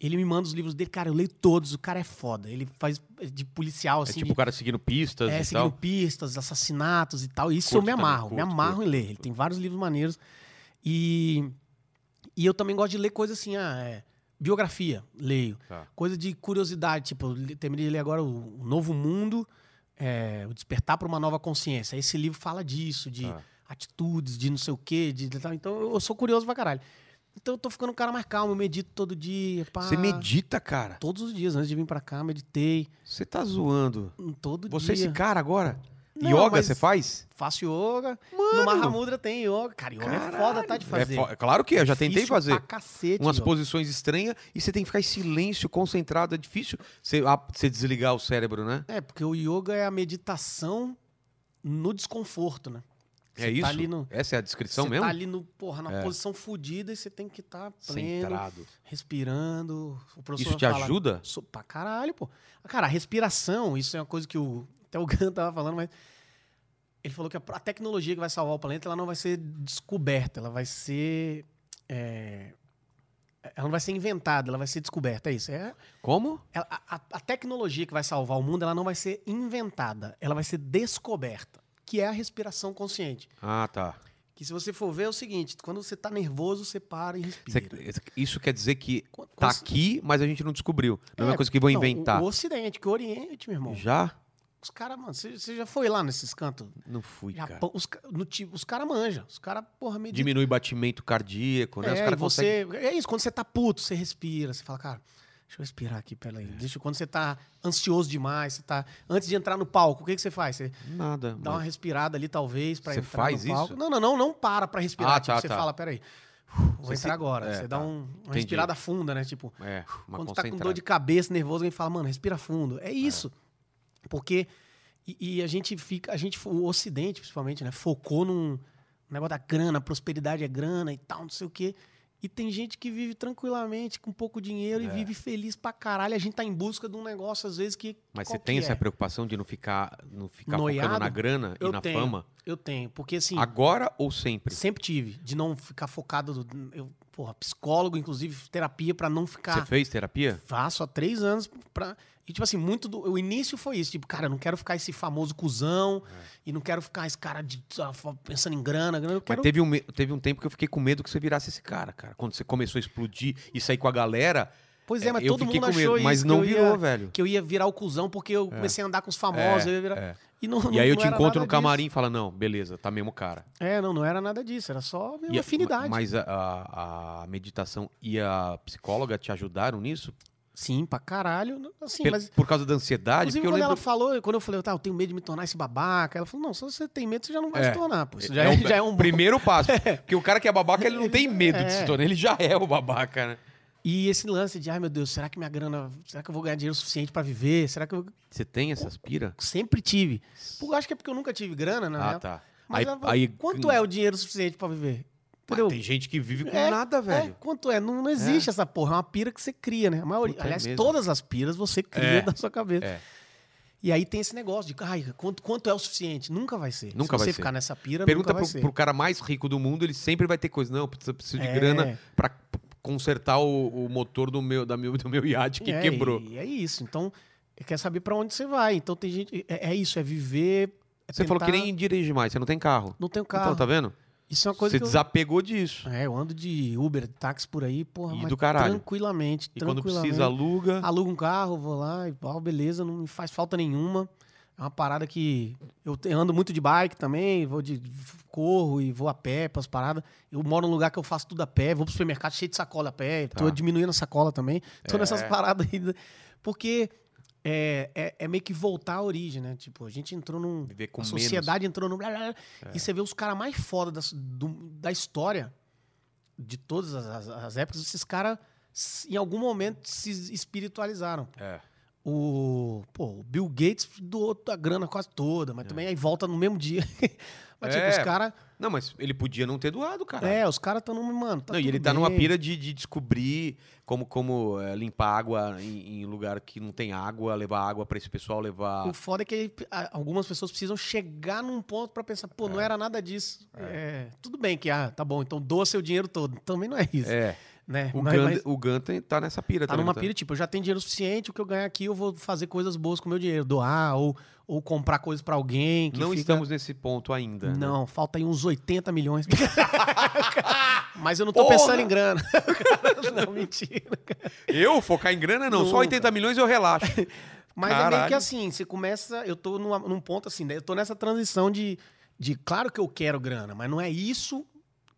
[SPEAKER 2] Ele me manda os livros dele, cara, eu leio todos, o cara é foda. Ele faz de policial, assim,
[SPEAKER 1] é tipo o
[SPEAKER 2] de,
[SPEAKER 1] cara seguindo pistas
[SPEAKER 2] é,
[SPEAKER 1] e
[SPEAKER 2] seguindo
[SPEAKER 1] tal.
[SPEAKER 2] pistas, assassinatos e tal. Isso
[SPEAKER 1] Curto
[SPEAKER 2] eu me
[SPEAKER 1] também,
[SPEAKER 2] amarro, me
[SPEAKER 1] curto,
[SPEAKER 2] amarro
[SPEAKER 1] curto,
[SPEAKER 2] em ler. Ele tem vários livros maneiros. E, e eu também gosto de ler coisa assim, ah, é, biografia, leio.
[SPEAKER 1] Tá.
[SPEAKER 2] Coisa de curiosidade, tipo, eu li- terminei de ler agora o, o Novo Mundo, é, o Despertar para uma Nova Consciência. Esse livro fala disso, de
[SPEAKER 1] Tá.
[SPEAKER 2] atitudes, de não sei o quê, de, de tal. Então eu sou curioso pra caralho. Então eu tô ficando um cara mais calmo, eu medito todo dia. Pá.
[SPEAKER 1] Você medita, cara.
[SPEAKER 2] Todos os dias, antes de vir pra cá, meditei.
[SPEAKER 1] Você tá zoando.
[SPEAKER 2] Todo
[SPEAKER 1] Você é
[SPEAKER 2] dia.
[SPEAKER 1] esse cara agora?
[SPEAKER 2] Não,
[SPEAKER 1] yoga
[SPEAKER 2] mas-
[SPEAKER 1] você faz?
[SPEAKER 2] Faço yoga. No Mahamudra tem yoga. Cara, yoga é foda, tá? De fazer.
[SPEAKER 1] É fo- claro que é, eu já tentei
[SPEAKER 2] Difícil
[SPEAKER 1] fazer.
[SPEAKER 2] Pra cacete,
[SPEAKER 1] Umas
[SPEAKER 2] yoga.
[SPEAKER 1] posições estranhas e você tem que ficar em silêncio, concentrado. É difícil você, ah, você desligar o cérebro, né?
[SPEAKER 2] É, porque o yoga é a meditação no desconforto, né?
[SPEAKER 1] É
[SPEAKER 2] Você
[SPEAKER 1] isso?
[SPEAKER 2] Tá ali no,
[SPEAKER 1] Essa é a descrição
[SPEAKER 2] você
[SPEAKER 1] mesmo? É.
[SPEAKER 2] tá ali no, porra, na posição fodida e você tem que estar pleno,
[SPEAKER 1] Centrado.
[SPEAKER 2] respirando. O professor
[SPEAKER 1] Isso te
[SPEAKER 2] fala,
[SPEAKER 1] ajuda?
[SPEAKER 2] Sou pra caralho, pô. Cara, a respiração, isso é uma coisa que o, até o (laughs) Gan tava falando, mas. Ele falou que a, a tecnologia que vai salvar o planeta, ela não vai ser descoberta, ela vai ser. é, ela não vai ser inventada, ela vai ser descoberta, é isso. É,
[SPEAKER 1] Como?
[SPEAKER 2] ela- a, a- a tecnologia que vai salvar o mundo, ela não vai ser inventada, ela vai ser descoberta, que é a respiração consciente.
[SPEAKER 1] Ah, tá.
[SPEAKER 2] Que se você for ver, é o seguinte, quando você tá nervoso, você para e
[SPEAKER 1] Você-
[SPEAKER 2] respira.
[SPEAKER 1] isso quer dizer que
[SPEAKER 2] Quando-
[SPEAKER 1] tá
[SPEAKER 2] quando-
[SPEAKER 1] aqui, mas a gente não descobriu. Não é
[SPEAKER 2] É,
[SPEAKER 1] uma coisa que vão
[SPEAKER 2] não, o-
[SPEAKER 1] inventar.
[SPEAKER 2] o, Ocidente, que o Oriente, meu irmão.
[SPEAKER 1] Já?
[SPEAKER 2] Os caras, mano, você você já foi lá nesses cantos?
[SPEAKER 1] Não fui, cara.
[SPEAKER 2] Japão, os, ca- no, ti- os caras manjam. Os caras, porra, meditam.
[SPEAKER 1] Diminui batimento cardíaco, né? Os
[SPEAKER 2] É, e
[SPEAKER 1] caras conseguem.
[SPEAKER 2] você, é isso, quando você tá puto, você respira, você fala, cara, deixa eu respirar aqui, peraí.
[SPEAKER 1] É.
[SPEAKER 2] Deixa, quando você tá ansioso demais, você tá. Antes de entrar no palco, o que, que você faz? Você
[SPEAKER 1] Nada.
[SPEAKER 2] dá uma
[SPEAKER 1] mano.
[SPEAKER 2] respirada ali, talvez, pra
[SPEAKER 1] Você
[SPEAKER 2] entrar
[SPEAKER 1] faz
[SPEAKER 2] no palco.
[SPEAKER 1] isso?
[SPEAKER 2] Não, não, não, não para pra respirar.
[SPEAKER 1] Ah,
[SPEAKER 2] tipo,
[SPEAKER 1] tá,
[SPEAKER 2] você
[SPEAKER 1] tá.
[SPEAKER 2] fala, peraí. Vou
[SPEAKER 1] Você se-
[SPEAKER 2] entrar agora.
[SPEAKER 1] é,
[SPEAKER 2] você
[SPEAKER 1] tá.
[SPEAKER 2] dá um- uma
[SPEAKER 1] Entendi.
[SPEAKER 2] respirada funda, né? Tipo,
[SPEAKER 1] É, uma
[SPEAKER 2] quando
[SPEAKER 1] Quando
[SPEAKER 2] tu tá com dor de cabeça, nervoso, alguém fala, mano, respira fundo. É isso. Porque. E, e a gente fica. A gente, o Ocidente, principalmente, né? Focou num negócio da grana, prosperidade é grana e tal, não sei o quê. E tem gente que vive tranquilamente, com pouco dinheiro e
[SPEAKER 1] É.
[SPEAKER 2] vive feliz pra caralho. A gente tá em busca de um negócio, às vezes, que.
[SPEAKER 1] Mas
[SPEAKER 2] qual
[SPEAKER 1] você tem
[SPEAKER 2] que
[SPEAKER 1] essa
[SPEAKER 2] é?
[SPEAKER 1] preocupação de não ficar, não ficar focando
[SPEAKER 2] Noiado?
[SPEAKER 1] na grana e
[SPEAKER 2] Eu
[SPEAKER 1] na
[SPEAKER 2] tenho.
[SPEAKER 1] fama?
[SPEAKER 2] Eu tenho. Porque assim.
[SPEAKER 1] Agora ou sempre?
[SPEAKER 2] Sempre tive, de não ficar focado. do- eu, porra, psicólogo, inclusive, terapia pra não
[SPEAKER 1] Você
[SPEAKER 2] ficar.
[SPEAKER 1] fez terapia?
[SPEAKER 2] Faço há três anos pra. E, tipo assim, muito do. O início foi isso. Tipo, cara, eu não quero ficar esse famoso cuzão. E não quero ficar esse cara de, ah, fa- pensando em grana. grana eu quero.
[SPEAKER 1] Mas teve um, me- teve um tempo que eu fiquei com medo que você virasse esse cara, cara. Quando você começou a explodir e sair com a galera,
[SPEAKER 2] Pois é, mas
[SPEAKER 1] eu
[SPEAKER 2] todo
[SPEAKER 1] fiquei
[SPEAKER 2] mundo
[SPEAKER 1] com medo.
[SPEAKER 2] achou isso.
[SPEAKER 1] mas
[SPEAKER 2] que
[SPEAKER 1] não
[SPEAKER 2] eu ia-
[SPEAKER 1] virou, velho.
[SPEAKER 2] Que eu ia virar o cuzão porque eu comecei a andar com os famosos.
[SPEAKER 1] É,
[SPEAKER 2] eu ia virar-
[SPEAKER 1] é.
[SPEAKER 2] E, não,
[SPEAKER 1] E
[SPEAKER 2] não-
[SPEAKER 1] aí eu
[SPEAKER 2] não
[SPEAKER 1] te encontro
[SPEAKER 2] era nada
[SPEAKER 1] no
[SPEAKER 2] disso.
[SPEAKER 1] camarim e fala, não, beleza, tá mesmo cara.
[SPEAKER 2] É, não, não era nada disso. Era só mesmo
[SPEAKER 1] E a-
[SPEAKER 2] afinidade.
[SPEAKER 1] Mas a, a- a meditação e a psicóloga te ajudaram nisso?
[SPEAKER 2] Sim, pra caralho. Assim,
[SPEAKER 1] Pe-
[SPEAKER 2] mas.
[SPEAKER 1] Por causa da ansiedade?
[SPEAKER 2] Inclusive,
[SPEAKER 1] Porque
[SPEAKER 2] quando
[SPEAKER 1] eu lembro...
[SPEAKER 2] ela falou, quando eu falei, tá, eu tenho medo de me tornar esse babaca, ela falou, não, se você tem medo, você já não vai
[SPEAKER 1] É.
[SPEAKER 2] se tornar, pô. Isso já
[SPEAKER 1] é
[SPEAKER 2] é,
[SPEAKER 1] um-
[SPEAKER 2] já é um bom-
[SPEAKER 1] Primeiro
[SPEAKER 2] (laughs)
[SPEAKER 1] passo. Porque o cara que é babaca, ele não tem medo de se
[SPEAKER 2] É.
[SPEAKER 1] tornar. Ele já é o babaca, né?
[SPEAKER 2] E esse lance de, ai meu Deus, será que minha grana, será que eu vou ganhar dinheiro suficiente pra viver? Será que eu
[SPEAKER 1] Você tem essas pira?
[SPEAKER 2] sempre tive? Pô, eu acho que é porque eu nunca tive grana, né?
[SPEAKER 1] Ah, tá.
[SPEAKER 2] Mas
[SPEAKER 1] aí,
[SPEAKER 2] ela-
[SPEAKER 1] aí-
[SPEAKER 2] quanto é o dinheiro suficiente pra viver?
[SPEAKER 1] Ah,
[SPEAKER 2] Entendeu?
[SPEAKER 1] Tem gente que vive com
[SPEAKER 2] É,
[SPEAKER 1] nada,
[SPEAKER 2] É,
[SPEAKER 1] velho.
[SPEAKER 2] quanto é? Não, não existe essa porra. É uma pira que você cria, né? A maioria,
[SPEAKER 1] Puta, é
[SPEAKER 2] aliás,
[SPEAKER 1] mesmo.
[SPEAKER 2] todas as piras você cria
[SPEAKER 1] É.
[SPEAKER 2] na sua cabeça.
[SPEAKER 1] É.
[SPEAKER 2] E aí tem esse negócio de, ai, quanto, quanto é o suficiente? Nunca vai ser.
[SPEAKER 1] Nunca vai
[SPEAKER 2] Se você
[SPEAKER 1] ser.
[SPEAKER 2] ficar nessa pira,
[SPEAKER 1] Pergunta
[SPEAKER 2] nunca vai
[SPEAKER 1] pro,
[SPEAKER 2] ser.
[SPEAKER 1] pro cara mais rico do mundo, ele sempre vai ter coisa. Não, eu preciso, preciso de
[SPEAKER 2] É.
[SPEAKER 1] grana pra p- consertar o, o motor do meu, da meu, do meu iate que
[SPEAKER 2] É,
[SPEAKER 1] quebrou.
[SPEAKER 2] E é isso. Então, quer saber pra onde você vai. Então tem gente. É, é isso, é viver. é
[SPEAKER 1] Você falou que
[SPEAKER 2] tentar-
[SPEAKER 1] nem dirige mais, você não tem carro.
[SPEAKER 2] Não tenho carro.
[SPEAKER 1] Então, tá vendo?
[SPEAKER 2] Isso é uma coisa
[SPEAKER 1] Você
[SPEAKER 2] que eu...
[SPEAKER 1] desapegou disso.
[SPEAKER 2] É, eu ando de Uber, de táxi por aí, porra,
[SPEAKER 1] E
[SPEAKER 2] mas
[SPEAKER 1] do caralho.
[SPEAKER 2] tranquilamente,
[SPEAKER 1] E quando
[SPEAKER 2] tranquilamente.
[SPEAKER 1] precisa, aluga.
[SPEAKER 2] Alugo um carro, vou lá e pau, beleza, não me faz falta nenhuma. É uma parada que eu te- ando muito de bike também, vou de corro e vou a pé para as paradas. Eu moro num lugar que eu faço tudo a pé, vou pro supermercado cheio de sacola a pé,
[SPEAKER 1] Tá.
[SPEAKER 2] tô diminuindo a sacola também. Tô
[SPEAKER 1] É.
[SPEAKER 2] nessas paradas aí. da- Porque é, é- é meio que voltar à origem, né? Tipo, a gente entrou num.
[SPEAKER 1] Viver com
[SPEAKER 2] a
[SPEAKER 1] menos. É.
[SPEAKER 2] sociedade entrou num. blá, blá, blá, E você vê os caras mais foda das- do- da história, de todas as, as- as épocas, esses caras em algum momento se espiritualizaram.
[SPEAKER 1] É.
[SPEAKER 2] O, pô, o Bill Gates doou a grana quase toda, mas também aí volta no mesmo dia. (laughs) mas,
[SPEAKER 1] É,
[SPEAKER 2] tipo, os caras.
[SPEAKER 1] Não, mas ele podia não ter doado, cara.
[SPEAKER 2] É, os caras estão numa. Mano, tá
[SPEAKER 1] não, e
[SPEAKER 2] tudo
[SPEAKER 1] ele tá numa
[SPEAKER 2] bem.
[SPEAKER 1] pira de, de descobrir como, como é, limpar água em, em lugar que não tem água, levar água pra esse pessoal, levar.
[SPEAKER 2] O foda é que a- algumas pessoas precisam chegar num ponto pra pensar, pô, não era nada disso. É, tudo bem que, ah, tá bom, então doa seu dinheiro todo. Também não é isso.
[SPEAKER 1] É.
[SPEAKER 2] Né?
[SPEAKER 1] O
[SPEAKER 2] Mas-
[SPEAKER 1] Gant-
[SPEAKER 2] mas
[SPEAKER 1] o Gant tá nessa pira
[SPEAKER 2] tá
[SPEAKER 1] também,
[SPEAKER 2] numa
[SPEAKER 1] não
[SPEAKER 2] pira, tipo, eu já tenho dinheiro suficiente, o que eu ganhar aqui eu vou fazer coisas boas com o meu dinheiro. Doar ou, ou comprar coisas pra alguém. Que
[SPEAKER 1] Não
[SPEAKER 2] fica-
[SPEAKER 1] estamos nesse ponto ainda. né?
[SPEAKER 2] Não, falta aí uns 80 milhões. (laughs) Mas eu não tô
[SPEAKER 1] Porra!
[SPEAKER 2] pensando em grana. (laughs) não, mentira.
[SPEAKER 1] Eu focar em grana, não. Só
[SPEAKER 2] Não,
[SPEAKER 1] 80 milhões eu relaxo.
[SPEAKER 2] Mas é meio
[SPEAKER 1] Caralho.
[SPEAKER 2] que assim, você começa. Eu tô numa- num ponto assim, né? Eu tô nessa transição de, de. Claro que eu quero grana, mas não é isso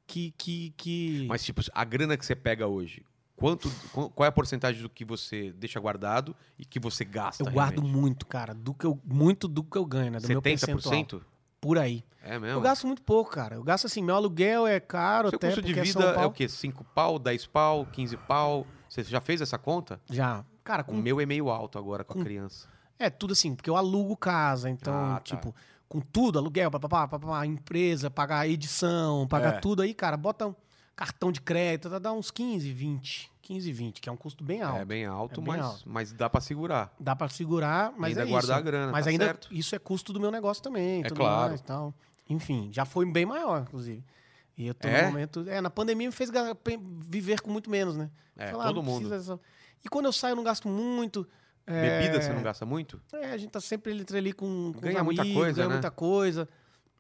[SPEAKER 2] que. que, que...
[SPEAKER 1] Mas, tipo, a grana que você pega hoje, quanto, qu- qual é a porcentagem do que você deixa guardado e que você gasta?
[SPEAKER 2] eu guardo
[SPEAKER 1] tá realmente?
[SPEAKER 2] muito, cara. Do que eu, muito do que eu ganho, né? Do meu percentual.
[SPEAKER 1] 70%?
[SPEAKER 2] Por aí.
[SPEAKER 1] É mesmo?
[SPEAKER 2] Eu gasto muito pouco, cara. Eu gasto assim, meu aluguel é caro,
[SPEAKER 1] Seu
[SPEAKER 2] até
[SPEAKER 1] custo de
[SPEAKER 2] porque
[SPEAKER 1] vida
[SPEAKER 2] São Paulo...
[SPEAKER 1] é o quê? 5 pau, 10 pau, 15 pau? Você já fez essa conta?
[SPEAKER 2] Já. Cara,
[SPEAKER 1] O
[SPEAKER 2] com
[SPEAKER 1] meu é meio alto agora com a criança.
[SPEAKER 2] É, tudo assim, porque eu alugo casa, então,
[SPEAKER 1] Ah, tá.
[SPEAKER 2] tipo, com tudo, aluguel, papapá, papapá, empresa, pagar edição, pagar
[SPEAKER 1] É.
[SPEAKER 2] tudo aí, cara, bota um cartão de crédito, dá uns 15, 20, 15, 20, que é um custo bem alto.
[SPEAKER 1] É bem alto,
[SPEAKER 2] É bem
[SPEAKER 1] mas,
[SPEAKER 2] alto.
[SPEAKER 1] mas dá pra segurar.
[SPEAKER 2] Dá pra segurar, mas
[SPEAKER 1] ainda
[SPEAKER 2] é
[SPEAKER 1] guardar a
[SPEAKER 2] isso.
[SPEAKER 1] grana,
[SPEAKER 2] mas
[SPEAKER 1] tá
[SPEAKER 2] ainda
[SPEAKER 1] certo.
[SPEAKER 2] isso é custo do meu negócio também,
[SPEAKER 1] É
[SPEAKER 2] tudo
[SPEAKER 1] claro.
[SPEAKER 2] mais e tal. Enfim, já foi bem maior, inclusive. E eu tô
[SPEAKER 1] É?
[SPEAKER 2] no momento, é, na pandemia me fez ga- pe- viver com muito menos, né?
[SPEAKER 1] É,
[SPEAKER 2] Sei lá,
[SPEAKER 1] todo
[SPEAKER 2] não
[SPEAKER 1] mundo.
[SPEAKER 2] precisa dessa- E quando eu saio, eu não gasto muito. é,
[SPEAKER 1] Bebida você não gasta muito?
[SPEAKER 2] é, a gente tá sempre entre ali com, com
[SPEAKER 1] Ganha
[SPEAKER 2] os
[SPEAKER 1] muita
[SPEAKER 2] amigos,
[SPEAKER 1] coisa,
[SPEAKER 2] ganha
[SPEAKER 1] né?
[SPEAKER 2] muita coisa.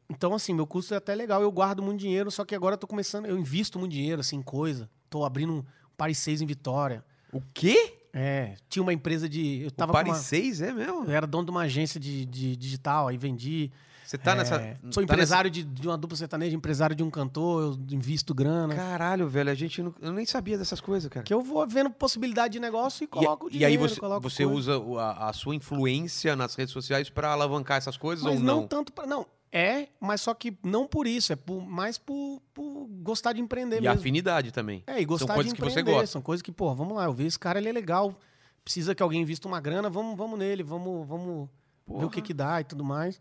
[SPEAKER 2] Então, assim, meu custo é até legal. Eu guardo muito dinheiro, só que agora eu tô começando... Eu invisto muito dinheiro, assim, em coisa. Tô abrindo um Paris 6 em Vitória.
[SPEAKER 1] O quê?
[SPEAKER 2] É, tinha uma empresa de... Eu
[SPEAKER 1] o
[SPEAKER 2] tava com
[SPEAKER 1] Paris
[SPEAKER 2] uma...
[SPEAKER 1] 6 é mesmo?
[SPEAKER 2] Eu era dono de uma agência de, de digital, aí vendi.
[SPEAKER 1] Você tá
[SPEAKER 2] É,
[SPEAKER 1] nessa.
[SPEAKER 2] Sou
[SPEAKER 1] tá nessa-
[SPEAKER 2] empresário de, de uma dupla sertaneja, empresário de um cantor, eu invisto grana.
[SPEAKER 1] Caralho, velho, a gente não- eu nem sabia dessas coisas, cara.
[SPEAKER 2] Que eu vou vendo possibilidade de negócio e
[SPEAKER 1] E-
[SPEAKER 2] coloco
[SPEAKER 1] e,
[SPEAKER 2] dinheiro.
[SPEAKER 1] aí você,
[SPEAKER 2] coloco
[SPEAKER 1] você
[SPEAKER 2] coisa.
[SPEAKER 1] usa o- a, a sua influência nas redes sociais pra alavancar essas coisas
[SPEAKER 2] Mas
[SPEAKER 1] ou
[SPEAKER 2] não, tá
[SPEAKER 1] não?
[SPEAKER 2] tanto para Não, é, mas só que não por isso, é por, mais por, por gostar de empreender
[SPEAKER 1] E a
[SPEAKER 2] mesmo.
[SPEAKER 1] afinidade também.
[SPEAKER 2] É, e gostar
[SPEAKER 1] São coisas
[SPEAKER 2] de
[SPEAKER 1] que você
[SPEAKER 2] empreender.
[SPEAKER 1] gosta.
[SPEAKER 2] São coisas que, pô, vamos lá, eu vi esse cara, ele é legal. Precisa que alguém invista uma grana, vamos, vamos nele, vamos, vamos ver
[SPEAKER 1] Porra.
[SPEAKER 2] o que, que dá e tudo mais.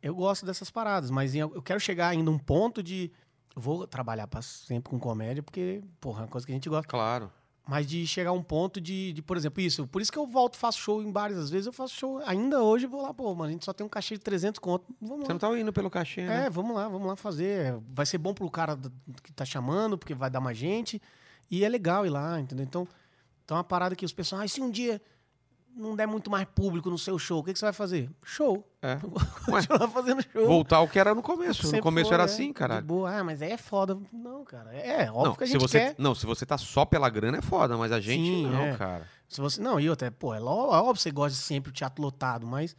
[SPEAKER 2] Eu gosto dessas paradas, mas em- eu quero chegar ainda a um ponto de. eu Vou trabalhar pra sempre com comédia, porque, porra, é uma coisa que a gente gosta.
[SPEAKER 1] Claro.
[SPEAKER 2] Mas de chegar a um ponto de, de, por exemplo, isso. Por isso que eu volto, faço show em bares. Às vezes eu faço show. Ainda hoje eu vou lá, pô, mano, a gente só tem um cachê de 300 conto. Vamos
[SPEAKER 1] Você
[SPEAKER 2] lá.
[SPEAKER 1] não tá indo pelo cachê, né?
[SPEAKER 2] É, vamos lá, vamos lá fazer. Vai ser bom pro cara do- que tá chamando, porque vai dar mais gente. E é legal ir lá, entendeu? Então, então é uma parada que os pessoal, ah, e se um dia não der muito mais público no seu show, o que, que você vai fazer? Show. (laughs)
[SPEAKER 1] É. Ué,
[SPEAKER 2] Continuar fazendo show.
[SPEAKER 1] voltar ao que era no começo.
[SPEAKER 2] Sempre
[SPEAKER 1] No começo
[SPEAKER 2] foi,
[SPEAKER 1] era
[SPEAKER 2] é,
[SPEAKER 1] assim,
[SPEAKER 2] de
[SPEAKER 1] caralho.
[SPEAKER 2] boa. Ah, mas aí é foda. Não, cara. É, óbvio
[SPEAKER 1] não,
[SPEAKER 2] que a
[SPEAKER 1] se
[SPEAKER 2] gente
[SPEAKER 1] você,
[SPEAKER 2] quer.
[SPEAKER 1] não, se você tá só pela grana é foda, mas a gente
[SPEAKER 2] Sim,
[SPEAKER 1] não,
[SPEAKER 2] é.
[SPEAKER 1] cara.
[SPEAKER 2] Se você, não, e outra, é, pô, é ló- é óbvio que você gosta de sempre o teatro lotado, mas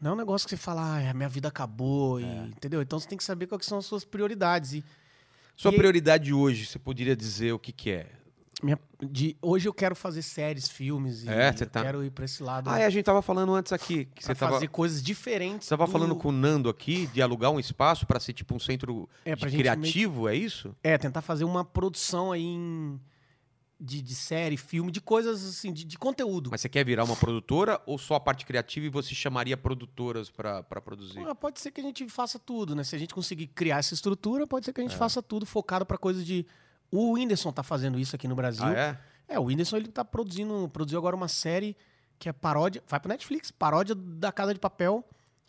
[SPEAKER 2] não é um negócio que você fala, ah, a minha vida acabou, e-
[SPEAKER 1] É.
[SPEAKER 2] entendeu? Então você tem que saber quais são as suas prioridades. E
[SPEAKER 1] Sua
[SPEAKER 2] E-
[SPEAKER 1] prioridade hoje, você poderia dizer o que que é?
[SPEAKER 2] minha- de, hoje eu quero fazer séries, filmes, e
[SPEAKER 1] É, você
[SPEAKER 2] eu
[SPEAKER 1] tá-
[SPEAKER 2] quero ir pra esse lado.
[SPEAKER 1] Ah, é, a gente tava falando antes aqui que
[SPEAKER 2] pra
[SPEAKER 1] você tava
[SPEAKER 2] fazer coisas
[SPEAKER 1] Você
[SPEAKER 2] diferentes.
[SPEAKER 1] estava
[SPEAKER 2] do-
[SPEAKER 1] falando com o Nando aqui de alugar um espaço para ser tipo um centro
[SPEAKER 2] É,
[SPEAKER 1] de
[SPEAKER 2] pra gente
[SPEAKER 1] criativo, é isso?
[SPEAKER 2] É, tentar fazer uma produção aí em- de, de série, filme, de coisas assim, de, de conteúdo.
[SPEAKER 1] Mas você quer virar uma produtora ou só a parte criativa e você chamaria produtoras para produzir?
[SPEAKER 2] Ah, pode ser que a gente faça tudo, né? Se a gente conseguir criar essa estrutura, pode ser que a gente
[SPEAKER 1] É.
[SPEAKER 2] faça tudo focado pra coisas de. O Whindersson tá fazendo isso aqui no Brasil.
[SPEAKER 1] Ah, é?
[SPEAKER 2] É, o Whindersson ele tá produzindo, produziu agora uma série que é paródia, vai pro Netflix, paródia da Casa de Papel.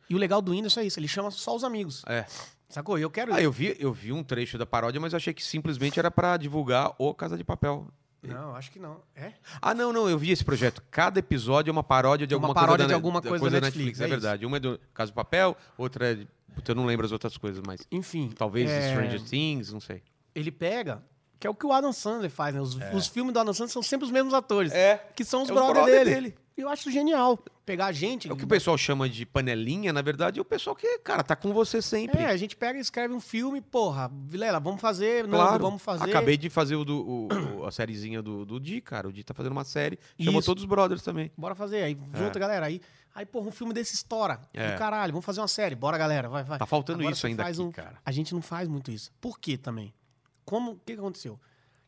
[SPEAKER 2] E o legal do Whindersson é isso, ele chama só os amigos.
[SPEAKER 1] É.
[SPEAKER 2] Sacou? E eu quero
[SPEAKER 1] Ah, eu vi, eu vi um trecho da paródia, mas eu achei que simplesmente era para divulgar o Casa de Papel.
[SPEAKER 2] Não, acho que não. É?
[SPEAKER 1] Ah, não, não, eu vi esse projeto. Cada episódio é uma paródia de
[SPEAKER 2] Uma
[SPEAKER 1] alguma coisa
[SPEAKER 2] paródia
[SPEAKER 1] da,
[SPEAKER 2] de
[SPEAKER 1] Ne-
[SPEAKER 2] alguma coisa da Netflix,
[SPEAKER 1] é,
[SPEAKER 2] é isso.
[SPEAKER 1] verdade. Uma é do Casa de Papel, outra é. de- Puta, eu não lembro as outras coisas, mas.
[SPEAKER 2] Enfim.
[SPEAKER 1] Talvez
[SPEAKER 2] é,
[SPEAKER 1] Stranger Things, não sei.
[SPEAKER 2] Ele pega Que é o que o Adam Sandler faz, né? Os, os filmes do Adam Sandler são sempre os mesmos atores.
[SPEAKER 1] É.
[SPEAKER 2] Que são os
[SPEAKER 1] É o
[SPEAKER 2] brother,
[SPEAKER 1] brother
[SPEAKER 2] dele.
[SPEAKER 1] dele.
[SPEAKER 2] E Eu acho genial. Pegar a gente.
[SPEAKER 1] É o que o pessoal chama de panelinha, na verdade, é o pessoal que, cara, tá com você sempre.
[SPEAKER 2] É, a gente pega e escreve um filme, porra, Vilela, vamos fazer, não,
[SPEAKER 1] Claro,
[SPEAKER 2] vamos fazer.
[SPEAKER 1] acabei de fazer o do- o- o- a sériezinha do, do Di, cara. O Di tá fazendo uma série, chamou
[SPEAKER 2] Isso.
[SPEAKER 1] todos os brothers também.
[SPEAKER 2] Bora fazer. Aí junta, galera. Aí, aí, porra, um filme desse estoura.
[SPEAKER 1] É.
[SPEAKER 2] Do caralho, vamos fazer uma série. Bora, galera. Vai, vai.
[SPEAKER 1] Tá faltando
[SPEAKER 2] Agora
[SPEAKER 1] isso
[SPEAKER 2] você
[SPEAKER 1] ainda
[SPEAKER 2] faz
[SPEAKER 1] aqui,
[SPEAKER 2] um-
[SPEAKER 1] cara.
[SPEAKER 2] A gente não faz muito isso. Por quê também? Como, o que, que aconteceu?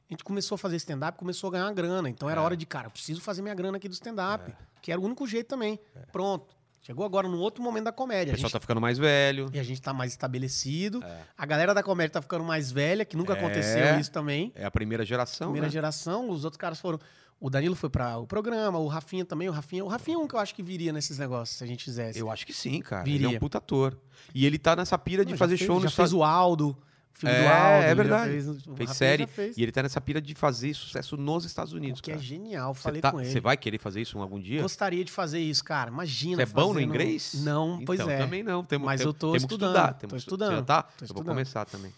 [SPEAKER 2] A gente começou a fazer stand-up, começou a ganhar uma grana. Então
[SPEAKER 1] É.
[SPEAKER 2] era hora de, cara, eu preciso fazer minha grana aqui do stand-up. Que era o único jeito também. Pronto. Chegou agora num outro momento da
[SPEAKER 1] O
[SPEAKER 2] comédia. A
[SPEAKER 1] É. pessoal
[SPEAKER 2] gente,
[SPEAKER 1] tá ficando mais velho.
[SPEAKER 2] E a gente tá mais estabelecido. A galera da comédia tá ficando mais velha, que nunca
[SPEAKER 1] É.
[SPEAKER 2] aconteceu isso também.
[SPEAKER 1] É a primeira geração,
[SPEAKER 2] Primeira
[SPEAKER 1] né?
[SPEAKER 2] geração, os outros caras foram. O Danilo foi pra o programa, o Rafinha também, o Rafinha. O Rafinha é um que eu acho que viria nesses negócios se a gente fizesse.
[SPEAKER 1] Eu acho que sim, cara. Ele é um
[SPEAKER 2] Viria.
[SPEAKER 1] puta ator. E ele tá nessa pira de
[SPEAKER 2] Não, já
[SPEAKER 1] fazer
[SPEAKER 2] fez-
[SPEAKER 1] show no
[SPEAKER 2] Já fez
[SPEAKER 1] Estados
[SPEAKER 2] o Aldo, o filme do
[SPEAKER 1] É,
[SPEAKER 2] Aldo.
[SPEAKER 1] é
[SPEAKER 2] já
[SPEAKER 1] verdade.
[SPEAKER 2] Fez, o Rafinha
[SPEAKER 1] Fez
[SPEAKER 2] já
[SPEAKER 1] série.
[SPEAKER 2] fez,
[SPEAKER 1] E ele tá nessa pira de fazer sucesso nos Estados Unidos,
[SPEAKER 2] o que é
[SPEAKER 1] cara.
[SPEAKER 2] genial,
[SPEAKER 1] Você
[SPEAKER 2] falei
[SPEAKER 1] tá-
[SPEAKER 2] com
[SPEAKER 1] você
[SPEAKER 2] ele.
[SPEAKER 1] vai querer fazer isso algum dia?
[SPEAKER 2] Gostaria de fazer isso, cara. Imagina.
[SPEAKER 1] Você é bom no
[SPEAKER 2] fazendo-
[SPEAKER 1] inglês?
[SPEAKER 2] Não, pois
[SPEAKER 1] Então,
[SPEAKER 2] é.
[SPEAKER 1] também não. Temos,
[SPEAKER 2] Mas
[SPEAKER 1] tem-
[SPEAKER 2] eu tô
[SPEAKER 1] temos
[SPEAKER 2] estudando,
[SPEAKER 1] Que estudar, temos
[SPEAKER 2] tô
[SPEAKER 1] que-
[SPEAKER 2] estudando,
[SPEAKER 1] Você já tá?
[SPEAKER 2] tô
[SPEAKER 1] eu vou
[SPEAKER 2] estudando.
[SPEAKER 1] começar também.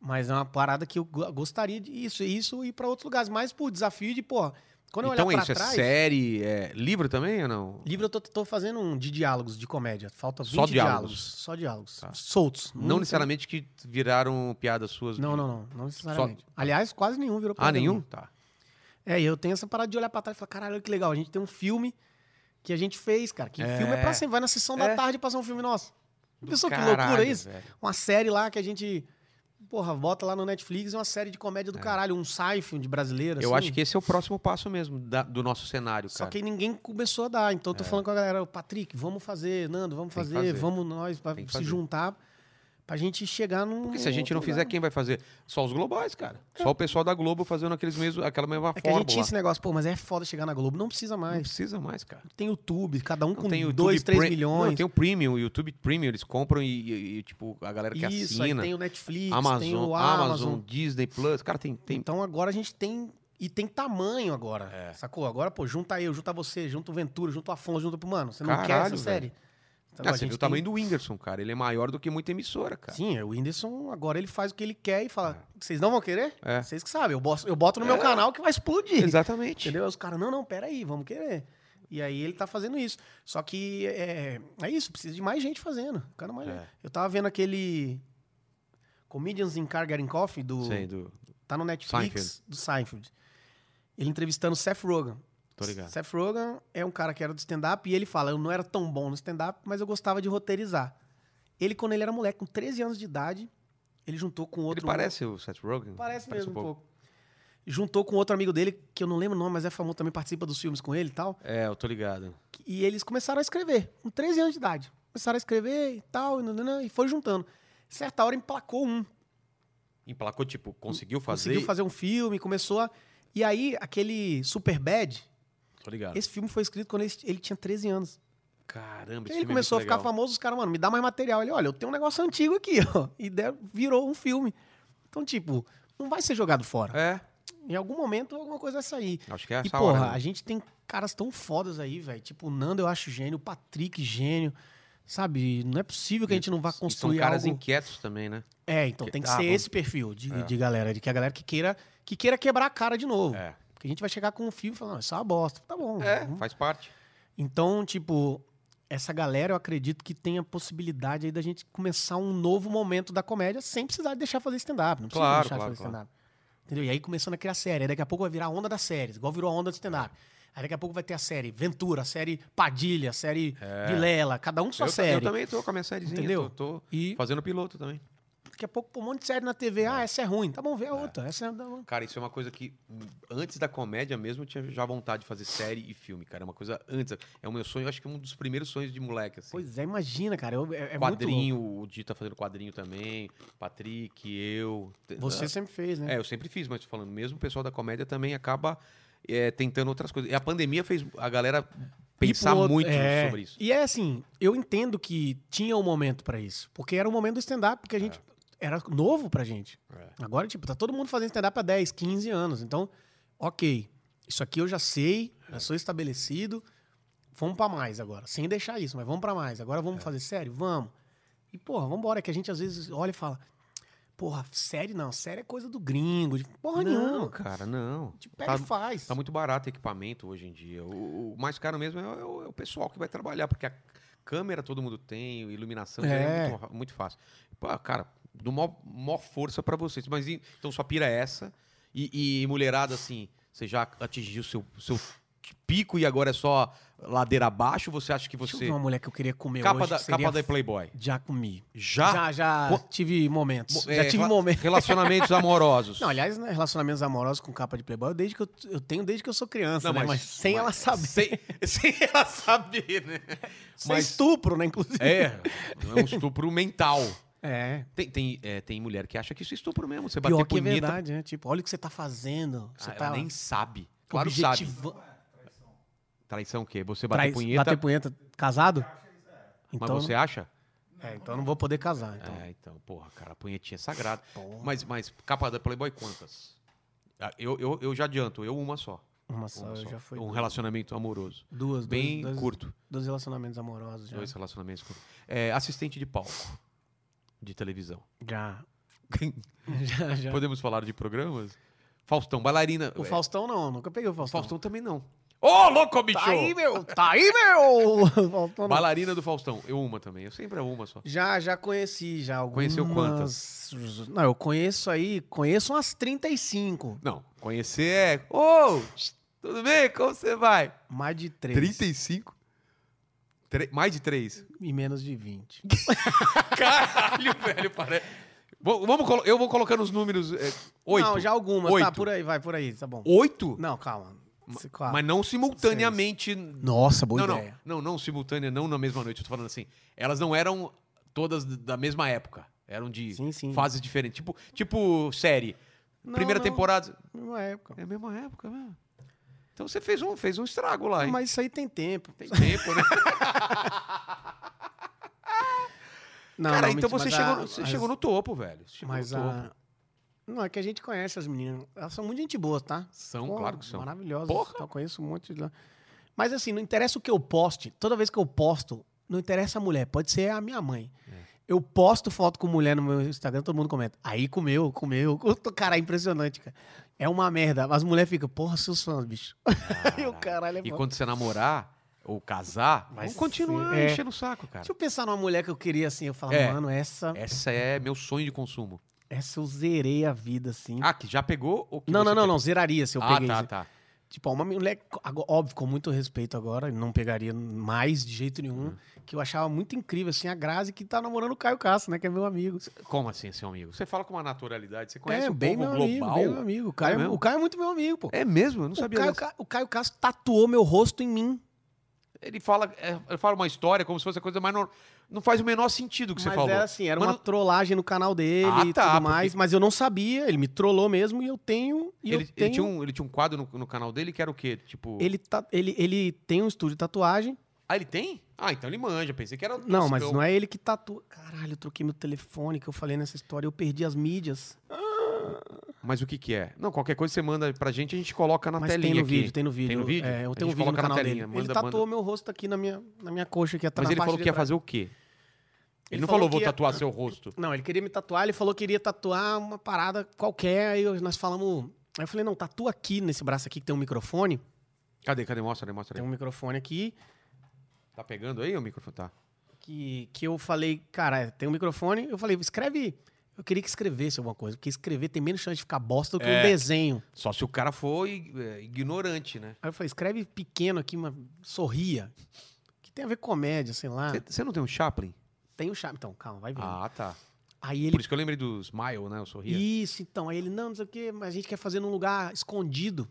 [SPEAKER 2] Mas é uma parada que eu go- gostaria de isso, isso e ir pra outros lugares. Mas por desafio de, porra, quando eu
[SPEAKER 1] então é
[SPEAKER 2] olhar
[SPEAKER 1] isso,
[SPEAKER 2] pra trás.
[SPEAKER 1] é série, é livro também ou não?
[SPEAKER 2] Livro eu tô, tô fazendo um de diálogos de comédia. Falta 20
[SPEAKER 1] Só diálogos?
[SPEAKER 2] Só diálogos.
[SPEAKER 1] Tá.
[SPEAKER 2] Soltos.
[SPEAKER 1] Não
[SPEAKER 2] Nunca-
[SPEAKER 1] necessariamente que viraram piadas suas.
[SPEAKER 2] Não,
[SPEAKER 1] de-
[SPEAKER 2] não, não. Não necessariamente. Aliás, quase nenhum virou
[SPEAKER 1] Ah,
[SPEAKER 2] problema.
[SPEAKER 1] nenhum? Tá.
[SPEAKER 2] É, e eu tenho essa parada de olhar pra trás e falar, caralho, olha que legal. A gente tem um filme que a gente fez, cara. Que
[SPEAKER 1] É.
[SPEAKER 2] filme é pra sempre. Vai na sessão
[SPEAKER 1] É.
[SPEAKER 2] da tarde passar um filme nosso. Pensou que
[SPEAKER 1] Caralho,
[SPEAKER 2] loucura é isso?
[SPEAKER 1] velho.
[SPEAKER 2] Uma série lá que a gente, porra, bota lá no Netflix. É uma série de comédia do caralho. Um sci-fi de brasileira.
[SPEAKER 1] Eu
[SPEAKER 2] assim.
[SPEAKER 1] acho que esse é o próximo passo mesmo da- do nosso cenário,
[SPEAKER 2] Só
[SPEAKER 1] cara. É.
[SPEAKER 2] que ninguém começou a dar. Então eu tô falando com a galera, "Ô, Patrick, vamos fazer, Nando, vamos
[SPEAKER 1] Tem que
[SPEAKER 2] fazer,
[SPEAKER 1] fazer.
[SPEAKER 2] vamos nós pra
[SPEAKER 1] Tem
[SPEAKER 2] se
[SPEAKER 1] que fazer.
[SPEAKER 2] juntar pra gente chegar num.
[SPEAKER 1] Porque se a gente
[SPEAKER 2] outro
[SPEAKER 1] não fizer,
[SPEAKER 2] lugar.
[SPEAKER 1] quem vai fazer? Só os globais, cara. Só o pessoal da Globo fazendo aqueles mesmos, aquela mesma
[SPEAKER 2] É que a
[SPEAKER 1] fórmula.
[SPEAKER 2] gente tinha esse negócio, pô, mas é foda chegar na Globo. Não precisa
[SPEAKER 1] Não
[SPEAKER 2] mais.
[SPEAKER 1] precisa mais, cara.
[SPEAKER 2] Tem YouTube, cada um
[SPEAKER 1] Não
[SPEAKER 2] com
[SPEAKER 1] tem o
[SPEAKER 2] 2,
[SPEAKER 1] YouTube
[SPEAKER 2] 3
[SPEAKER 1] Pre-
[SPEAKER 2] milhões.
[SPEAKER 1] Não, tem o Premium, o YouTube Premium, eles compram e, e- e, tipo, a galera que
[SPEAKER 2] Isso, aí
[SPEAKER 1] assina.
[SPEAKER 2] tem o Netflix, tem
[SPEAKER 1] Amazon,
[SPEAKER 2] o
[SPEAKER 1] Amazon,
[SPEAKER 2] Amazon.
[SPEAKER 1] Disney Plus. Cara, tem. tem...
[SPEAKER 2] Então agora a gente tem. E tem tamanho agora.
[SPEAKER 1] É.
[SPEAKER 2] Sacou? Agora, pô, junta eu, junta você, junta o Ventura, junta o Afonso, junta pro Mano. Você não quer
[SPEAKER 1] Caralho,
[SPEAKER 2] essa série. Então,
[SPEAKER 1] Ah,
[SPEAKER 2] a
[SPEAKER 1] você
[SPEAKER 2] gente
[SPEAKER 1] viu o
[SPEAKER 2] tem-
[SPEAKER 1] tamanho do Whindersson, cara. Ele é maior do que muita emissora, cara.
[SPEAKER 2] Sim, é, o Whindersson agora ele faz o que ele quer e fala: vocês não vão querer?
[SPEAKER 1] É.
[SPEAKER 2] Vocês que sabem, eu boto, eu boto no meu
[SPEAKER 1] É.
[SPEAKER 2] canal que
[SPEAKER 1] (laughs)
[SPEAKER 2] vai explodir.
[SPEAKER 1] Exatamente.
[SPEAKER 2] Entendeu? Aí Os caras, não, não, peraí, vamos querer. E aí ele tá fazendo isso. Só que é, é isso, precisa de mais gente fazendo. Cara, mais
[SPEAKER 1] É.
[SPEAKER 2] gente. Eu tava vendo aquele Comedians in Car Getting Coffee do.
[SPEAKER 1] Sei, do...
[SPEAKER 2] Tá no Netflix
[SPEAKER 1] Seinfeld.
[SPEAKER 2] do Seinfeld. Ele entrevistando Seth Rogen.
[SPEAKER 1] Tô ligado.
[SPEAKER 2] Seth Rogen é um cara que era do stand-up e ele fala: Eu não era tão bom no stand-up, mas eu gostava de roteirizar. Ele, quando ele era moleque, com 13 anos de idade, ele juntou com outro.
[SPEAKER 1] Ele parece o Seth Rogen?
[SPEAKER 2] Parece, mesmo um pouco. Juntou com outro amigo dele, que eu não lembro o nome, mas é famoso, também participa dos filmes com ele e tal.
[SPEAKER 1] É, eu tô ligado.
[SPEAKER 2] E eles começaram a escrever, com 13 anos de idade. Começaram a escrever e tal, e, nananã, e foi juntando. Certa hora emplacou um.
[SPEAKER 1] Emplacou, tipo, conseguiu fazer.
[SPEAKER 2] Conseguiu fazer um filme, começou a. E aí, aquele Superbad,
[SPEAKER 1] Tô ligado.
[SPEAKER 2] esse filme foi escrito quando ele, ele tinha 13 anos.
[SPEAKER 1] Caramba, é
[SPEAKER 2] Aí ele começou a ficar famoso, os caras, mano, me dá mais material. Ele, olha, eu tenho um negócio antigo aqui, ó. (laughs) E der- virou um filme. Então, tipo, não vai ser jogado fora.
[SPEAKER 1] É,
[SPEAKER 2] Em algum momento, alguma coisa vai sair.
[SPEAKER 1] acho que é essa
[SPEAKER 2] E, porra,
[SPEAKER 1] hora.
[SPEAKER 2] a
[SPEAKER 1] né?
[SPEAKER 2] gente tem caras tão fodas aí, velho. Tipo, o Nando eu acho gênio, o Patrick gênio. Sabe, não é possível que a gente não vá
[SPEAKER 1] E
[SPEAKER 2] construir
[SPEAKER 1] São caras
[SPEAKER 2] algo...
[SPEAKER 1] inquietos também, né?
[SPEAKER 2] É, então tem que
[SPEAKER 1] Ah,
[SPEAKER 2] ser
[SPEAKER 1] vamos-
[SPEAKER 2] esse perfil de,
[SPEAKER 1] É.
[SPEAKER 2] de galera, de que a galera que queira, que queira quebrar a cara de novo.
[SPEAKER 1] É.
[SPEAKER 2] Porque a gente vai chegar com um filme e falar, não, isso é uma bosta. Tá bom.
[SPEAKER 1] É,
[SPEAKER 2] vamos-
[SPEAKER 1] faz parte.
[SPEAKER 2] Então, tipo, essa galera eu acredito que tem a possibilidade aí da gente começar um novo momento da comédia sem precisar deixar fazer stand-up. Não precisa
[SPEAKER 1] Claro,
[SPEAKER 2] deixar
[SPEAKER 1] claro,
[SPEAKER 2] de fazer
[SPEAKER 1] claro.
[SPEAKER 2] stand-up. Entendeu? E aí começando a criar série. Aí daqui a pouco vai virar a onda das séries, igual virou a onda do stand-up. Aí daqui a pouco vai ter a série Ventura, a série Padilha, a série Vilela, cada um sua
[SPEAKER 1] É. eu, ta- eu
[SPEAKER 2] série.
[SPEAKER 1] também tô com a minha sériezinha.
[SPEAKER 2] Entendeu?
[SPEAKER 1] Tô, tô
[SPEAKER 2] E
[SPEAKER 1] fazendo piloto também.
[SPEAKER 2] daqui a pouco pô, um monte de série na TV. Ah, essa é ruim. Tá bom, vê a outra. Essa é da...
[SPEAKER 1] Cara, isso é uma coisa que hum, antes da comédia mesmo eu tinha já vontade de fazer série e filme, cara. É uma coisa antes. É o meu sonho, eu acho que é um dos primeiros sonhos de moleque, assim.
[SPEAKER 2] Pois é, imagina, cara. eu- é, é muito louco.
[SPEAKER 1] quadrinho, o Di tá fazendo quadrinho também, Patrick, eu.
[SPEAKER 2] Você sempre fez, né?
[SPEAKER 1] É, eu sempre fiz, mas tô falando, mesmo o pessoal da comédia também acaba é, tentando outras coisas. E a pandemia fez a galera pensar
[SPEAKER 2] E pro outro-
[SPEAKER 1] muito
[SPEAKER 2] é.
[SPEAKER 1] sobre isso.
[SPEAKER 2] E é assim, eu entendo que tinha um momento pra isso, porque era o momento do stand-up, porque a gente
[SPEAKER 1] É.
[SPEAKER 2] era novo pra gente. Agora, tipo, tá todo mundo fazendo stand-up há 10, 15 anos, então, ok, isso aqui eu já sei, já
[SPEAKER 1] É.
[SPEAKER 2] sou estabelecido, vamos pra mais agora, sem deixar
[SPEAKER 1] É.
[SPEAKER 2] isso, mas vamos pra mais. Agora vamos fazer sério? Vamos. E, porra, vambora, que a gente às vezes olha e fala, Porra, série não. Série é coisa do gringo. De porra nenhuma.
[SPEAKER 1] cara, não.
[SPEAKER 2] Tipo, pega
[SPEAKER 1] Tá-
[SPEAKER 2] e faz.
[SPEAKER 1] Tá muito barato o equipamento hoje em dia. O, o mais caro mesmo é, o- é o, é o pessoal que vai trabalhar, porque a câmera todo mundo tem, a iluminação já é,
[SPEAKER 2] É.
[SPEAKER 1] muito, ra- muito fácil. Pô, cara, do maior, maior força pra vocês. Mas e- então sua pira é essa. E, e mulherada, assim, você já atingiu seu, seu pico e agora é só ladeira abaixo? Você acha que
[SPEAKER 2] Deixa eu
[SPEAKER 1] você.
[SPEAKER 2] ver uma mulher que eu queria comer
[SPEAKER 1] Capa,
[SPEAKER 2] hoje.
[SPEAKER 1] da,
[SPEAKER 2] que seria
[SPEAKER 1] capa da Playboy.
[SPEAKER 2] Já comi.
[SPEAKER 1] Já?
[SPEAKER 2] Já, já
[SPEAKER 1] Co-
[SPEAKER 2] tive momentos.
[SPEAKER 1] Tá? Mo- é,
[SPEAKER 2] já tive
[SPEAKER 1] rela- (laughs)
[SPEAKER 2] momentos.
[SPEAKER 1] Relacionamentos amorosos.
[SPEAKER 2] Não, aliás, né, relacionamentos amorosos com capa de playboy, desde que eu, eu tenho desde que eu sou criança,
[SPEAKER 1] Não,
[SPEAKER 2] né?
[SPEAKER 1] mas-
[SPEAKER 2] Mas, sem (laughs)
[SPEAKER 1] mas-
[SPEAKER 2] ela saber.
[SPEAKER 1] Sem, sem ela saber, né?
[SPEAKER 2] Sem
[SPEAKER 1] mas-
[SPEAKER 2] estupro, né, inclusive. (laughs)
[SPEAKER 1] É, é um estupro mental.
[SPEAKER 2] É.
[SPEAKER 1] Tem, tem, é, tem mulher que acha que isso é estupro mesmo. Você bater
[SPEAKER 2] Pior que é
[SPEAKER 1] punheta,
[SPEAKER 2] verdade, né? Tipo, olha o que você tá fazendo.
[SPEAKER 1] ah,
[SPEAKER 2] Você
[SPEAKER 1] ela
[SPEAKER 2] tá
[SPEAKER 1] nem sabe. Claro que sabe.
[SPEAKER 2] objetiva-
[SPEAKER 1] Traição o quê? Você bater
[SPEAKER 2] Trai-
[SPEAKER 1] punheta,
[SPEAKER 2] Bater punheta casado? Então,
[SPEAKER 1] mas você acha?
[SPEAKER 2] é, então eu não vou poder casar. Então.
[SPEAKER 1] É, então, porra, cara, punhetinha é sagrada.
[SPEAKER 2] Porra.
[SPEAKER 1] Mas, mas capa da Playboy, quantas? Ah, Eu, eu, eu já adianto, eu uma só.
[SPEAKER 2] Uma
[SPEAKER 1] Uma
[SPEAKER 2] só, eu
[SPEAKER 1] só.
[SPEAKER 2] já fui.
[SPEAKER 1] Um relacionamento amoroso.
[SPEAKER 2] Duas,
[SPEAKER 1] Bem
[SPEAKER 2] dois, dois,
[SPEAKER 1] curto.
[SPEAKER 2] Dois relacionamentos amorosos já.
[SPEAKER 1] Dois relacionamentos curtos. É, assistente de palco. De televisão.
[SPEAKER 2] Já. (laughs) já, já.
[SPEAKER 1] Podemos falar de programas? Faustão, bailarina.
[SPEAKER 2] O
[SPEAKER 1] Ué,
[SPEAKER 2] Faustão não, nunca peguei o Faustão.
[SPEAKER 1] é. Faustão também não. Ô, louco, bicho!
[SPEAKER 2] Tá aí, meu! Tá aí, meu! (laughs) Faustão não.
[SPEAKER 1] Bailarina do Faustão. Eu uma também. Eu sempre é uma só.
[SPEAKER 2] Já, já conheci, já algumas...
[SPEAKER 1] Conheceu
[SPEAKER 2] Não, eu conheço aí, conheço umas 35,
[SPEAKER 1] Não, conhecer é. Ô! tudo bem? Como você vai?
[SPEAKER 2] mais de 3
[SPEAKER 1] 35? Tre- Mais de 3.
[SPEAKER 2] e menos de 20.
[SPEAKER 1] (laughs) Caralho, velho, parece. Bom, vamos colo- eu vou colocando os números. É, 8.
[SPEAKER 2] Não, já algumas, tá,
[SPEAKER 1] Oito.
[SPEAKER 2] por aí, vai, por aí, tá bom.
[SPEAKER 1] 8?
[SPEAKER 2] Não, calma. Se- claro.
[SPEAKER 1] Mas não simultaneamente.
[SPEAKER 2] Nossa, boa
[SPEAKER 1] não, não,
[SPEAKER 2] ideia.
[SPEAKER 1] não, não simultânea, não na mesma noite. Eu tô falando assim. Elas não eram todas d- da mesma época. Eram de
[SPEAKER 2] Sim, sim.
[SPEAKER 1] fases diferentes. Tipo, tipo série.
[SPEAKER 2] Não,
[SPEAKER 1] Primeira
[SPEAKER 2] não.
[SPEAKER 1] temporada.
[SPEAKER 2] Mesma época.
[SPEAKER 1] É a mesma época mesmo. Então você fez um, fez um estrago lá, hein?
[SPEAKER 2] Mas isso aí tem tempo.
[SPEAKER 1] Tem tempo,
[SPEAKER 2] (laughs)
[SPEAKER 1] né?
[SPEAKER 2] Não,
[SPEAKER 1] Cara,
[SPEAKER 2] não,
[SPEAKER 1] então
[SPEAKER 2] mentira,
[SPEAKER 1] você,
[SPEAKER 2] mas
[SPEAKER 1] chegou,
[SPEAKER 2] a-
[SPEAKER 1] no- você
[SPEAKER 2] as-
[SPEAKER 1] chegou no topo, velho. Você Chegou
[SPEAKER 2] Mas
[SPEAKER 1] no topo.
[SPEAKER 2] a... Não, é que a gente conhece as meninas. Elas são muito gente boa, tá?
[SPEAKER 1] São,
[SPEAKER 2] Pô,
[SPEAKER 1] claro que são.
[SPEAKER 2] Maravilhosas.
[SPEAKER 1] Porra!
[SPEAKER 2] Então, eu conheço um monte de lá. Mas assim, não interessa o que eu poste. Toda vez que eu posto, não interessa a mulher. Pode ser a minha mãe.
[SPEAKER 1] É.
[SPEAKER 2] Eu posto foto com mulher no meu Instagram, todo mundo comenta. Aí comeu, comeu. (laughs) Cara, é impressionante, cara. É uma merda. As mulheres ficam, porra, seus fãs, bicho. (laughs) e o caralho é
[SPEAKER 1] E
[SPEAKER 2] bom.
[SPEAKER 1] quando você namorar ou casar,
[SPEAKER 2] Vai
[SPEAKER 1] vamos continuar
[SPEAKER 2] ser- é.
[SPEAKER 1] enchendo o saco, cara.
[SPEAKER 2] Deixa eu pensar numa mulher que eu queria, assim. Eu falava,
[SPEAKER 1] É.
[SPEAKER 2] mano, essa,
[SPEAKER 1] Essa é meu sonho de consumo.
[SPEAKER 2] essa eu zerei a vida, assim.
[SPEAKER 1] Ah, que já pegou? Ou que
[SPEAKER 2] não,
[SPEAKER 1] você
[SPEAKER 2] não, não,
[SPEAKER 1] pegou?
[SPEAKER 2] não. Zeraria se eu
[SPEAKER 1] Ah,
[SPEAKER 2] peguei.
[SPEAKER 1] tá,
[SPEAKER 2] assim.
[SPEAKER 1] tá.
[SPEAKER 2] Tipo, uma mulher, agora- óbvio, com muito respeito agora, não pegaria mais de jeito nenhum,
[SPEAKER 1] Uhum.
[SPEAKER 2] que eu achava muito incrível, assim, a Grazi que tá namorando o Caio Castro, né, que é meu amigo.
[SPEAKER 1] Como assim, seu amigo? Você fala com uma naturalidade, você conhece
[SPEAKER 2] é,
[SPEAKER 1] o
[SPEAKER 2] bem
[SPEAKER 1] povo
[SPEAKER 2] meu
[SPEAKER 1] global.
[SPEAKER 2] amigo, bem meu amigo. O
[SPEAKER 1] É
[SPEAKER 2] Caio,
[SPEAKER 1] mesmo?
[SPEAKER 2] o Caio é muito meu amigo, pô.
[SPEAKER 1] É mesmo? Eu não sabia
[SPEAKER 2] o, Caio,
[SPEAKER 1] disso.
[SPEAKER 2] Ca- o Caio Castro tatuou meu rosto em mim.
[SPEAKER 1] Ele fala, é, ele fala uma história como se fosse a coisa mais... nor- Não faz o menor sentido o que você
[SPEAKER 2] mas
[SPEAKER 1] falou.
[SPEAKER 2] era assim, era
[SPEAKER 1] Mas
[SPEAKER 2] uma
[SPEAKER 1] não-
[SPEAKER 2] trollagem no canal dele
[SPEAKER 1] Ah,
[SPEAKER 2] e
[SPEAKER 1] tá,
[SPEAKER 2] tudo mais, mas eu não sabia, ele me trollou mesmo e eu tenho... E
[SPEAKER 1] Ele,
[SPEAKER 2] eu
[SPEAKER 1] ele
[SPEAKER 2] tenho...
[SPEAKER 1] tinha um, ele tinha um quadro no, no canal dele que era o quê? Tipo...
[SPEAKER 2] ele, ta- ele, ele tem um estúdio de tatuagem,
[SPEAKER 1] Ah, ele tem? Ah, então ele manja. Pensei que era...
[SPEAKER 2] Não, mas não é ele que tatua. Caralho, eu troquei meu telefone que eu falei nessa história. Eu perdi as mídias.
[SPEAKER 1] Mas o que que é? Não, qualquer coisa você manda pra gente, a gente coloca na
[SPEAKER 2] mas
[SPEAKER 1] telinha
[SPEAKER 2] tem no
[SPEAKER 1] aqui.
[SPEAKER 2] vídeo, tem no vídeo.
[SPEAKER 1] Tem no vídeo?
[SPEAKER 2] É,
[SPEAKER 1] A
[SPEAKER 2] eu tenho um
[SPEAKER 1] gente
[SPEAKER 2] vídeo
[SPEAKER 1] coloca
[SPEAKER 2] no
[SPEAKER 1] na
[SPEAKER 2] canal dele.
[SPEAKER 1] telinha, manda-
[SPEAKER 2] ele tatuou meu rosto aqui na minha, na minha coxa aqui atrás.
[SPEAKER 1] Mas
[SPEAKER 2] na
[SPEAKER 1] ele
[SPEAKER 2] parte
[SPEAKER 1] falou
[SPEAKER 2] de
[SPEAKER 1] que ia
[SPEAKER 2] trás.
[SPEAKER 1] fazer o quê? Ele,
[SPEAKER 2] Ele
[SPEAKER 1] não falou,
[SPEAKER 2] falou
[SPEAKER 1] vou
[SPEAKER 2] que ia-
[SPEAKER 1] tatuar seu rosto.
[SPEAKER 2] Não, ele queria me tatuar, ele falou que iria tatuar uma parada qualquer. Aí eu- nós falamos. Aí eu falei, não, tatua aqui nesse braço aqui que tem um microfone.
[SPEAKER 1] Cadê, cadê? Mostra aí, mostra
[SPEAKER 2] Tem
[SPEAKER 1] aí.
[SPEAKER 2] um microfone aqui.
[SPEAKER 1] Tá pegando aí o microfone? Tá.
[SPEAKER 2] que, que eu falei, cara, é, tem um microfone, eu falei, escreve. Eu queria que escrevesse alguma coisa, porque escrever tem menos chance de ficar bosta do que
[SPEAKER 1] É.
[SPEAKER 2] um desenho.
[SPEAKER 1] Só se o cara for i- é, ignorante, né?
[SPEAKER 2] Aí eu falei, escreve pequeno aqui, uma sorria. Que tem a ver com comédia, sei lá.
[SPEAKER 1] Você você não tem um Chaplin?
[SPEAKER 2] Tem o chave. Então, calma, vai ver.
[SPEAKER 1] Ah, tá.
[SPEAKER 2] aí ele.
[SPEAKER 1] Por isso que eu lembrei do Smile, né? Eu sorria.
[SPEAKER 2] Isso, então. Aí ele, não, não sei o quê, mas a gente quer fazer num lugar escondido.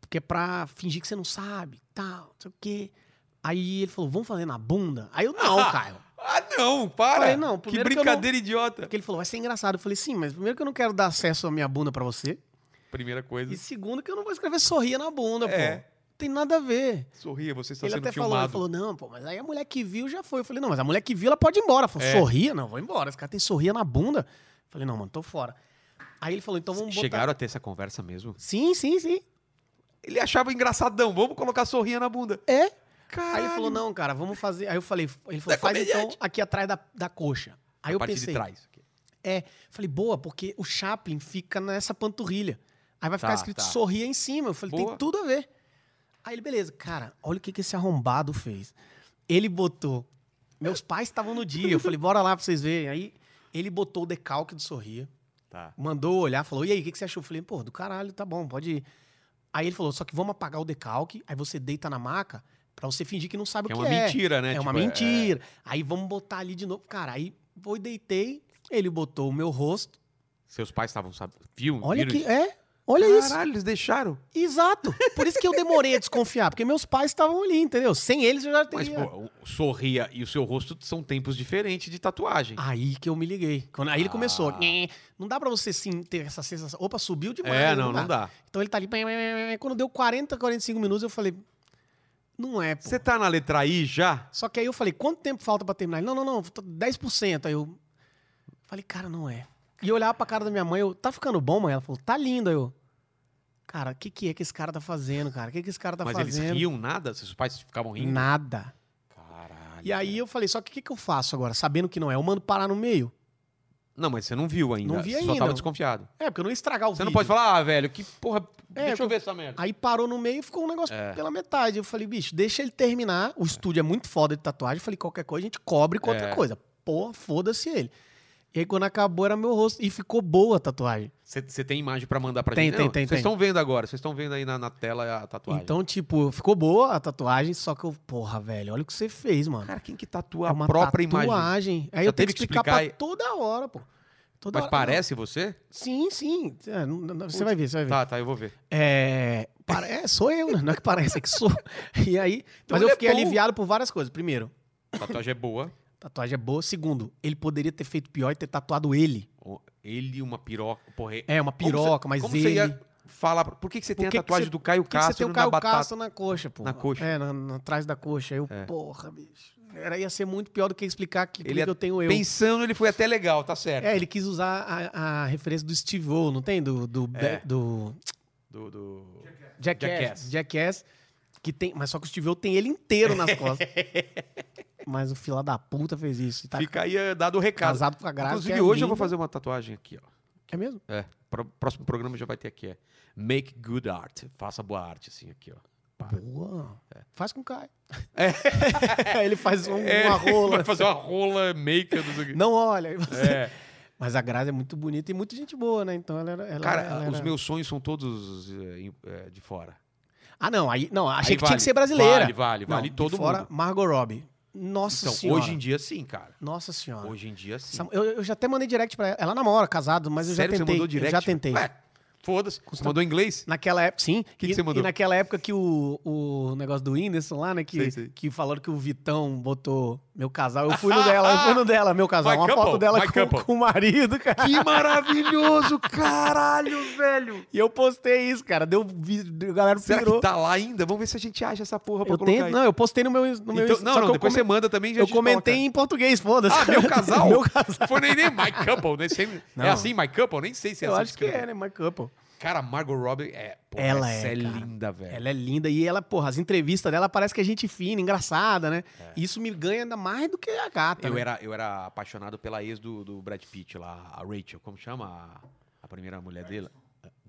[SPEAKER 2] Porque é pra fingir que você não sabe, tal, não sei o quê. Aí ele falou, vamos fazer na bunda? Aí eu,
[SPEAKER 1] (laughs)
[SPEAKER 2] não, Caio.
[SPEAKER 1] Ah, não, para!
[SPEAKER 2] Falei, não,
[SPEAKER 1] que
[SPEAKER 2] primeiro que eu
[SPEAKER 1] brincadeira idiota.
[SPEAKER 2] Porque ele falou, vai ser engraçado. Eu falei, sim, mas primeiro que eu não quero dar acesso à minha bunda pra você.
[SPEAKER 1] Primeira coisa,
[SPEAKER 2] E segundo, que eu não vou escrever sorria na bunda,
[SPEAKER 1] É.
[SPEAKER 2] pô. Não tem nada a ver.
[SPEAKER 1] sorria, você está
[SPEAKER 2] ele
[SPEAKER 1] sendo
[SPEAKER 2] até falou, ele
[SPEAKER 1] filmado.
[SPEAKER 2] falou, não, pô, mas aí a mulher que viu já foi. Eu falei, não, mas a mulher que viu, ela pode ir embora. Ela Falou,
[SPEAKER 1] É.
[SPEAKER 2] sorria? Não, vou embora. Esse cara tem sorria na bunda. Eu falei, não, mano, tô fora. Aí ele falou, então vamos botar...
[SPEAKER 1] Chegaram a ter essa conversa mesmo?
[SPEAKER 2] Sim, sim, sim.
[SPEAKER 1] Ele achava engraçadão, vamos colocar sorria na bunda.
[SPEAKER 2] É.
[SPEAKER 1] Caralho.
[SPEAKER 2] Aí ele falou, não, cara, vamos fazer... Aí eu falei, ele falou,
[SPEAKER 1] É
[SPEAKER 2] faz então
[SPEAKER 1] comediante.
[SPEAKER 2] aqui atrás da, da coxa. Aí
[SPEAKER 1] a
[SPEAKER 2] eu
[SPEAKER 1] parte
[SPEAKER 2] pensei,
[SPEAKER 1] de trás.
[SPEAKER 2] É. Falei, boa, porque o Chaplin fica nessa panturrilha. Aí vai ficar
[SPEAKER 1] Tá,
[SPEAKER 2] escrito
[SPEAKER 1] tá.
[SPEAKER 2] sorria em cima. Eu falei,
[SPEAKER 1] Boa.
[SPEAKER 2] tem tudo a ver. Aí ele, beleza, cara, olha o que, que esse arrombado fez. Ele botou. Meus pais estavam no dia. Eu falei, bora lá pra vocês verem. Aí ele botou o decalque do sorria.
[SPEAKER 1] Tá.
[SPEAKER 2] Mandou olhar, falou: E aí, o que, que você achou? Eu falei: Pô, do caralho, tá bom, pode ir. Aí ele falou: Só que vamos apagar o decalque, aí você deita na maca pra você fingir que não sabe
[SPEAKER 1] Que é
[SPEAKER 2] o
[SPEAKER 1] uma
[SPEAKER 2] que é.
[SPEAKER 1] mentira, né?
[SPEAKER 2] É uma
[SPEAKER 1] Tipo,
[SPEAKER 2] mentira. Aí vamos botar ali de novo. Cara, aí foi, deitei, ele botou o meu rosto.
[SPEAKER 1] Seus pais estavam, sabe? Viu?
[SPEAKER 2] Olha
[SPEAKER 1] viram
[SPEAKER 2] que.
[SPEAKER 1] isso?
[SPEAKER 2] É, olha isso.
[SPEAKER 1] Caralho, eles deixaram.
[SPEAKER 2] Exato. Por isso que eu demorei a desconfiar, porque meus pais estavam ali, entendeu? Sem eles eu já
[SPEAKER 1] Mas,
[SPEAKER 2] teria.
[SPEAKER 1] pô, o sorria e o seu rosto são tempos diferentes de tatuagem.
[SPEAKER 2] Aí que eu me liguei. Quando, aí ele
[SPEAKER 1] Ah.
[SPEAKER 2] começou. "Nhê". Não dá pra você sim ter essa sensação. Opa, subiu demais.
[SPEAKER 1] é, não, não dá.
[SPEAKER 2] Então ele tá ali. bem, bem, bem, bem. Quando deu 40, 45 minutos, eu falei. Não é, pô.
[SPEAKER 1] Você tá na letra I já?
[SPEAKER 2] Só que aí eu falei, quanto tempo falta pra terminar? Ele, não, não, não, falta 10%. Aí eu. Falei, cara, não é. E eu olhava pra cara da minha mãe, eu, tá ficando bom, mãe? Ela falou, tá lindo. Aí eu. Cara, o que, que é que esse cara tá fazendo, cara? O que, que esse cara tá
[SPEAKER 1] Mas eles
[SPEAKER 2] fazendo?
[SPEAKER 1] riam nada? Seus pais ficavam rindo?
[SPEAKER 2] Nada.
[SPEAKER 1] Caralho.
[SPEAKER 2] E aí eu falei, só que o que, que eu faço agora? Sabendo que não é, eu mando parar no meio.
[SPEAKER 1] Não, mas você não viu ainda.
[SPEAKER 2] Não vi
[SPEAKER 1] você Só
[SPEAKER 2] ainda.
[SPEAKER 1] tava desconfiado.
[SPEAKER 2] É, porque eu não ia estragar o
[SPEAKER 1] Você não
[SPEAKER 2] vídeo.
[SPEAKER 1] pode falar, ah, velho, que porra.
[SPEAKER 2] É,
[SPEAKER 1] deixa eu
[SPEAKER 2] eu-
[SPEAKER 1] ver essa merda.
[SPEAKER 2] Aí parou no meio e ficou um negócio
[SPEAKER 1] É.
[SPEAKER 2] pela metade. Eu falei, bicho, deixa ele terminar. O estúdio é muito foda de tatuagem. Eu falei, qualquer coisa a gente cobre com outra
[SPEAKER 1] É.
[SPEAKER 2] coisa. Porra, foda-se ele. E aí quando acabou era meu rosto. E ficou boa a tatuagem.
[SPEAKER 1] Você você tem imagem pra mandar pra
[SPEAKER 2] Tem,
[SPEAKER 1] gente?
[SPEAKER 2] tem,
[SPEAKER 1] Não,
[SPEAKER 2] tem,
[SPEAKER 1] Vocês
[SPEAKER 2] tem.
[SPEAKER 1] estão vendo agora, vocês estão vendo aí na, na tela a tatuagem.
[SPEAKER 2] Então, tipo, ficou boa a tatuagem, só que eu, porra, velho, olha o que você fez, mano.
[SPEAKER 1] Cara, quem que tatua
[SPEAKER 2] é
[SPEAKER 1] a
[SPEAKER 2] uma
[SPEAKER 1] própria imagem?
[SPEAKER 2] tatuagem. Aí
[SPEAKER 1] Já
[SPEAKER 2] eu tenho
[SPEAKER 1] teve
[SPEAKER 2] que
[SPEAKER 1] que
[SPEAKER 2] explicar pra
[SPEAKER 1] explicar
[SPEAKER 2] toda hora, pô. Toda
[SPEAKER 1] Mas
[SPEAKER 2] hora.
[SPEAKER 1] parece você?
[SPEAKER 2] Sim, sim. É, não- não- você vai ver, você vai ver.
[SPEAKER 1] Tá, tá, eu vou ver.
[SPEAKER 2] É, para- é, sou eu, né? Não é que parece, é que sou. (laughs) E aí,
[SPEAKER 1] Então
[SPEAKER 2] mas
[SPEAKER 1] ele
[SPEAKER 2] eu
[SPEAKER 1] é
[SPEAKER 2] fiquei
[SPEAKER 1] bom.
[SPEAKER 2] aliviado por várias coisas. Primeiro,
[SPEAKER 1] Tatuagem é boa.
[SPEAKER 2] tatuagem é boa. Segundo, ele poderia ter feito pior e ter tatuado ele.
[SPEAKER 1] O- Ele, uma piroca. Porra, é-
[SPEAKER 2] É, uma piroca, mas
[SPEAKER 1] como
[SPEAKER 2] ele...
[SPEAKER 1] você ia falar? Por que, que você tem
[SPEAKER 2] Por que
[SPEAKER 1] a
[SPEAKER 2] que
[SPEAKER 1] tatuagem
[SPEAKER 2] você-
[SPEAKER 1] do Caio
[SPEAKER 2] Por que que você
[SPEAKER 1] Castro
[SPEAKER 2] tem o
[SPEAKER 1] na
[SPEAKER 2] Caio
[SPEAKER 1] batata?
[SPEAKER 2] Castro na coxa, pô?
[SPEAKER 1] Na coxa.
[SPEAKER 2] É, na, na- atrás da coxa. Aí eu,
[SPEAKER 1] É.
[SPEAKER 2] porra, bicho. Era, ia ser muito pior do que explicar que, por
[SPEAKER 1] Ele
[SPEAKER 2] que eu tenho eu.
[SPEAKER 1] Pensando, ele foi até legal, tá certo.
[SPEAKER 2] É, ele quis usar a, a referência do Steve O, não tem? Do, do,
[SPEAKER 1] É.
[SPEAKER 2] do
[SPEAKER 1] Do, do-
[SPEAKER 2] Jackass.
[SPEAKER 1] Jackass.
[SPEAKER 2] Jackass, que tem, mas só que o Steve O tem ele inteiro nas costas.
[SPEAKER 1] (laughs)
[SPEAKER 2] mas o fila da puta fez isso. E tá
[SPEAKER 1] Fica aí eh, dado o recado.
[SPEAKER 2] casado com a Graça.
[SPEAKER 1] Inclusive,
[SPEAKER 2] que é
[SPEAKER 1] hoje eu vou
[SPEAKER 2] linda.
[SPEAKER 1] fazer uma tatuagem aqui, ó.
[SPEAKER 2] É mesmo?
[SPEAKER 1] É, pro próximo programa já vai ter aqui, é. Make good art. Faça boa arte, assim, aqui, ó.
[SPEAKER 2] Boa. É. Faz com
[SPEAKER 1] (laughs)
[SPEAKER 2] o Caio. Aí (laughs) ele faz um- uma
[SPEAKER 1] É. Vai
[SPEAKER 2] rola.
[SPEAKER 1] fazer uma rola make. não sei o quê.
[SPEAKER 2] Não olha.
[SPEAKER 1] É.
[SPEAKER 2] Mas a Grazi é muito bonita e muita gente boa, né? Então ela era. ela-
[SPEAKER 1] Cara,
[SPEAKER 2] ela
[SPEAKER 1] os
[SPEAKER 2] era-
[SPEAKER 1] meus sonhos são todos eh, em- eh, de fora.
[SPEAKER 2] Ah, não, aí. Não, achei
[SPEAKER 1] Aí
[SPEAKER 2] que
[SPEAKER 1] vale,
[SPEAKER 2] tinha que ser brasileira.
[SPEAKER 1] Vale, vale,
[SPEAKER 2] Não,
[SPEAKER 1] vale
[SPEAKER 2] de
[SPEAKER 1] todo
[SPEAKER 2] fora,
[SPEAKER 1] mundo.
[SPEAKER 2] Margot Robbie. Nossa
[SPEAKER 1] Então,
[SPEAKER 2] senhora.
[SPEAKER 1] hoje em dia sim, cara.
[SPEAKER 2] Nossa senhora.
[SPEAKER 1] Hoje em dia sim.
[SPEAKER 2] Essa- Eu, eu já até mandei direct pra ela. Ela namora, casado, mas eu
[SPEAKER 1] Sério,
[SPEAKER 2] já
[SPEAKER 1] você
[SPEAKER 2] tentei.
[SPEAKER 1] mandou direct?
[SPEAKER 2] Eu já tentei.
[SPEAKER 1] Ué, foda-se. Você mandou em inglês?
[SPEAKER 2] Naquela época, sim.
[SPEAKER 1] que
[SPEAKER 2] e,
[SPEAKER 1] você mandou?
[SPEAKER 2] E naquela época que o, o negócio do Whindersson lá, né? Que,
[SPEAKER 1] Sei, sei.
[SPEAKER 2] que falaram que o Vitão botou meu casal. Eu fui no dela, eu
[SPEAKER 1] (laughs)
[SPEAKER 2] fui no dela, meu casal.
[SPEAKER 1] My
[SPEAKER 2] uma
[SPEAKER 1] couple,
[SPEAKER 2] foto dela
[SPEAKER 1] my couple.
[SPEAKER 2] com, com o marido, cara.
[SPEAKER 1] Que maravilhoso, caralho, velho.
[SPEAKER 2] E eu postei isso, cara. Deu, vi- deu- a galera
[SPEAKER 1] Será
[SPEAKER 2] pirou.
[SPEAKER 1] que tá lá ainda? Vamos ver se a gente acha essa porra pra
[SPEAKER 2] Eu
[SPEAKER 1] colocar
[SPEAKER 2] tenho,
[SPEAKER 1] aí.
[SPEAKER 2] não, eu postei no meu, no meu
[SPEAKER 1] Então-
[SPEAKER 2] Insta,
[SPEAKER 1] não,
[SPEAKER 2] só
[SPEAKER 1] não,
[SPEAKER 2] que eu
[SPEAKER 1] depois
[SPEAKER 2] come-
[SPEAKER 1] você manda também. Já
[SPEAKER 2] Eu
[SPEAKER 1] a gente
[SPEAKER 2] comentei
[SPEAKER 1] coloca.
[SPEAKER 2] em português, foda-se.
[SPEAKER 1] Ah, meu casal?
[SPEAKER 2] (laughs) meu casal.
[SPEAKER 1] Foi nem, nem My Couple, nem sei-
[SPEAKER 2] Não.
[SPEAKER 1] É assim, My Couple? Nem sei se é
[SPEAKER 2] Eu
[SPEAKER 1] assim.
[SPEAKER 2] acho que é, né? My couple.
[SPEAKER 1] Cara, Margot Robbie é. Porra,
[SPEAKER 2] Ela
[SPEAKER 1] essa
[SPEAKER 2] é,
[SPEAKER 1] é,
[SPEAKER 2] cara.
[SPEAKER 1] linda, velho.
[SPEAKER 2] Ela é linda e ela, porra, as entrevistas dela parece que é gente fina, engraçada, né? Isso me ganha ainda mais do que a gata.
[SPEAKER 1] É. Eu
[SPEAKER 2] né?
[SPEAKER 1] era, eu era apaixonado pela ex do, do Brad Pitt lá, a Rachel, como chama a, a primeira mulher dele?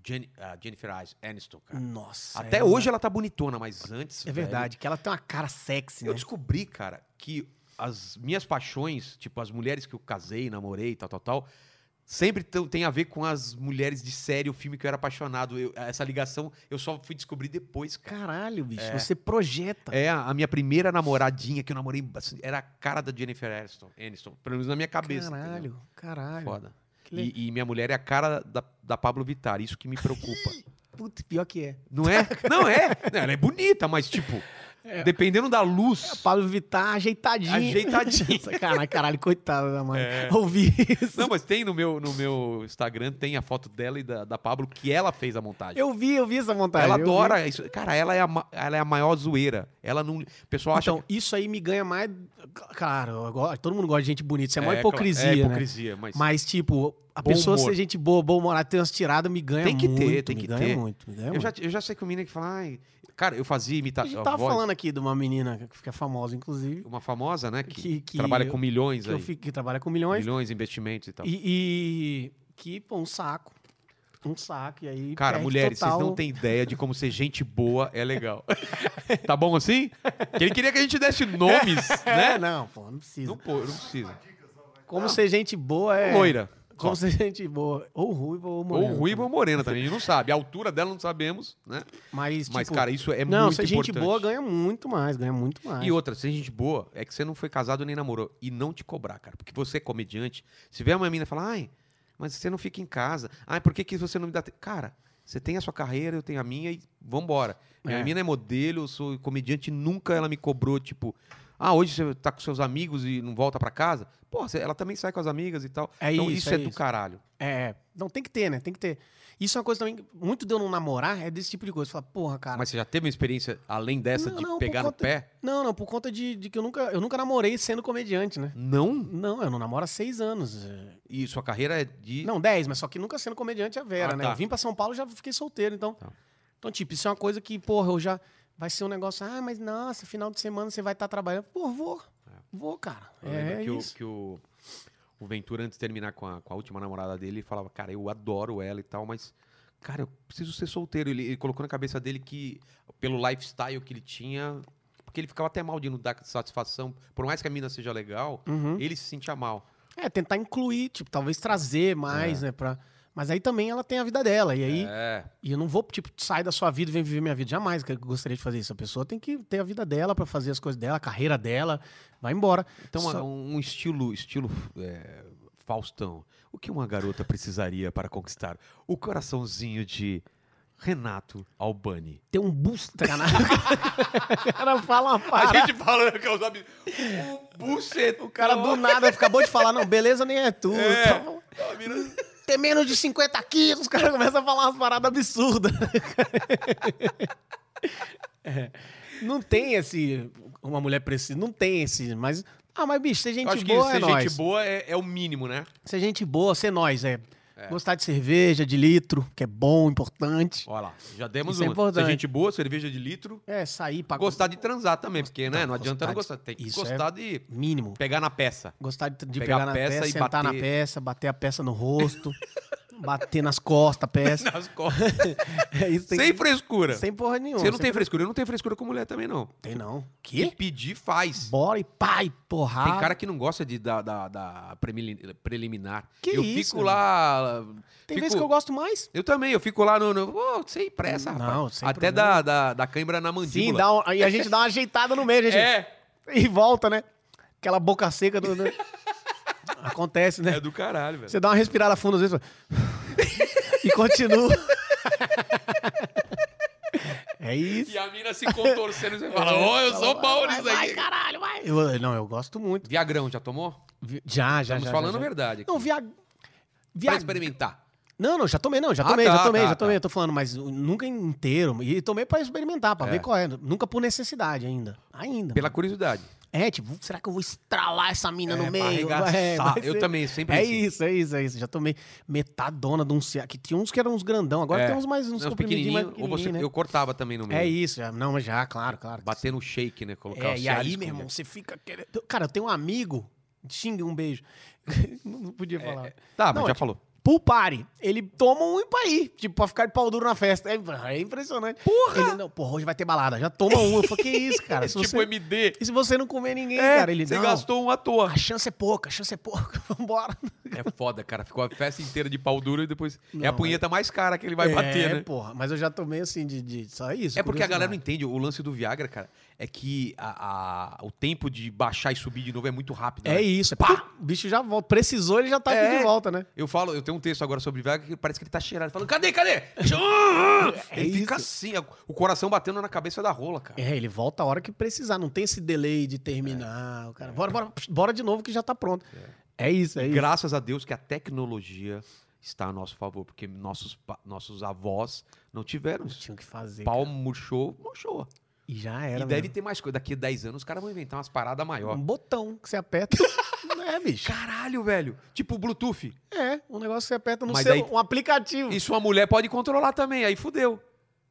[SPEAKER 1] Jen- a Jennifer Aniston, cara.
[SPEAKER 2] Nossa. é
[SPEAKER 1] Até
[SPEAKER 2] ela-
[SPEAKER 1] hoje ela tá bonitona, mas antes.
[SPEAKER 2] É
[SPEAKER 1] velho,
[SPEAKER 2] verdade, que ela tem uma cara sexy,
[SPEAKER 1] eu
[SPEAKER 2] né?
[SPEAKER 1] descobri, cara, que as minhas paixões, tipo, as mulheres que eu casei, namorei, tal, tal, tal, sempre tão- tem a ver com as mulheres de série, o filme que eu era apaixonado. Eu- essa ligação eu só fui descobrir depois, cara.
[SPEAKER 2] Caralho, bicho, você projeta.
[SPEAKER 1] É, a minha primeira namoradinha que eu namorei assim, era a cara da Jennifer Aniston, Aniston pelo menos na minha cabeça. entendeu?
[SPEAKER 2] caralho, caralho.
[SPEAKER 1] Foda.
[SPEAKER 2] Que le-
[SPEAKER 1] E, e minha mulher é a cara da, da Pablo Vittar, isso que me preocupa.
[SPEAKER 2] Puta, pior que é.
[SPEAKER 1] Não
[SPEAKER 2] (laughs)
[SPEAKER 1] é? Não é? Não, ela é bonita, mas tipo,
[SPEAKER 2] É.
[SPEAKER 1] dependendo da
[SPEAKER 2] A
[SPEAKER 1] luz.
[SPEAKER 2] Pablo Vittar ajeitadinha.
[SPEAKER 1] Ajeitadinha.
[SPEAKER 2] Sacanagem, (laughs) caralho, coitada da mãe.
[SPEAKER 1] É.
[SPEAKER 2] Ouvi isso.
[SPEAKER 1] Não, mas tem no meu, no meu Instagram, tem a foto dela e da, da Pablo que ela fez a montagem.
[SPEAKER 2] Eu vi, eu vi essa montagem.
[SPEAKER 1] ela
[SPEAKER 2] eu vi.
[SPEAKER 1] adora isso. Cara, ela é, a, ma- ela é a maior zoeira. Ela não. O pessoal acha.
[SPEAKER 2] Então, isso aí me ganha mais. Claro, eu go- todo mundo gosta de gente bonita. Isso é, uma
[SPEAKER 1] É,
[SPEAKER 2] hipocrisia,
[SPEAKER 1] É
[SPEAKER 2] né?
[SPEAKER 1] hipocrisia, mas.
[SPEAKER 2] Mas, tipo, a
[SPEAKER 1] Bom
[SPEAKER 2] pessoa
[SPEAKER 1] humor.
[SPEAKER 2] ser gente boa, bom humorada, ter umas tiradas, me ganha
[SPEAKER 1] Tem que ter,
[SPEAKER 2] muito.
[SPEAKER 1] tem
[SPEAKER 2] me
[SPEAKER 1] que
[SPEAKER 2] ganha
[SPEAKER 1] ter.
[SPEAKER 2] muito, me ganha
[SPEAKER 1] Eu
[SPEAKER 2] é muito.
[SPEAKER 1] já, tá, eu já sei que o menino que fala, ai, cara, eu fazia
[SPEAKER 2] A
[SPEAKER 1] imitação.
[SPEAKER 2] gente tava falando aqui de uma menina que é famosa, inclusive,
[SPEAKER 1] Uma famosa, né? Que,
[SPEAKER 2] Que- que
[SPEAKER 1] trabalha
[SPEAKER 2] eu-
[SPEAKER 1] com milhões
[SPEAKER 2] que,
[SPEAKER 1] aí.
[SPEAKER 2] eu fi- que trabalha com milhões.
[SPEAKER 1] Milhões de investimentos e tal.
[SPEAKER 2] E, e que, pô, um saco. Um saco. E aí.
[SPEAKER 1] Cara,
[SPEAKER 2] perde
[SPEAKER 1] mulheres, vocês não
[SPEAKER 2] é total.
[SPEAKER 1] têm ideia de como ser gente boa é
[SPEAKER 2] (laughs)
[SPEAKER 1] legal. tá bom assim? Que ele queria que a gente desse
[SPEAKER 2] (laughs)
[SPEAKER 1] nomes, né?
[SPEAKER 2] É, não, pô, não precisa.
[SPEAKER 1] Não, pô, não precisa.
[SPEAKER 2] Como ser gente boa é.
[SPEAKER 1] Loira.
[SPEAKER 2] Como
[SPEAKER 1] Só.
[SPEAKER 2] ser gente boa. Ou ruiva ou morena.
[SPEAKER 1] ou ruiva ou morena também, a gente não sabe. A altura dela não sabemos, né?
[SPEAKER 2] Mas,
[SPEAKER 1] Mas,
[SPEAKER 2] tipo,
[SPEAKER 1] cara, isso é
[SPEAKER 2] não,
[SPEAKER 1] muito
[SPEAKER 2] ser
[SPEAKER 1] importante.
[SPEAKER 2] gente boa ganha muito mais, ganha muito mais.
[SPEAKER 1] E outra, ser gente boa é que você não foi casado nem namorou. E não te cobrar, cara. Porque você é comediante. Se vier uma menina e falar, ai, mas você não fica em casa. Ai, por que, que você não me dá. te-" Cara, você tem a sua carreira, eu tenho a minha e vambora. Minha
[SPEAKER 2] É.
[SPEAKER 1] menina é modelo, eu sou comediante, nunca ela me cobrou, tipo. Ah, hoje você tá com seus amigos e não volta pra casa? Pô, você- ela também sai com as amigas e tal.
[SPEAKER 2] É
[SPEAKER 1] então
[SPEAKER 2] isso,
[SPEAKER 1] isso
[SPEAKER 2] é
[SPEAKER 1] é, do
[SPEAKER 2] isso.
[SPEAKER 1] caralho.
[SPEAKER 2] É, não, tem que ter, né? Tem que ter. Isso é uma coisa também. que Muito de eu não namorar é desse tipo de coisa. Você fala, porra, cara.
[SPEAKER 1] Mas você já teve uma experiência além dessa
[SPEAKER 2] Não,
[SPEAKER 1] de
[SPEAKER 2] não, por
[SPEAKER 1] pegar no
[SPEAKER 2] conta-
[SPEAKER 1] pé?
[SPEAKER 2] Não, não, por conta de, de que eu nunca, eu nunca namorei sendo comediante, né?
[SPEAKER 1] Não?
[SPEAKER 2] Não, eu não namoro há seis anos.
[SPEAKER 1] E sua carreira é de.
[SPEAKER 2] Não, 10, mas só que nunca sendo comediante é Vera,
[SPEAKER 1] Ah,
[SPEAKER 2] né?
[SPEAKER 1] tá.
[SPEAKER 2] Eu vim pra São Paulo e já fiquei solteiro, então.
[SPEAKER 1] Tá.
[SPEAKER 2] Então, tipo, isso é uma coisa que, porra, eu já. Vai ser um negócio, ah, mas nossa, final de semana você vai estar trabalhando. Pô, vou. Vou, cara.
[SPEAKER 1] É. Eu lembro
[SPEAKER 2] É
[SPEAKER 1] que, o-
[SPEAKER 2] isso.
[SPEAKER 1] que O, o, Ventura, antes de terminar com a, com a última namorada dele, ele falava, cara, eu adoro ela e tal, mas, cara, eu preciso ser solteiro. Ele, ele colocou na cabeça dele que, pelo lifestyle que ele tinha, porque ele ficava até mal de não dar satisfação, por mais que a mina seja legal,
[SPEAKER 2] Uhum.
[SPEAKER 1] ele se sentia mal.
[SPEAKER 2] É, tentar incluir, tipo, talvez trazer mais, né? Pra... Mas aí também ela tem a vida dela. E aí,
[SPEAKER 1] É,
[SPEAKER 2] e eu não vou, tipo, sai da sua vida e vem viver minha vida. Jamais que eu gostaria de fazer isso. A pessoa tem que ter a vida dela pra fazer as coisas dela, a carreira dela. Vai embora.
[SPEAKER 1] então,
[SPEAKER 2] Só-
[SPEAKER 1] um estilo, estilo é, Faustão. O que uma garota precisaria para conquistar o coraçãozinho de Renato Albani?
[SPEAKER 2] Ter um busto, sacanagem. o (laughs) cara fala uma parada.
[SPEAKER 1] gente falando que é os amigos. O buceta. O
[SPEAKER 2] O cara do nada acabou de falar, não, beleza nem é tu.
[SPEAKER 1] É.
[SPEAKER 2] Então, (laughs) ter menos de 50 quilos, os caras começam a falar umas paradas absurdas. (laughs) É. Não tem esse. Uma mulher precisa. Não tem esse, mas. Ah, mas bicho, ser gente
[SPEAKER 1] Acho que
[SPEAKER 2] boa
[SPEAKER 1] ser
[SPEAKER 2] é
[SPEAKER 1] gente
[SPEAKER 2] nós.
[SPEAKER 1] boa é, é o mínimo, né?
[SPEAKER 2] Ser gente boa, ser nós, é. Gostar de cerveja, de litro, que é bom, importante.
[SPEAKER 1] Olha lá, já demos
[SPEAKER 2] Isso é
[SPEAKER 1] uma.
[SPEAKER 2] importante.
[SPEAKER 1] ser gente boa, cerveja de litro.
[SPEAKER 2] É, sair pra
[SPEAKER 1] Gostar de transar também, porque né, não
[SPEAKER 2] gostar
[SPEAKER 1] adianta não
[SPEAKER 2] de-
[SPEAKER 1] gostar. Tem que
[SPEAKER 2] isso é
[SPEAKER 1] gostar de
[SPEAKER 2] Mínimo.
[SPEAKER 1] pegar na peça. (laughs)
[SPEAKER 2] Gostar de, de
[SPEAKER 1] Pegar
[SPEAKER 2] pegar,
[SPEAKER 1] a
[SPEAKER 2] na
[SPEAKER 1] peça
[SPEAKER 2] peça,
[SPEAKER 1] e
[SPEAKER 2] sentar na
[SPEAKER 1] bater.
[SPEAKER 2] peça, bater a peça no rosto, (laughs) bater nas costas a
[SPEAKER 1] (laughs)
[SPEAKER 2] peça.
[SPEAKER 1] Nas
[SPEAKER 2] (laughs)
[SPEAKER 1] costas.
[SPEAKER 2] É isso, tem
[SPEAKER 1] Sem
[SPEAKER 2] que-
[SPEAKER 1] frescura.
[SPEAKER 2] Sem porra nenhuma.
[SPEAKER 1] Você não
[SPEAKER 2] Sem-
[SPEAKER 1] tem frescura. Eu não tenho frescura com mulher também, não.
[SPEAKER 2] Tem não.
[SPEAKER 1] E
[SPEAKER 2] Que?
[SPEAKER 1] pedir faz.
[SPEAKER 2] Bora e pai, porra.
[SPEAKER 1] Tem cara que não gosta de, da, da, da premili- preliminar.
[SPEAKER 2] Que
[SPEAKER 1] eu
[SPEAKER 2] isso,
[SPEAKER 1] fico lá.
[SPEAKER 2] Tem
[SPEAKER 1] fico-
[SPEAKER 2] vezes que eu gosto mais.
[SPEAKER 1] Eu também, eu fico lá no. no oh, sem pressa, rapaz.
[SPEAKER 2] Não, sem
[SPEAKER 1] Até da,
[SPEAKER 2] problema.
[SPEAKER 1] da, da câimbra na mandíbula.
[SPEAKER 2] Sim, dá um- aí a gente dá uma ajeitada no meio, a gente.
[SPEAKER 1] É,
[SPEAKER 2] E volta, né? Aquela boca seca do. do- Acontece, né?
[SPEAKER 1] é do caralho, velho.
[SPEAKER 2] Você dá uma respirada fundo às vezes. fala, e continua. (laughs) é isso.
[SPEAKER 1] E a mina se contorcendo, você fala, ô, eu sou bom
[SPEAKER 2] vai,
[SPEAKER 1] nisso
[SPEAKER 2] vai,
[SPEAKER 1] aqui.
[SPEAKER 2] caralho, vai. Eu- não, eu gosto muito.
[SPEAKER 1] Viagrão, já tomou?
[SPEAKER 2] Vi- Já, já,
[SPEAKER 1] Estamos
[SPEAKER 2] já.
[SPEAKER 1] falando
[SPEAKER 2] já,
[SPEAKER 1] a
[SPEAKER 2] já.
[SPEAKER 1] verdade. aqui.
[SPEAKER 2] Não, Viag...
[SPEAKER 1] Pra
[SPEAKER 2] Viag...
[SPEAKER 1] experimentar.
[SPEAKER 2] Não, não, já tomei, não, já
[SPEAKER 1] Ah,
[SPEAKER 2] tomei,
[SPEAKER 1] tá,
[SPEAKER 2] já tomei,
[SPEAKER 1] tá,
[SPEAKER 2] já tomei,
[SPEAKER 1] tá.
[SPEAKER 2] eu tô falando, mas nunca inteiro. E tomei pra experimentar, pra
[SPEAKER 1] É.
[SPEAKER 2] ver qual é. Nunca por necessidade ainda. Ainda.
[SPEAKER 1] Pela curiosidade.
[SPEAKER 2] É, tipo, será que eu vou estralar essa mina
[SPEAKER 1] É,
[SPEAKER 2] no
[SPEAKER 1] pra
[SPEAKER 2] meio?
[SPEAKER 1] arregaçar.
[SPEAKER 2] É, vai
[SPEAKER 1] eu
[SPEAKER 2] ser-
[SPEAKER 1] também, sempre
[SPEAKER 2] É
[SPEAKER 1] assim.
[SPEAKER 2] isso, é isso, é isso. Já tomei metadona de um Ciac. Que tinha uns que eram uns grandão, agora
[SPEAKER 1] É.
[SPEAKER 2] tem uns mais uns
[SPEAKER 1] Não, os
[SPEAKER 2] comprimidinhos mais
[SPEAKER 1] pequenininhos, ou
[SPEAKER 2] pequenininhos,
[SPEAKER 1] você,
[SPEAKER 2] né?
[SPEAKER 1] eu cortava também no meio.
[SPEAKER 2] É isso, já- não, mas já, claro, claro.
[SPEAKER 1] Bater no shake, né? Colocar
[SPEAKER 2] É,
[SPEAKER 1] o
[SPEAKER 2] e
[SPEAKER 1] Cialis
[SPEAKER 2] aí,
[SPEAKER 1] com-
[SPEAKER 2] meu irmão, você fica querendo... Cara, eu tenho um amigo, xinga um beijo. (laughs) não não podia falar.
[SPEAKER 1] Tá, mas
[SPEAKER 2] Não,
[SPEAKER 1] já
[SPEAKER 2] é que-
[SPEAKER 1] falou.
[SPEAKER 2] Pool party. Ele toma um pra ir, tipo, pra ficar de pau duro na festa. É, é impressionante. Porra! Ele, não, porra, hoje vai ter balada. Já toma um. Eu falei, que
[SPEAKER 1] (laughs)
[SPEAKER 2] isso, cara? Se você,
[SPEAKER 1] MD.
[SPEAKER 2] e se você não comer ninguém,
[SPEAKER 1] Tipo É,
[SPEAKER 2] cara? Ele,
[SPEAKER 1] você
[SPEAKER 2] não,
[SPEAKER 1] gastou um à
[SPEAKER 2] (laughs)
[SPEAKER 1] toa.
[SPEAKER 2] a chance é pouca, a chance é pouca. (laughs) Vambora.
[SPEAKER 1] É foda, cara. Ficou a festa inteira de pau duro e depois... é
[SPEAKER 2] Não,
[SPEAKER 1] a punheta mais cara que ele vai
[SPEAKER 2] é,
[SPEAKER 1] bater, né?
[SPEAKER 2] porra. Mas eu já tomei, assim, de... de- só isso.
[SPEAKER 1] É porque a galera não
[SPEAKER 2] curiosidade.
[SPEAKER 1] entende. O lance do Viagra, cara, é que a- a- o tempo de baixar e subir de novo é muito rápido. né?
[SPEAKER 2] É isso. É porque o bicho já volta. Precisou, ele já tá
[SPEAKER 1] É.
[SPEAKER 2] aqui de volta, né?
[SPEAKER 1] Eu falo, eu tenho um texto agora sobre Viagra que parece que ele tá cheirado, falando, cadê,
[SPEAKER 2] (laughs)
[SPEAKER 1] cadê? Ah, ah.
[SPEAKER 2] É
[SPEAKER 1] ele fica
[SPEAKER 2] isso.
[SPEAKER 1] assim, a- o coração batendo na cabeça da rola, cara.
[SPEAKER 2] É, ele volta a hora que precisar. Não tem esse delay de terminar. O cara, bora, bora, psh, bora de novo que já tá pronto. É, isso, é isso.
[SPEAKER 1] Graças a Deus que a tecnologia está a nosso favor, porque nossos, pa- nossos avós não tiveram isso.
[SPEAKER 2] Tinha o que fazer.
[SPEAKER 1] Pau murchou, murchou.
[SPEAKER 2] E já
[SPEAKER 1] e
[SPEAKER 2] era.
[SPEAKER 1] deve
[SPEAKER 2] mesmo.
[SPEAKER 1] ter mais coisa. Daqui a 10 anos os caras vão inventar umas paradas maior. (laughs)
[SPEAKER 2] Um botão que você aperta. é, bicho.
[SPEAKER 1] Caralho, velho. Tipo Bluetooth.
[SPEAKER 2] É, Um negócio que você aperta no
[SPEAKER 1] Mas
[SPEAKER 2] seu,
[SPEAKER 1] aí-
[SPEAKER 2] um aplicativo.
[SPEAKER 1] Isso uma mulher pode controlar também, aí fudeu.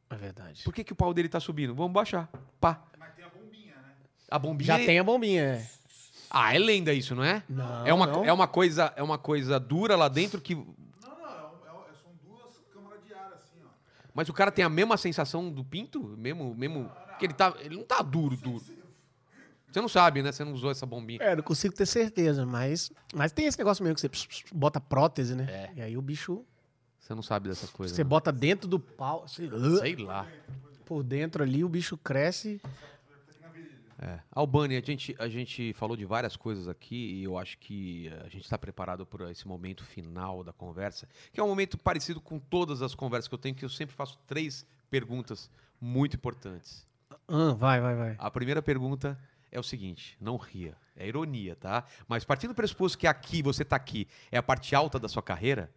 [SPEAKER 2] É verdade.
[SPEAKER 1] Por que, que o pau dele tá subindo? Vamos baixar. Pá. Mas tem a bombinha, né? A bombinha.
[SPEAKER 2] Já
[SPEAKER 1] é-
[SPEAKER 2] tem a bombinha, é.
[SPEAKER 1] Ah, é lenda isso, não é?
[SPEAKER 2] Não,
[SPEAKER 1] é uma,
[SPEAKER 2] não.
[SPEAKER 1] É uma coisa, é uma coisa dura lá dentro que.
[SPEAKER 3] Não, não, é um- é um- é- são duas câmaras de ar, assim, ó.
[SPEAKER 1] Mas o cara tem a mesma sensação do pinto? Mesmo. mesmo... Que ele, tá, ele não tá duro,
[SPEAKER 3] (laughs)
[SPEAKER 1] duro. Você não sabe, né? Você não usou essa bombinha.
[SPEAKER 2] É, não consigo ter certeza, mas. Mas tem esse negócio mesmo que você pss, pss, bota prótese, né?
[SPEAKER 1] É.
[SPEAKER 2] E aí o bicho.
[SPEAKER 1] Você não sabe dessas coisas.
[SPEAKER 2] Você
[SPEAKER 1] não.
[SPEAKER 2] bota dentro do pau. Sei,
[SPEAKER 1] Sei lá.
[SPEAKER 2] Por dentro ali, o bicho cresce.
[SPEAKER 1] É. Albani, a gente, a gente falou de várias coisas aqui e eu acho que eh, a gente está preparado para esse momento final da conversa, que é um momento parecido com todas as conversas que eu tenho, que eu sempre faço três perguntas muito importantes.
[SPEAKER 2] Ah, vai, vai, vai.
[SPEAKER 1] A primeira pergunta é o seguinte: não ria, é ironia, tá? Mas partindo do pressuposto que aqui você tá aqui é a parte alta da sua carreira,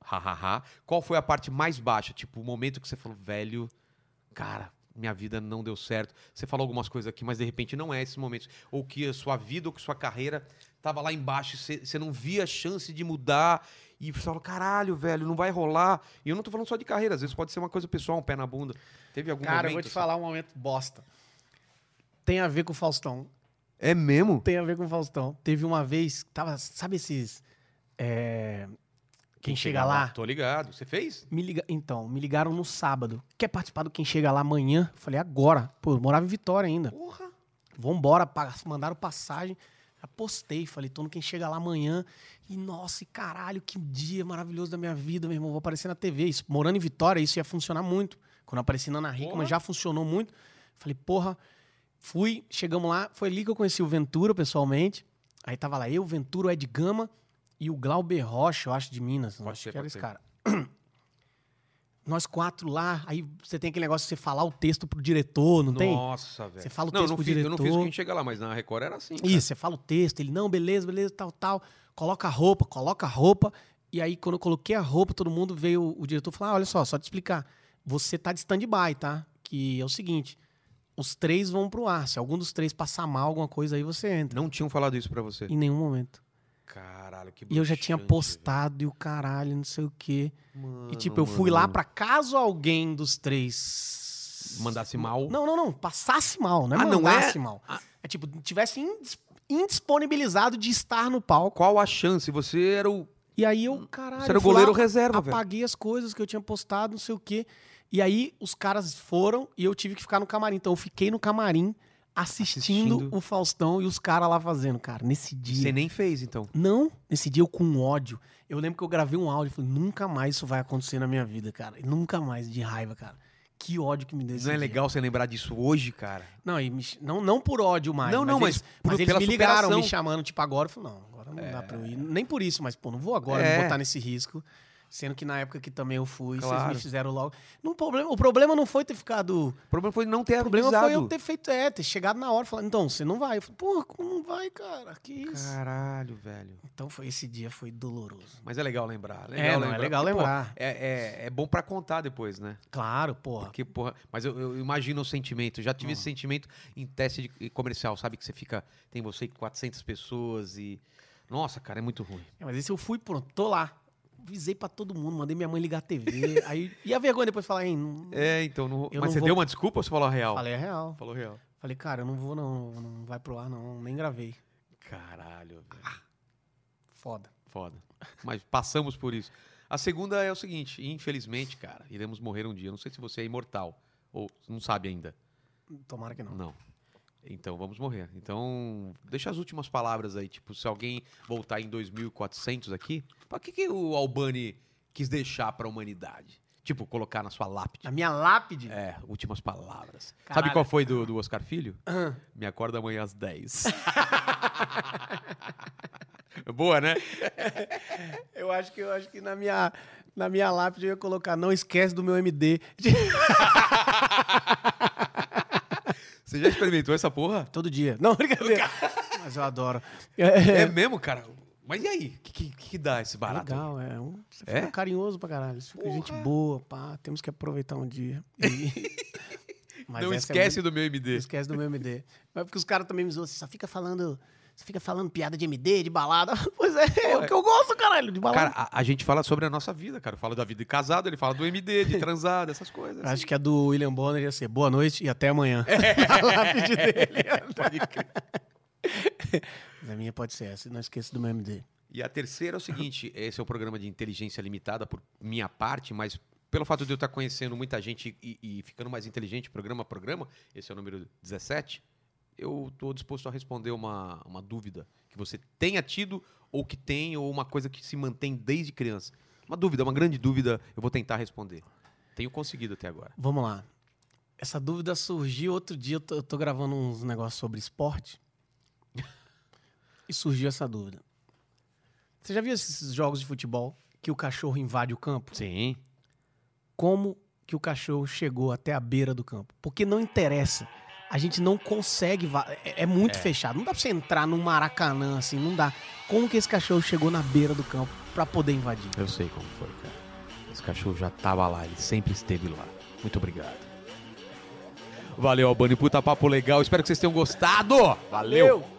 [SPEAKER 1] hahaha, qual foi a parte mais baixa? Tipo, o momento que você falou, velho, cara. Minha vida não deu certo. Você falou algumas coisas aqui, mas de repente não é esses momentos. Ou que a sua vida ou que sua carreira tava lá embaixo, e você você não via a chance de mudar. E você falou, caralho, velho, não vai rolar. E eu não tô falando só de carreira, às vezes pode ser uma coisa pessoal, um pé na bunda. Teve algum
[SPEAKER 2] Cara, eu
[SPEAKER 1] momento,
[SPEAKER 2] vou te
[SPEAKER 1] assim?
[SPEAKER 2] falar um momento bosta. Tem a ver com o Faustão.
[SPEAKER 1] É mesmo?
[SPEAKER 2] Tem a ver com o Faustão. Teve uma vez, tava, sabe esses. é, quem, chega, lá?
[SPEAKER 1] Tô um ligado. Você fez?
[SPEAKER 2] Me liga... Então, me ligaram no sábado. Quer participar do Quem Chega Lá amanhã? Eu Falei, agora. Pô, eu morava em Vitória ainda.
[SPEAKER 1] Porra.
[SPEAKER 2] Vambora, pa- mandaram passagem. Apostei, falei, tô no Quem Chega Lá amanhã. E nossa, e caralho, que dia maravilhoso da minha vida, meu irmão. Vou aparecer na TV. Isso, morando em Vitória, isso ia funcionar muito. Quando eu apareci na Ana Hickman,
[SPEAKER 1] Porra.
[SPEAKER 2] já funcionou muito. Falei, porra, fui, chegamos lá. Foi ali que eu conheci o Ventura pessoalmente. Aí tava lá eu, Ventura, o Ed Gama e o Glauber Rocha, eu acho, de Minas.
[SPEAKER 1] Pode
[SPEAKER 2] acho
[SPEAKER 1] ser,
[SPEAKER 2] que era
[SPEAKER 1] pode
[SPEAKER 2] esse
[SPEAKER 1] ser.
[SPEAKER 2] cara. (clears throat) Nós quatro lá, aí você tem aquele negócio de você falar o texto pro diretor, não tem?
[SPEAKER 1] Nossa, velho.
[SPEAKER 2] Você fala o
[SPEAKER 1] não,
[SPEAKER 2] texto
[SPEAKER 1] eu não
[SPEAKER 2] pro
[SPEAKER 1] fiz, Eu não fiz
[SPEAKER 2] diretor.
[SPEAKER 1] quem chega lá, mas na Record era assim. cara.
[SPEAKER 2] Isso, você fala o texto, ele, não, beleza, beleza, tal, tal. Coloca a roupa, coloca a roupa. E aí, quando eu coloquei a roupa, todo mundo veio, o- o diretor falou: ah, olha só, só te explicar. Você tá de stand-by, tá? Que é o seguinte: os três vão pro ar. Se algum dos três passar mal, alguma coisa aí, você entra.
[SPEAKER 1] Não tinham falado isso pra você.
[SPEAKER 2] Em nenhum momento.
[SPEAKER 1] Caralho, que
[SPEAKER 2] E eu já tinha
[SPEAKER 1] broxante,
[SPEAKER 2] postado e o caralho, não sei o quê.
[SPEAKER 1] velho. Ah, Mano,
[SPEAKER 2] e tipo, eu fui lá pra caso alguém dos três.
[SPEAKER 1] Mandasse mal.
[SPEAKER 2] Não, não, não. Passasse mal, não é
[SPEAKER 1] Ah, não é?
[SPEAKER 2] mandasse mal.
[SPEAKER 1] Ah.
[SPEAKER 2] É tipo, tivesse indis- indisponibilizado de estar no palco.
[SPEAKER 1] Qual a chance? Você era o,
[SPEAKER 2] E aí eu, caralho,
[SPEAKER 1] Hum. você era o
[SPEAKER 2] eu fui lá,
[SPEAKER 1] goleiro reserva, velho.
[SPEAKER 2] apaguei as coisas que eu tinha postado, não sei o quê. E aí os caras foram e eu tive que ficar no camarim. Então eu fiquei no camarim assistindo,
[SPEAKER 1] Assistindo.
[SPEAKER 2] o Faustão e os caras lá fazendo, cara, nesse dia.
[SPEAKER 1] Você nem fez, então.
[SPEAKER 2] Não, nesse dia eu com ódio. Eu lembro que eu gravei um áudio e falei, nunca mais isso vai acontecer na minha vida, cara. Nunca mais, de raiva, cara. Que ódio que me deu esse
[SPEAKER 1] não é
[SPEAKER 2] dia.
[SPEAKER 1] legal você lembrar disso hoje, cara.
[SPEAKER 2] Não, e me ch- não, não por ódio mais.
[SPEAKER 1] Não, não,
[SPEAKER 2] eles,
[SPEAKER 1] mas por-
[SPEAKER 2] eles
[SPEAKER 1] pela
[SPEAKER 2] me ligaram,
[SPEAKER 1] superação.
[SPEAKER 2] me chamando, tipo, agora. Eu falei, não, agora não dá pra eu ir. Nem por isso, mas, pô, não vou agora
[SPEAKER 1] É.
[SPEAKER 2] me botar nesse risco. Sendo que na época que também eu fui, vocês
[SPEAKER 1] Claro.
[SPEAKER 2] me fizeram logo. Não, o problema, o problema não foi ter ficado.
[SPEAKER 1] O problema foi não ter
[SPEAKER 2] O problema
[SPEAKER 1] avisado.
[SPEAKER 2] foi eu ter feito, é, ter chegado na hora e falar, então, você não vai. Eu falei, porra, como não vai, cara? Que isso?
[SPEAKER 1] Caralho, velho.
[SPEAKER 2] Então foi, esse dia foi doloroso.
[SPEAKER 1] Mas é legal lembrar. Legal
[SPEAKER 2] É, não,
[SPEAKER 1] lembrar.
[SPEAKER 2] é legal
[SPEAKER 1] Porque, pô,
[SPEAKER 2] lembrar.
[SPEAKER 1] é, é, é bom pra contar depois, né?
[SPEAKER 2] Claro, porra.
[SPEAKER 1] Porque, porra, mas eu, eu imagino o sentimento. Eu já tive esse sentimento em teste de comercial, sabe? Que você fica. Tem você e 400 pessoas e. Nossa, cara, é muito ruim.
[SPEAKER 2] É, mas esse eu fui, pronto, tô lá. Avisei pra todo mundo, mandei minha mãe ligar a
[SPEAKER 1] (laughs)
[SPEAKER 2] TV. aí, e a vergonha depois de falar, hein, não...
[SPEAKER 1] É, então. Não... Mas
[SPEAKER 2] Eu não
[SPEAKER 1] você
[SPEAKER 2] vou-
[SPEAKER 1] deu uma desculpa ou você falou a real?
[SPEAKER 2] falei a real.
[SPEAKER 1] Falou real.
[SPEAKER 2] Falei, cara, eu não vou não, não vai pro ar não, nem gravei.
[SPEAKER 1] Caralho, velho.
[SPEAKER 2] Foda.
[SPEAKER 1] Foda. Mas passamos por isso. A segunda é o seguinte: infelizmente, cara, iremos morrer um dia. Eu Não sei se você é imortal ou não sabe ainda.
[SPEAKER 2] Tomara que não.
[SPEAKER 1] Não. Então vamos morrer. Então, deixa as últimas palavras aí. Tipo, se alguém voltar em 2400 aqui, pra que, que o Albani quis deixar pra humanidade? Tipo, colocar na sua lápide.
[SPEAKER 2] A minha lápide?
[SPEAKER 1] É, últimas palavras. Sabe
[SPEAKER 2] Caralho.
[SPEAKER 1] qual foi do, do Oscar Filho?
[SPEAKER 2] Ahn.
[SPEAKER 1] Me acorda amanhã às 10. (laughs) Boa, né?
[SPEAKER 2] Eu acho que eu acho que na minha na minha lápide eu ia colocar não esquece do meu MD.
[SPEAKER 1] Você já experimentou essa porra?
[SPEAKER 2] Todo dia. (laughs) Não, brincadeira. Mas eu adoro.
[SPEAKER 1] É,
[SPEAKER 2] É,
[SPEAKER 1] mesmo, cara? Mas e aí? O que, que, que dá esse
[SPEAKER 2] é
[SPEAKER 1] barato?
[SPEAKER 2] legal, é. um- Você
[SPEAKER 1] É?
[SPEAKER 2] fica carinhoso pra caralho. Você fica gente boa, pá. Temos que aproveitar um dia. E- Mas
[SPEAKER 1] Não
[SPEAKER 2] (laughs) essa é
[SPEAKER 1] esquece
[SPEAKER 2] muito-
[SPEAKER 1] do meu
[SPEAKER 2] não
[SPEAKER 1] MD.
[SPEAKER 2] é esquece do meu MD. Mas porque os caras também me zoam, você só assim, fica falando Você fica falando piada de MD, de balada. (laughs) Pois é, é o que eu gosto, caralho, de balada.
[SPEAKER 1] Cara, a, a gente fala sobre a nossa vida, cara. Eu falo da vida de casado, ele fala do MD, (laughs) de transado, essas coisas. (laughs)
[SPEAKER 2] Acho que a do William Bonner ia ser boa noite e até amanhã. (laughs) A lápide (laughs) dele.
[SPEAKER 1] Pode crer.
[SPEAKER 2] Mas a minha pode ser essa, não esqueça do meu MD.
[SPEAKER 1] E a terceira é o seguinte: esse é o programa de inteligência limitada por minha parte, mas pelo fato de eu estar conhecendo muita gente e, e ficando mais inteligente programa a programa, esse é o número 17, eu estou disposto a responder uma, uma dúvida que você tenha tido ou que tem, ou uma coisa que se mantém desde criança. Uma dúvida, uma grande dúvida, eu vou tentar responder. Tenho conseguido até agora.
[SPEAKER 2] Vamos lá. Essa dúvida surgiu outro dia, eu tô, eu tô gravando uns negócios sobre esporte. e surgiu essa dúvida. Você já viu esses jogos de futebol que o cachorro invade o campo?
[SPEAKER 1] Sim.
[SPEAKER 2] Como que o cachorro chegou até a beira do campo? Porque não interessa. A gente não consegue. va- É, é muito fechado. Não dá pra você entrar num Maracanã assim, não dá. Como que esse cachorro chegou na beira do campo pra poder invadir?
[SPEAKER 1] Eu sei como foi, cara. Esse cachorro já tava lá, ele sempre esteve lá. Muito obrigado. Valeu, Albani. Puta papo legal. Espero que vocês tenham gostado. Valeu.